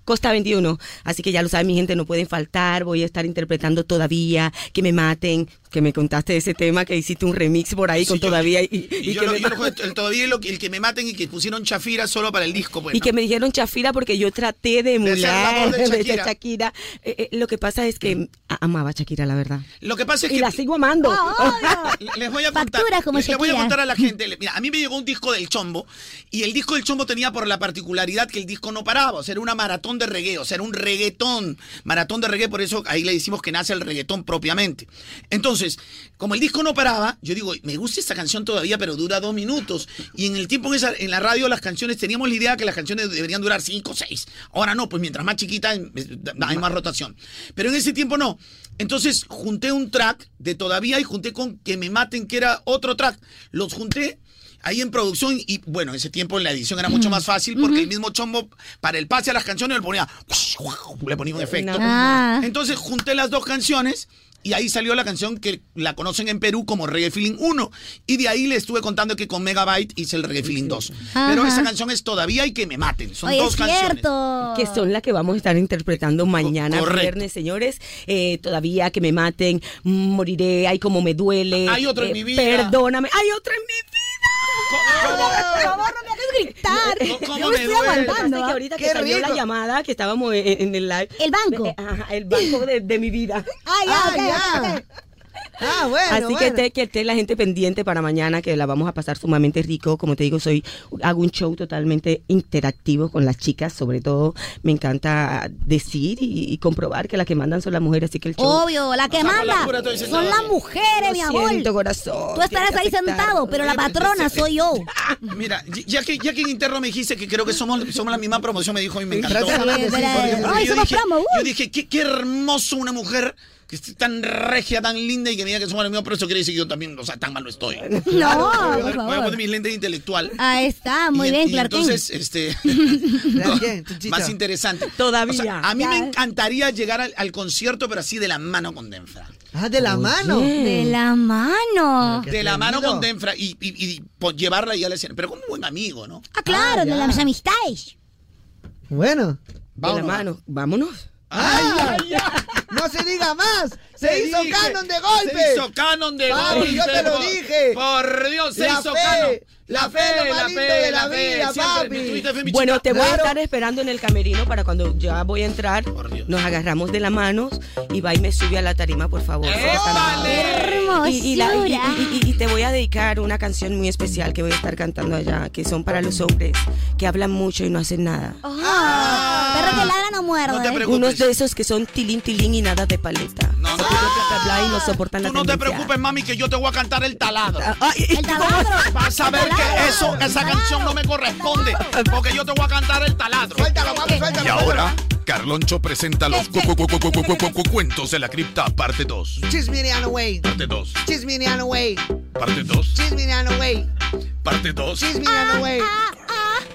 Speaker 15: Costa 21. Así que ya lo saben, mi gente, no pueden faltar. Voy a estar interpretando todavía, que me maten, que me contaste ese tema, que hiciste un remix por ahí con todavía y, y-
Speaker 9: Y
Speaker 15: y
Speaker 9: yo,
Speaker 15: que
Speaker 9: lo-
Speaker 15: me
Speaker 9: yo lo juego- el, todavía lo que- el que me maten y que pusieron Chafira solo para el disco. Bueno.
Speaker 15: Y que me dijeron Chafira porque yo traté de
Speaker 9: ser la
Speaker 15: emular
Speaker 9: voz de
Speaker 15: de Shakira.
Speaker 9: Shakira. Mm.
Speaker 15: Eh, eh, lo que pasa es que a- amaba a Shakira, la verdad.
Speaker 9: Lo que pasa es
Speaker 15: y
Speaker 9: que
Speaker 15: la sigo amando.
Speaker 9: Ah, les voy a contar,
Speaker 15: Facturas como
Speaker 9: les, les voy a
Speaker 15: Shakira.
Speaker 9: contar a la gente. Le- Mira, a mí me llegó un disco del Chombo y el disco del Chombo tenía por la particularidad que el disco no paraba, o sea, era una maratón de reggae, o sea, era un reggaetón, maratón de reggae, por eso ahí le decimos que nace el reggaetón propiamente. Entonces, como el disco no paraba, yo digo, me gusta esta canción todavía, pero dura dos minutos y en el tiempo en, esa- en la radio las canciones teníamos la idea que las canciones deberían durar cinco, seis. Ahora no, pues mientras más chiquita em, es- da- hay más rotación. Pero en ese tiempo no. Entonces junté un track de todavía y junté con que me maten, que era otro track. Los junté ahí en producción y bueno, en ese tiempo en la edición era mucho más fácil porque el mismo chombo para el pase a las canciones le ponía, le ponía un efecto.
Speaker 4: Ah.
Speaker 9: Entonces junté las dos canciones. Y ahí salió la canción que la conocen en Perú como Reggae Feeling 1. Y de ahí le estuve contando que con Megabyte hice el Reggae Feeling 2. Pero
Speaker 15: Ajá.
Speaker 9: esa canción es todavía y que me maten. Son
Speaker 15: Oye,
Speaker 9: dos
Speaker 15: es
Speaker 9: canciones.
Speaker 1: cierto.
Speaker 15: Que son las que vamos a estar interpretando mañana,
Speaker 9: correcto.
Speaker 15: viernes, señores. Eh, todavía que me maten, moriré, ay, como me duele.
Speaker 4: Hay otro en
Speaker 15: eh,
Speaker 4: mi vida.
Speaker 15: Perdóname, hay otro en mi vida.
Speaker 4: Por
Speaker 15: favor, no me hagas gritar.
Speaker 4: cómo Yo me me estoy duele? aguantando, ¿ah?
Speaker 15: Que ¿eh? ahorita que
Speaker 4: Qué
Speaker 15: salió la
Speaker 4: rico.
Speaker 15: llamada, que estábamos en, en el live. Eh,
Speaker 1: El banco.
Speaker 15: ajá, el banco de, de mi vida.
Speaker 1: Ah, ya, ok, ok.
Speaker 6: Ah,
Speaker 15: Así que esté, que esté la gente pendiente para mañana, que la vamos a pasar sumamente rico. Como te digo, soy hago un show totalmente interactivo con las chicas. Sobre todo, me encanta decir y, y comprobar que las que mandan son las mujeres. Así que el show.
Speaker 1: Obvio, la que
Speaker 15: Vamos a la
Speaker 1: manda
Speaker 15: pura, entonces,
Speaker 1: son
Speaker 15: no.
Speaker 1: las mujeres,
Speaker 15: Lo
Speaker 1: mi amor.
Speaker 15: siento, corazón.
Speaker 1: Tú estarás
Speaker 15: Tienes
Speaker 1: ahí
Speaker 15: que aceptar.
Speaker 1: sentado, pero la patrona soy yo.
Speaker 9: Mira, ya- ya que, ya que en interno me dijiste que creo que somos, somos la misma promoción, me dijo y me encantó.
Speaker 4: Prácticamente,
Speaker 9: Porque
Speaker 4: sí,
Speaker 9: yo
Speaker 4: porque- Ay, somos
Speaker 9: dije- Yo dije, qué, qué hermoso una mujer que esté tan regia, tan linda y que me diga que somos la misma, pero eso quiere decir que yo también, o sea, tan malo estoy. No,
Speaker 1: por
Speaker 9: Voy a
Speaker 1: favor.
Speaker 9: poner mi lente de intelectual.
Speaker 1: Ahí está, muy
Speaker 9: Y-
Speaker 1: bien,
Speaker 9: y
Speaker 1: Clark Kent.
Speaker 9: Entonces, este. más interesante. Todavía. a mí me encantaría llegar al, al concierto, pero así de la mano con Denfra.
Speaker 6: Ah, de la mano.
Speaker 1: De la mano.
Speaker 9: De la mano con Denfra y, y- y po- llevarla ya a la escena. Pero como un buen amigo, ¿no?
Speaker 1: Ah, claro,
Speaker 9: Ah,
Speaker 1: de
Speaker 9: ya.
Speaker 1: las amistades.
Speaker 6: Bueno.
Speaker 15: De la mano. Vámonos.
Speaker 6: No se diga más. Se
Speaker 9: Te
Speaker 6: hizo
Speaker 9: dije,
Speaker 6: canon de golpe.
Speaker 9: Se hizo canon de
Speaker 6: Papi,
Speaker 9: golpe.
Speaker 6: yo te lo
Speaker 9: por-
Speaker 6: dije.
Speaker 9: Por Dios, se
Speaker 6: La
Speaker 9: hizo
Speaker 6: fe,
Speaker 9: canon.
Speaker 6: la fe es lo más lindo de la vida,
Speaker 9: Siempre
Speaker 6: papi.
Speaker 9: mi Twitter fue mi
Speaker 15: Bueno,
Speaker 9: chica.
Speaker 15: te voy a estar esperando en el camerino para cuando ya voy a entrar. Nos agarramos de la mano y va y me sube a la tarima, por favor.
Speaker 1: ¡Épale!
Speaker 15: Y, y la- y- y- y- y te voy a dedicar una canción muy especial que voy a estar cantando allá, que son para los hombres que hablan mucho y no hacen nada.
Speaker 1: Ah, perro que ladra no muerde. ¿eh?
Speaker 15: Unos de esos que son tilín, tilín y nada de paleta. No, no, y no soportan la
Speaker 9: Tú no te
Speaker 15: tendencia.
Speaker 9: preocupes, mami, que yo te voy a cantar Ah, el taladro.
Speaker 15: El
Speaker 1: taladro.
Speaker 9: Vas a ver
Speaker 4: El taladro.
Speaker 9: que eso, esa canción no me corresponde. Porque yo te voy a cantar el taladro. Suéltalo, mami, suéltalo.
Speaker 13: Y ahora, Carloncho presenta los cu- cu- cu- cu- cu- cu- cu- cu- cuentos de la cripta, parte 2.
Speaker 6: Chismineano, güey.
Speaker 13: Parte 2.
Speaker 6: Chismineano, güey.
Speaker 13: Parte 2.
Speaker 6: Chismineano, güey.
Speaker 13: Parte 2.
Speaker 9: Ah,
Speaker 6: Chismineano, güey.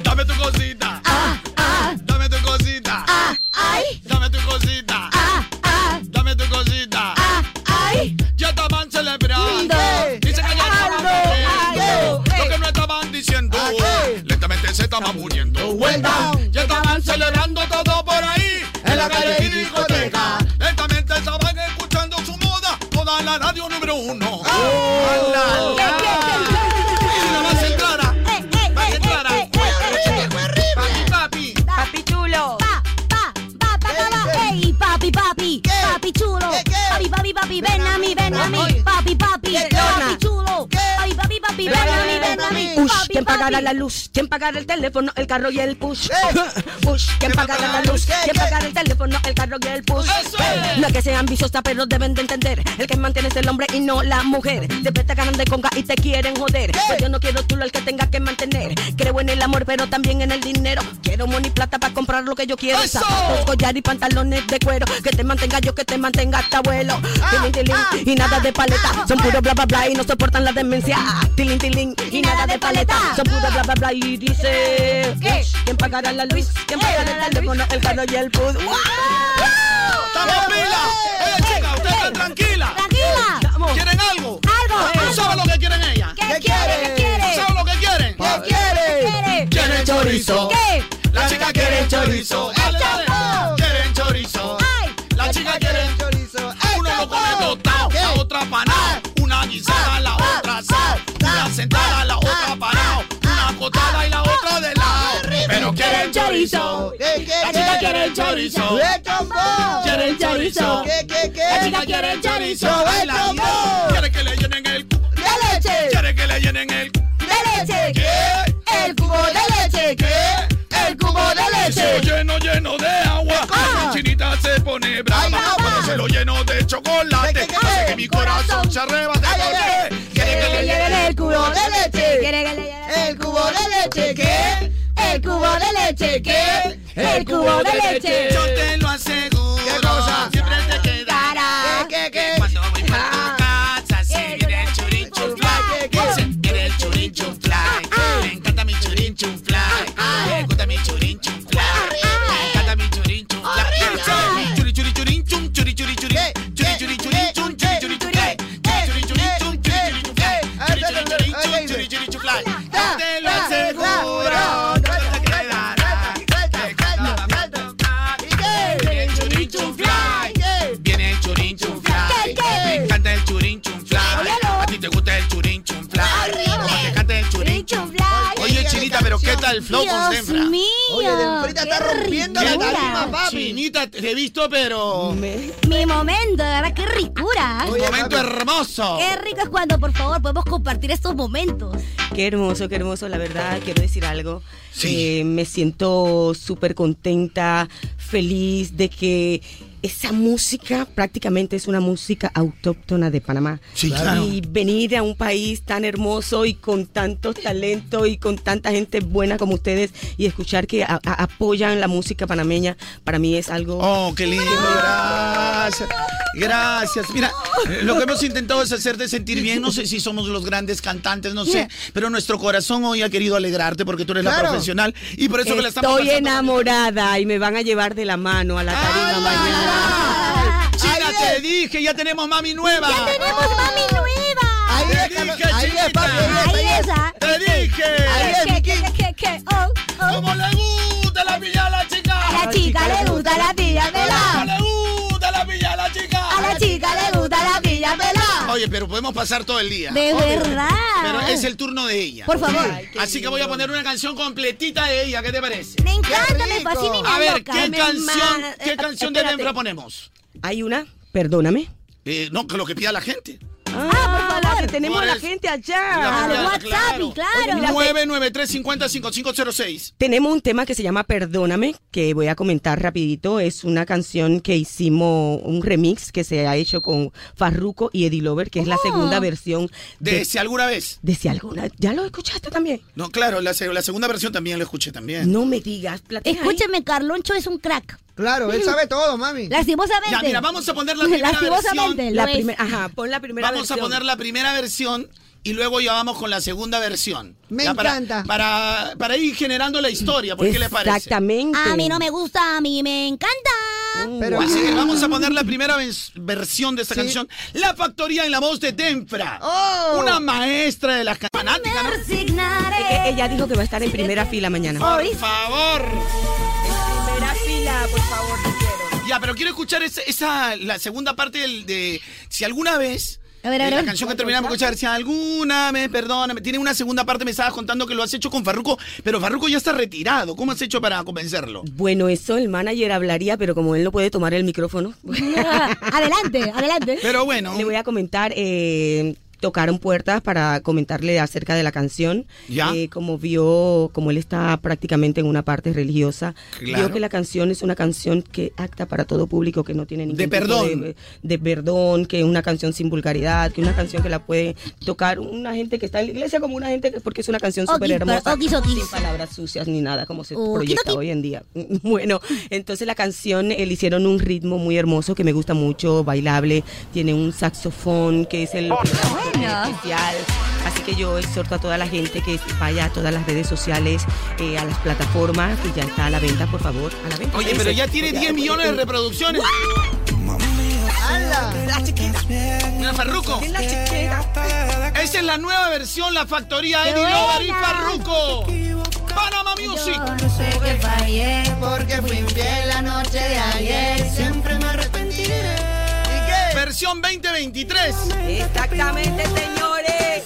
Speaker 13: Dame tu cosita. Dame tu cosita. Dame tu cosita. Dame tu cosita. Ya estaban celebrando.
Speaker 4: ¿Qué?
Speaker 13: Dicen que ya estaban
Speaker 4: Algo,
Speaker 13: bebiendo.
Speaker 4: algo,
Speaker 13: Lo que no estaban diciendo. Lentamente se estaban muriendo.
Speaker 4: Well down.
Speaker 13: Ya estaban celebrando todo por ahí. En la calle y discoteca. Lentamente estaban escuchando su moda. Toda la radio número uno. ¡Ala, la! Y la más entrada. Más entrada. Papi,
Speaker 15: papi chulo.
Speaker 1: Pa, pa, pa, pa, pa, pa. Ey, papi, papi, papi chulo. Papi, papi, papi, ven a mí, ven a mí. Papi, papi, papi chulo. Papi, papi, papi, ven a mí, ven a mí.
Speaker 15: push? ¿Quién pagará la luz? ¿Quién pagará el teléfono, el carro y el push? Push. ¿Quién pagará la luz? ¿Quién pagará el teléfono, el carro y el push? Hey. No es que sean viciosa, pero deben de entender. El que mantiene es el hombre y no la mujer. Siempre te ganan de conga y te quieren joder. Pues yo no quiero tú el que tenga que mantener. Creo en el amor, pero también en el dinero. Quiero money plata para comprar lo que yo quiero. Zapatos, collar y pantalones de cuero. Que te mantenga yo, que te mantenga hasta abuelo. Tilín, tilín, y nada de paleta. Son puro bla bla bla y no soportan la demencia. Tilín, tilín, ah. y nada de paleta. Son puro bla bla bla y dice. "Ush, ¿Quién pagará la luz? ¿Quién pagará el teléfono, el carro y el bus?
Speaker 4: ¡Estamos pila! ¡Eh, chica, usted está tranquila! ¡Tranquila! ¿Quieren algo? ¡Algo! ¿Saben lo que quieren ellas?
Speaker 2: ¿Qué quieren? ¿Qué quieren?
Speaker 4: ¿Saben lo que quieren?
Speaker 2: ¿Qué quieren?
Speaker 4: ¿Quieren chorizo?
Speaker 2: ¿Qué?
Speaker 4: La chica quiere chorizo. Dale, dale. Quieren chorizo. La chica quiere chorizo. ¡Ah! Uno lo come tostado, la otra panado. Una guisada, la otra asado.
Speaker 1: Ah,
Speaker 4: Una sentada, la otra parado. Una cotada y la otra de
Speaker 1: ah,
Speaker 4: lado. Pero quieren chorizo. La chica quiere chorizo. Quieren chorizo. La chica quiere chorizo. Ay, la Dios. Quiere que le llenen el cu- Quiere que le llenen el cu-
Speaker 2: ¿Qué? El cubo de leche. ¿Qué? El cubo de
Speaker 4: Se
Speaker 2: leche. Ah.
Speaker 4: lo lleno, lleno de agua.
Speaker 1: Ah.
Speaker 4: La cochinita se pone brava. Cuando se lo lleno de chocolate. Hace que mi corazón se arrebate. ¿Por qué? Quiere que le llenen
Speaker 2: el cubo de leche. El cubo de leche. ¿Qué? El cubo de leche. ¿Qué? El cubo de leche.
Speaker 4: Yo te lo aseguro. ¿Qué cosa? Siempre te quedará.
Speaker 2: ¿Qué,
Speaker 4: qué? Cuando voy para tu casa, si viene el churin fly. Se viene el churin fly. Me encanta mi churin fly. Me encanta mi churin fly. Me encanta mi churin fly. Churi, churi, churin chum, churi, churi, churi. Churi, churi, churin chum, churi, churi, churi. Churi, churi, chum, churi, churi, churi. Churi, churi, churin chum, churi, churi, churi. Yo te lo aseguro. Viene el churin fly. Viene el churin fly. Me encanta el churin fly. A ti te gusta el churin fly. Me encanta el churin fly. Oye, chinita, pero ¿qué tal el flow con
Speaker 1: Dios
Speaker 4: Sembra?
Speaker 1: mío.
Speaker 4: ¿Qué
Speaker 1: ricura.
Speaker 4: tal, Chinita, te he visto, pero.
Speaker 1: Mi momento, de verdad, qué ricura.
Speaker 4: Un momento hermoso.
Speaker 1: Qué rico es cuando, por favor, podemos compartir estos momentos.
Speaker 15: Qué hermoso, qué hermoso, la verdad, quiero decir algo. Eh, me siento súper contenta, feliz de que esa música prácticamente es una música autóctona de Panamá.
Speaker 2: Sí, claro.
Speaker 15: Y venir a un país tan hermoso y con tantos talentos y con tanta gente buena como ustedes y escuchar que a- a- apoyan la música panameña, para mí es algo...
Speaker 9: Oh, qué lindo, gracias. Gracias. Mira, eh, lo que hemos intentado es hacerte sentir bien. No sé si somos los grandes cantantes, no sé. Pero nuestro corazón hoy ha querido alegrarte porque tú eres la
Speaker 15: Claro.
Speaker 9: profesional. Y por eso que la estamos
Speaker 15: Estoy
Speaker 9: pasando-
Speaker 15: enamorada y me van a llevar de la mano a la tarima mañana.
Speaker 9: China, te dije, ya tenemos mami nueva. ¡Ya tenemos
Speaker 1: pues, mami nueva!
Speaker 9: Ahí te dije, chinita.
Speaker 4: ah.
Speaker 9: Te dije.
Speaker 1: ¿Qué, qué, qué, qué? Oh, oh.
Speaker 4: ¿Cómo le gusta la pilla a la chica?
Speaker 1: A la chica le gusta la pilla
Speaker 4: ¿Cómo
Speaker 1: pelá.
Speaker 4: le gusta la pilla a la chica?
Speaker 1: A la chica le gusta la pilla pelá.
Speaker 9: Oye, pero podemos pasar todo el día.
Speaker 1: De
Speaker 9: Obvio.
Speaker 1: verdad.
Speaker 9: Pero es el turno de ella.
Speaker 1: Por favor.
Speaker 9: Así que voy a poner una canción completita de ella. ¿Qué te parece?
Speaker 1: Me encanta, me fascina y me
Speaker 9: A ver,
Speaker 1: aloca.
Speaker 9: ¿qué
Speaker 1: Me
Speaker 9: canción,
Speaker 1: ma-
Speaker 9: ¿qué
Speaker 1: eh,
Speaker 9: canción de
Speaker 1: espérate.
Speaker 9: Denver ponemos?
Speaker 15: Hay una, perdóname.
Speaker 9: Eh, no, que lo que pida la gente.
Speaker 15: Ah, por favor, que tenemos
Speaker 9: Por
Speaker 15: a la
Speaker 9: el-
Speaker 15: gente
Speaker 9: Pues, La
Speaker 15: allá.
Speaker 9: gente,
Speaker 15: Oye, mira, te-
Speaker 9: 993-50-5506.
Speaker 15: tenemos un tema que se llama Perdóname, que voy a comentar rapidito. Es una canción que hicimos, un remix que se ha hecho con Farruko y Eddie Lover, que es la
Speaker 9: Oh.
Speaker 15: segunda versión
Speaker 9: De
Speaker 15: de,
Speaker 9: si alguna vez.
Speaker 15: de Si alguna. ¿Ya lo escuchaste también?
Speaker 9: No, claro, la, se- la segunda versión también la escuché también.
Speaker 15: No me digas. platica ahí.
Speaker 1: Escúchame, Carloncho es un crack.
Speaker 25: Claro, él sabe todo, mami.
Speaker 1: Lastimosamente.
Speaker 9: Ya, mira, vamos a poner la primera versión.
Speaker 15: La primer- ajá, pon la primera
Speaker 9: vamos
Speaker 15: versión.
Speaker 9: a poner la primera versión y luego ya vamos con la segunda versión.
Speaker 15: Me
Speaker 9: Ya para-
Speaker 15: encanta.
Speaker 9: Para, para ir generando la historia, ¿por qué le parece?
Speaker 1: A mí no me gusta, a mí me encanta.
Speaker 6: Mm.
Speaker 9: Pero Así que vamos a poner la primera vez- versión de esta canción. La factoría en la voz de Denfra.
Speaker 1: Oh.
Speaker 9: Una maestra de las ca- fanáticas, ¿no?
Speaker 15: E- Ella dijo que va a estar en primera fila mañana.
Speaker 9: Por favor.
Speaker 15: Primera fila, por favor,
Speaker 9: Ya, pero quiero escuchar esa, esa- la segunda parte del- de si alguna vez
Speaker 1: A ver, a
Speaker 9: eh,
Speaker 1: ver, a
Speaker 9: la
Speaker 1: ver.
Speaker 9: canción que terminamos de escuchar, si alguna vez, perdóname, tiene una segunda parte, me estabas contando que lo has hecho con Farruko, pero Farruko ya está retirado. ¿Cómo has hecho para convencerlo?
Speaker 15: Bueno, eso el manager hablaría, pero como él no puede tomar el micrófono. pues,
Speaker 1: adelante, adelante.
Speaker 9: Pero bueno.
Speaker 15: Le voy a comentar. eh, tocaron puertas para comentarle acerca de la canción.
Speaker 16: Ya.
Speaker 15: Eh, como vio, como él está prácticamente en una parte religiosa,
Speaker 16: Claro.
Speaker 15: vio que la canción es una canción que acta para todo público, que no tiene ningún
Speaker 16: De
Speaker 15: tipo
Speaker 16: perdón.
Speaker 15: de, de perdón, que es una canción sin vulgaridad, que es una canción que la puede tocar una gente que está en la iglesia como una gente que, porque es una canción
Speaker 1: Okis,
Speaker 15: súper hermosa,
Speaker 1: pero okis, okis.
Speaker 15: sin palabras sucias ni nada, como se
Speaker 1: Okis,
Speaker 15: proyecta
Speaker 1: okis.
Speaker 15: hoy en día. Bueno, entonces la canción eh, le hicieron un ritmo muy hermoso que me gusta mucho, bailable, tiene un saxofón que es el especial. Así que yo exhorto a toda la gente que vaya a todas las redes sociales, eh, a las plataformas, que ya está a la venta, por favor, a la venta.
Speaker 9: Oye, pero ya tiene 10 millones de reproducciones.
Speaker 15: La chiquita.
Speaker 9: Mira, Farruko. Esa es la nueva versión, la factoría Eddie Lover y Farruko. Panama Music.
Speaker 4: porque fui infiel la noche de ayer. Siempre me arrepentiré.
Speaker 9: Versión 2023.
Speaker 15: Exactamente, señores.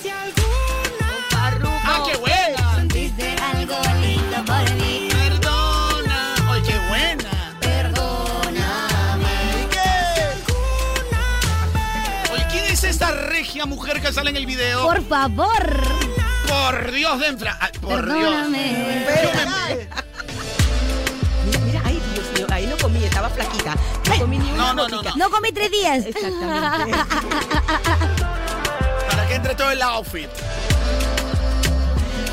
Speaker 9: ¡Ah, qué buena!
Speaker 4: Oh, Sentiste algo lindo por mí.
Speaker 9: Perdona. ¡Ay, qué buena!
Speaker 4: Perdóname.
Speaker 9: Oye, ¿quién es esta regia mujer que sale en el video?
Speaker 1: Por favor.
Speaker 9: Por Dios, de enfra- ah, Por
Speaker 1: Perdóname.
Speaker 9: Dios. Yo me-
Speaker 15: Mira, ay, Dios mío, ahí no comí, estaba flaquita. No comí ni una gotica.
Speaker 1: No comí tres días.
Speaker 9: Para que entre todo el outfit.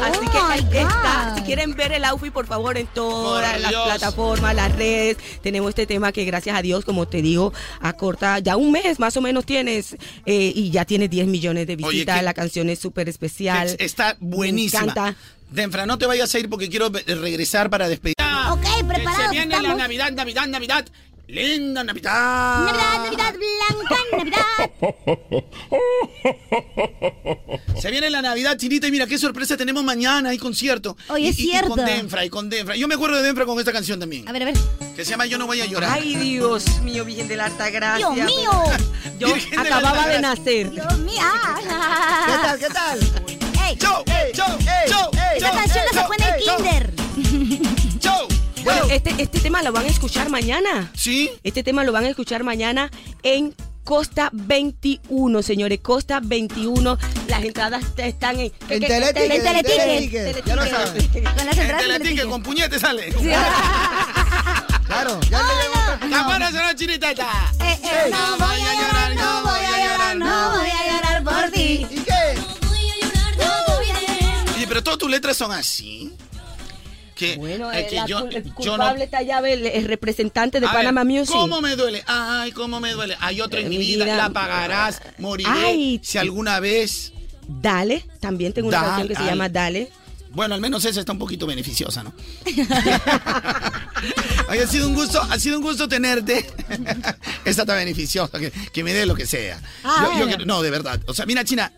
Speaker 15: Así
Speaker 1: Oh my
Speaker 15: que ahí está.
Speaker 1: God.
Speaker 15: Si quieren ver el outfit, por favor, en todas
Speaker 1: Por
Speaker 15: las
Speaker 1: Dios.
Speaker 15: plataformas, las redes. Tenemos este tema que, gracias a Dios, como te digo, acorta ya un mes más o menos tienes eh, y ya tienes 10 millones de visitas.
Speaker 9: qué-
Speaker 15: la canción es súper especial.
Speaker 9: Es- Está
Speaker 15: Me
Speaker 9: buenísima.
Speaker 15: encanta.
Speaker 9: Denfra, no te vayas a ir porque quiero ve- regresar para despedir.
Speaker 1: Ok,
Speaker 9: preparados. Se viene la
Speaker 1: estamos.
Speaker 9: Navidad, Navidad, Navidad. Linda Navidad.
Speaker 1: Navidad, Navidad blanca, Navidad.
Speaker 9: Se viene la Navidad, Chinita, y mira qué sorpresa tenemos mañana. Hay concierto.
Speaker 1: Oye,
Speaker 9: Y-
Speaker 1: es
Speaker 9: y- Y
Speaker 1: cierto.
Speaker 9: con Denfra, y con Denfra. Yo me acuerdo de Denfra con esta canción también.
Speaker 1: A ver, a ver.
Speaker 9: Que se llama Yo no voy a llorar.
Speaker 15: Ay, Dios mío, Virgen de la Alta Gracia.
Speaker 1: Dios mío.
Speaker 15: Yo
Speaker 9: Virgen de la
Speaker 15: acababa
Speaker 9: Alta
Speaker 15: de
Speaker 9: Gracia.
Speaker 15: nacer.
Speaker 1: Dios mío. ¿Qué
Speaker 6: tal, qué tal?
Speaker 1: ¡Ey!
Speaker 9: ¡Chau! ¡Chau! ¡Chau!
Speaker 15: Esta canción la sacó en el kinder. Bueno, este, este tema lo van a escuchar mañana.
Speaker 9: Sí.
Speaker 15: Este tema lo van a escuchar mañana en Costa 21, señores. Costa 21. Las entradas te- están en...
Speaker 6: En Teleticket,
Speaker 15: Tele-
Speaker 6: en
Speaker 15: Teleticket.
Speaker 6: Teleticket. Ya lo saben.
Speaker 15: Teleticket.
Speaker 1: Con las entradas
Speaker 9: En Teleticket, con puñete sale.
Speaker 6: Claro, ya
Speaker 9: te La buena será Chinita. esta.
Speaker 1: Eh, eh, no voy a llorar, no voy a llorar, no voy a llorar por ti.
Speaker 6: ¿Y qué?
Speaker 9: Oye, pero todas tus letras son así. Que,
Speaker 15: Bueno,
Speaker 9: eh,
Speaker 15: eh,
Speaker 9: que
Speaker 15: la
Speaker 9: yo,
Speaker 15: cul- el
Speaker 9: yo no
Speaker 15: culpable está allá el, el representante de
Speaker 9: A
Speaker 15: Panama
Speaker 9: ver,
Speaker 15: Music. Eh,
Speaker 9: ¿Cómo me duele? Ay, cómo me duele. Hay otro en mi vida, la pagarás, moriré.
Speaker 15: Ay.
Speaker 9: si alguna vez.
Speaker 15: Dale, también tengo una
Speaker 9: Dale,
Speaker 15: canción que se
Speaker 9: dale.
Speaker 15: llama Dale.
Speaker 9: Bueno, al menos esa está un poquito beneficiosa, ¿no? Oye, ha sido un gusto, ha sido un gusto tenerte. esta está beneficiosa, que, que me dé lo que sea.
Speaker 1: Ah,
Speaker 9: Yo- yo
Speaker 1: bueno.
Speaker 9: quiero- no, de verdad. O sea, mira, China,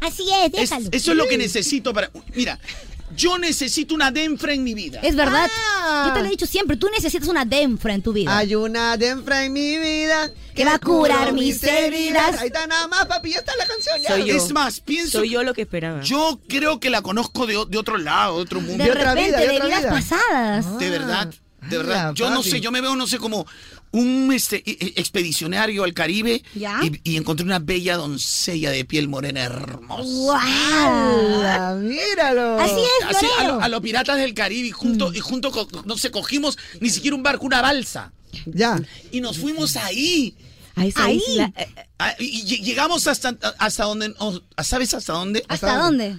Speaker 1: Así es, déjalo. Mm.
Speaker 9: eso es lo que necesito para. Mira, yo necesito una Denfra en mi vida. Ah,
Speaker 1: Es verdad. Yo te lo he dicho siempre, tú necesitas una Denfra en tu vida.
Speaker 6: Hay una Denfra en mi vida
Speaker 1: que va a curar mis heridas.
Speaker 6: Ahí está nada más, papi. Ya está la canción. Ya.
Speaker 15: Soy yo.
Speaker 9: Es más, pienso.
Speaker 15: Soy yo lo que esperaba.
Speaker 9: Yo creo que la conozco de, o- de otro lado, de otro mundo.
Speaker 1: De repente, de vidas pasadas.
Speaker 9: De verdad,
Speaker 15: Ah,
Speaker 9: de verdad.
Speaker 1: Ala,
Speaker 9: Yo no
Speaker 1: papi.
Speaker 9: sé, yo me veo, no sé, como un este, e- e- expedicionario al Caribe
Speaker 1: ¿Ya?
Speaker 9: y, y encontré una bella doncella de piel morena hermosa.
Speaker 1: ¡Wow!
Speaker 6: ¡Míralo!
Speaker 1: Así es,
Speaker 9: Así, a,
Speaker 1: Loreo.
Speaker 9: lo- a los piratas del Caribe, y junto, y junto co- no sé, cogimos ni siquiera un barco, una balsa.
Speaker 6: Ya.
Speaker 9: Y nos fuimos ahí.
Speaker 15: A esa
Speaker 9: Ahí.
Speaker 15: isla, eh,
Speaker 9: Ah, y lle- llegamos hasta, hasta donde, nos- ¿sabes hasta dónde?
Speaker 1: ¿Hasta dónde?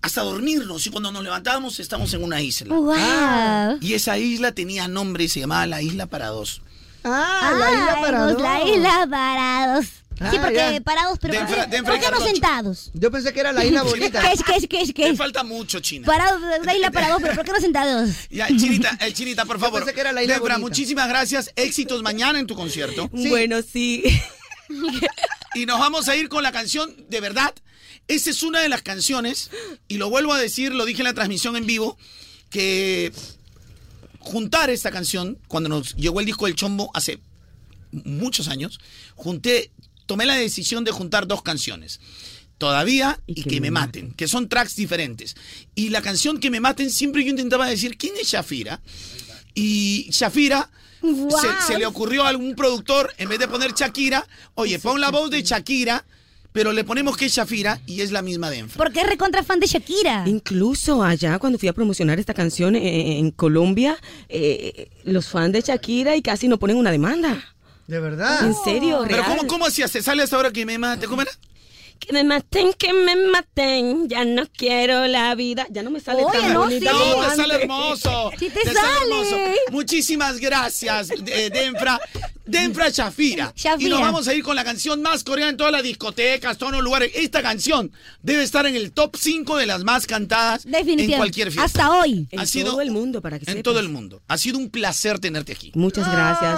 Speaker 9: Hasta dormirnos. Y cuando nos levantábamos, estamos en una isla.
Speaker 1: ¡Wow!
Speaker 9: Y esa isla tenía nombre y se llamaba la Isla Parados.
Speaker 6: Ah,
Speaker 1: la isla parados. La isla parados. Sí,
Speaker 6: Ah,
Speaker 1: porque
Speaker 6: ya.
Speaker 1: parados, pero
Speaker 9: De
Speaker 1: ¿por
Speaker 9: enfra-
Speaker 1: qué-
Speaker 9: de enfra-
Speaker 1: ¿por qué no
Speaker 9: Carloncho.
Speaker 1: sentados?
Speaker 6: Yo pensé que era la isla bonita.
Speaker 1: ¿Qué es, qué es, qué es, qué
Speaker 9: Te
Speaker 1: es?
Speaker 9: falta mucho, China.
Speaker 1: Parados, la isla parados, pero ¿por qué no sentados?
Speaker 9: Ya, Chinita, eh, Chinita, por favor.
Speaker 6: pensé que era la isla
Speaker 9: Debra,
Speaker 6: bonita.
Speaker 9: muchísimas gracias. Éxitos mañana en tu concierto.
Speaker 15: Bueno, sí.
Speaker 9: Y nos vamos a ir con la canción de verdad. Esa es una de las canciones, y lo vuelvo a decir, lo dije en la transmisión en vivo, que juntar esta canción, cuando nos llegó el disco del Chombo hace muchos años, junté, tomé la decisión de juntar dos canciones. Todavía y, que, me maten, que son tracks diferentes. Y la canción que me maten, siempre yo intentaba decir, ¿quién es Shafira? Y Shafira
Speaker 1: Guau.
Speaker 9: se, se le ocurrió a algún productor, en vez de poner Shakira, oye, pon la voz de Shakira, pero le ponemos que es Shafira y es la misma de Enfra.
Speaker 1: Porque es recontra fan de Shakira.
Speaker 15: Incluso allá cuando fui a promocionar esta canción eh, en Colombia, eh, los fans de Shakira y casi no ponen una demanda.
Speaker 6: De verdad.
Speaker 15: ¿En serio?
Speaker 9: Pero
Speaker 15: real.
Speaker 9: ¿cómo, ¿cómo hacías? ¿Te sale hasta ahora que me mate? ¿Cómo era?
Speaker 15: Que me maten, que me maten, ya no quiero la vida. Ya no me sale
Speaker 9: Oye,
Speaker 15: tan
Speaker 9: no,
Speaker 15: bonita
Speaker 9: sí.
Speaker 15: como
Speaker 9: No, te
Speaker 15: antes.
Speaker 9: sale
Speaker 1: eh,
Speaker 9: hermoso.
Speaker 15: Sí te
Speaker 1: sale.
Speaker 9: Muchísimas gracias, eh, Denfra. Denfra Shafira.
Speaker 1: Shafira.
Speaker 9: Y nos vamos a ir con la canción más coreana en todas las discotecas, todos los lugares. Esta canción debe estar en el top 5 de las más cantadas en cualquier fiesta.
Speaker 1: Hasta hoy.
Speaker 9: Ha sido
Speaker 15: todo el mundo para que
Speaker 9: en
Speaker 15: sepas.
Speaker 9: todo el mundo. Ha sido un placer tenerte aquí.
Speaker 15: Muchas
Speaker 1: Ah,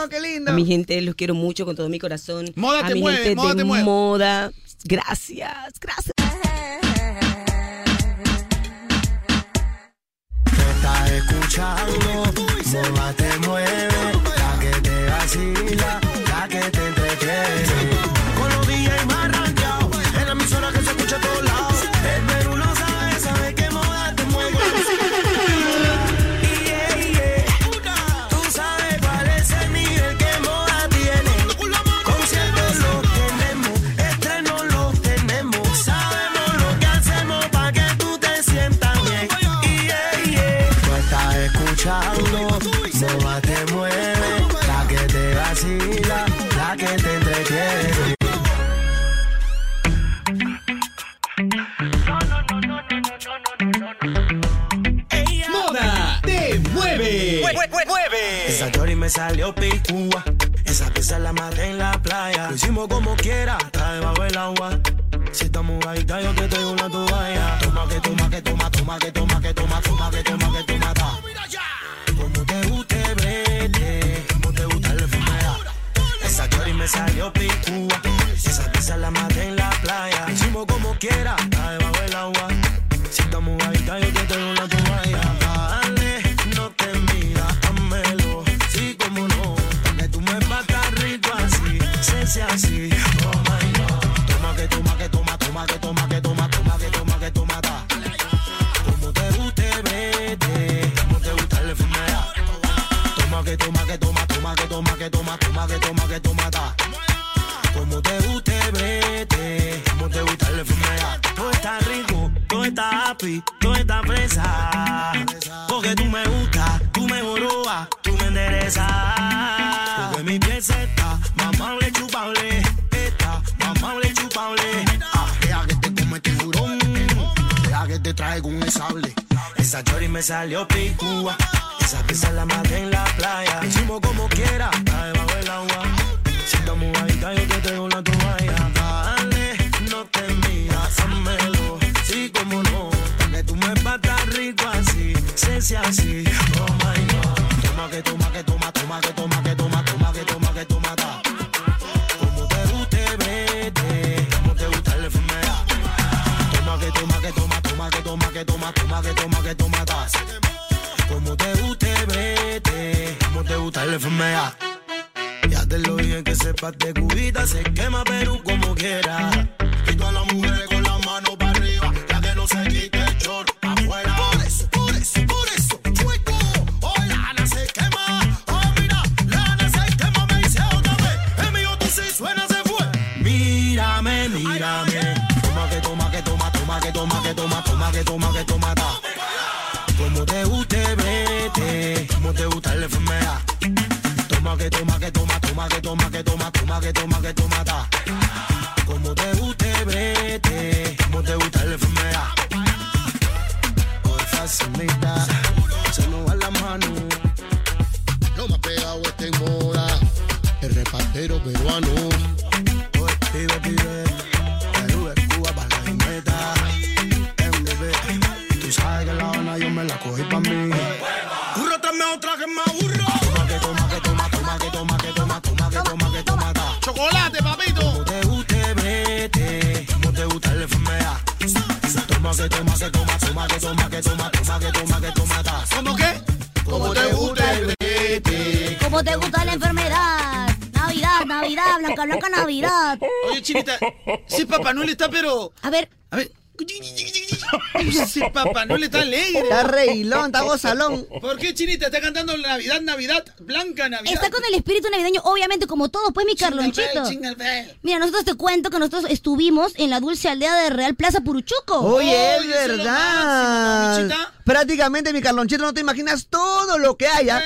Speaker 15: gracias.
Speaker 9: qué lindo.
Speaker 15: A mi gente los quiero mucho con todo mi corazón.
Speaker 9: Moda
Speaker 15: a
Speaker 9: te
Speaker 15: mi
Speaker 9: mueve,
Speaker 15: gente
Speaker 9: moda
Speaker 15: de
Speaker 9: te mueve.
Speaker 15: moda. Gracias, gracias.
Speaker 3: Estás escuchando, moda te mueve, la que te vacila, la que te entretiene. Con los DJs más rankeados, en la emisora que se escucha a todos lados. El Perú lo sabe, sabe que moda te mueve. Yeah, yeah. Tú sabes cuál es el nivel que moda tiene. Conciertos lo tenemos, estrenos lo tenemos. Sabemos lo que hacemos para que tú te sientas bien. Yeah, yeah. Tú estás escuchando, moda te mueve. La que te vacila, la que te entretiene.
Speaker 13: Moda te mueve.
Speaker 3: Esa chori me salió picúa. Esa pieza la maté en la playa. Lo hicimos como quiera, está debajo del agua. Si está mojadita, yo te traigo una toalla. Toma que toma que toma, toma que toma que toma, toma que toma que toma. ta. Como te guste, vete. Como te gusta, le fumera. Esa chori me salió picúa. Esa pieza la maté en la playa. Lo hicimos como quiera, está debajo del agua. Si está mojadita, yo te traigo una toalla. Dale, no te miras, házmelo, sí como no, pa' que tú me patas rico así, sense así, oh my god, toma que toma que toma, toma que toma que toma, toma que toma que toma, ta. como te guste vete, como te gusta la enfermedad, toma que toma que toma, toma que toma que toma, toma que toma que toma, ta. Como te guste, vete. Como te gusta la enfermedad. Todo está rico, todo está happy, todo está presa. Porque tú me gustas, tú me borobas, tú me enderezas. Porque mi piel se está mamable, chupable. Está mamable, chupable. Ah, deja que te come tiburón. Deja que te traigo un sable. Esa chori me salió picúa. Esa pieza la maté en la playa. Hicimos como quiera, está debajo del agua. Si estamos mojadita, yo te traigo la toalla. Dale, no te miras, házmelo. Sí, como no. pa' Que tú me patas rico así, sense así. Oh my god. Toma que toma que toma, toma que toma que toma, toma que toma que toma. ta. Como te guste, vete. Como te gusta la enfermedad. Toma que toma que toma, toma que toma que toma, toma que toma que toma. ta. Como te guste, vete. Como te gusta la enfermedad. Ya te lo dije que sepas de cubita, se quema Perú como quiera. Y todas las mujeres con las manos para arriba, ya que no se quite el short pa' afuera. Por eso, por eso, por eso, chueco, oh, lana se quema. Oh, mira, lana se quema, me dice otra vez. El mío tú sí suena, se fue. Mírame, mírame. Toma que toma que toma, toma que toma que toma, toma que toma que toma, ta. Como Pues te guste, vete. Como te gusta la enfermedad. Toma que toma que toma, toma que toma que toma, toma que toma que toma, ta. Como te guste, vete. Como te gusta la enfermedad. Hoy facilita, se nos va la mano. Lo más pegado está en moda. El repartero peruano. Hoy pibe, pibe. Perú de Cuba para la meta. MDB. Tú sabes que la Habana yo me la cogí pa' mí. Burro, tráeme otra que me aburro. Toma que toma que toma, toma que toma que toma, toma que toma que toma. ta.
Speaker 9: Chocolate, papito.
Speaker 3: Como te guste, vete. Como te gusta la enfermedad. Toma que toma que toma, toma que toma que toma, toma que toma que toma. ta.
Speaker 9: ¿Cómo qué?
Speaker 3: Como te guste, vete.
Speaker 1: Como te gusta la enfermedad. Navidad, Navidad, Blanca Blanca Navidad.
Speaker 9: Oye, chinita, sí, Papá Noel está, pero.
Speaker 1: A ver.
Speaker 9: A ver, Ese Papá Noel está alegre.
Speaker 6: Está reilón, está gozalón.
Speaker 9: ¿Por qué, Chinita? Está cantando Navidad, Navidad, Blanca Navidad.
Speaker 1: Está con el espíritu navideño, obviamente, como todo, pues mi Carlonchito.
Speaker 9: Jingle bell.
Speaker 1: Mira, nosotros te cuento que nosotros estuvimos en la dulce aldea de Real Plaza Puruchuco.
Speaker 6: Oye, es
Speaker 9: Ah,
Speaker 6: verdad. Prácticamente, mi Carlonchito, no te imaginas todo lo que haya.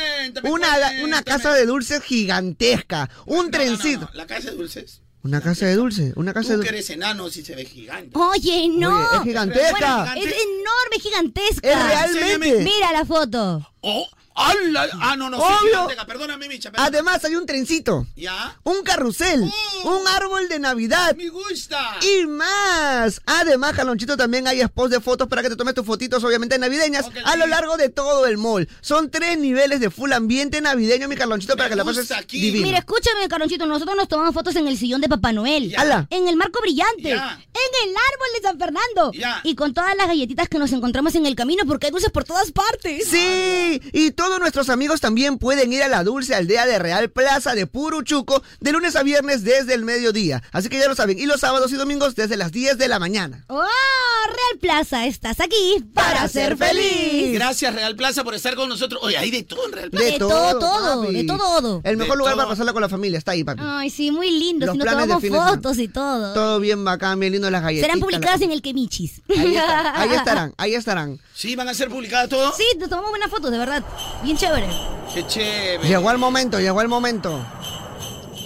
Speaker 6: Una, una casa de dulces gigantesca. Un trencito.
Speaker 9: La casa de dulces.
Speaker 6: Una casa de dulce. Una casa de
Speaker 9: Tú que
Speaker 6: dulce.
Speaker 9: eres enano si se ve
Speaker 1: Oh.
Speaker 9: gigante.
Speaker 1: Oye, no.
Speaker 6: Oye, es gigantesca.
Speaker 1: Bueno, es enorme, gigantesca.
Speaker 6: Es realmente.
Speaker 1: Ah, Mira la foto.
Speaker 9: Oh, ala, ah, no, no, sí,
Speaker 6: Obvio.
Speaker 9: gigantesca. Perdóname, Micha. perdóname.
Speaker 6: Además, hay un trencito.
Speaker 9: Ya. Oh.
Speaker 6: Un carrusel. Un árbol de Navidad.
Speaker 9: Me gusta.
Speaker 6: Y más. Además, Calonchito, también hay spots de fotos para que te tomes tus fotitos, obviamente navideñas, a lo largo de todo el mall. Son tres niveles de full ambiente navideño, mi Carlonchito, para que la pases divino.
Speaker 1: Mira, escúchame, Caronchito, nosotros nos tomamos fotos en el sillón de Papá Noel.
Speaker 6: Ala.
Speaker 1: En el marco brillante.
Speaker 6: Ya.
Speaker 1: En el árbol de San Fernando. Y con todas las galletitas que nos encontramos en el camino, porque hay dulces por todas partes.
Speaker 6: Sí, y todos nuestros amigos también pueden ir a la dulce aldea de Real Plaza de Puruchuco de lunes a viernes desde el mediodía. Así que ya lo saben, y los sábados y domingos desde las 10 de la mañana.
Speaker 1: ¡Oh, Real Plaza! Estás aquí para ser feliz.
Speaker 9: Gracias, Real Plaza, por estar con nosotros. Oye, hay de todo en Real Plaza.
Speaker 6: De, todo, papi.
Speaker 1: de todo.
Speaker 6: El mejor
Speaker 9: De
Speaker 6: lugar
Speaker 9: todo.
Speaker 6: para pasarla con la familia está ahí, papi.
Speaker 1: Ay, sí, muy lindo.
Speaker 6: Los
Speaker 1: Si nos
Speaker 6: planes de
Speaker 1: tomamos
Speaker 6: fin de semana.
Speaker 1: fotos y todo.
Speaker 6: Todo bien bacán, bien lindo las
Speaker 1: Ah.
Speaker 6: galletitas.
Speaker 1: Serán publicadas
Speaker 6: las-
Speaker 1: en el Kemichis.
Speaker 6: Ahí, está- ahí estarán, ahí estarán.
Speaker 9: Sí, van a ser publicadas todas.
Speaker 1: Sí, nos tomamos buenas fotos, de verdad. Bien chévere.
Speaker 9: Qué chévere.
Speaker 6: Llegó el momento, llegó el momento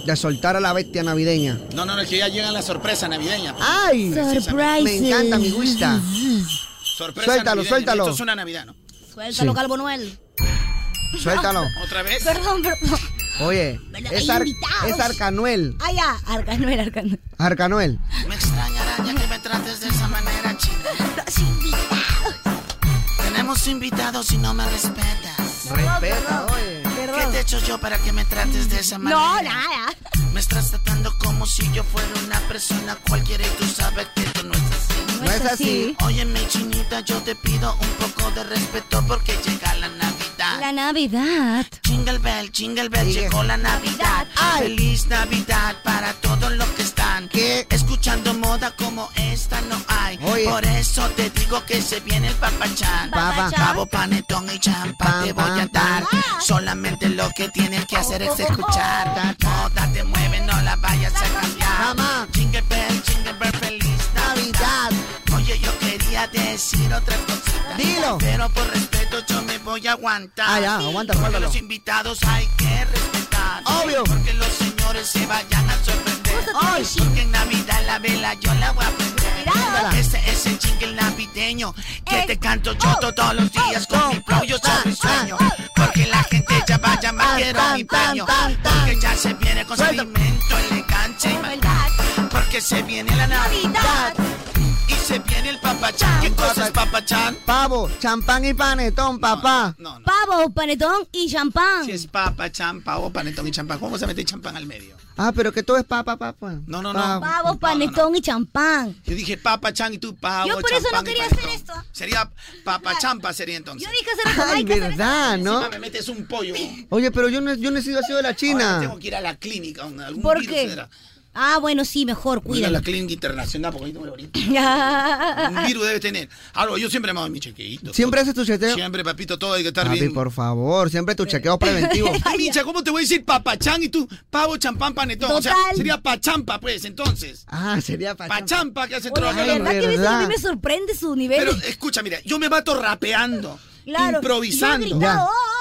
Speaker 6: de soltar a la bestia navideña.
Speaker 9: No, no, no, es que ya llegan las sorpresas navideñas.
Speaker 1: Ah.
Speaker 6: ¡Ay! Me encanta, me gusta.
Speaker 9: Sorpresa
Speaker 6: Suéltalo,
Speaker 9: navideña.
Speaker 6: suéltalo.
Speaker 9: Esto es una Navidad, ¿no?
Speaker 1: Suéltalo,
Speaker 6: Sí.
Speaker 1: Calvo Noel.
Speaker 6: Suéltalo.
Speaker 9: ¿Otra vez?
Speaker 1: Perdón, perdón.
Speaker 6: Oye,
Speaker 1: Bueno,
Speaker 6: es,
Speaker 1: hay
Speaker 6: Ar-
Speaker 1: invitados.
Speaker 6: es Arcanuel.
Speaker 1: Ah, ya. Arcanuel, Arcanuel.
Speaker 6: Arcanuel.
Speaker 4: Me extraña araña que me trates de esa manera, chica. Los invitados. Tenemos invitados y no me respetas.
Speaker 6: Respeta, oye.
Speaker 4: ¿Qué te he hecho yo para que me trates de esa manera?
Speaker 1: No, nada.
Speaker 4: Me estás tratando como si yo fuera una persona cualquiera y tú sabes que tú no es así.
Speaker 6: No es así.
Speaker 4: Óyeme, chinita, yo te pido un poco de respeto porque llega la Navidad.
Speaker 1: La Navidad.
Speaker 4: Jingle bell, jingle bell, llegó la Navidad. Feliz Navidad para todos los que están. Escuchando moda como esta no hay.
Speaker 6: Oye.
Speaker 4: Por eso te digo que se viene el papachán.
Speaker 6: Papachán.
Speaker 4: Pavo, panetón y champa te voy a dar. Ah. Solamente lo que tienes que hacer es escuchar. Moda te mueve, no la vayas a cambiar. Jingle bell, jingle bell, feliz Navidad. Oye, yo quería decir otra cosita.
Speaker 6: Dilo.
Speaker 4: Pero por respeto yo me voy a aguantar.
Speaker 6: Ah, ya, aguanta,
Speaker 4: Porque
Speaker 6: aguántalo.
Speaker 4: los invitados hay que respetar. Obvio. Porque los señores se vayan a sorprender. Ay, porque en Navidad la vela yo la voy a prender. Ese es el jingle navideño que te canto yo
Speaker 1: Oh.
Speaker 4: todos los días con mi flow. Yo soy mi sueño. Porque la
Speaker 1: Oh.
Speaker 4: gente ya va a llamar, quiero mi baño. Porque ya se viene con su alimento, elegancia y maldad. Porque se viene la Navidad. Y se viene el papachán. ¿Qué cosa es papachán?
Speaker 6: Pavo, champán y panetón, papá.
Speaker 1: Pavo, panetón y champán.
Speaker 9: Si es papa, champa, o panetón y champán. ¿Cómo se mete champán al medio?
Speaker 6: Ah, pero que todo es papá, papá.
Speaker 9: No, no, no.
Speaker 1: Pavo, panetón y champán.
Speaker 9: Yo dije papa, chan y tú pavo,
Speaker 1: Yo por eso
Speaker 9: champán
Speaker 1: no
Speaker 9: y
Speaker 1: quería
Speaker 9: panetón.
Speaker 1: hacer esto.
Speaker 9: Sería papa, champa sería entonces.
Speaker 1: Yo dije hacer
Speaker 6: Ay, verdad, ¿no?
Speaker 9: Encima me metes un pollo.
Speaker 6: Oye, pero yo no, yo no he sido así de la
Speaker 9: Ahora
Speaker 6: China.
Speaker 9: tengo que ir a la clínica. un- Algún
Speaker 1: ¿Por
Speaker 9: virus
Speaker 1: qué?
Speaker 9: será.
Speaker 1: Ah, bueno, sí, mejor,
Speaker 9: Voy a ir a
Speaker 1: cuídalo.
Speaker 9: la
Speaker 1: Ah,
Speaker 9: clínica internacional porque ahí tengo la orina. Un
Speaker 1: Ay,
Speaker 9: virus debe tener. Algo, yo siempre me hago mi chequeito.
Speaker 6: ¿Siempre haces tu cheteo?
Speaker 9: Siempre, papito, todo hay que
Speaker 1: Ah,
Speaker 9: estar
Speaker 6: Papi,
Speaker 9: bien. Ah,
Speaker 6: por favor, siempre tu chequeo preventivo.
Speaker 9: Micha, ¿cómo te voy a decir papachán y tú pavo, champán, panetón? O sea,
Speaker 1: Total.
Speaker 9: sería pachampa, pues, entonces.
Speaker 6: Ah, sería
Speaker 9: Pachampa, que hace
Speaker 1: de
Speaker 9: todo acá.
Speaker 1: verdad que a veces a mí me sorprende su nivel.
Speaker 9: Pero escucha, mira, yo me mato rapeando,
Speaker 1: claro.
Speaker 9: improvisando,
Speaker 1: Y yo he gritado, oh, oh, oh.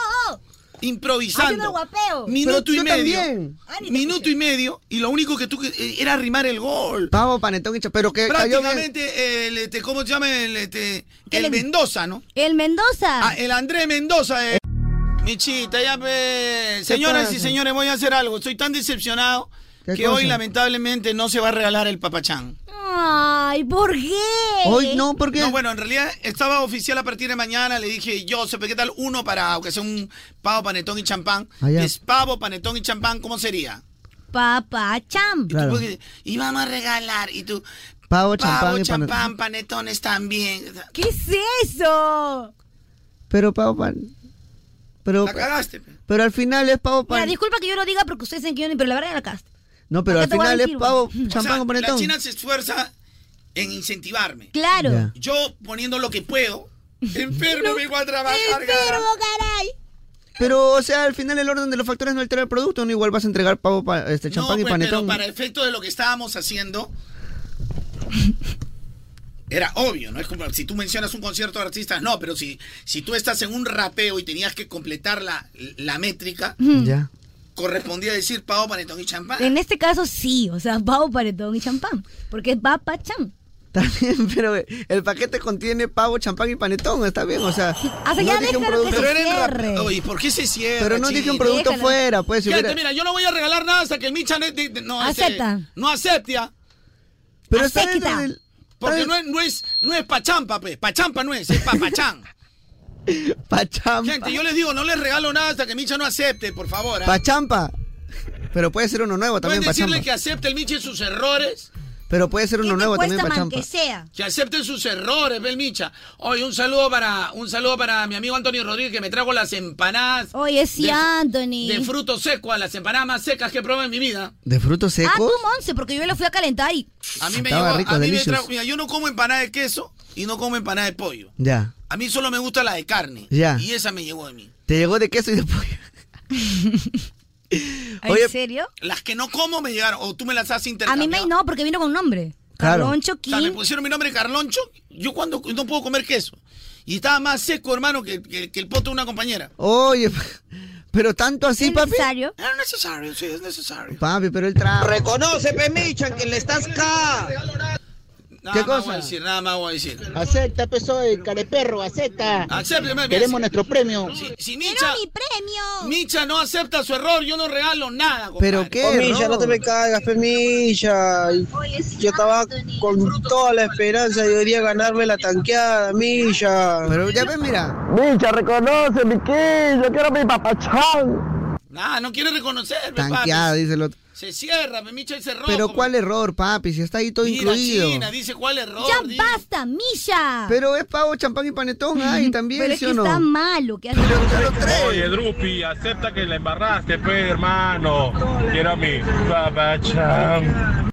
Speaker 1: Haciendo el
Speaker 9: improvisando.
Speaker 1: guapeo. Ah,
Speaker 9: Minuto y
Speaker 6: Pero yo
Speaker 9: medio.
Speaker 6: también.
Speaker 9: Minuto y medio y lo único que tú que- eh, era arrimar el gol.
Speaker 6: Pavo, panetón y champán. Pero que cayó bien.
Speaker 9: Prácticamente el este, ¿cómo se llama el este, el Mendoza, ¿no?
Speaker 1: El Mendoza.
Speaker 9: Ah, el Andrés Mendoza. eh. Michita, ya pues. Señoras y
Speaker 6: pasa?
Speaker 9: señores, voy a hacer algo. Estoy tan decepcionado
Speaker 6: ¿Qué
Speaker 9: que
Speaker 6: cosa?
Speaker 9: hoy lamentablemente no se va a regalar el papachán.
Speaker 1: Ay, ¿por qué?
Speaker 6: porque.
Speaker 9: No, bueno, en realidad estaba oficial a partir de mañana. Le dije, Joseph, ¿qué tal uno para, aunque sea un pavo, panetón y champán?
Speaker 6: Ah, ya.
Speaker 9: Es pavo, panetón y champán, ¿cómo sería?
Speaker 1: Papá Cham.
Speaker 6: Claro.
Speaker 9: Porque- y vamos a regalar, y tú,
Speaker 6: Pavo, champán
Speaker 9: pavo,
Speaker 6: y panetón.
Speaker 9: champán, panetones también.
Speaker 1: ¿Qué es eso?
Speaker 6: Pero pavo, pan. Pero,
Speaker 9: La cagaste. pe.
Speaker 6: pero al final es pavo,
Speaker 1: Mira,
Speaker 6: pan.
Speaker 1: disculpa que yo lo diga porque ustedes dicen que yo ni, pero la verdad es la casta.
Speaker 6: No, pero
Speaker 1: ¿Para qué
Speaker 6: al
Speaker 1: te voy a
Speaker 6: final es
Speaker 1: mentir,
Speaker 6: pavo,
Speaker 9: O sea,
Speaker 6: champán con
Speaker 9: la
Speaker 6: panetón.
Speaker 9: China se esfuerza en incentivarme.
Speaker 1: Claro. Ya.
Speaker 9: Yo poniendo lo que puedo. Enfermo, vengo a trabajar.
Speaker 1: Enfermo, caray.
Speaker 6: Pero, o sea, al final el orden de los factores no altera el producto, no igual vas a entregar pavo, pa- este,
Speaker 9: No,
Speaker 6: champán
Speaker 9: pues,
Speaker 6: y panetón.
Speaker 9: pero para efecto de lo que estábamos haciendo, era obvio, ¿no? Es como si tú mencionas un concierto de artistas, no, pero si, si tú estás en un rapeo y tenías que completar la, la métrica,
Speaker 6: Ya.
Speaker 9: correspondía decir pavo, panetón y champán.
Speaker 1: En este caso sí, o sea, pavo, paretón y champán. Porque es va pa' cham.
Speaker 6: pero el paquete contiene pavo, champán y panetón, está bien, o sea.
Speaker 1: Ah, O sea,
Speaker 6: no
Speaker 1: ya
Speaker 6: dije un
Speaker 1: déjalo que
Speaker 6: producto-
Speaker 1: se cierre.
Speaker 9: Oye, ¿por qué se cierra?
Speaker 6: Pero no
Speaker 9: chico?
Speaker 6: dije un producto fuera, pues. si
Speaker 9: Gente,
Speaker 6: hubiera-
Speaker 9: mira, yo no voy a regalar nada hasta que mi chanet de- de- no ese-
Speaker 6: Acepta.
Speaker 9: no acepte. ¿ah?
Speaker 6: Pero está dentro Acepta. del-
Speaker 9: Porque no es, no es, no es pachampa, pues. Pachampa no es, es papachán.
Speaker 6: Pachampa.
Speaker 9: Gente, yo les digo, no les regalo nada hasta que Micha no acepte, por favor. ¿ah?
Speaker 6: Pachampa. Pero puede ser uno nuevo
Speaker 9: Pueden
Speaker 6: también,
Speaker 9: decirle
Speaker 6: Pachampa.
Speaker 9: que acepte el Micha sus errores.
Speaker 6: Pero puede ser uno nuevo también, Pachampa.
Speaker 1: sea.
Speaker 9: Que acepten sus errores, ve el Micha. Oye, un saludo para un saludo para mi amigo Antonio Rodríguez que me trajo las empanadas.
Speaker 1: Oye, sí, ah,
Speaker 9: de-
Speaker 1: Anthony.
Speaker 9: De frutos secos, a las empanadas más secas que he probado en mi vida.
Speaker 6: ¿De frutos
Speaker 1: Ah,
Speaker 6: secos?
Speaker 1: como once, porque yo me lo fui a calentar y...
Speaker 9: A mí me
Speaker 6: Estaba
Speaker 9: llegó,
Speaker 6: rico,
Speaker 9: a mí me
Speaker 6: delicious.
Speaker 9: trajo, mira, yo no como empanada de queso y no como empanada de pollo.
Speaker 6: Ya.
Speaker 9: A mí solo me gusta la de carne.
Speaker 6: Ya.
Speaker 9: Y esa me llegó a mí.
Speaker 6: Te llegó de queso y de pollo.
Speaker 1: Este
Speaker 6: Oye,
Speaker 1: serio?
Speaker 9: Las que no como me llegaron, o tú me las has
Speaker 1: A
Speaker 9: intercambiado.
Speaker 1: mí me no, porque vino con nombre.
Speaker 9: Claro.
Speaker 1: Carloncho
Speaker 9: O sea, me
Speaker 1: King.
Speaker 9: pusieron mi nombre Carloncho, yo cuando no puedo comer queso. Y estaba más seco, hermano, que, que- que el poto de una compañera.
Speaker 6: Oye, pero tanto así, ¿Ah, papi.
Speaker 9: Era necesario, sí, es necesario.
Speaker 6: Papi, pero el trago.
Speaker 14: Reconoce, Pemichan, que le estás acá.
Speaker 9: Nada
Speaker 14: ¿Qué
Speaker 9: más
Speaker 14: cosa?
Speaker 9: voy a decir, nada más voy a decir.
Speaker 14: Acepta, pesoy, careperro, acepta.
Speaker 9: Acepte, mami.
Speaker 14: Queremos nuestro premio.
Speaker 9: Si, si Micha, mi premio! Micha no acepta su error, yo no regalo nada, compadre.
Speaker 14: Pemilla, Oh, no te me caigas, Pemilla. Yo estaba con toda la esperanza de hoy día ganarme la tanqueada, Milla.
Speaker 6: Pero ya ves, mira.
Speaker 14: Milla, reconoce, mi yo quiero mi papachón.
Speaker 9: Nah, Ah, no quiere reconocer, pe,
Speaker 6: Tanqueado,
Speaker 9: papi.
Speaker 6: dice el otro.
Speaker 9: Se cierra, pe, Micha ese error.
Speaker 6: Pero cuál error, papi, si está ahí todo
Speaker 9: Mira,
Speaker 6: incluido.
Speaker 9: China, dice cuál error.
Speaker 1: Ya basta, Misha.
Speaker 6: Pero es pavo, champán y panetón ahí también,
Speaker 1: Ah. Pero es
Speaker 6: ¿sí
Speaker 1: que
Speaker 6: o no?
Speaker 1: está malo. que hace-
Speaker 16: Oye, Drupi, acepta que la embarraste, pues, hermano. Quiero a mi papacham.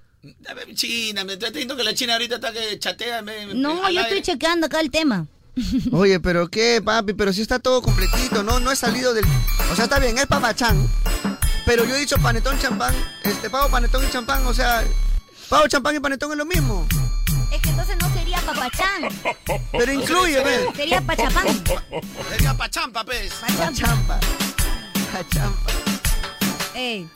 Speaker 9: China, me estoy diciendo que la China ahorita está que chatea. me- me-
Speaker 1: No,
Speaker 9: al
Speaker 1: yo
Speaker 9: aire.
Speaker 1: estoy chequeando acá el tema.
Speaker 6: Oye, pero qué, papi, pero si está todo completito, no, no he salido del. O sea, está bien, es papachán. Pero yo he dicho panetón, champán, este pavo, panetón y champán, o sea, pavo, champán y panetón es lo mismo.
Speaker 1: Es que entonces no sería papachán.
Speaker 6: Pero incluye, ve.
Speaker 1: Sería pachapán.
Speaker 9: Sería pachampa, pez.
Speaker 6: Pachampa. Pachampa.
Speaker 1: Ey.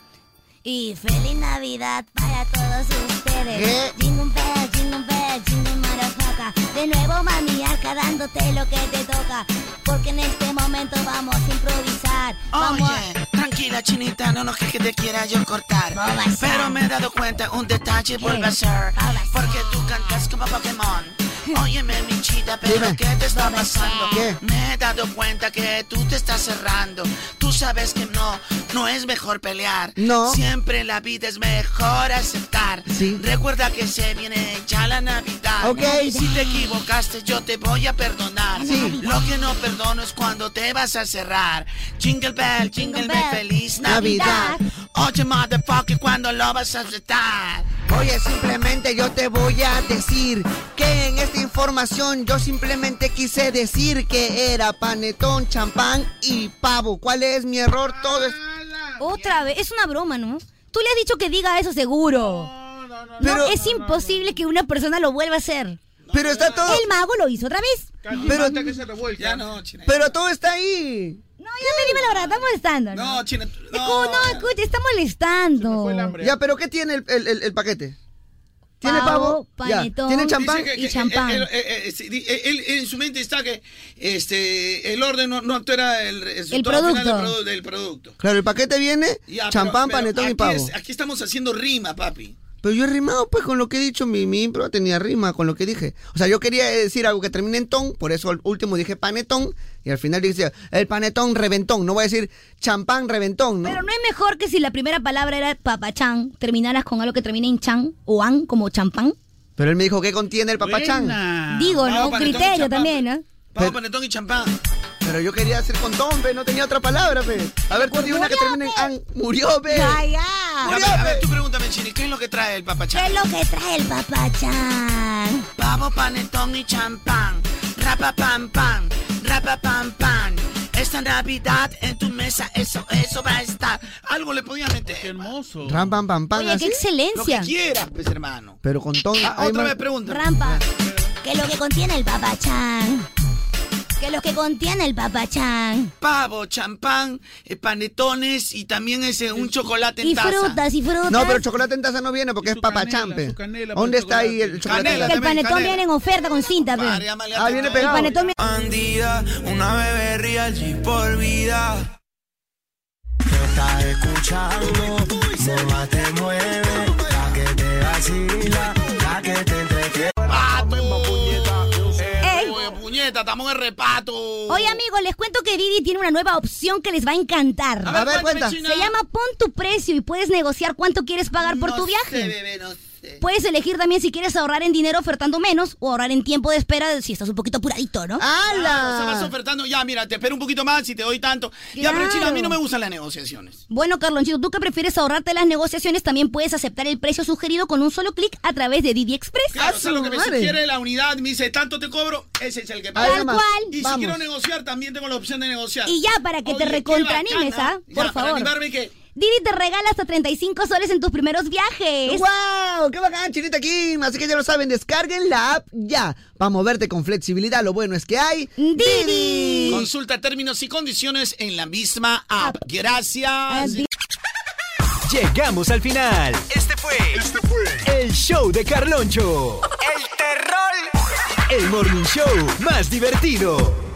Speaker 1: Y feliz Navidad para todos ustedes. Jingle bell, jingle bell, jingle marafaca. De nuevo mami acá dándote lo que te toca. Porque en este momento vamos a improvisar. Vamos a...
Speaker 17: Oye, tranquila chinita, no no que te quiera yo cortar. Pero me he dado cuenta un detalle vuelve a ser. Porque tú cantas como Pokémon. Óyeme, mi chita, pero
Speaker 14: Dime.
Speaker 17: ¿qué te está pasando? Me he dado cuenta que tú te estás cerrando. Tú sabes que no, no es mejor pelear.
Speaker 14: No.
Speaker 17: Siempre en la vida es mejor aceptar. Recuerda que se viene ya la Navidad.
Speaker 14: Ok.
Speaker 17: Si te equivocaste, yo te voy a perdonar. Lo que no perdono es cuando te vas a cerrar. Jingle bell, jingle bell, feliz Navidad. Oye, motherfucker, ¿cuándo lo vas a aceptar?
Speaker 6: Oye, simplemente yo te voy a decir que en esta información yo simplemente quise decir que era panetón, champán y pavo. ¿Cuál es mi error? Todo es.
Speaker 1: Otra vez, es una broma, ¿no? Tú le has dicho que diga eso seguro.
Speaker 6: Pero-
Speaker 1: es imposible que una persona lo vuelva a hacer.
Speaker 6: Pero está todo.
Speaker 1: El mago lo hizo otra vez.
Speaker 6: Pero-
Speaker 9: Antes que se revuelca. Ya no, China.
Speaker 6: Pero todo está ahí.
Speaker 1: No, ya te dime la verdad, está molestando. No,
Speaker 9: No, China. tú-
Speaker 1: Escu- no, escucha, está molestando.
Speaker 6: Ya, pero ¿qué tiene el, el- el- el paquete? ¿Tiene pavo? Ya.
Speaker 1: panetón
Speaker 6: ¿Tiene champán?
Speaker 9: Dice que- que- Él, él- él- él- él- él en su mente está que este, el orden no, no altera el,
Speaker 6: El
Speaker 9: resultado
Speaker 6: producto.
Speaker 9: final del produ- del producto.
Speaker 6: Claro, el paquete viene
Speaker 9: Ya, pero-
Speaker 6: champán,
Speaker 9: pero
Speaker 6: panetón y
Speaker 9: aquí
Speaker 6: pavo.
Speaker 9: es- aquí estamos haciendo rima, papi.
Speaker 6: Pero yo he rimado pues con lo que he dicho, mi, mi impro tenía rima con lo que dije. O sea, yo quería decir algo que termine en ton, por eso al último dije panetón y al final dije el panetón reventón, no voy a decir champán reventón, ¿no?
Speaker 1: Pero no es mejor que si la primera palabra era papachán, terminaras con algo que termine en chan o an como champán.
Speaker 6: Pero él me dijo, ¿qué contiene el papachán?
Speaker 1: Digo,
Speaker 6: Pavo,
Speaker 1: ¿no?
Speaker 6: panetón y
Speaker 1: Criterio
Speaker 6: champán.
Speaker 1: también, ¿no?
Speaker 6: Pero,
Speaker 9: Panetón y champán.
Speaker 6: pero yo quería decir con ton, pe, no tenía otra palabra, pe. A ver, tú di una que termine en an. Murió, pe.
Speaker 1: Ay, ay.
Speaker 9: A ver, a ver, tú pregúntame, Chini, ¿qué es lo que trae el papachán?
Speaker 1: ¿Qué es lo que trae el papachán?
Speaker 4: Pavo, panetón y champán. Rapa pam pam, rapa pam pam. Esta Navidad en tu mesa, eso, eso va a estar. Algo le podías meter. Qué hermoso.
Speaker 6: Ram, pam, pam, pam.
Speaker 1: Oye, qué
Speaker 6: así.
Speaker 1: excelencia.
Speaker 4: Lo que quieras, pues, hermano.
Speaker 6: Pero con todo.
Speaker 4: Ah,
Speaker 6: hay
Speaker 4: otra
Speaker 6: más-
Speaker 4: vez pregunta.
Speaker 1: Rampa. ¿Qué es lo que contiene el papachán? ¿Qué es lo que contiene el papachán?
Speaker 4: Pavo, champán, eh, panetones y también ese, un chocolate en
Speaker 1: Y
Speaker 4: taza.
Speaker 1: frutas, y frutas.
Speaker 6: No, pero el chocolate en taza no viene porque es papachampe. ¿Dónde está ahí el chocolate? en
Speaker 1: Que
Speaker 6: taza?
Speaker 1: el panetón viene en oferta con cinta, pe.
Speaker 6: Ah, viene pegado.
Speaker 1: El panetón
Speaker 26: Bandida, una bebé real y por vida.
Speaker 3: Te estás escuchando, Seba te mueve, la que te vacila, la que te entretiene.
Speaker 1: Ey.
Speaker 9: Oye, eh, puñeta, estamos en repato.
Speaker 1: Oye, amigos, les cuento que Didi tiene una nueva opción que les va a encantar.
Speaker 9: A ver, A ver, cuéntame, cuenta. China.
Speaker 1: Se llama Pon tu precio y puedes negociar cuánto quieres pagar por tu viaje. Puedes elegir también si quieres ahorrar en dinero ofertando menos o ahorrar en tiempo de espera si estás un poquito apuradito, ¿no?
Speaker 9: Ah, o sea, vas ofertando, ya, mira, te espero un poquito más y te doy tanto. Ya, pero
Speaker 1: Claro.
Speaker 9: China, a mí no me gustan las negociaciones.
Speaker 1: Bueno, Carlonchito, tú que prefieres ahorrarte las negociaciones, también puedes aceptar el precio sugerido con un solo clic a través de Didi Express.
Speaker 9: Claro, o sea, lo que me sugiere la unidad, me dice, tanto te cobro, ese es el que paga.
Speaker 1: Tal cual.
Speaker 9: Y
Speaker 1: Vamos.
Speaker 9: si quiero negociar, también tengo la opción de negociar.
Speaker 1: Y ya, para que
Speaker 9: Oye,
Speaker 1: te
Speaker 9: qué
Speaker 1: recontraanimes,
Speaker 9: bacana.
Speaker 1: ¿ah? Por
Speaker 9: Ya, para
Speaker 1: favor.
Speaker 9: animarme, ¿qué?
Speaker 1: Didi te regala hasta 35 soles en tus primeros viajes.
Speaker 6: ¡Wow! ¡Qué bacán, Chinita Kim! Así que ya lo saben, descarguen la app ya. Para moverte con flexibilidad, lo bueno es que hay. ¡Didi!
Speaker 9: Consulta términos y condiciones en la misma app. Gracias.
Speaker 2: Llegamos al final. Este fue, el show de Carloncho. El terror. El morning show más divertido.